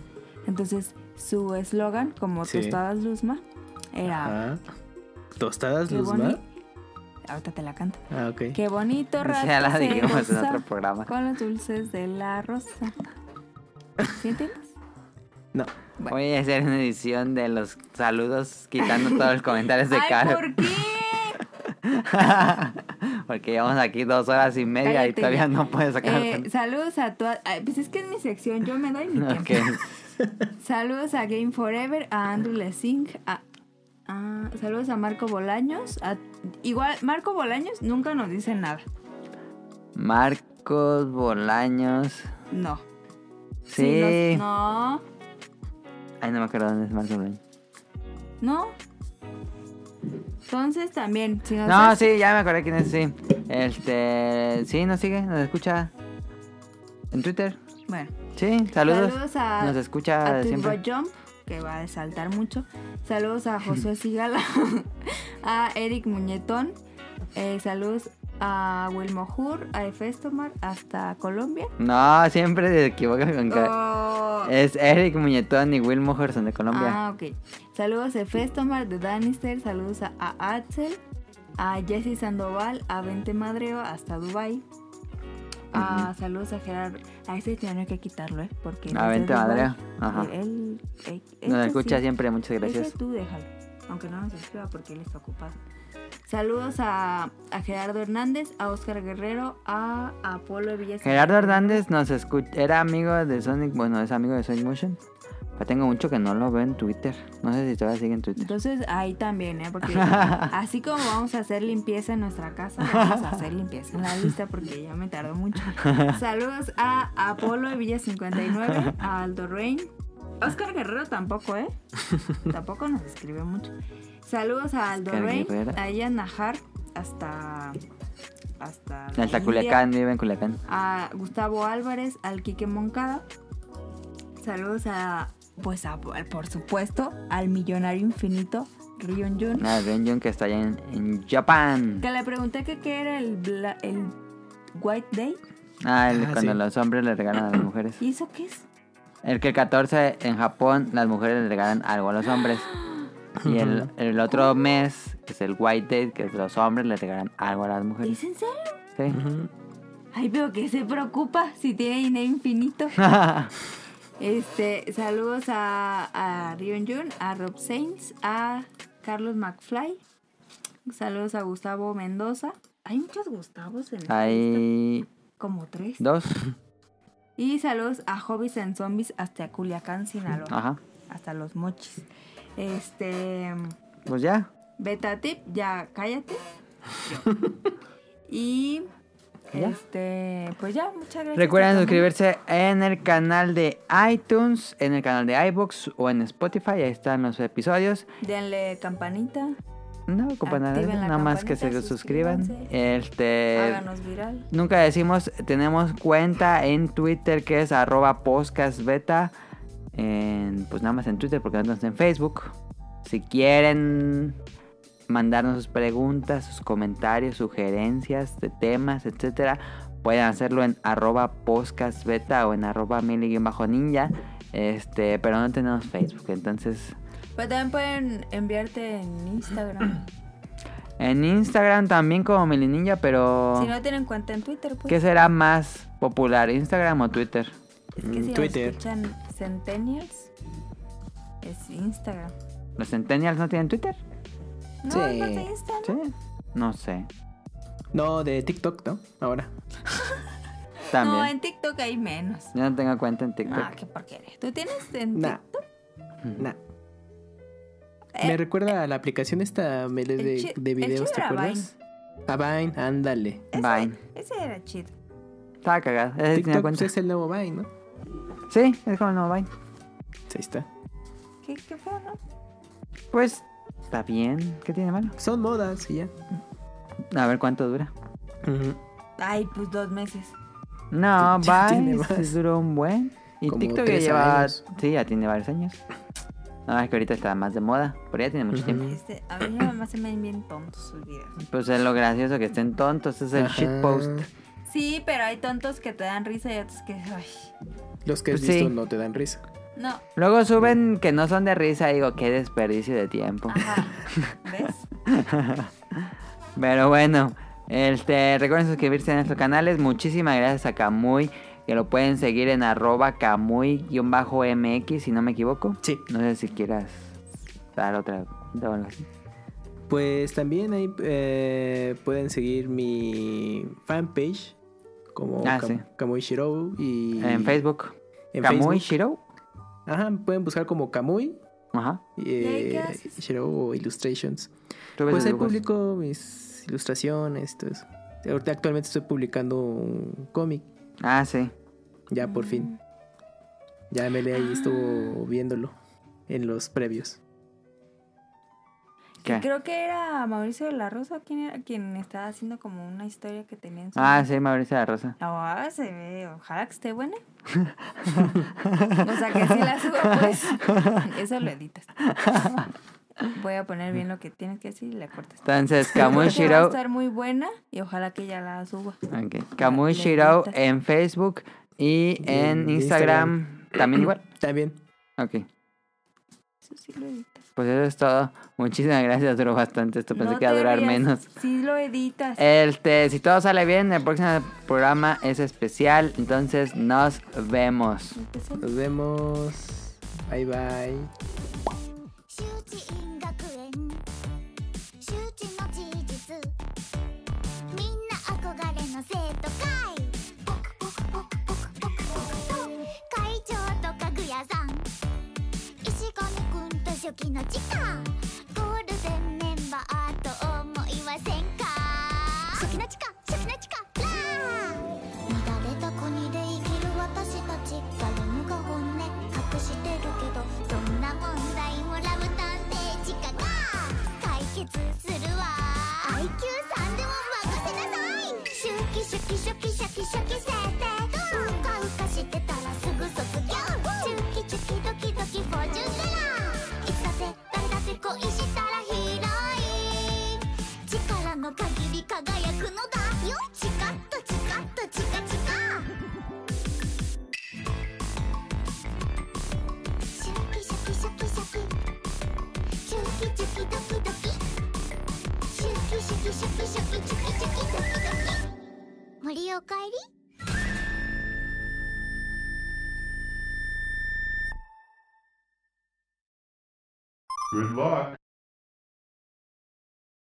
Speaker 2: Entonces, su eslogan, como
Speaker 3: Sí.
Speaker 2: tostadas Luzma, era.
Speaker 3: ajá. ah. ¿Tostadas
Speaker 2: Qué
Speaker 3: Luzma?
Speaker 2: boni- Ahorita te la canto.
Speaker 3: Ah, ok.
Speaker 2: Qué bonito
Speaker 1: (laughs)
Speaker 2: rato
Speaker 1: Ya la
Speaker 2: se
Speaker 1: dijimos en
Speaker 2: goza
Speaker 1: otro programa.
Speaker 2: Con los dulces de la rosa. ¿Sí entiendes?
Speaker 3: No.
Speaker 2: Bueno.
Speaker 1: Voy a hacer una edición de los saludos quitando todos los comentarios (laughs) de
Speaker 2: (laughs) Ay,
Speaker 1: Caro. (laughs)
Speaker 2: ¿por qué?
Speaker 1: Porque llevamos aquí dos horas y media y
Speaker 2: Cállate
Speaker 1: todavía
Speaker 2: ya.
Speaker 1: no puedes sacar.
Speaker 2: Eh, saludos a todas. ay, Pues es que es mi sección, yo me doy mi tiempo.
Speaker 1: (laughs) Ok.
Speaker 2: Saludos a Game Forever, a Andrew Lessing, a, a- saludos a Marco Bolaños. a- igual, Marco Bolaños nunca nos dice nada.
Speaker 1: Marcos Bolaños.
Speaker 2: No.
Speaker 1: Sí.
Speaker 2: nos- no,
Speaker 1: Ay, no me acuerdo dónde es Marcos Bolaños.
Speaker 2: no. Entonces también, si nos
Speaker 1: No,
Speaker 2: das-
Speaker 1: sí, ya me acordé quién es, sí. Este. Sí, nos sigue, nos escucha. En Twitter.
Speaker 2: Bueno.
Speaker 1: Sí, saludos.
Speaker 2: Saludos a,
Speaker 1: Nos escucha
Speaker 2: a Turbo
Speaker 1: Ah, siempre.
Speaker 2: Jump, que va a saltar mucho. Saludos a
Speaker 1: (laughs)
Speaker 2: José Sigala, (laughs) a Eric Muñetón. eh, saludos a Wilmojur, a Efestomar, hasta Colombia.
Speaker 1: No, siempre se equivoca con ca-
Speaker 2: Oh,
Speaker 1: Es Eric Muñetón y Will Moherson de Colombia.
Speaker 2: Ah, ok. Saludos a Festomar de Danister, saludos a, a Axel, a Jesse Sandoval, a Vente Madreo, hasta Dubai. Ah, saludos a Gerardo. A ese tiene que quitarlo, ¿eh? Porque.
Speaker 1: A
Speaker 2: desde
Speaker 1: Vente
Speaker 2: Dubái,
Speaker 1: Madreo, ajá.
Speaker 2: Él. él-
Speaker 1: Nos
Speaker 2: este
Speaker 1: escucha
Speaker 2: sí.
Speaker 1: siempre, muchas gracias.
Speaker 2: Ese tú déjalo, aunque no nos escriba porque él está ocupado. Saludos a, a Gerardo Hernández, a Óscar Guerrero, a Apolo Villas.
Speaker 1: Gerardo Hernández nos escucha, era amigo de Sonic, bueno, es amigo de Sonic Motion. Pero tengo mucho que no lo veo en Twitter. No sé si todavía sigue en Twitter.
Speaker 2: Entonces ahí también, ¿eh?
Speaker 1: (laughs)
Speaker 2: Porque así como vamos a hacer limpieza en nuestra casa, vamos a hacer limpieza en la lista porque ya me tardó mucho. Saludos a Apolo Villa 59, a Aldo Rain. Óscar Guerrero
Speaker 1: (laughs)
Speaker 2: tampoco, ¿eh? Tampoco nos escribe mucho. Saludos a Aldo
Speaker 1: Óscar
Speaker 2: Rain,
Speaker 1: Guerrero.
Speaker 2: a Ian Najar, hasta... Hasta... la
Speaker 1: Hasta
Speaker 2: India
Speaker 1: Culiacán, vive en Culiacán.
Speaker 2: a Gustavo Álvarez, al Quique Moncada. Saludos a, pues a- por supuesto, al millonario infinito, Rion Jun.
Speaker 1: Nada, Renjun Ah, que está allá en, en Japón.
Speaker 2: Que le pregunté que qué era el, bla- el White Day.
Speaker 1: Ah, el-
Speaker 3: Ah,
Speaker 1: cuando
Speaker 3: sí.
Speaker 1: los hombres le regalan a las mujeres.
Speaker 2: ¿Y eso qué es?
Speaker 1: El que el 14 en Japón las mujeres le regalan algo a los hombres. Y el, el otro mes, que es el White Day, que es los hombres le regalan algo a las mujeres.
Speaker 2: ¿Es en serio?
Speaker 1: Sí.
Speaker 2: Ay, pero que se preocupa si tiene dinero infinito. Este, saludos a, a Rion Jun, a Rob Sainz, a Carlos McFly. Saludos a Gustavo Mendoza. Hay muchos Gustavos en esta
Speaker 1: (laughs) Hay
Speaker 2: lista, Como tres.
Speaker 1: dos.
Speaker 2: Y saludos a Hobbies and Zombies hasta Culiacán, Sinaloa.
Speaker 1: Ajá.
Speaker 2: Hasta los mochis. Este.
Speaker 1: Pues ya.
Speaker 2: Beta tip, ya cállate. y.
Speaker 1: ¿Ya?
Speaker 2: Este. Pues ya, muchas gracias.
Speaker 1: Recuerden
Speaker 2: También.
Speaker 1: suscribirse en el canal de iTunes, en el canal de iBooks o en Spotify. Ahí están los episodios.
Speaker 2: Denle campanita.
Speaker 1: No ocupan nada,
Speaker 2: Activen la
Speaker 1: nada más que se
Speaker 2: campanita,
Speaker 1: suscriban.
Speaker 2: suscríbanse.
Speaker 1: Este.
Speaker 2: háganos viral.
Speaker 1: Nunca decimos, tenemos cuenta en Twitter que es arroba podcastbeta. En, pues nada más en Twitter porque no estamos en Facebook. Si quieren mandarnos sus preguntas, sus comentarios, sugerencias de temas, etcétera, pueden hacerlo en arroba podcastbeta o en arroba mili-ninja. Este, pero no tenemos Facebook, entonces
Speaker 2: Pero Pues también pueden enviarte en Instagram.
Speaker 1: en Instagram también como Mili Ninja, pero
Speaker 2: si no tienen cuenta en Twitter, pues.
Speaker 1: Oh. ¿qué será más popular, Instagram o Twitter?
Speaker 2: Es que
Speaker 3: Mm,
Speaker 2: si nos
Speaker 3: Twitter.
Speaker 2: escuchan Centennials, es Instagram.
Speaker 1: ¿Los Centennials no tienen Twitter?
Speaker 2: No,
Speaker 3: Sí.
Speaker 2: no te Instagram.
Speaker 1: Sí. No sé.
Speaker 3: No, de TikTok, ¿no? Ahora.
Speaker 2: No,
Speaker 1: También.
Speaker 2: en TikTok hay menos.
Speaker 1: Yo no tengo cuenta en TikTok.
Speaker 2: Ah, qué porquería. ¿Tú tienes en
Speaker 3: Nah. Mm. Nah. Me recuerda a la aplicación esta me- de,
Speaker 2: Eh, el
Speaker 3: de,
Speaker 2: chi-
Speaker 3: de
Speaker 2: el chido
Speaker 3: videos, ¿te
Speaker 2: era
Speaker 3: acuerdas? A Vine, ándale.
Speaker 1: Vine.
Speaker 2: Ese era chido.
Speaker 1: Estaba cagado. Ese sí tenía
Speaker 3: TikTok pues,
Speaker 1: cuenta.
Speaker 3: es el nuevo Vine, ¿no?
Speaker 1: Sí, es como el nuevo Vine.
Speaker 3: Ahí está.
Speaker 2: Qué, qué feo, ¿no?
Speaker 1: Pues está bien. ¿Qué tiene de malo?
Speaker 3: Son modas y ya.
Speaker 1: A ver cuánto dura.
Speaker 3: Ujú.
Speaker 2: Ay, pues dos meses.
Speaker 1: No,
Speaker 3: (laughs) Ya tiene
Speaker 1: Vine sí
Speaker 3: más.
Speaker 1: duró un buen. Y
Speaker 3: Como
Speaker 1: TikTok ya
Speaker 3: tres
Speaker 1: lleva.
Speaker 3: años.
Speaker 1: Sí, ya tiene varios años. Nada más que ahorita está más de moda. Pero ya tiene mucho tiempo.
Speaker 2: Este, a mí mi mamá se me ven bien tontos sus videos.
Speaker 1: Pues es lo gracioso que estén tontos. Es el
Speaker 3: Ajá.
Speaker 1: shitpost.
Speaker 2: Sí, pero hay tontos que te dan risa y otros que. Ay,
Speaker 3: Los que has
Speaker 1: Pues sí.
Speaker 3: visto no te dan risa.
Speaker 2: no.
Speaker 1: Luego suben que no son de risa. y Digo, qué desperdicio de
Speaker 3: (laughs)
Speaker 1: tiempo.
Speaker 2: Ajá. ¿Ves?
Speaker 1: Pero bueno, este, recuerden suscribirse a nuestros canales. Muchísimas gracias a Camuy, que lo pueden seguir en arroba Camuy-MX, si no me equivoco.
Speaker 3: Sí.
Speaker 1: No sé si quieras dar otra o algo así.
Speaker 3: Pues también ahí eh, pueden seguir mi fanpage como
Speaker 1: Ah,
Speaker 3: Kam-
Speaker 1: sí.
Speaker 3: Kamui Shirou y
Speaker 1: En Facebook.
Speaker 3: en
Speaker 1: Camuy
Speaker 3: Facebook.
Speaker 1: Shiro.
Speaker 3: Ajá, pueden buscar como Kamui
Speaker 1: Ajá.
Speaker 2: ahí qué
Speaker 3: eh,
Speaker 2: haces?
Speaker 3: Shirou Illustrations.
Speaker 1: ¿Tú ves
Speaker 3: Pues
Speaker 1: los
Speaker 3: ahí
Speaker 1: dibujos?
Speaker 3: publico mis ilustraciones, todo eso. Ahorita actualmente estoy publicando un cómic,
Speaker 1: Ah, sí.
Speaker 3: ya
Speaker 2: Mm.
Speaker 3: por fin. Ya
Speaker 2: Ah.
Speaker 3: Mele ahí estuvo viéndolo en los previos.
Speaker 1: ¿Qué?
Speaker 2: Creo que era Mauricio de la Rosa quien, era, quien estaba haciendo como una historia que tenía en su...
Speaker 1: Ah, sí, Mauricio de la Rosa.
Speaker 2: Ah, se ve, ojalá que esté buena. (laughs) o sea, que si la suba,
Speaker 3: (laughs)
Speaker 2: pues eso lo editas. Voy a poner bien lo que tienes que decir y le cortas.
Speaker 1: (laughs) Entonces,
Speaker 2: Creo
Speaker 1: Kamui
Speaker 2: que va a
Speaker 1: Shirou.
Speaker 2: estar muy buena y ojalá que ya la suba.
Speaker 1: ok, Kamui
Speaker 2: Le
Speaker 1: Shirou
Speaker 2: quitas.
Speaker 1: en Facebook y en
Speaker 3: en
Speaker 1: Instagram también igual.
Speaker 3: También.
Speaker 1: Ok,
Speaker 2: Eso sí lo editas.
Speaker 1: pues eso es todo. Muchísimas gracias, duró bastante. Esto pensé
Speaker 2: No
Speaker 1: que iba a
Speaker 2: te
Speaker 1: durar
Speaker 2: rías,
Speaker 1: menos.
Speaker 2: Sí lo editas.
Speaker 1: Este, si todo sale bien, el próximo programa es especial, entonces nos vemos.
Speaker 2: Empecé.
Speaker 3: Nos vemos. Bye bye.
Speaker 8: 周知院学園周知の事実みんな憧れの生徒会ポクポクポクポクポクポクと会長とかぐやさん石神くんと初期の時間ゴールデンメンバーと思いませんか初期の時間初期の時間ラー乱れた国で生きる私たち誰もが本音隠してるけどどんな問題もラブ探偵地下が解決するわ IQ さんでも任せなさいシュキシュキシュキシュキシュキせてうかうかしてたらすぐ卒業チュキチュキドキドキフォーチュンカラーいつだって誰だって恋したら広い力の限り輝くのだよチカッとチカッとチカチカシャキシャキシャキシャキシャキチュキドキドキシャキシャキシャキシャキチュキチュキドキドキ森おかえり
Speaker 10: Good luck.